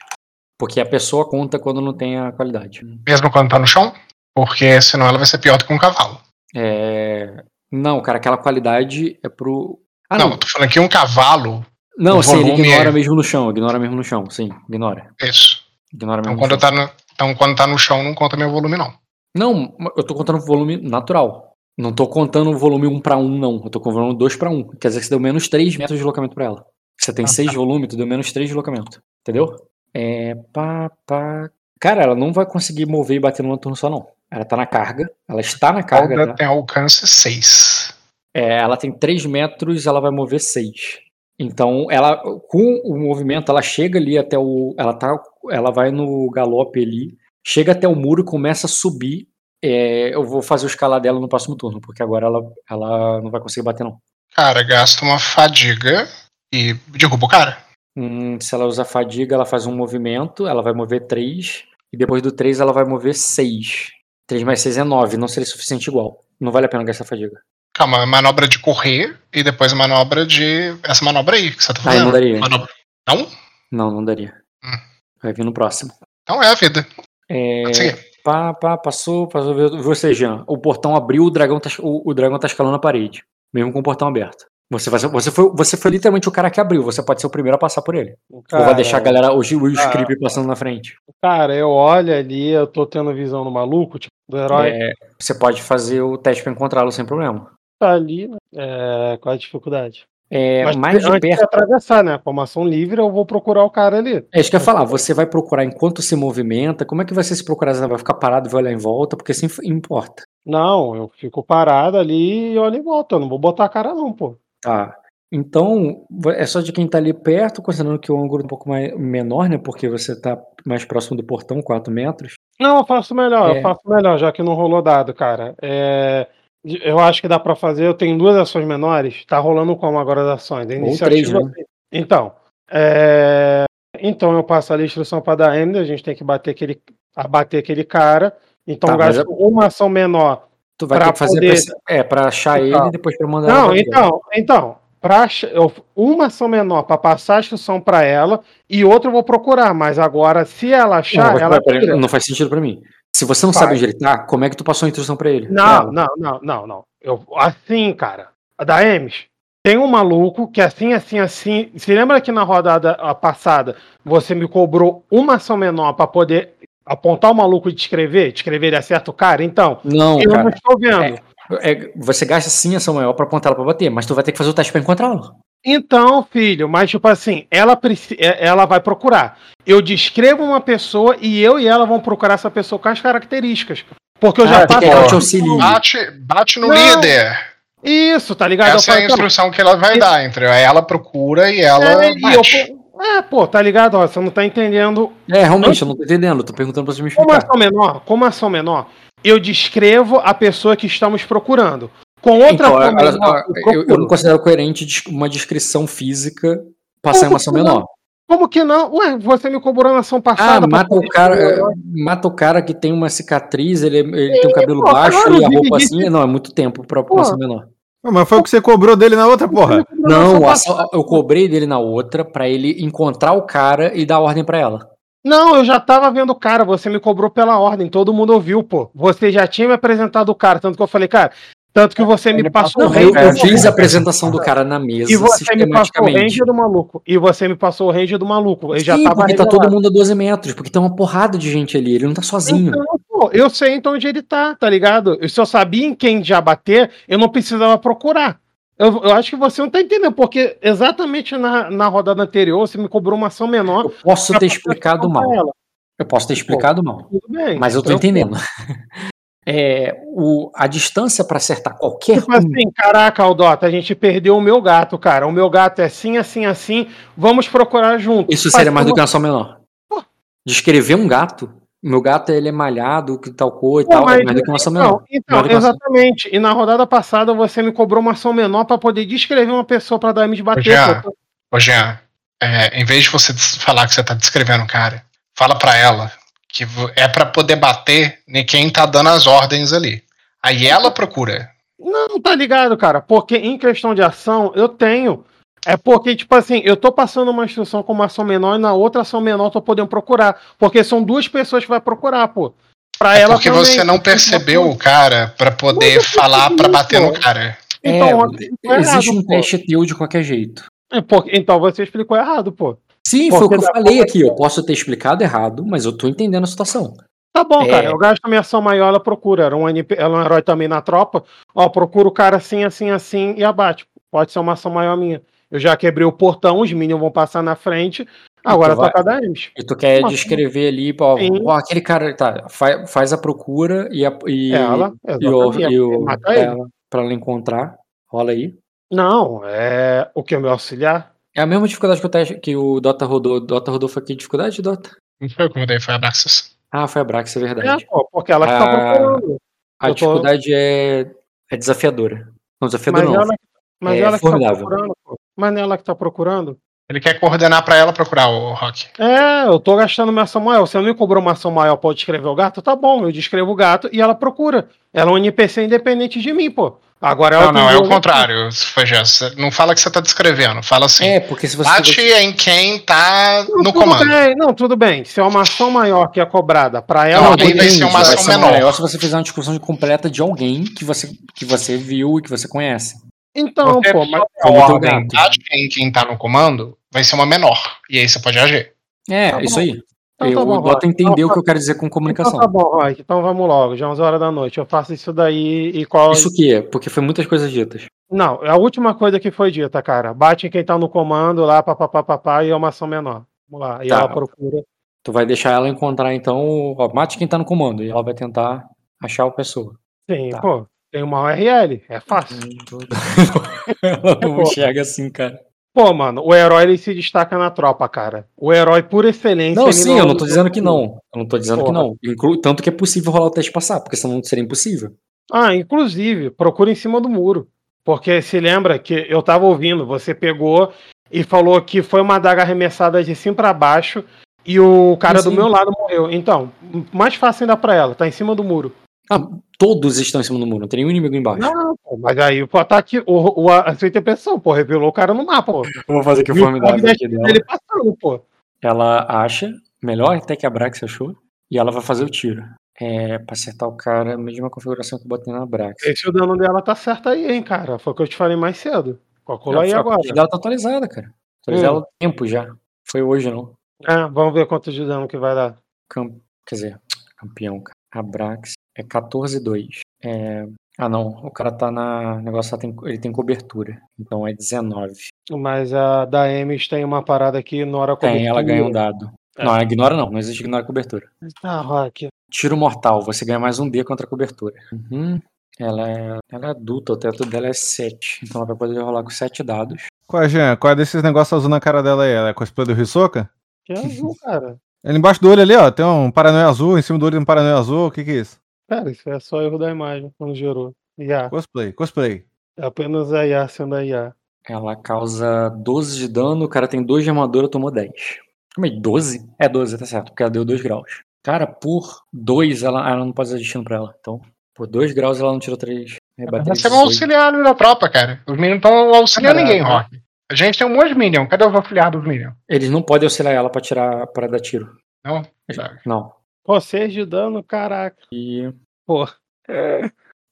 S2: Porque a pessoa conta quando não tem a qualidade.
S1: Mesmo quando tá no chão? Porque senão ela vai ser pior do que um cavalo.
S2: É... Não, cara, aquela qualidade é pro. Ah,
S1: não,
S2: não.
S1: eu tô falando que um cavalo.
S2: Não,
S1: o
S2: sim, ele
S1: volume
S2: ignora
S1: é-
S2: mesmo no chão, ignora mesmo no chão, sim, ignora.
S1: Isso.
S2: Ignora mesmo
S1: Então
S2: no
S1: quando,
S2: chão.
S1: tá no, então quando tá no chão, não conta meu volume, não.
S2: Não, eu tô contando o volume natural. Não tô contando o volume 1 pra 1, não. Eu tô contando 2 pra 1. Quer dizer que você deu menos 3 metros de deslocamento pra ela. Você tem 6 volume, tu deu menos 3 de deslocamento. Entendeu? É. Pá, pá. Cara, ela não vai conseguir mover e bater numa turno só, não. Ela tá na carga. Ela está na carga,
S1: Ainda
S2: tá?
S1: tem alcance 6.
S2: É, ela tem 3 metros, ela vai mover 6. Então, ela, com o movimento, ela chega ali até o. Ela, tá, ela vai no galope ali, chega até o muro e começa a subir. É, eu vou fazer o escalar dela no próximo turno, porque agora ela, ela não vai conseguir bater, não.
S1: Cara, gasta uma fadiga e derruba o cara.
S2: Hum, se ela usar fadiga, ela faz um movimento, ela vai mover 3, e depois do 3 ela vai mover 6. 3 mais 6 é 9, não seria suficiente igual. Não vale a pena gastar fadiga.
S1: Calma, é manobra de correr e depois manobra de. Essa manobra aí que você tá
S2: Ah, não
S1: fazendo.
S2: daria.
S1: Manobra- Não?
S2: Não, não daria.
S1: Hum.
S2: Vai vir no próximo.
S1: Então é a vida. Assim,
S2: É,
S1: Pode seguir.
S2: Pá, pá, passou, passou. Você, Jean, o portão abriu, o dragão tá, o, o dragão tá escalando a parede. Mesmo com o portão aberto. Você, vai ser- você, foi, você foi literalmente o cara que abriu, você pode ser o primeiro a passar por ele. Ou vai deixar a galera, hoje o Will
S5: Ah.
S2: Scribe passando na frente.
S5: Cara, eu olho ali, eu tô tendo visão do maluco, tipo, do herói
S2: É, você pode fazer o teste pra encontrá-lo sem problema.
S5: que tá ali, né? É, qual a dificuldade?
S2: É,
S5: Mas
S2: mais de
S5: antes
S2: perto.
S5: de atravessar, né? Com uma ação livre, eu vou procurar o cara ali.
S2: É isso que eu ia falar, você vai procurar enquanto se movimenta, como é que vai ser se procurar? Você vai ficar parado e vai olhar em volta, porque isso importa.
S5: Não, eu fico parado ali e olho em volta. Eu não vou botar a cara, não, pô.
S2: Tá. Então, va- é só de quem tá ali perto, considerando que o ângulo é um pouco mais, menor, né? Porque você tá mais próximo do portão, 4 metros.
S5: Não, eu faço melhor,
S2: É.
S5: eu faço melhor, já que não rolou dado, cara. É, eu acho que dá pra fazer. Eu tenho duas ações menores. Tá rolando como agora as ações? É
S2: Ou três,
S5: iniciativa-
S2: né?
S5: Então, é, então eu passo ali a instrução para dar Emily, a gente tem que bater aquele, abater aquele cara. Então
S2: Tá, mas
S5: gasto uma ação menor.
S2: Tu vai
S5: Pra
S2: ter que fazer
S5: poder-
S2: esse- é, pra achar
S5: Então.
S2: ele e depois pra mandar
S5: Não,
S2: ela pra dentro.
S5: então, então, pra, ach- eu- uma ação menor para passar a instrução para ela e outra eu vou procurar. Mas agora, se ela achar,
S2: não,
S5: ela
S2: mas peraí,
S5: tira.
S2: não faz sentido pra mim. Se você não
S5: Faz.
S2: sabe onde ele tá, como é que tu passou a instrução pra ele? Pra
S5: Não,
S2: ela?
S5: não, não, não, não. Eu, assim, cara. A da Emes, tem um maluco que assim, assim, assim. Se lembra que na rodada ah, passada você me cobrou uma ação menor pra poder apontar o maluco e descrever? Descrever ele acerta o cara? Então,
S2: Não,
S5: eu não
S2: cara.
S5: estou vendo.
S2: É, você gasta sim ação maior pra apontar ela pra bater, mas tu vai ter que fazer o teste pra encontrá-lo.
S5: Então, filho, mas tipo assim, ela, preci- é- ela vai procurar. Eu descrevo uma pessoa e eu e ela vão procurar essa pessoa com as características. Porque eu já
S2: Ah, tu
S5: passo.
S2: quer ela te auxilie.
S5: Ah.
S1: Bate, bate no
S5: Não,
S1: líder.
S5: Isso, tá ligado? Eu
S1: Essa é
S5: falo,
S1: a
S5: "Tá bom,
S1: instrução que ela vai dar, entendeu? Aí Ela procura e ela
S5: É, e eu-
S1: bate.
S5: é, pô, tá ligado? Ó, você não tá entendendo.
S2: É, realmente, eu não tô entendendo, tô perguntando pra você me
S5: Como
S2: explicar.
S5: ação menor, como ação menor, eu descrevo a pessoa que estamos procurando. Com outra
S2: Então,
S5: ação
S2: olha só,
S5: menor, eu
S2: eu, eu
S5: procuro.
S2: não considero coerente des- uma descrição física passar em
S5: Como
S2: uma ação
S5: que não? é
S2: menor.
S5: Como que não? Ué, você me cobrou na ação
S2: Ah,
S5: passada. pra
S2: mata o
S5: poder
S2: cara,
S5: escrever.
S2: é, mata o cara que tem uma cicatriz, ele, ele tem o cabelo
S5: pô,
S2: baixo
S5: claro,
S2: e a roupa
S5: dividir
S2: assim. Não, é muito tempo pra
S5: Pô.
S2: uma ação menor.
S3: Não, mas foi o que você cobrou dele na outra, porra.
S2: Não,
S5: ação
S2: a ação- eu cobrei dele na outra pra ele encontrar o cara e dar ordem pra ela.
S5: Não, eu já tava vendo o cara, você me cobrou pela ordem, todo mundo ouviu, pô. Você já tinha me apresentado o cara, tanto que eu falei, cara, tanto que você me passou o
S2: Não, eu,
S5: range.
S2: eu
S5: do
S2: fiz a
S5: maluco,
S2: apresentação do cara na mesa
S5: é, E você me passou o range
S2: sistematicamente.
S5: do maluco. E você me passou o range do maluco. Ele já
S2: Sim,
S5: tava
S2: porque tá
S5: revelado.
S2: todo mundo a 12 metros, porque tem uma porrada de gente ali, ele não tá sozinho.
S5: Então, pô, eu sei então onde ele tá, tá ligado? E Se eu sabia em quem já bater, eu não precisava procurar. Eu, eu acho que você não tá entendendo, porque exatamente na, na rodada anterior você me cobrou uma ação menor.
S2: Eu posso
S5: pra
S2: ter
S5: poder
S2: explicado
S5: contar
S2: mal.
S5: ela.
S2: Eu posso ter explicado mal.
S5: Tudo bem.
S2: Mas eu tô
S5: Eu-
S2: entendendo. É, o, a distância pra acertar qualquer um,
S5: Tipo assim, caraca, Aldota, a gente perdeu o meu gato, cara. O meu gato é assim, assim, assim. Vamos procurar junto.
S2: isso seria mais do que uma ação menor. descrever um gato. Meu gato ele é malhado, que tal cor e
S5: Pô,
S2: tal,
S5: mas-
S2: mas, do que uma ação menor.
S5: Não, então,
S2: Maior do que uma ação.
S5: exatamente. E na rodada passada você me cobrou uma ação menor pra poder descrever uma pessoa pra dar me de bater.
S1: Já.
S5: pô.
S1: Ô, Jean, é, em vez de você des- falar que você tá descrevendo o cara, fala pra ela que vo- é pra poder bater em quem tá dando as ordens ali. Aí ela procura.
S5: Não, tá ligado, cara? Porque em questão de ação, eu tenho. É porque, tipo assim, eu tô passando uma instrução com uma ação menor e na outra ação menor eu tô podendo procurar. Porque são duas pessoas que vai procurar, pô. Pra
S1: É
S5: ela
S1: porque
S5: também. Então,
S1: você não percebeu o cara pra poder
S5: Mas eu
S1: falar
S5: percebi
S1: pra bater no
S5: isso.
S1: cara.
S5: Então,
S2: É,
S5: ó, tá errado,
S2: Existe um
S5: pô.
S2: teste teu de qualquer jeito.
S5: É, porque- então você explicou errado, pô.
S2: Sim,
S5: Porque
S2: foi o que eu
S5: da-
S2: falei aqui. Eu posso ter explicado errado, mas eu tô entendendo a situação.
S5: Tá bom,
S2: É.
S5: cara. Eu gasto a minha ação maior, ela procura. Era um, NP, ela é um herói também na tropa. Ó, procura o cara assim, assim, assim e abate. Pode ser uma ação maior minha. Eu já quebrei o portão, os minions vão passar na frente. Agora
S2: tu Então vai-
S5: toca da Ems.
S2: E tu quer
S5: Nossa.
S2: descrever ali, ó,
S5: Sim.
S2: ó, aquele cara, tá, fa- faz a procura e, a, e,
S5: É, Ela,
S2: e o,
S5: exatamente.
S2: e o-
S5: mata
S2: pra
S5: ele.
S2: ela, pra ela encontrar, rola aí.
S5: Não, é o que é o meu auxiliar.
S2: É a mesma dificuldade que o, teste, que o Dota rodou. Dota rodou foi que dificuldade, Dota?
S1: Não foi o que eu mudei, foi a Braxas.
S2: Ah, foi a Brax, é
S5: É,
S2: verdade.
S5: pô, porque ela que tá
S2: Ah,
S5: procurando.
S2: a
S5: eu tô-
S2: dificuldade é, é desafiadora. Não, desafiadora
S5: Mas
S2: não.
S5: ela, mas
S2: É
S5: ela que tá
S2: formidável.
S5: procurando, pô. Mas não é ela que tá procurando.
S1: Ele quer coordenar pra ela procurar o Rock.
S5: É, eu tô gastando minha ação maior. Você não me cobrou uma ação maior pra eu descrever o gato? Tá bom, eu descrevo o gato e ela procura. Ela é um NPC independente de mim, pô. Agora ela
S1: Não,
S5: tem
S1: não, é o
S5: jogo-
S1: contrário. Fajé. Você Não fala que você tá descrevendo, fala assim.
S2: É, porque se você.
S1: Bate em quem tá
S5: Não,
S1: no
S5: tudo
S1: comando.
S5: bem, não, tudo bem. Se é uma ação maior que é cobrada pra ela,
S1: Não,
S2: um
S5: eu vou
S1: aí Então vai
S5: dizer
S1: ser
S5: isso,
S1: uma
S5: vai
S1: ação
S5: ser
S1: menor.
S2: se você fizer uma discussão completa de alguém que você, que você viu e que você conhece.
S5: Então,
S1: Você
S5: pô, mas né,
S1: sobe a
S2: Como teu
S1: ordem,
S2: gato.
S1: bate em quem tá no comando, vai ser uma menor. E aí você pode agir.
S2: É,
S5: Tá
S2: isso
S5: bom.
S2: aí.
S5: Então tá
S2: Eu-
S5: bom,
S2: o Dota
S5: vai.
S2: entendeu o
S5: Então
S2: que eu quero dizer com
S5: Então
S2: comunicação.
S5: tá bom, Roy. Então vamos logo, já é 11 horas da noite. Eu faço isso daí e qual.
S2: Isso o quê? Porque foi muitas coisas ditas.
S5: Não, é a última coisa que foi dita, cara. Bate em quem tá no comando lá, papapá, e é uma ação menor. Vamos lá. E
S2: Tá.
S5: ela procura.
S2: Tu vai deixar ela encontrar, então, ó, mate quem tá no comando. E ela vai tentar achar a pessoa.
S5: Sim,
S2: Tá.
S5: pô. Tem uma URL, é fácil.
S2: ela
S5: É, pô.
S2: não enxerga assim, cara.
S5: Pô, mano, o herói ele se destaca na tropa, cara. O herói por excelência.
S2: Não,
S5: ele
S2: sim, eu não tô dizendo que não. Eu não tô dizendo que
S5: Porra.
S2: não. Inclu- tanto que é possível rolar o teste passar, porque senão seria impossível.
S5: Ah, inclusive, procura em cima do muro. Porque se lembra que eu tava ouvindo, você pegou e falou que foi uma adaga arremessada de cima pra baixo e o cara
S2: Sim,
S5: do
S2: sim.
S5: meu lado morreu. Então, mais fácil ainda pra ela, tá em cima do muro.
S2: Todos estão em cima do muro, não tem nenhum inimigo embaixo.
S5: Não, pô, mas aí o ataque, o, o, a sua interpretação, pô, revelou o cara no mapa, pô.
S2: Eu vou fazer aqui
S5: o formidável
S2: aqui dela.
S5: Ele é. passando, pô.
S2: Ela acha, melhor até que a Brax achou, e ela vai fazer o tiro. É, pra acertar o cara, a mesma configuração que eu botei na Brax.
S5: Esse o dano dela tá certo aí, hein, cara. Foi o que eu te falei mais cedo. Calcula aí
S2: Ela- a
S5: agora.
S2: ficha dela tá atualizada, cara. Atualizada há um tempo já. Foi hoje, não.
S5: Ah, vamos ver quanto de dano que vai dar.
S2: Cam- Quer dizer, campeão, cara. Abrax é 14-2. É... Ah, não. O cara tá na. O negócio lá tem... ele tem cobertura. Então é 19.
S5: Mas a da Emis tem uma parada aqui, ignora a
S2: Tem,
S5: cobertura.
S2: ela ganha um dado.
S5: É.
S2: Não, ignora não. Não existe ignora cobertura.
S5: Tá, Rock.
S2: Tiro mortal. Você ganha mais um D contra a cobertura. Uhum. Ela é... ela é adulta. O teto dela é 7. Então ela vai poder rolar com 7 dados.
S6: Qual é, Jean? Qual é desses negócios azul na cara dela aí? Ela é cosplay do Hisoka?
S5: Que azul, cara.
S6: Ele É embaixo do olho ali, ó, tem um paranoia azul, em cima do olho tem um paranoia azul, o que que é isso?
S5: Cara, isso é só erro da imagem quando gerou. IA.
S6: Cosplay, cosplay.
S5: É apenas a IA sendo a IA.
S2: Ela causa 12 de dano, o cara tem 2 de armadura, tomou 10. Calma aí, 12? É 12, tá certo, porque ela deu 2 graus. Cara, por 2, ela, ah, ela não pode usar destino pra ela. Então, por 2 graus ela não tirou 3.
S1: Você é um auxiliar da tropa, cara. Os minions não auxiliam
S5: Caralho.
S1: ninguém, Rock. A gente tem um monte de minion. Cadê os auxiliares dos minions?
S2: Eles não podem auxiliar ela pra tirar para dar tiro.
S1: Não?
S2: Eles-
S1: Tá.
S2: Não.
S5: Pô, 6 de dano, caraca.
S2: E.
S5: Pô.
S2: É.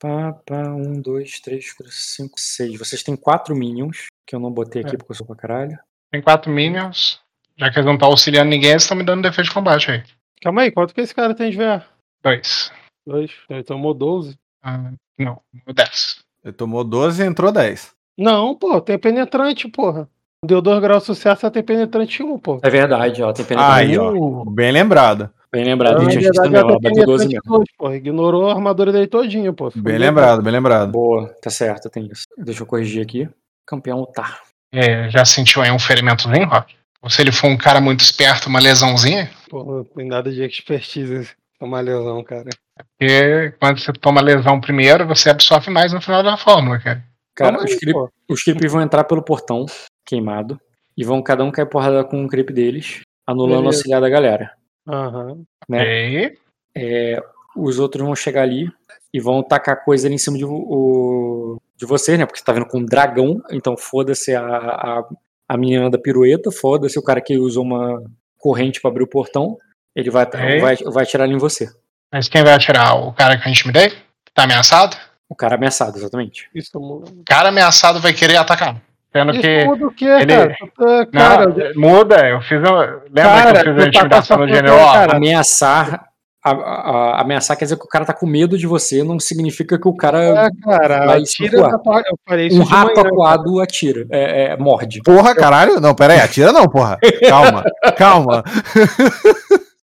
S2: Pá, pá, 1, 2, 3, 4, 5, 6. Vocês têm 4 minions, que eu não botei aqui porque eu sou pra caralho.
S1: Tem quatro minions. Já que eles não estão auxiliando ninguém, eles estão me dando defesa de combate aí.
S5: Calma aí, quanto que esse cara tem de VR?
S1: Dois.
S5: 2. Ele tomou 12.
S1: Ah, não, dez.
S6: Ele tomou 12 e entrou 10.
S5: Não, pô, tem penetrante, porra. Deu 2 graus de sucesso, ela tem penetrante 1, pô.
S2: É verdade, ela tem penetrante.
S6: Aí, ó, bem lembrado,
S2: Bem
S5: Ela,
S2: lembrado,
S5: na
S2: gente. gente
S5: É verdade,
S2: também,
S5: ela
S2: ela
S5: tem
S2: bateu 12
S5: penetrante
S2: mesmo.
S5: 2, porra. Ignorou a armadura dele todinho, pô.
S6: bem lembrado, bem lembrado.
S2: Boa, tá certo, tem isso. Deixa eu corrigir aqui. Campeão tá.
S1: É, já sentiu aí um ferimentozinho, Rock? Ou se ele for um cara muito esperto, uma lesãozinha.
S8: Pô, não tem nada de expertise tomar lesão, cara.
S1: Porque quando você toma lesão primeiro, você absorve mais no final da fórmula, cara.
S2: Cara,
S5: Calma
S2: os,
S5: aí,
S2: creep,
S5: pô.
S2: os creep vão entrar pelo portão queimado e vão cada um cair porrada com um creep deles, anulando o
S5: Beleza.
S2: auxiliar da galera.
S5: Aham.
S1: E
S2: É, os outros vão chegar ali e vão tacar coisa ali em cima de, vo- o, de você, né? Porque você tá vendo com um dragão, então foda-se a, a, a menina da pirueta, foda-se o cara que usa uma corrente pra abrir o portão, ele vai,
S1: É.
S2: vai, vai atirar ali em você.
S1: mas quem vai atirar? O cara que eu intimidei? Que tá ameaçado?
S2: O cara é ameaçado, exatamente.
S5: Isso muda.
S1: O cara ameaçado vai querer atacar. Sendo
S5: Isso
S1: que.
S5: muda o quê,
S1: ele-
S5: cara? Tu tá-
S1: Não,
S5: cara,
S1: muda, eu fiz. uma- Lembra
S5: Cara,
S1: que eu
S5: tu
S2: um
S1: fiz a
S5: tá
S1: intimidação
S5: com
S1: do
S5: essa
S1: gênero? Ó,
S5: cara.
S2: Ameaçar. a- a- a- ameaçar quer dizer que o cara tá com medo de você, não significa que o cara.
S5: é, cara,
S2: vai
S5: tira
S2: circular.
S5: da tua- Eu falei isso
S2: um
S5: de manhã.
S2: rato acuado atira, é, é, morde.
S6: Porra, caralho. Não, pera aí, atira não, porra. Calma, calma.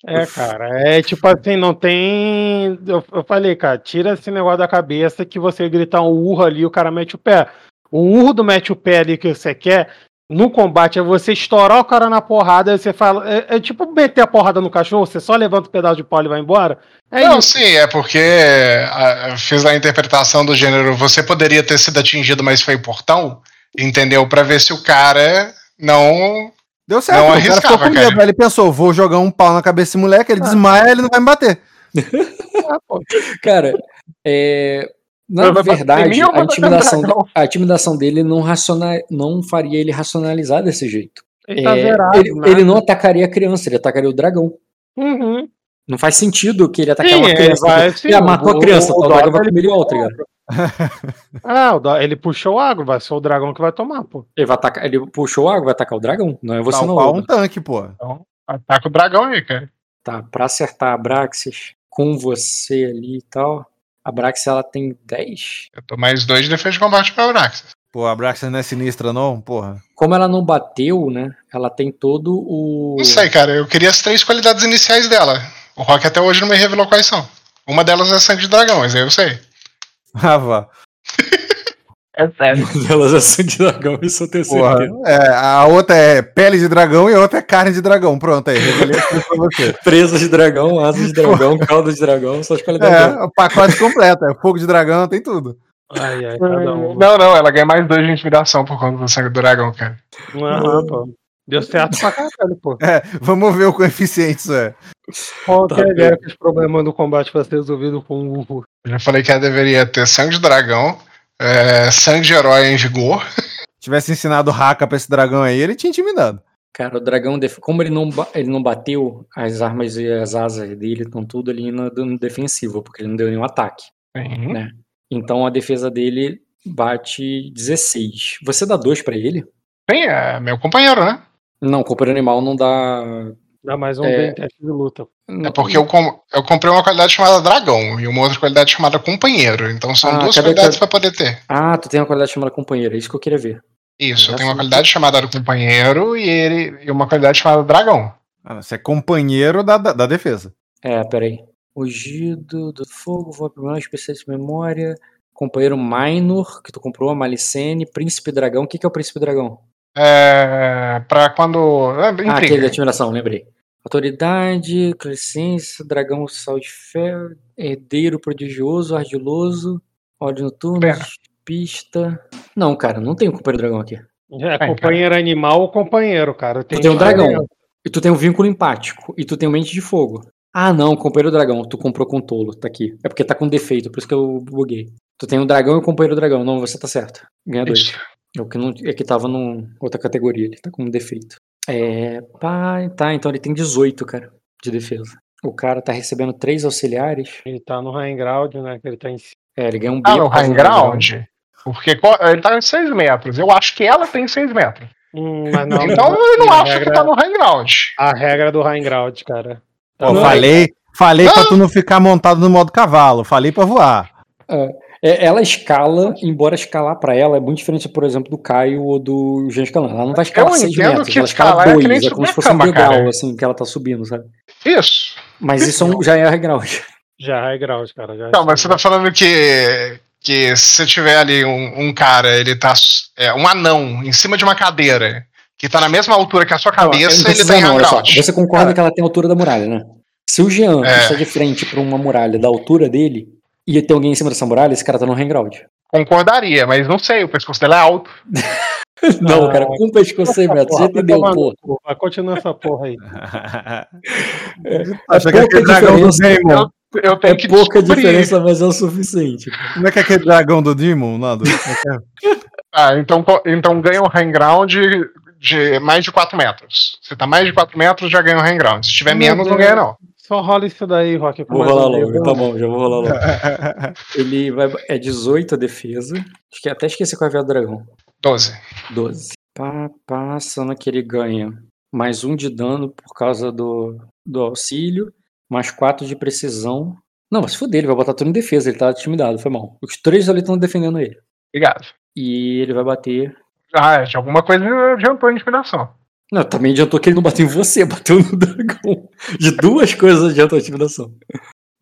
S5: É, cara, é tipo assim, não tem. Eu, eu falei, cara, tira esse negócio da cabeça que você gritar um urro ali, o cara mete o pé. O urro do mete o pé ali que você quer no combate é você estourar o cara na porrada e você fala. É, é tipo meter a porrada no cachorro, você só levanta o pedaço de pau e vai embora. É
S1: Não,
S5: isso.
S1: sim, é porque ah, eu fiz a interpretação do gênero. Você poderia ter sido atingido, mas foi portão, entendeu? Pra ver se o cara não.
S6: Deu certo,
S1: Não
S6: o cara ficou
S1: arriscava,
S6: com medo.
S1: cara.
S6: Aí ele pensou, vou jogar um pau na cabeça desse moleque, ele desmaia, ele não vai me bater.
S2: Cara, é, na
S5: Vai bater em
S2: verdade,
S5: mim ou vai
S2: a
S5: bater no
S2: intimidação,
S5: dragão?
S2: de- a intimidação dele não, raciona, não faria ele racionalizar desse jeito.
S5: Ele tá
S2: É,
S5: zerado.
S2: ele,
S5: né?
S2: ele não atacaria a criança, ele atacacaria o dragão.
S5: Uhum.
S2: Não faz sentido que ele atacar
S5: Sim,
S2: uma
S5: ele
S2: Tá criança.
S5: vai-
S2: Ele
S5: sim,
S2: matou
S5: o-
S2: a criança,
S5: o
S2: o, dragão vai
S5: Dota,
S2: comer ele igual, tá ligado?
S5: Ah, o Dó- ele puxou o agro, vai ser o dragão que vai tomar, pô.
S2: Ele, vai atacar, ele puxou água, vai atacar o dragão? Não é você
S6: Tal
S2: não.
S6: qual
S2: Ogro.
S6: um tanque, pô.
S1: Ataca o dragão aí, cara.
S2: Tá, pra acertar a Braxis com você ali e tal. A Braxis ela tem 10.
S1: Eu tô mais dois de defesa de combate pra Abraxas.
S6: Pô, a Braxas não é sinistra não, porra.
S2: Como ela não bateu, né? Ela tem todo o.
S1: Não sei, cara. Eu queria as três qualidades iniciais dela. O Rock até hoje não me revelou quais são. Uma delas é sangue de dragão, mas aí eu sei.
S6: Ah, vá.
S1: É sério.
S2: delas é sangue de dragão, isso eu tenho
S6: Porra. É, a outra é pele de dragão e a outra é carne de dragão. Pronto, aí, revelei as coisas pra você.
S2: Presa de dragão, asa de dragão, cauda de dragão, só as qualidades. dela.
S6: É, o pacote completo, é fogo de dragão, tem tudo.
S5: Ai, ai, cada um.
S1: Não, não, ela ganha mais dois de intimidação por conta do sangue do dragão, cara.
S5: Aham, pô. Deu certo pra caralho, pô.
S6: É, vamos ver o coeficiente isso é.
S8: Qual
S2: Tá
S8: que é a
S2: bem.
S8: ideia que os problemas do combate vai ser resolvido com um urro?
S1: Eu já falei que ela deveria ter sangue de dragão, é, sangue de herói em vigor.
S6: Tivesse ensinado raca pra esse dragão aí, ele tinha intimidado.
S2: Cara, o dragão, def- como ele não, ba- ele não bateu, as armas e as asas dele estão tudo ali na- no, um defensivo, porque ele não deu nenhum ataque.
S1: Sim.
S2: Então a defesa dele bate 16. Você dá 2 pra ele?
S1: Bem, é meu companheiro, né?
S2: Não, compra animal não dá.
S5: Dá mais um
S2: É.
S5: bem teste de luta.
S2: Uhum.
S1: É porque eu, com- eu comprei uma qualidade chamada dragão e uma outra qualidade chamada companheiro. Então são
S2: Ah,
S1: duas
S2: cadê-
S1: qualidades pra poder ter.
S2: Ah, tu tem uma qualidade chamada companheira, é isso que eu queria ver.
S1: Isso, eu
S2: Já
S1: tenho uma
S2: sei.
S1: qualidade chamada do companheiro e ele e uma qualidade chamada dragão.
S6: Ah, você é companheiro da, da, da defesa.
S2: É, peraí. Ogido do fogo, vou primeiro especialista de memória. Companheiro Minor, que tu comprou, Malicene, Príncipe Dragão. O que, que é o Príncipe Dragão?
S1: É, pra quando. É,
S2: Ah, aquele da
S1: intriga.
S2: admiração, lembrei. Autoridade, licença, dragão sal de ferro, herdeiro prodigioso, ardiloso, ódio noturno,
S1: Pera.
S2: pista. Não, cara, não tem um companheiro dragão aqui.
S5: É,
S1: cara.
S5: companheiro animal ou companheiro, cara.
S2: Tu tem um dragão.
S5: diferença.
S2: E tu tem um vínculo empático. E tu tem um mente de fogo. Ah, não, companheiro dragão. Tu comprou com tolo. Tá aqui. É porque tá com defeito, por isso que eu buguei. Tu tem um dragão e um companheiro dragão. Não, você tá certo. Ganha dois.
S1: Isso.
S2: É o que, não, é que tava num outra categoria. Ele tá com um defeito. É. Pá, tá, então ele tem 18, cara, de defesa. O cara tá recebendo três auxiliares.
S5: Ele tá no high ground, né? Que ele tá em cima.
S2: É, ele ganha um B.
S1: Ah, no
S2: por causa
S1: high
S2: do dragão.
S1: ground. Porque co- ele tá em 6 metros. Eu acho que ela tem 6 metros.
S5: Hum, mas não,
S1: então eu não
S5: a
S2: é
S1: acho que
S5: regra-
S1: tá no high ground.
S5: A regra é do high ground, cara.
S6: Pô,
S2: Não.
S6: falei, falei
S2: Ah!
S6: pra tu não ficar montado no modo cavalo, falei pra voar.
S2: É, ela escala, embora escalar pra ela é muito diferente, por exemplo, do Caio ou do Jean escalando. Ela não vai escalar
S1: Eu
S2: 6
S1: entendo
S2: metros,
S1: que
S2: ela escala
S1: escalar é que
S2: 2,
S1: nem
S2: é,
S1: subir
S2: como se
S1: a
S2: fosse um
S1: cama,
S2: degrau,
S1: cara.
S2: assim, que ela tá subindo, sabe?
S1: Isso.
S2: Mas isso é um- já é reground.
S5: Já high ground, cara. Já é
S1: Não, mas você tá falando que, que se tiver ali um, um cara, ele tá. s- é, um anão em cima de uma cadeira que tá na mesma altura que a sua cabeça,
S2: Não,
S1: ele
S2: precisa
S1: tá em
S2: não, olha só.
S1: hangout.
S2: é Você concorda que ela tem a altura da muralha, né? Se o Jean
S1: É.
S2: está de frente para uma muralha da altura dele e tem alguém em cima dessa muralha, esse cara tá no hangout.
S1: Concordaria, mas não sei, o pescoço dela é alto.
S2: Não, cara, com o pescoço sem metro. Você
S5: Porra, vai
S2: entendeu,
S5: tomar
S2: pô?
S5: no
S1: tá-
S5: cu, Vai continuar essa porra aí.
S2: É
S3: Acho
S6: é
S3: que aquele
S2: pouca
S3: dragão do
S2: diferença.
S3: Demon.
S1: Eu tenho
S2: É
S1: que
S2: pouca
S1: descobrir.
S2: diferença, mas é o suficiente.
S3: Como é que é aquele dragão do Demon lá? Do...
S1: Ah, então, co- então ganha um hang ground de, de mais de 4 metros. Se tá mais de 4 metros, já ganha um hang ground. Se tiver
S5: Meu
S1: menos, não
S5: Deus.
S1: ganha, não.
S5: Só rola isso daí, Rock.
S2: Vou rolar logo, tá bom, já vou rolar logo. Ele vai. É 18 a defesa. Acho que até esqueci qual é a do dragão.
S1: 12.
S2: 12. Pá, pá, sana que ele ganha mais um de dano por causa do, do auxílio, mais quatro de precisão. Não, vai se fuder, ele vai botar tudo em defesa, ele tá intimidado, foi mal. Os três ali estão defendendo ele.
S1: Obrigado.
S2: E ele vai bater.
S1: Ah, de alguma coisa adiantou a intimidação.
S2: Não, também adiantou que ele não bateu em você, bateu no dragão. De duas coisas adiantou a intimidação.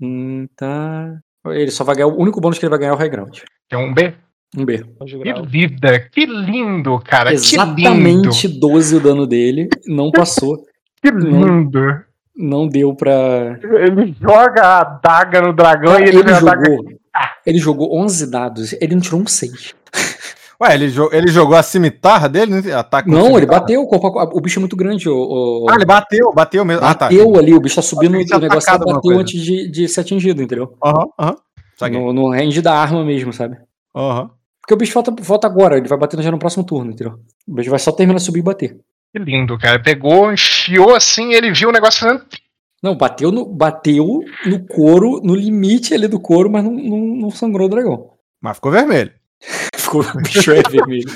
S2: Hum, tá. Ele só vai ganhar. O único bônus que ele vai ganhar é o high ground.
S1: Tem um B.
S2: Um B.
S1: Que vida, que lindo, cara.
S2: Exatamente 12 o dano dele. Não passou.
S1: Que lindo. Que lindo.
S2: Não deu pra.
S1: Ele joga a adaga no dragão e
S2: Ele,
S1: ele, vê a adaga.
S2: jogou.
S3: Ah.
S2: Ele jogou 11 dados, ele não tirou um 6.
S3: Ué, ele, jo- ele jogou a cimitarra dele?
S6: Ah,
S3: Né?
S6: tá,
S3: Ataca com
S2: Não, ele
S3: cimitarra?
S2: bateu. corpo a corpo. O bicho é muito grande. O, o-
S3: Ah, ele bateu, bateu mesmo. Ah, tá.
S2: bateu ali, o bicho tá subindo
S3: Ele tinha
S2: o negócio e
S3: atacado alguma
S2: bateu
S3: coisa.
S2: antes de, de ser atingido, entendeu?
S3: Aham, aham. Saquei.
S2: No, no range da arma mesmo, sabe?
S3: Aham.
S2: Porque o bicho falta, falta agora, ele vai bater já no próximo turno, entendeu? O bicho vai só terminar de subir e bater.
S1: Que lindo, cara. Pegou, enfiou assim, ele viu o negócio fazendo.
S2: Não, bateu no, bateu no couro, no limite ali do couro, mas não, não, não sangrou o dragão.
S3: Mas ficou vermelho.
S2: Ficou o bicho é vermelho.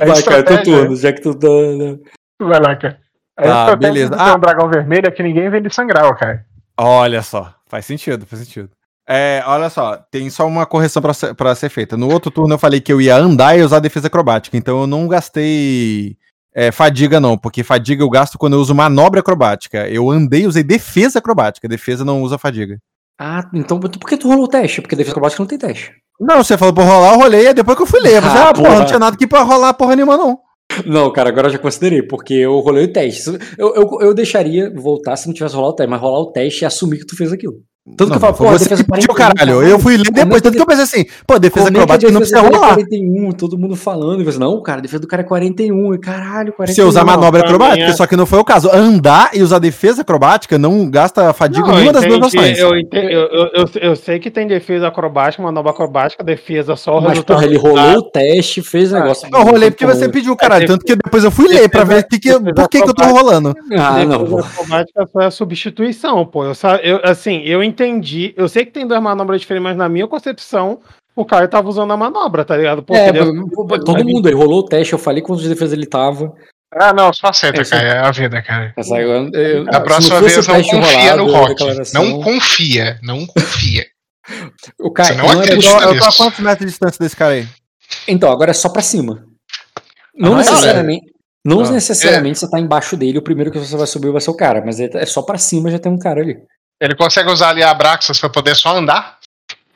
S1: É
S2: Vai, cara, teu
S1: estratégia.
S2: turno, já que tu tá. né?
S1: Vai lá, cara. É
S3: Tá,
S1: estratégia
S3: beleza.
S1: de ter
S3: Ah.
S1: um dragão vermelho é que ninguém vê ele sangrar, cara.
S3: Olha só. Faz sentido, faz sentido. É, olha só, tem só uma correção pra ser, pra ser feita. No outro turno eu falei que eu ia andar e usar defesa acrobática, então eu não gastei é, fadiga, não, porque fadiga eu gasto quando eu uso manobra acrobática. Eu andei e usei defesa acrobática. Defesa não usa fadiga.
S2: Ah, então tu- por que tu rolou o teste? Porque defesa acrobática não tem teste.
S3: Não, você falou pra rolar, eu rolei, aí depois que eu fui ler. Eu falei,
S2: Ah,
S3: ah, porra,
S2: porra.
S3: não tinha nada aqui pra rolar porra nenhuma, não.
S2: Não, cara, agora eu já considerei, porque eu rolei o teste. Eu, eu, eu deixaria voltar se não tivesse rolado o teste, mas rolar o teste e assumir que tu fez aquilo. Tanto que eu falo,
S3: foi
S2: pô, a
S3: você
S2: defesa
S3: que pediu,
S2: 41,
S3: caralho. Eu fui ler
S2: Como é
S3: depois,
S2: que
S3: tanto que eu pensei assim, pô, defesa
S2: Como é que a
S3: acrobática não precisa
S2: defesa dele é
S3: rolar.
S2: 41, todo mundo falando. E você, não, cara, a defesa do cara é 41. E um. caralho, 41.
S3: Se eu usar manobra
S5: pra
S3: acrobática,
S5: mim é-
S3: só que não foi o caso. Andar e usar defesa acrobática não gasta fadiga
S5: Não, eu,
S3: nenhuma das duas
S5: entendi,
S3: ações.
S5: eu, entendi- eu, eu, eu- eu sei que tem defesa acrobática, manobra acrobática, defesa só o
S2: Mas,
S5: resultado
S2: porra, ele
S5: do dado.
S2: rolou o teste, fez o negócio.
S3: Eu rolei porque você pediu, caralho. Tanto que depois eu fui ler pra ver que que, por que, que eu tô rolando.
S2: Ah, não,
S5: Defesa acrobática foi a substituição, pô. Eu, sa- eu, assim, eu entendi. Eu sei que tem duas manobras diferentes, mas na minha concepção, o cara tava usando a manobra, tá ligado? Pô,
S2: É,
S5: queria-
S2: pô, pô, todo mundo, ele rolou o teste, eu falei quantos de defesa ele tava.
S1: Ah, não, só aceita,
S2: É, sim.
S1: cara. É a vida, cara.
S2: Essa- eu- eu-
S1: Da
S2: Ah, se
S1: próxima
S2: fosse
S1: vez
S2: o
S1: não
S2: teste
S1: confia
S2: rolado,
S1: no
S2: a
S1: Rock.
S2: declaração-
S1: Não confia, não confia.
S2: O
S1: Você
S2: cara,
S1: não
S2: não era-
S1: acredita.
S3: Eu, eu tô a
S1: Isso.
S3: quantos metros de distância desse cara aí?
S2: Então, agora é só pra cima. Não
S1: Ah,
S2: necessariamente. Não
S3: Ah.
S2: necessariamente você tá embaixo dele, o primeiro que você vai subir vai ser o cara, mas é é só pra cima já tem um cara ali.
S1: Ele consegue usar ali a Braxas pra poder só andar?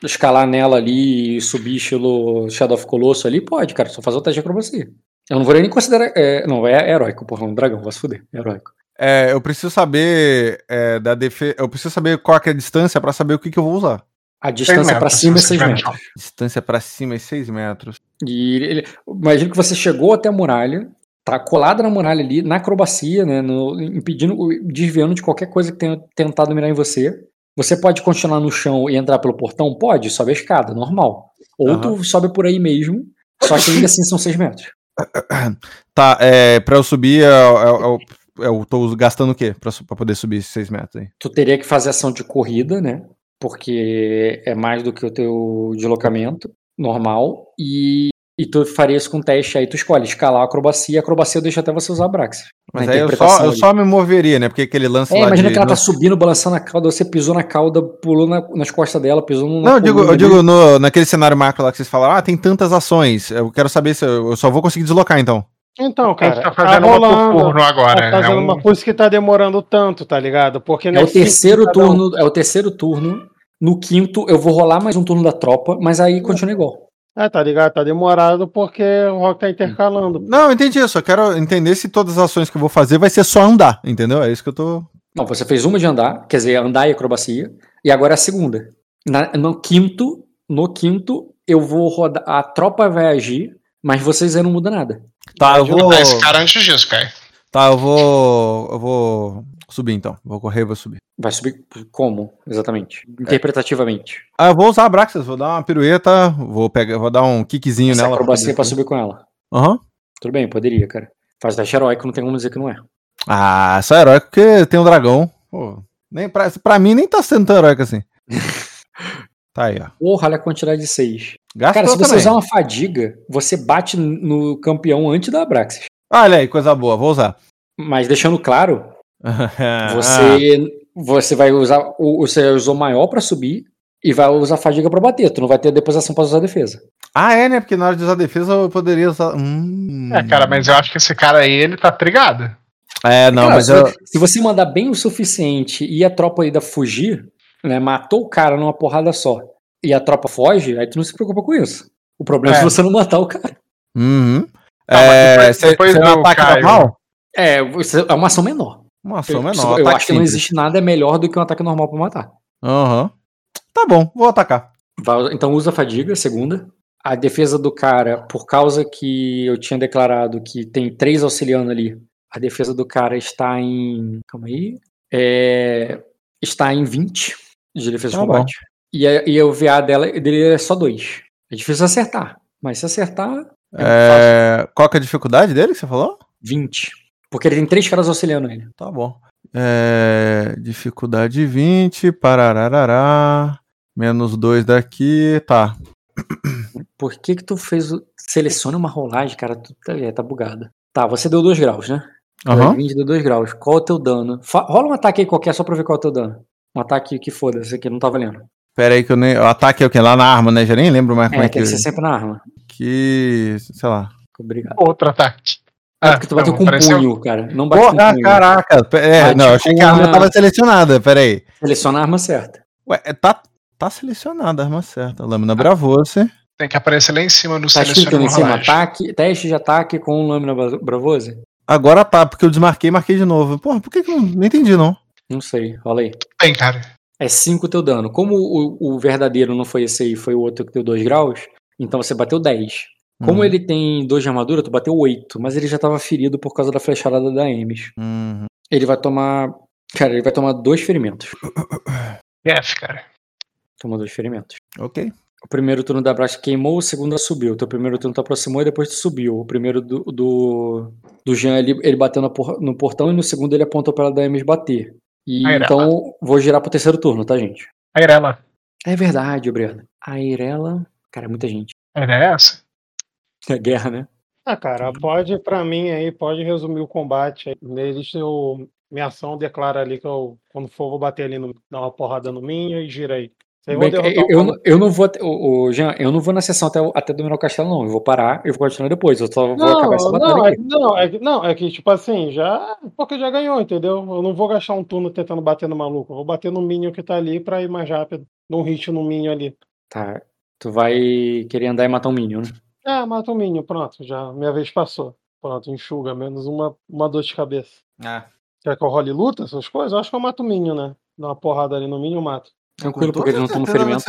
S2: Escalar nela ali e subir estilo Shadow of Colosso ali, pode, cara, só fazer o teste de acrobacia. Eu não vou nem considerar. é, não, é heróico, porra, é um dragão, vai se fuder, é heróico.
S3: É, eu preciso saber é, da defesa. Eu preciso saber qual que é a distância pra saber o que, que eu vou usar.
S2: A distância pra cima é 6 metros.
S3: Distância pra cima é 6 metros.
S2: E ele, ele- imagino que você chegou até a muralha, tá colado na muralha ali, na acrobacia, né, no- impedindo, desviando de qualquer coisa que tenha tentado mirar em você. Você pode continuar no chão e entrar pelo portão? Pode, sobe a escada, normal. Ou tu sobe por aí mesmo, só que ainda assim são seis metros.
S3: Tá, é, pra eu subir, eu, eu, eu- eu tô gastando o quê pra, su- pra poder subir esses 6 metros aí?
S2: Tu teria que fazer ação de corrida, né, porque é mais do que o teu deslocamento normal, e, e tu faria isso com teste, aí tu escolhe escalar a acrobacia, a acrobacia eu deixo até você usar a Brax.
S3: Mas
S2: Na
S3: aí eu só,
S2: interpretação
S3: eu
S2: ali.
S3: só me moveria, né? Porque aquele lance
S2: É,
S3: lá
S2: imagina
S3: de-
S2: que ela tá subindo, balançando a cauda, você pisou na cauda, pulou na- nas costas dela, pisou no.
S3: Não, eu digo, eu digo no- naquele cenário macro lá que vocês falaram, ah, tem tantas ações. Eu quero saber se eu, eu só vou conseguir deslocar então.
S5: Então,
S1: A gente
S5: cara,
S1: tá
S5: tá
S1: fazendo uma por
S5: rolando.
S1: turno agora.
S5: Tá fazendo
S1: é um-
S5: uma coisa que tá demorando tanto, tá ligado? Porque
S2: É o
S5: nesse
S2: terceiro
S5: cada um-
S2: turno, é o terceiro turno. No quinto, eu vou rolar mais um turno da tropa, mas aí continua igual.
S5: É, tá ligado? Tá demorado porque o Rock
S2: Hum.
S5: tá intercalando.
S3: Não, eu entendi. Eu só quero entender se todas as ações que eu vou fazer vai ser só andar, entendeu? É isso que eu tô.
S2: Não, você fez uma de andar, quer dizer, andar e acrobacia, e agora é a segunda. Na- no quinto, no quinto, eu vou rodar. A tropa vai agir, mas vocês aí não muda nada.
S3: Tá, eu vou.
S1: Ah, Esse cara antes disso, cara.
S3: Tá, eu vou. Eu vou subir então. Vou correr e vou subir.
S2: Vai subir como, exatamente?
S3: É.
S2: Interpretativamente.
S3: Ah, eu vou usar a Braxas, vou dar uma pirueta, vou pegar, vou dar um kickzinho
S2: Essa
S3: nela.
S2: acrobacia pra subir com ela.
S3: Aham.
S2: Tudo bem, poderia, cara. Faz teste heróico, não tem como dizer que não é.
S3: Ah, só heróico porque tem um dragão. Pô, nem pra, pra mim nem tá sendo tão heróico assim. tá aí, ó.
S2: Porra, olha a quantidade de 6.
S3: Gastou
S2: Cara, se você
S3: também.
S2: usar uma fadiga, você bate no campeão antes da Abraxas.
S3: Olha aí, coisa boa, vou usar.
S2: Mas deixando claro,
S3: Ah.
S2: você você vai usar. o- Você usou maior pra subir e vai usar fadiga pra bater. Tu não vai ter depois ação pra usar a defesa.
S3: Ah, é, né? Porque na hora de usar defesa eu poderia usar. Hum.
S1: É, cara, mas eu acho que esse cara aí, ele tá trigado.
S3: É, não,
S2: Cara,
S3: mas
S2: se,
S3: eu.
S2: se você mandar bem o suficiente e a tropa ainda fugir, né? Matou o cara numa porrada só e a tropa foge, aí tu não se preocupa com isso. O problema é,
S1: É.
S2: você não matar o cara.
S3: Uhum.
S1: mas
S3: É,
S1: depois-
S3: você
S1: depois
S3: você não
S1: do
S3: ataca
S1: Caio.
S3: normal?
S2: É, você- é uma ação menor.
S3: Uma ação
S2: eu
S3: menor.
S2: eu
S3: ataque
S2: acho que não
S3: tá simples.
S2: existe nada melhor do que um ataque normal pra matar.
S3: Aham. Tá bom, vou atacar.
S2: Vai- Então usa a fadiga, segunda. A defesa do cara, por causa que eu tinha declarado que tem três auxiliando ali, a defesa do cara está em. Calma aí. É, está em 20 de defesa
S3: Tá
S2: de combate. E, a- e o VA dela, dele é só dois. É difícil acertar. Mas se acertar,
S3: É, Qual que é a dificuldade dele que você falou?
S2: 20. Porque ele tem três caras auxiliando ele.
S3: Tá bom. É, dificuldade 20, parararará, menos 2 daqui, tá.
S2: Por que que tu fez. o- Seleciona uma rolagem, cara. Tu tá, é, tá bugada. Tá, você deu dois graus, né?
S3: Aham.
S2: 20 deu 2 graus. Qual é o teu dano? Fa- Rola um ataque aí qualquer só pra ver qual é o teu dano. Um ataque que foda-se aqui, não tá valendo.
S3: Pera aí que eu nem... O ataque é o que? Lá na arma, né? Já nem lembro mais
S2: É,
S3: como é, que...
S2: tem que ser sempre na arma.
S3: Que... Sei lá.
S2: Obrigado.
S1: Outro ataque.
S2: É porque tu bateu
S1: então,
S2: com um
S1: pareceu-
S2: punho, cara. Não bate com um
S3: Porra,
S2: punho.
S3: caraca! pe- É,
S2: Bate
S3: não, eu achei que a
S2: com
S3: arma
S2: a-
S3: tava selecionada, pera aí.
S2: Seleciona a arma certa.
S3: Ué, é, tá, tá selecionada a arma certa. Lâmina assim. Bravose.
S1: Tem que aparecer lá em cima no
S2: Tá escrito
S1: seleciona
S2: ali em
S1: uma
S2: cima,
S1: rolagem.
S2: ataque, teste de ataque com lâmina bra- bravose?
S3: Agora tá, porque eu desmarquei e marquei de novo. Porra, por que que eu não... Não entendi, não.
S2: Não sei, rola aí.
S1: Bem, cara.
S2: É 5 teu dano. Como o, o verdadeiro não foi esse aí, foi o outro que deu 2 graus, então você bateu 10. Como
S3: Hum.
S2: ele tem 2 de armadura, tu bateu 8, mas ele já tava ferido por causa da flechada da Ames.
S3: Uhum.
S2: Ele vai tomar. Cara, ele vai tomar dois ferimentos.
S1: Yes, cara.
S2: Tomou dois ferimentos.
S3: Ok.
S2: O primeiro turno da Brax queimou, o segundo subiu. Então, O teu primeiro turno tu aproximou e depois tu subiu. O primeiro do, do, do Jean, ele, ele bateu na por- no portão e no segundo ele apontou pra da Ames bater. E
S1: Ah, era.
S2: então vou girar pro terceiro turno, tá, gente?
S1: A Irela.
S2: É verdade, Briana. A Irela. Cara, é muita gente.
S1: Era essa?
S2: É guerra, né?
S5: Ah, cara, pode, pra mim aí, pode resumir o combate. aí. Neles eu. Minha ação declara ali que eu, quando for, vou bater ali, no, dar uma porrada no Minho e gira aí. Vocês vão
S2: Bem,
S5: derrotar
S2: eu,
S5: o
S2: eu,
S5: maluco.
S2: não- eu não vou. até- ô, ô, Jean, eu não vou na sessão até, o- até dominar o castelo, não. Eu vou parar eu vou continuar depois. Eu só vou acabar essa
S5: Não,
S2: batalha
S5: não,
S2: aqui.
S5: é, que- não, é, que- não, é que, tipo assim, já. Porque já ganhou, entendeu? Eu não vou gastar um turno tentando bater no maluco. Eu vou bater no Minion que tá ali pra ir mais rápido. Num hit no Minion ali.
S2: Tá. Tu vai querer andar e matar um Minion, né?
S5: Ah, mata o Minion, pronto, já. Minha vez passou. Pronto, enxuga, menos uma, uma dor de cabeça.
S3: Ah.
S5: Quer que eu role luta, essas coisas? Eu acho que eu mato o Minion, né? Dá uma porrada ali no Minion, eu mato.
S2: Tranquilo, porque ele não
S4: né,
S2: toma ferimento.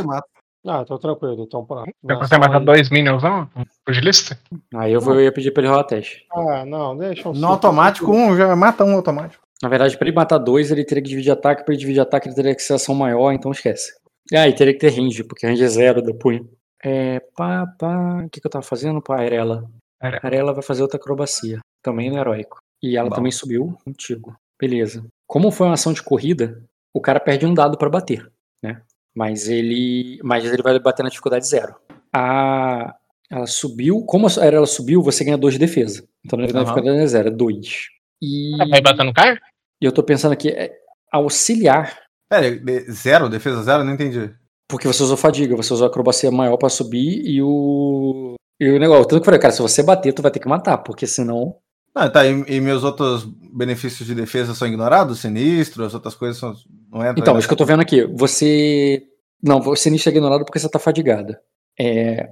S5: Ah, tô tranquilo, então pronto.
S1: Você
S5: Na
S1: consegue
S5: ação
S1: matar
S5: aí-
S1: dois minions, não? Um Pugilista?
S2: Aí eu, vou, eu ia pedir pra ele rolar teste.
S5: Ah, não, deixa eu.
S3: No automático, um já mata um automático.
S2: Na verdade, pra ele matar dois, ele teria que dividir ataque. Pra ele dividir ataque, ele teria que ser ação maior, então esquece. Ah, e teria que ter range, porque range é zero do punho. É, pá, pá. O que, que eu tava fazendo? Pá, Arela.
S1: Arela.
S2: Arela vai fazer outra acrobacia. Também no heróico. E ela
S3: Bom.
S2: também subiu contigo. Beleza. Como foi uma ação de corrida, o cara perde um dado pra bater, né? Mas ele. Mas ele vai bater na dificuldade zero. A. Ela subiu. Como a Arela subiu, você ganha dois de defesa. Então na verdade,
S3: Aham. É,
S2: a dificuldade é zero, é dois. E.
S1: Vai bater Tá, no cara?
S2: E eu tô pensando aqui, é, auxiliar,
S3: Pera, É, de- zero? Defesa zero? Não entendi.
S2: porque você usou fadiga, você usou acrobacia maior pra subir e o. E o negócio, tanto que eu falei, cara, se você bater, tu vai ter que matar, porque senão.
S3: Não, tá, e, e meus outros benefícios de defesa são ignorados? Sinistro, as outras coisas são, não entram?
S2: Então,
S3: né?
S2: isso que eu tô vendo aqui, você. Não, você não está ignorado porque você tá fadigada. É,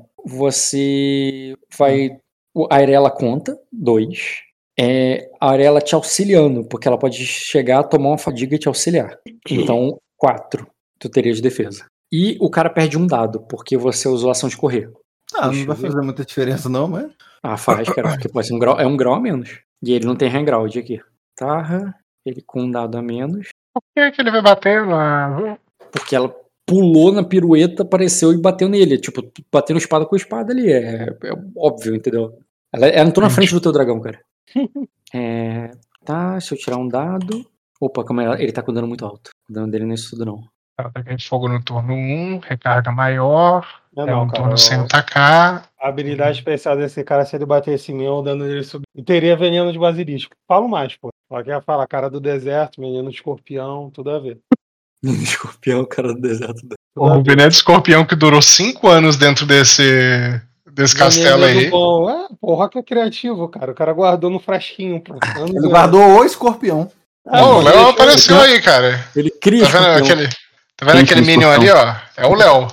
S2: Você vai. o- A Arela conta, dois. É, a Arela te auxiliando, porque ela pode chegar, tomar uma fadiga e te auxiliar. Então, quatro. Tu teria de defesa. E o cara perde um dado, porque você usou a ação de correr.
S3: Ah,
S2: Deixa
S3: não
S2: eu
S3: vai
S2: ver.
S3: fazer muita diferença, não, mas.
S2: Ah, faz, cara, porque pode ser um grau, é um grau a menos. E ele não tem hangout aqui. Tarra, ele com um dado a menos.
S1: Por que, é que ele vai bater lá?
S2: Porque ela pulou na pirueta, apareceu e bateu nele. Tipo, tu batendo espada com espada ali. É, é óbvio, entendeu? Ela, ela entrou na frente do teu dragão, cara. É, tá, se eu tirar um dado. Opa, calma aí, ele tá com dano muito alto. O dano dele não é isso tudo, não.
S1: Ela tá de fogo no turno 1, recarga maior,
S5: Não,
S1: é
S5: né, não,
S1: um
S5: cara,
S1: turno
S5: eu-
S1: sem atacar.
S5: A habilidade especial desse cara, é se ele batesse em mim, o dano dele subir. E teria veneno de basilisco. Falo mais, pô. Só que ia falar cara do deserto, menino de escorpião, tudo a ver.
S2: é Escorpião, cara do deserto.
S1: O Rubinete Escorpião que durou 5 anos dentro desse, desse castelo
S5: Veneno do
S1: aí.
S5: Bom. É, pô, o Rock é criativo, cara. O cara guardou no frasquinho, pô. Anos
S3: Ele
S5: e
S3: guardou o escorpião.
S1: Ô, o
S5: mas
S1: Léo
S5: deixa-
S1: apareceu aí, cara.
S2: Ele cria
S1: Tá vendo
S2: escorpião.
S1: aquele, tá vendo aquele minion ali, ó? É o Léo.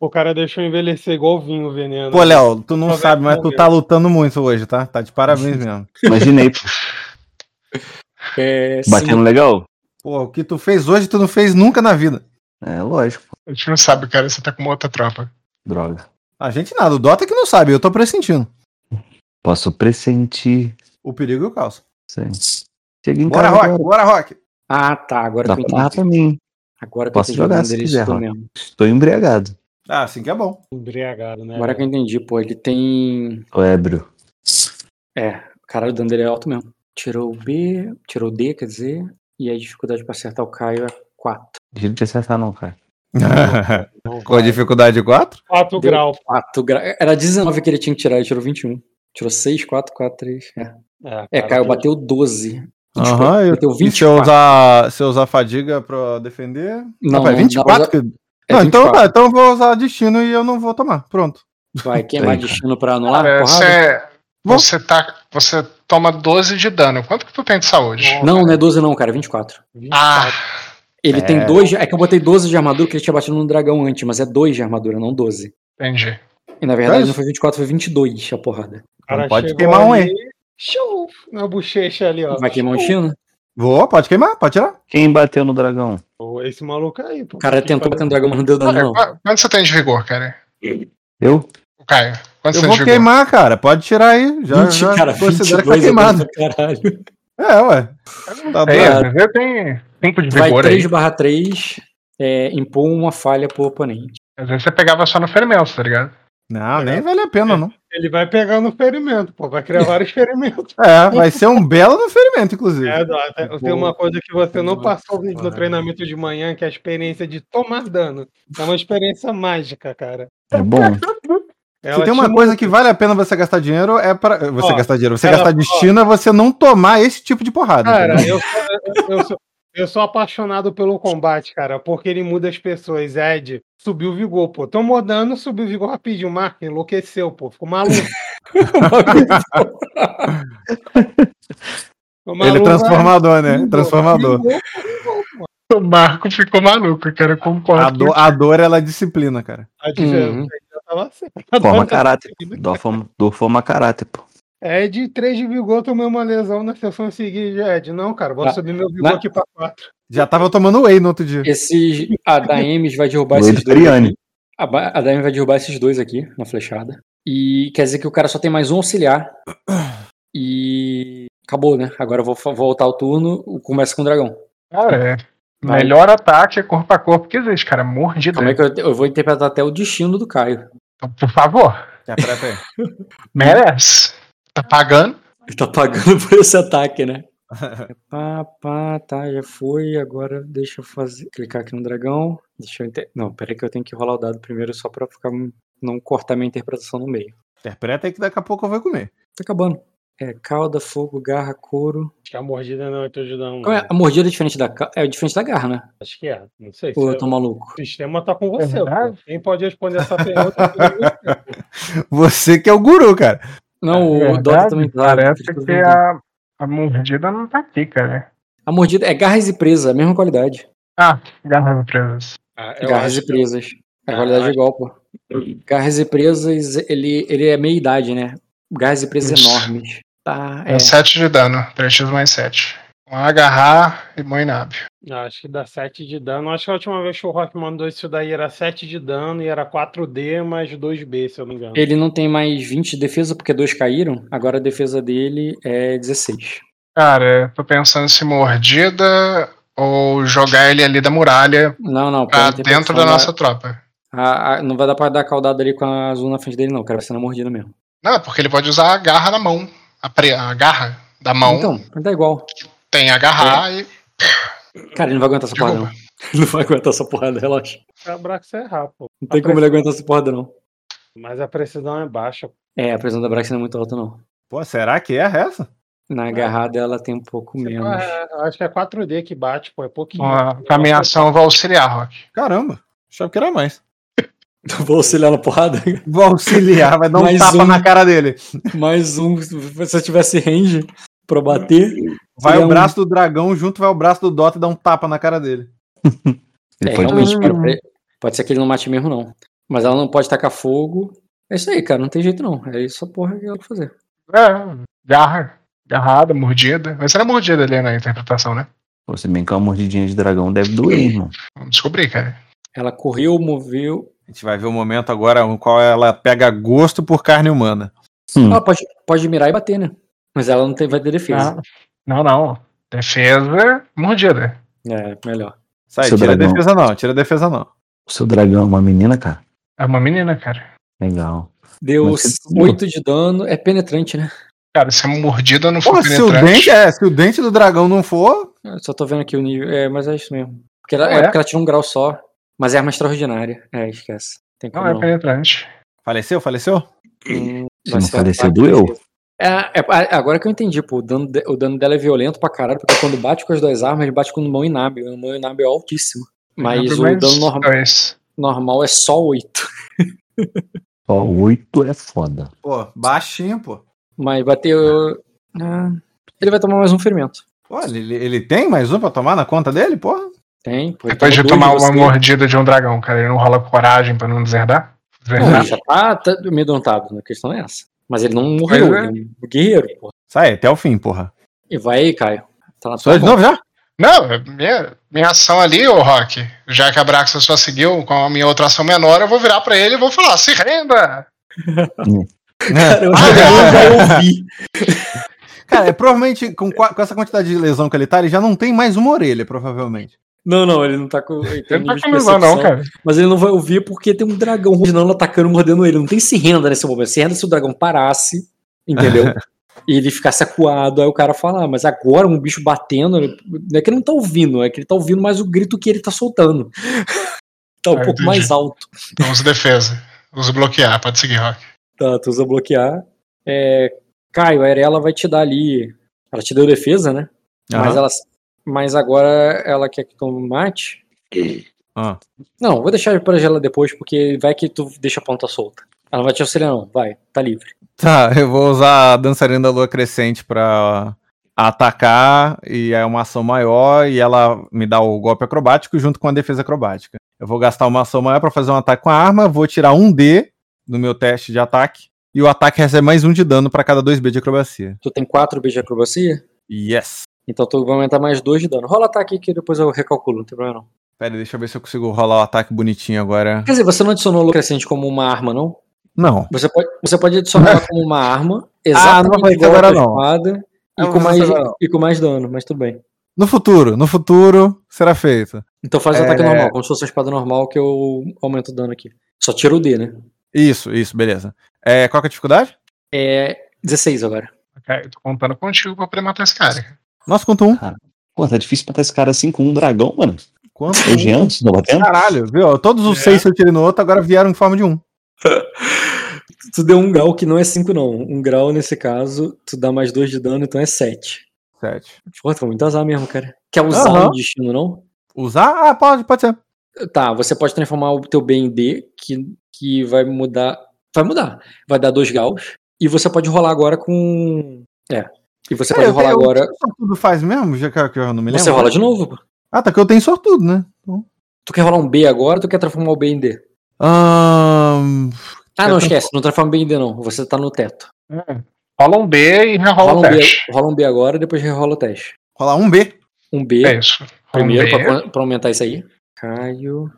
S5: O cara deixou envelhecer igual vinho o veneno.
S3: Pô, Léo, tu não
S5: Talvez
S3: sabe, mas
S5: não
S3: tu
S5: viu.
S3: tá lutando muito hoje, tá? Tá de parabéns mesmo.
S9: Imaginei,
S2: É, sim,
S9: batendo legal.
S3: Pô, o que tu fez hoje, tu não fez nunca na vida.
S9: É, lógico,
S1: A gente não sabe, cara, você tá com uma outra tropa.
S9: droga.
S3: A gente nada, o Dota é que não sabe, eu tô pressentindo.
S9: Posso pressentir.
S3: O perigo e o caos.
S9: Sei. Chega em
S3: Bora,
S9: casa
S3: Rock, bora,
S9: agora.
S3: Rock.
S2: Ah, tá. Agora
S9: Dá
S2: que eu
S9: pra dar pra
S2: entendi.
S9: mim.
S2: Agora que eu
S9: Posso
S2: entendi o
S9: jogar
S2: dano
S9: se
S2: dele,
S9: quiser,
S2: isso
S9: Rock.
S2: mesmo.
S9: Estou embriagado.
S3: Ah, assim que é bom.
S5: Embriagado, né?
S2: Agora que eu entendi, pô, ele tem.
S9: Tô ébrio.
S2: Caralho, o dano dele é alto mesmo. Tirou o B, tirou o D, quer dizer, e a dificuldade pra acertar o Caio é 4.
S9: Giro de acertar não, cara.
S3: Com a dificuldade 4?
S5: 4
S2: Deu-
S5: graus.
S2: 4 gra... Era 19 que ele tinha que tirar, ele tirou 21. Tirou 6, 4, 4, 3. É, é Caio bateu 12.
S3: Aham, eu... é
S2: Bateu
S3: E
S2: 24.
S3: se eu usar, se eu usar fadiga pra defender?
S2: Não,
S3: Rapaz,
S2: não, dá pra
S3: 24?
S2: usar-
S3: que-
S2: é
S3: não, então
S2: 24.
S3: tá, então eu vou usar destino e eu não vou tomar. Pronto.
S2: Vai, quem
S9: Aí,
S2: vai
S3: É.
S9: cara.
S2: destino pra anular?
S1: Cara,
S2: Porrada?
S1: É, você, você, tá, você toma 12 de dano. Quanto que tu tem de saúde?
S2: Não, não é 12 não, cara, é 24.
S1: Ah,
S2: Ele tem 2, é que eu botei 12 de armadura porque ele tinha batido no dragão antes, mas é 2 de armadura, não 12.
S1: entendi.
S2: E na verdade
S3: É isso?
S2: não foi 24, foi 22 a porrada.
S3: Não pode queimar um aí.
S5: Show! Na bochecha ali, ó.
S2: Vai queimar um o destino?
S3: Vou, pode queimar, pode tirar.
S9: Quem bateu no dragão?
S5: Pô, Esse maluco aí, pô.
S2: O cara tentou bater no dragão, mas não deu dano,
S1: Olha,
S2: Ah, não.
S1: qu- quanto você tem de vigor, cara?
S9: Eu?
S1: O Caio. Quanto você
S3: Eu
S1: tem
S3: vou
S1: de vigor?
S3: queimar, cara. Pode tirar aí. Já,
S2: 20,
S3: já
S2: cara, 22
S3: considera que tá
S2: é
S3: queimado.
S2: bom pra Caralho.
S3: É, ué. Tá
S1: É,
S3: doido.
S1: às vezes tem 5 de
S2: Vai
S1: vigor aí.
S2: 3 barra 3, é, impor uma falha pro oponente.
S1: Às vezes você pegava só no ferimento, tá ligado?
S3: Não, nem vale a pena, não.
S5: Ele vai pegar no ferimento, pô. Vai criar vários ferimentos.
S3: É, vai ser um belo no ferimento, inclusive.
S5: É, Dó, tem- tem uma coisa que você não
S2: Nossa,
S5: passou no
S2: maravilha.
S5: treinamento de manhã, que é a experiência de tomar dano. É uma experiência mágica, cara. É
S9: É bom.
S5: Ela
S3: Se tem
S5: te
S3: uma
S5: mu-
S3: coisa que vale a pena você gastar dinheiro, é para Você
S5: Ó,
S3: gastar dinheiro, você
S5: ela-
S3: gastar destino é você não tomar esse tipo de porrada.
S5: Cara,
S3: entendeu?
S5: eu sou, eu- eu sou- eu sou apaixonado pelo combate, cara, porque ele muda as pessoas. Ed, subiu o vigor, pô. Tomou dano, subiu o vigor rapidinho. Mark enlouqueceu, pô. Ficou maluco. Ficou
S3: Ele
S5: maluco,
S3: é transformador, né?
S5: Mudou,
S3: Transformador.
S5: Vigor, vigor, pô.
S1: O Marco ficou maluco, cara. Eu
S3: A
S1: concordo.
S3: dor, a dor, ela disciplina, cara.
S5: A diferença
S2: Uhum.
S5: Tá já tava certa.
S9: Forma caráter. Dor forma, dor forma caráter, pô.
S5: Ed, 3 É de vigor, tomei uma lesão na sessão seguinte, Ed. Não, cara, vou
S2: Tá.
S5: subir meu vigor
S2: Na-
S5: aqui pra 4.
S3: Já tava tomando whey no outro dia.
S2: Esses ADMs vai derrubar
S9: Lei
S2: esses
S9: do
S2: dois.
S9: Triane.
S2: A ba- a ADM vai derrubar esses dois aqui, na flechada. E quer dizer que o cara só tem mais um auxiliar. E. Acabou, né? Agora eu vou fa- voltar o turno. Começa com o dragão.
S1: Cara, é.
S2: Vai.
S1: Melhor ataque é corpo a corpo que existe, cara. Mordida.
S2: Como é que eu, eu vou interpretar até o destino do Caio?
S1: Então, por favor,
S3: Já, pera, pera.
S1: merece. Tá pagando?
S2: Ele tá pagando por esse ataque, né? Pá, pá, tá, já foi. Agora deixa eu fazer, clicar aqui no dragão. Deixa eu inte- Não, peraí que eu tenho que rolar o dado primeiro só pra ficar não cortar minha interpretação no meio.
S3: Interpreta aí que daqui a pouco eu vou comer.
S2: Tá acabando. É, cauda, fogo, garra, couro.
S5: Acho que a mordida não é te ajudando.
S2: Como é? A mordida é diferente da ca- é diferente da garra, né?
S5: Acho que é. Não sei
S2: Ou eu
S5: é-
S2: tô É maluco?
S5: O sistema tá com você.
S1: verdade?
S5: pô. Quem pode responder essa pergunta?
S3: Você que é o guru, cara.
S2: Não, o
S1: É Verdade,
S2: Dota também tá.
S1: Parece que é a, a mordida não tá aqui, cara.
S2: A mordida é garras e presa, a mesma qualidade.
S1: Ah, garras presas.
S5: Ah, eu
S2: Garras
S5: acho
S2: e presas. A
S5: Ah,
S2: qualidade
S5: acho-
S2: é igual, pô. Garras e presas, ele, ele é meia idade, né? Garras e presas
S1: Isso.
S2: enormes. Tá, é.
S1: É 7 de dano, 3x mais 7. Vamos agarrar e mãe nábio.
S5: Acho que dá 7 de dano. Acho que a última vez que o Rock mandou isso daí era 7 de dano e era 4D mais 2B, se eu não me engano.
S2: Ele não tem mais 20 de defesa, porque dois caíram. Agora a defesa dele é 16.
S1: Cara, eu tô pensando se mordida ou jogar ele ali da muralha
S2: Não, não.
S1: pra
S2: pode ter
S1: dentro
S2: petição,
S1: da
S2: né?
S1: nossa tropa.
S2: A- a- não vai dar pra dar caudada ali com a azul na frente dele, não. Cara, vai ser na mordida mesmo.
S1: Não, porque ele pode usar a garra na mão. A, pre- a garra da mão
S2: Então, É. dá igual.
S1: tem agarrar e.
S2: Cara, ele não vai aguentar essa porrada, não. Ele não vai aguentar essa porrada, relaxa.
S5: Pra Brax errar, pô.
S2: Não tem
S5: A
S2: como ele
S5: pressão-
S2: aguentar essa porrada, não.
S5: Mas a precisão é baixa.
S2: É, a pressão da Brax não é muito alta, não.
S3: Pô, será que é essa?
S2: Na
S1: É.
S2: agarrada ela tem um pouco menos.
S5: É, acho que é 4D que bate, pô. É pouquinho.
S1: Ó, pra minha ação, eu vou auxiliar, Rock.
S3: Caramba, achava que era mais.
S2: Então vou auxiliar na porrada.
S3: Vou auxiliar, vai dar um
S2: Mais
S3: tapa
S2: um.
S3: na cara dele.
S2: Mais um, se eu tivesse range pra bater.
S3: Vai
S2: seria
S3: o
S2: um-
S3: braço do dragão, junto vai o braço do Dota e dá um tapa na cara dele.
S9: Ele
S2: É,
S9: foi
S2: realmente,
S9: bem.
S2: cara, pode- pode ser que ele não mate mesmo, não. Mas ela não pode tacar fogo. É isso aí, cara, não tem jeito não. É isso a porra que ela vai fazer.
S1: É, garra. Garrada, mordida. Vai ser a mordida ali na interpretação, né?
S9: Pô, se bem que uma mordidinha de dragão deve doer, irmão.
S1: Vamos descobrir, cara.
S2: Ela correu, moveu.
S3: A gente vai ver o momento agora no qual ela pega gosto por carne humana.
S9: Hum.
S2: Ela pode, pode mirar e bater, né? Mas ela não tem, vai ter defesa.
S1: Não, não. Defesa, mordida.
S2: É, melhor.
S3: Sai,
S9: Seu
S3: tira a
S9: dragão.
S3: defesa não, tira a defesa não.
S9: O seu dragão é uma menina, cara.
S1: É uma menina, cara.
S9: Legal.
S2: Deu
S9: Mas você-
S2: 8 de dano. É penetrante, né?
S1: Cara, se a mordida não for
S3: Porra, se o dente
S1: penetrante.
S3: é, se o dente do dragão não for,
S2: Eu só tô vendo aqui o nível. É, mas é isso mesmo. Porque ela,
S1: Não
S2: é
S1: é.
S2: porque ela tirou um grau só. Mas é arma extraordinária. É, esquece. Tem como
S1: Não é
S2: não.
S1: penetrante.
S3: faleceu, faleceu?
S9: Se
S2: Vai
S9: não
S2: ser um
S9: faleceu,
S2: ataque
S9: doeu.
S2: defesa. É, é, a- agora que eu entendi, pô, o dano, de- o dano dela é violento pra caralho, porque quando bate com as duas armas, bate com o mão inábil. O mão inábil é altíssimo. Mas o
S1: Mais
S2: dano norma-
S1: dois.
S2: normal é só 8.
S9: Ó, oito é foda.
S3: Pô, baixinho, pô.
S2: Mas bateu. ah,
S1: É.
S2: ele vai tomar mais um ferimento.
S3: Olha, ele, ele tem mais um pra tomar na conta dele, porra?
S2: Tem? pô, ele
S1: Depois de
S2: tomou dois
S1: tomar uma
S2: você.
S1: mordida de um dragão, cara, ele não rola coragem pra não deserdar?
S2: Não, ele
S1: Deserdar?
S2: já tá, tá amedrontado, né? a questão é essa. Mas ele não morreu,
S1: Pois é.
S2: ele é um guerreiro, pô.
S3: Sai, até o fim, porra.
S2: E vai aí, Caio. Tá na
S3: Só
S2: tua
S3: de
S2: mão.
S3: novo já?
S1: Não, é minha, minha ação ali, ô Rock, já que a Braxa só seguiu com a minha outra ação menor, eu vou virar pra ele e vou falar: se renda!
S2: Cara, eu já ouvi.
S3: É. Cara, é, provavelmente com, qua- com essa quantidade de lesão que ele tá, ele já não tem mais uma orelha, provavelmente.
S2: Não, não, ele não tá com. Ele tem
S1: Ele não
S2: nível de
S1: tá comigo,
S2: percepção.
S1: não, cara.
S2: Mas ele não vai ouvir porque tem um dragão rosnando, atacando, mordendo ele. Não tem se renda nesse momento. Se renda se o dragão parasse, entendeu? e ele ficasse acuado, aí o cara fala, "Ah, mas agora um bicho batendo, ele- não é que ele não tá ouvindo, é que ele tá ouvindo mais o grito que ele tá soltando. tá um
S1: Ah,
S2: pouco
S1: entendi.
S2: mais alto.
S1: Então usa defesa. Usa bloquear, pode seguir, Rock.
S2: Tá, tu usa bloquear. É, Caio, a Erela vai te dar ali. Ela te deu defesa, né? Mas,
S3: Aham.
S2: ela, mas agora ela quer que tu mate.
S3: Ah.
S2: Não, vou deixar pra ela depois, porque vai que tu deixa a ponta solta. Ela não vai te auxiliar, não. Vai, tá livre.
S3: Tá, eu vou usar a dançarina da lua crescente pra atacar, e é uma ação maior, e ela me dá o golpe acrobático junto com a defesa acrobática. Eu vou gastar uma ação maior pra fazer um ataque com a arma, vou tirar um D no meu teste de ataque, e o ataque recebe mais um de dano pra cada 2B de acrobacia.
S2: Tu tem 4 B de acrobacia,
S3: Yes!
S2: então tu vai aumentar mais 2 de dano. Rola ataque que depois eu recalculo, não tem problema não.
S3: Pera, aí, deixa eu ver se eu consigo rolar o ataque bonitinho agora.
S2: Quer dizer, você não adicionou o crescente como uma arma, não?
S3: Não.
S2: Você pode, você pode adicionar ela como uma arma, exatamente
S3: Ah, não vai ter
S2: igual
S3: agora,
S2: a tua
S3: não.
S2: espada, e
S3: Não
S2: com,
S3: vai
S2: mais,
S3: ter agora, não.
S2: e com mais dano, mas tudo bem.
S3: No futuro, no futuro será feito.
S2: Então faz o
S3: É.
S2: ataque normal, como se fosse uma espada normal que eu aumento o dano aqui. Só tira o D, né?
S3: Isso, isso, beleza. É, qual que é a dificuldade?
S2: É 16 agora.
S1: Ok, eu tô contando contigo pra poder matar esse cara.
S3: Nossa, quanto um.
S9: Pô, tá difícil matar esse cara assim com um dragão, mano.
S3: Quanto?
S9: É o Jean, vocês estão batendo?
S3: Caralho, viu? Todos os seis que eu tirei no outro agora vieram em forma de um.
S2: Tu deu um grau que não é 5, não. Um grau, nesse caso, tu dá mais 2 de dano, então é 7.
S3: Sete.
S2: Pô, tá muito azar mesmo, cara. Quer usar
S3: Aham.
S2: o destino, não?
S3: Usar? Ah, pode, pode ser.
S2: Tá, você pode transformar o teu B em D, que, que vai mudar. Vai mudar. Vai dar dois graus. E você pode rolar agora com. É. E você
S3: É,
S2: pode
S3: eu
S2: rolar
S3: tenho-
S2: agora.
S3: O que sortudo faz mesmo? Já que eu- que eu não me lembro.
S2: Você rola de novo, pô.
S3: Ah, tá, que eu tenho sortudo, né?
S2: Tu quer rolar um B agora ou tu quer transformar o B em D?
S3: Ahn,
S2: Ah, não, esquece. Não transforma bem ainda, não. Você tá no teto.
S1: Rola um B e rerola
S2: Rola
S1: o
S2: um, B,
S1: teste.
S2: rola um B agora e depois rerola o teste.
S3: rolar um B.
S2: Um B
S1: É isso. Rola um
S2: primeiro
S1: B.
S2: pra, pra aumentar isso aí. Caio.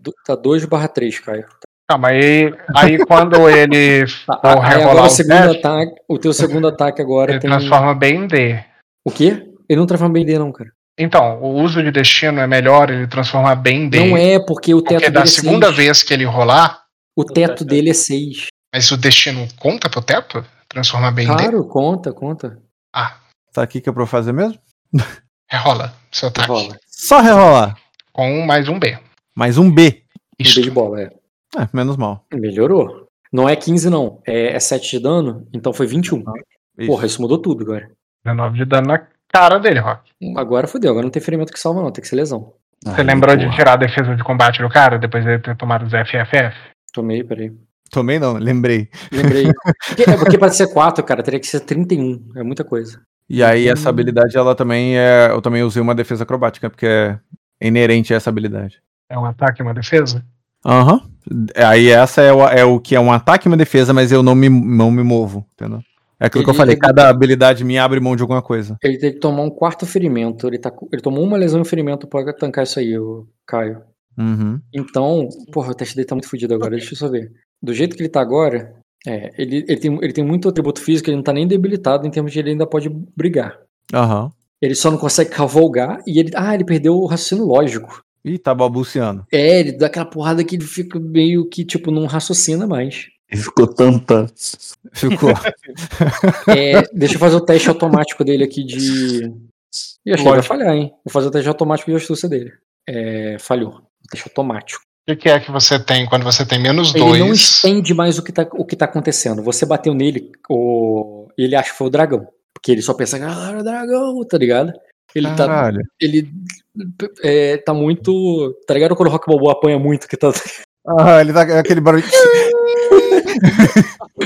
S2: Do- Tá 2 barra 3, Caio.
S1: Calma, aí, aí quando ele
S2: Tá,
S1: for
S2: a- aí
S1: rerolar
S2: agora o
S1: o
S2: segundo
S1: um teste,
S2: ataque. O teu segundo ataque agora
S1: ele tá
S2: tem.
S1: transforma B em D.
S2: O quê? Ele não transforma bem D, não, cara.
S1: Então, o uso de destino é melhor ele transformar B em D.
S2: Não é, porque o teto
S1: porque
S2: dele
S1: da
S2: é
S1: segunda
S2: 6.
S1: vez que ele rolar,
S2: O teto dele é 6.
S1: mas o destino conta pro teto? Transformar B em D?
S2: Claro, conta, conta.
S1: Ah,
S3: Tá aqui que é pra eu fazer mesmo?
S1: rerola seu ataque.
S2: Rola.
S3: Só rerolar.
S1: Com mais um B.
S3: Mais um B.
S2: Um B
S1: Isso.
S2: de bola, é.
S3: É, menos mal.
S2: Melhorou. Não é 15, não. É, é 7 de dano, então foi 21.
S3: Isso.
S2: Porra, isso mudou tudo agora.
S1: 19 de dano na cara dele, Rock.
S2: Agora fodeu, agora não tem ferimento que salva, não, tem que ser lesão.
S1: Você lembrou de tirar a defesa de combate do cara depois de ele ter tomado os FFF?
S2: Tomei, peraí.
S3: Tomei não, lembrei.
S2: Lembrei. Porque- é porque pra ser 4, cara, teria que ser 31. É muita coisa.
S3: E aí essa habilidade, ela também é... Eu também usei uma defesa acrobática, porque é inerente a essa habilidade.
S1: É um ataque e uma defesa?
S3: Aham. Aí essa é o, é o que é um ataque e uma defesa, mas eu não me, não me movo, entendeu? É aquilo que eu
S2: Ele-
S3: falei,
S2: ele-
S3: cada habilidade minha abre mão de alguma coisa.
S2: Ele teve que tomar um quarto ferimento. Ele, tá, com- ele tomou uma lesão e um ferimento pra tancar isso aí, o Caio.
S3: Uhum.
S2: Então, porra, o teste dele tá muito fodido agora, deixa eu só ver. Do jeito que ele tá agora, é, ele, ele, tem, ele tem muito atributo físico, ele não tá nem debilitado em termos de ele ainda pode brigar.
S3: Aham.
S2: Ele só não consegue cavalgar e ele. Ah, ele perdeu o raciocínio lógico.
S3: Ih, tá balbuciando.
S2: É, ele dá aquela porrada que ele fica meio que, tipo, não raciocina mais.
S9: Ele ficou tanta.
S3: Ficou.
S2: É, deixa eu fazer o teste automático dele aqui de. E acho que ele vai
S3: Lógico.
S2: falhar, hein? Vou fazer o teste automático de astúcia dele. É, falhou. Teste automático.
S1: O que é que você tem quando você tem menos
S2: Ele não
S1: 2?
S2: entende mais o que, tá, o que tá acontecendo. Você bateu nele, o... ele acha que foi o dragão. Porque ele só pensa, ah, dragão, tá ligado? Ele tá,
S3: Caralho.
S2: ele é, tá muito. Tá ligado quando o Rock Balboa apanha muito? Que tá...
S3: Ah, ele tá é aquele barulho.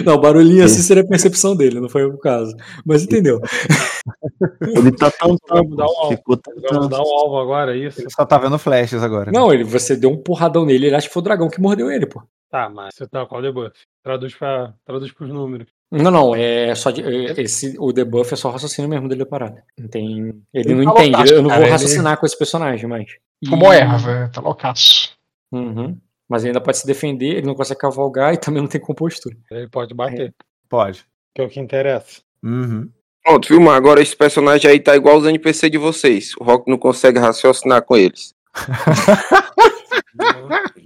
S2: Não, o barulhinho assim seria a percepção dele, não foi o caso. Mas entendeu?
S9: Ele tá
S5: Vamos dar um
S9: tantando.
S5: alvo.
S9: Ficou
S5: Vamos dar
S9: tantando.
S5: um alvo agora, isso?
S3: Ele só tá vendo flashes agora. né?
S2: Não, ele, você deu um porradão nele, ele acha que foi o dragão que mordeu ele, pô.
S5: Tá, mas você tá qual debuff? Traduz, pra, traduz pros números.
S2: Não, não, é só de, é- esse, o debuff é só o raciocínio mesmo dele parada. Não tem, ele
S1: Ele
S2: não
S1: tá
S2: entende,
S1: loucaço,
S2: eu não vou
S1: cara, ele-
S2: raciocinar com esse personagem, mas.
S1: Fumou
S2: E-
S1: erva, tá loucaço.
S2: Uhum. Mas ele ainda pode se defender, ele não consegue cavalgar e também não tem compostura.
S5: Ele
S2: É.
S5: pode bater,
S3: Pode.
S5: que é o que interessa.
S3: Uhum.
S10: Pronto, viu, mas agora esse personagem aí tá igual os NPC de vocês. O Rock não consegue raciocinar com eles.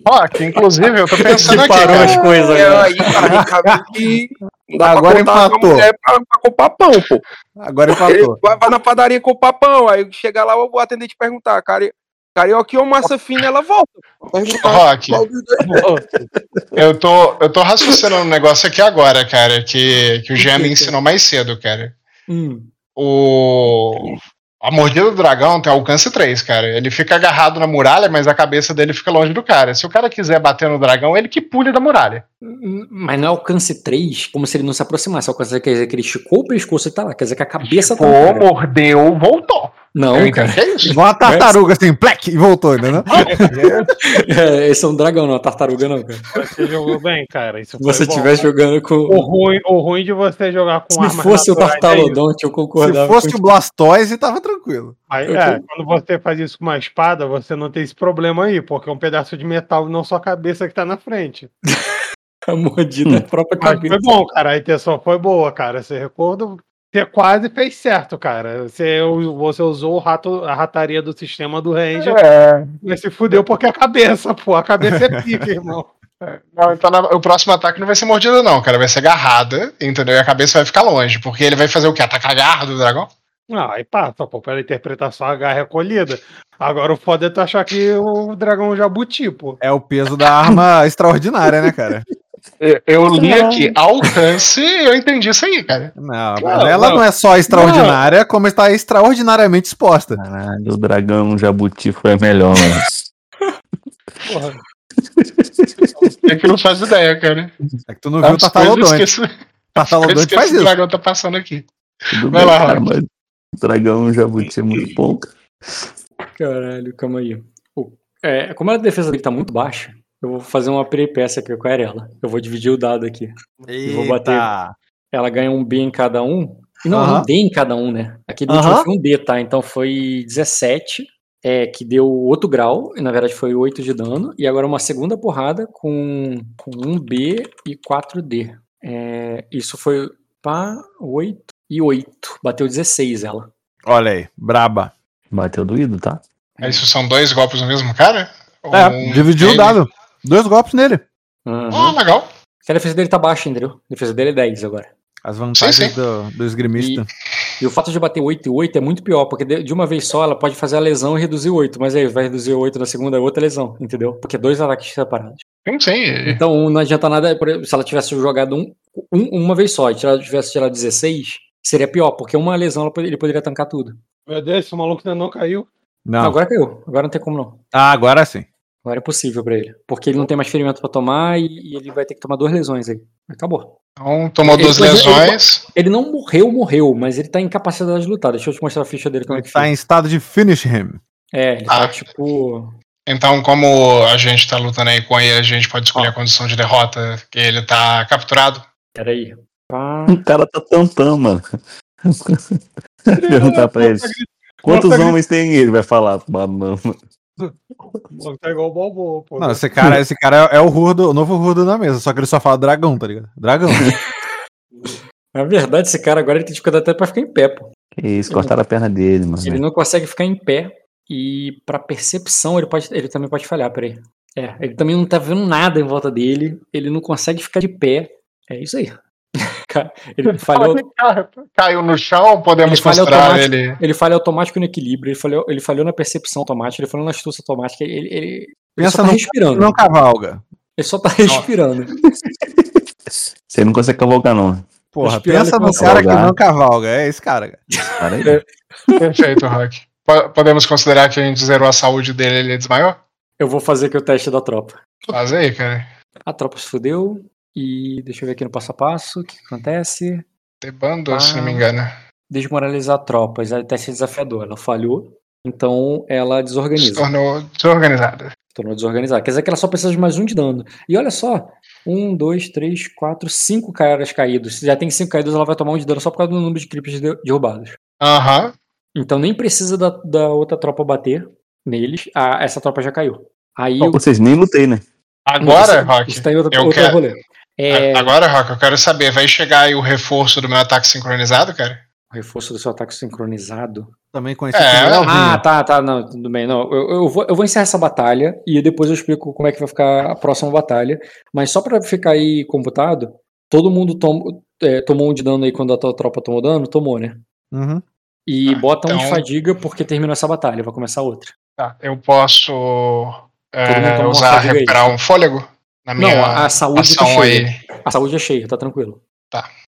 S1: Rock, inclusive, eu tô pensando aqui.
S3: Separou
S1: cara.
S3: as coisas
S10: É
S3: agora.
S10: aí, cara, acabou que não dá
S3: Agora
S10: pra contar
S3: empatou.
S10: com a mulher pra, pra comprar pão, pô.
S3: Agora
S10: Ele
S3: empatou.
S10: vai, vai na padaria comprar pão, aí chega lá, o atendente perguntar, cara, carioca ou massa fina, ela volta. Perguntar
S1: Rock,
S10: qual dos dois.
S1: eu tô, eu tô raciocinando um negócio aqui agora, cara, que, que é? o Jean me ensinou mais cedo, cara.
S2: Hum.
S1: O. A mordida do dragão tem alcance 3, cara. Ele fica agarrado na muralha, mas a cabeça dele fica longe do cara. Se o cara quiser bater no dragão, ele que pule da muralha. Hum,
S2: Mas não é alcance 3, como se ele não se aproximasse. Alcance quer dizer que ele esticou o pescoço e tá lá, quer dizer que a cabeça tá
S1: Pô,
S2: lá. cara.
S1: mordeu, voltou.
S2: Não, cara.
S1: entendo que é isso.
S3: Igual uma tartaruga assim, plec, e voltou, entendeu?
S2: É, Esse é um dragão, não, uma tartaruga, não, cara.
S5: Você jogou bem, cara. Isso
S2: Se você
S5: foi bom.
S2: estivesse jogando
S5: O
S2: com.
S5: ruim, o ruim de você jogar com
S2: Se
S5: armas
S2: fosse o
S5: naturais é isso.
S2: tartalodonte, eu concordava.
S3: Se fosse o
S2: com-
S3: Blastoise, tava tranquilo.
S5: Aí,
S2: Eu
S5: é, quando você faz isso com uma espada, você não tem esse problema aí, porque é um pedaço de metal e não só a cabeça que tá na frente.
S2: a mordida, Tá é a própria
S5: Mas
S2: cabeça.
S5: foi bom, cara. A intenção foi boa, cara. Você recorda? Você quase fez certo, cara. Você, você usou o rato, a rataria do sistema do Ranger, mas se fudeu porque é a cabeça, pô. A cabeça é pique, irmão.
S1: Não, então na- o próximo ataque não vai ser mordida, não, cara. Vai ser agarrada, entendeu? E a cabeça vai ficar longe. Porque ele vai fazer o quê? Atacar a garra do dragão?
S5: Não, Ah, aí passa, pô, pela interpretação a garra recolhida. Agora o foda é tu achar que o dragão é um jabuti, pô.
S3: É o peso da arma extraordinária, né, cara?
S1: Eu, li aqui, alcance, eu entendi isso aí, cara.
S3: Não,
S1: Não,
S3: ela
S1: não.
S3: não. é só extraordinária, como está extraordinariamente exposta.
S9: Caralho, Ah, o dragão jabuti foi a melhor, mano.
S5: Porra.
S1: É que eu não faz ideia, cara.
S3: É que tu não viu o
S1: As coisas que
S3: Tartalodonte.
S1: esse, coisas
S3: Tartalodonte
S1: que
S3: faz
S1: esse
S3: isso.
S1: dragão tá passando aqui.
S9: Tudo
S1: Vai
S9: bem,
S1: lá,
S9: cara,
S1: Rock.
S9: mas o dragão jabuti é muito bom. cara.
S2: Caralho, calma aí. O- é, como a defesa dele tá muito baixa, Eu vou fazer uma peripécia aqui com a Arela. Eu vou dividir o dado aqui. E vou bater.
S6: Eita.
S2: Ela ganha um B em cada um. Não,
S6: Aham.
S2: um D em cada um, né? Aqui do último
S6: Aham.
S2: foi um D, tá? Então foi 17, é, que deu outro grau, e na verdade foi 8 de dano. E agora uma segunda porrada com, com um B e 4D. É, isso foi pá, 8 e 8. Bateu 16 ela.
S6: Olha aí, braba.
S9: Bateu doído, tá?
S1: Aí Isso são dois golpes no mesmo cara?
S6: É,
S1: Ou um
S6: dividiu o
S1: dele?
S6: dado. Dois golpes nele.
S2: Uhum.
S1: Ah, legal.
S2: Que a defesa dele tá baixa, entendeu? A defesa dele é 10 agora.
S6: As vantagens
S1: Sim, sim.
S6: Do, do esgrimista.
S2: E o fato de bater 8 e 8 é muito pior, porque de de uma vez só ela pode fazer a lesão e reduzir 8, mas aí vai reduzir 8 na segunda, é outra lesão, entendeu? Porque é dois ataques separados.
S1: Sim, sim.
S2: Então um não adianta nada, por exemplo, se ela tivesse jogado um, um- uma vez só e tirado- tivesse tirado 16, seria pior, porque uma lesão ela pod- ele poderia tancar tudo.
S5: Meu Deus, esse maluco ainda não caiu.
S6: Não.
S2: Agora caiu, agora não tem como não.
S6: Ah, agora sim.
S2: Agora é possível pra ele, porque ele não tem mais ferimento pra tomar e, e ele vai ter que tomar duas lesões aí. Acabou.
S1: Então tomou
S2: Ele-
S1: duas
S2: ele- ele-
S1: lesões.
S2: Ele não morreu, morreu, mas ele tá incapacitado de lutar. Deixa eu te mostrar a ficha dele como é que
S6: Tá em estado de finish him.
S2: É, ele
S1: Ah.
S2: tá tipo.
S1: Então, como a gente tá lutando aí com ele, a gente pode escolher a condição de derrota, que ele tá capturado.
S2: Peraí. Pá.
S9: O cara tá tentando, mano. Perguntar pra ele. Quantos homens tem ele? Vai falar, mano. não.
S5: O maluco tá igual o Balboa, pô.
S6: Não, esse cara, esse cara é, é o Hurdo, o novo Hurdo na mesa, só que ele só fala dragão, tá ligado? Dragão.
S2: Na verdade, esse cara agora ele tem dificuldade até pra ficar em pé, pô.
S9: Que isso, cortaram a perna dele, mano.
S6: é.
S2: Ele não consegue ficar em pé e pra percepção ele, pode, ele também pode falhar, peraí. É, ele também não tá vendo nada em volta dele, ele não consegue ficar de pé. É isso aí. Cara, ele falhou,
S1: Caiu no chão, podemos
S2: Ele falha
S1: considerar
S2: automático.
S1: ele.
S2: ele falhou automático no equilíbrio, ele falhou, ele falhou na percepção automática, ele falhou na astúcia automática, ele, ele, ele só
S6: Pensa
S2: tá
S6: no-
S2: respirando.
S6: Não cavalga.
S2: Ele só tá respirando.
S9: Você não consegue cavalgar, não.
S6: Porra,
S2: Respirando
S6: pensa
S2: e
S6: no
S2: consegue.
S6: cara que não cavalga. É esse cara.
S9: Para aí.
S1: Perfeito, Rock. Po- Podemos considerar que a gente zerou a saúde dele e ele desmaiou?
S2: Eu vou fazer aqui o teste da tropa.
S1: Faz aí, cara.
S2: A tropa se fudeu. E deixa eu ver aqui no passo a passo o que que acontece.
S1: Debando, se não me
S2: Ah.
S1: engano.
S2: Desmoralizar tropas. Ela teste desafiador. Ela falhou. Então ela
S1: Se
S2: desorganiza.
S1: tornou desorganizado.
S2: Tornou desorganizada. Quer dizer que ela só precisa de mais um de dano. E olha só. Um, dois, três, quatro, cinco caras caídos. Se já tem cinco caídos, ela vai tomar um de dano só por causa do número de creeps de- derrubados.
S1: Aham.
S2: Então nem precisa da, da outra tropa bater neles. Ah, essa tropa já caiu. Aí
S9: Ó,
S2: o-
S9: Vocês nem lutei, né?
S1: Agora,
S2: isso-
S1: Rock.
S2: Isso tá em outra,
S1: eu
S2: outro
S1: quero-
S2: rolê. É,
S1: a- Agora, Rock, eu quero saber, vai chegar aí o reforço do meu ataque sincronizado, cara?
S2: o reforço do seu ataque sincronizado.
S6: Também conhecido
S1: É.
S6: como Elvinho.
S2: Ah, tá, tá, não, tudo bem. Não, eu, eu vou, eu vou encerrar essa batalha e depois eu explico como é que vai ficar a próxima batalha. Mas só pra ficar aí computado, todo mundo tom- é, tomou um de dano aí quando a tua tropa tomou dano? Tomou, né?
S6: Uhum.
S2: E bota um de
S1: então-
S2: fadiga porque terminou essa batalha, vai começar outra.
S1: Tá. Eu posso é,
S2: Todo mundo toma uma
S1: usar,
S2: fadiga aí.
S1: recuperar um fôlego? Na
S2: não,
S1: minha
S2: a, a saúde tá
S1: ação
S2: cheia.
S1: aí.
S2: A saúde é cheia, tá tranquilo.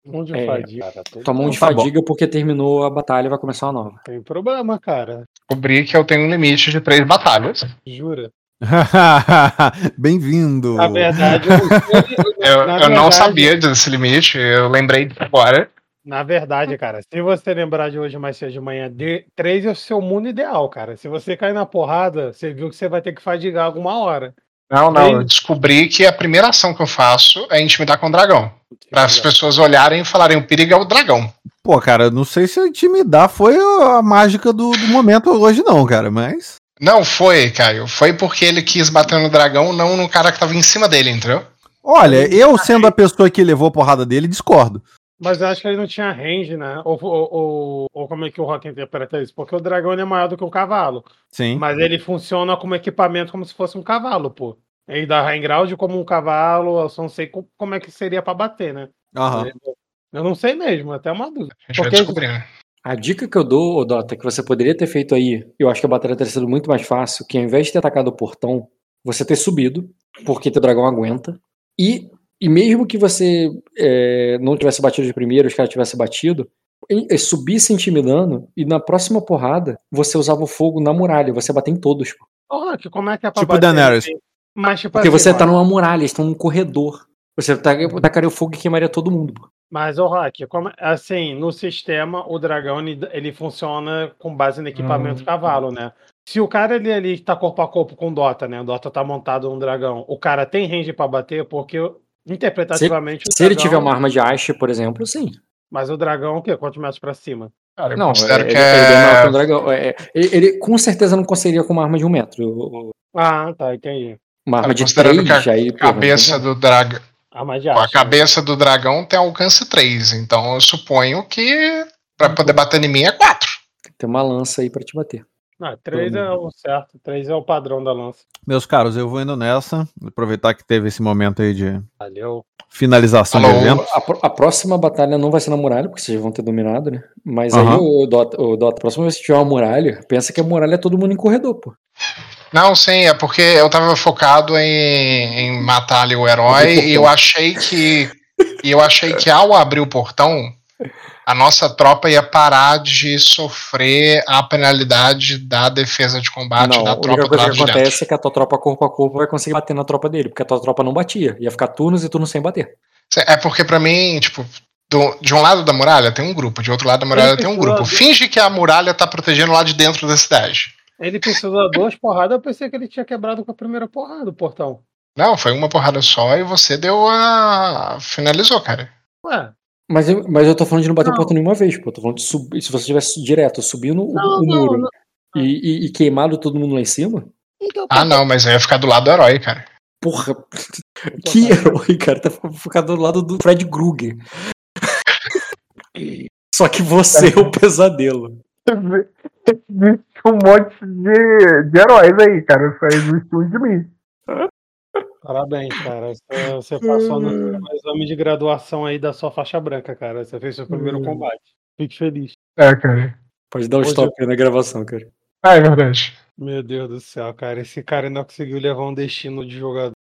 S5: Um de
S2: É.
S5: fadiga, cara. Tem-
S1: Então
S2: Tomou um de
S6: tá bom.
S2: fadiga porque terminou a batalha, vai começar uma nova.
S5: Tem um problema, cara.
S1: Descobri que eu tenho um limite de três batalhas.
S5: Jura?
S6: Bem-vindo.
S5: Na verdade, eu-
S1: Eu,
S5: na
S1: eu não
S5: verdade-
S1: sabia desse limite, eu lembrei de agora.
S5: Na verdade, cara, se você lembrar de hoje mais cedo de manhã, de 3 é o seu mundo ideal, cara. Se você cair na porrada, você viu que você vai ter que fadigar alguma hora.
S1: Não, não,
S5: Três?
S1: eu descobri que a primeira ação que eu faço é intimidar com o dragão. Pra as pessoas olharem e falarem, o perigo é o dragão.
S6: Pô, cara, eu não sei se intimidar foi a mágica do, do momento hoje, não, cara, mas.
S1: Não foi, Caio. Foi porque ele quis bater no dragão, não no cara que tava em cima dele, entendeu?
S6: Olha, eu sendo a pessoa que levou a porrada dele, discordo.
S5: Mas eu acho que ele não tinha range, né? Ou, ou, ou- ou como é que o Rock interpreta isso? Porque o dragão ele é maior do que o cavalo.
S6: Sim.
S5: Mas ele funciona como equipamento como se fosse um cavalo, pô. Ele dá ground como um cavalo, eu só não sei co- como é que seria pra bater, né?
S6: Aham.
S5: Eu não sei mesmo, até uma dúvida.
S1: A gente vai né?
S5: Porque-
S1: descobrindo.
S2: A dica que eu dou, ô Dota, que você poderia ter feito aí, eu acho que a batalha teria sido muito mais fácil, que ao invés de ter atacado o portão, você ter subido, porque teu dragão aguenta, e, e mesmo que você é, não tivesse batido de primeiro, os caras tivessem batido, em- é, subisse intimidando, e na próxima porrada, você usava o fogo na muralha, você bater em todos. pô.
S5: Ô, Rock, como é que é pra
S6: Tipo
S5: bater?
S6: Daenerys.
S5: assim? Mas, tipo
S2: Porque
S5: assim,
S2: você
S5: Rock,
S2: tá numa muralha, eles estão num corredor. Você tá- tacaria o fogo e queimaria todo mundo. pô.
S5: Mas, o Rock, como-
S2: Uhum.
S5: assim, no sistema, o dragão ele, ele funciona com base no equipamento cavalo, né? Se o cara ali, ali tá corpo a corpo com o Dota, né? O Dota tá montado num dragão, o cara tem range para bater, porque interpretativamente.
S2: Se, se dragão... ele tiver uma arma de haste, por exemplo, sim.
S5: Mas o dragão, o quê? Quantos metros pra cima?
S2: Cara, não, ele, que é... ele, é maior que um dragão. É, ele, ele, com certeza não conseguiria com uma arma de um metro.
S5: Ah, tá, entendi.
S2: Uma arma Cara, de três,
S1: a aí, cabeça porra, do dragão.
S5: Arma de
S1: Pô, a cabeça né? do dragão tem alcance 3, então eu suponho que pra poder bater em mim é 4.
S2: Tem uma lança aí pra te bater.
S5: Ah, 3 é o certo, 3 é o padrão da lança.
S6: Meus caros, eu vou indo nessa, aproveitar que teve esse momento aí de
S5: Valeu.
S6: finalização Alô. do evento.
S2: A, a, próxima batalha não vai ser na muralha, porque vocês vão ter dominado, né? Mas uhum. aí o Dota, o Dota, a próxima vez que tiver uma muralha, pensa que a muralha é todo mundo em corredor, pô.
S1: Não, sim, é porque eu tava focado em, em matar ali o herói e eu achei que. e eu achei que ao abrir o portão, a nossa tropa ia parar de sofrer a penalidade da defesa de combate não, da tropa. A única
S2: coisa que acontece dentro. é que a tua tropa corpo a corpo vai conseguir bater na tropa dele, porque a tua tropa não batia. Ia ficar turnos e turnos sem bater.
S1: É porque para mim, tipo, do, de um lado da muralha tem um grupo, de outro lado da muralha tem um grupo. Finge que a muralha tá protegendo lá de dentro da cidade.
S5: Ele precisou duas porradas, eu pensei que ele tinha quebrado com a primeira porrada o portão.
S1: Não, foi uma porrada só e você deu a. finalizou, cara.
S2: Ué, mas eu, mas eu tô falando de não bater não. porta nenhuma vez, pô. Eu tô falando de subir. Se você tivesse direto subindo não, o, o não, muro e, e, e, queimado todo mundo lá em cima.
S1: Então, ah, não, mas eu ia ficar do lado do herói, cara.
S2: Porra, que herói, cara. Tá ficar do lado do Fred Krueger. Só que você é o pesadelo.
S4: Existe um monte de, de heróis aí, cara. Só existe um de mim.
S5: Parabéns, cara. Você, você passou no, no exame de graduação aí da sua faixa branca, cara. Você fez seu primeiro uhum. combate. Fique feliz.
S4: É, cara.
S2: Pode dar um Hoje stop eu... na gravação, cara.
S4: Ah, é verdade.
S5: Meu Deus do céu, cara. Esse cara ainda conseguiu levar um destino de jogador.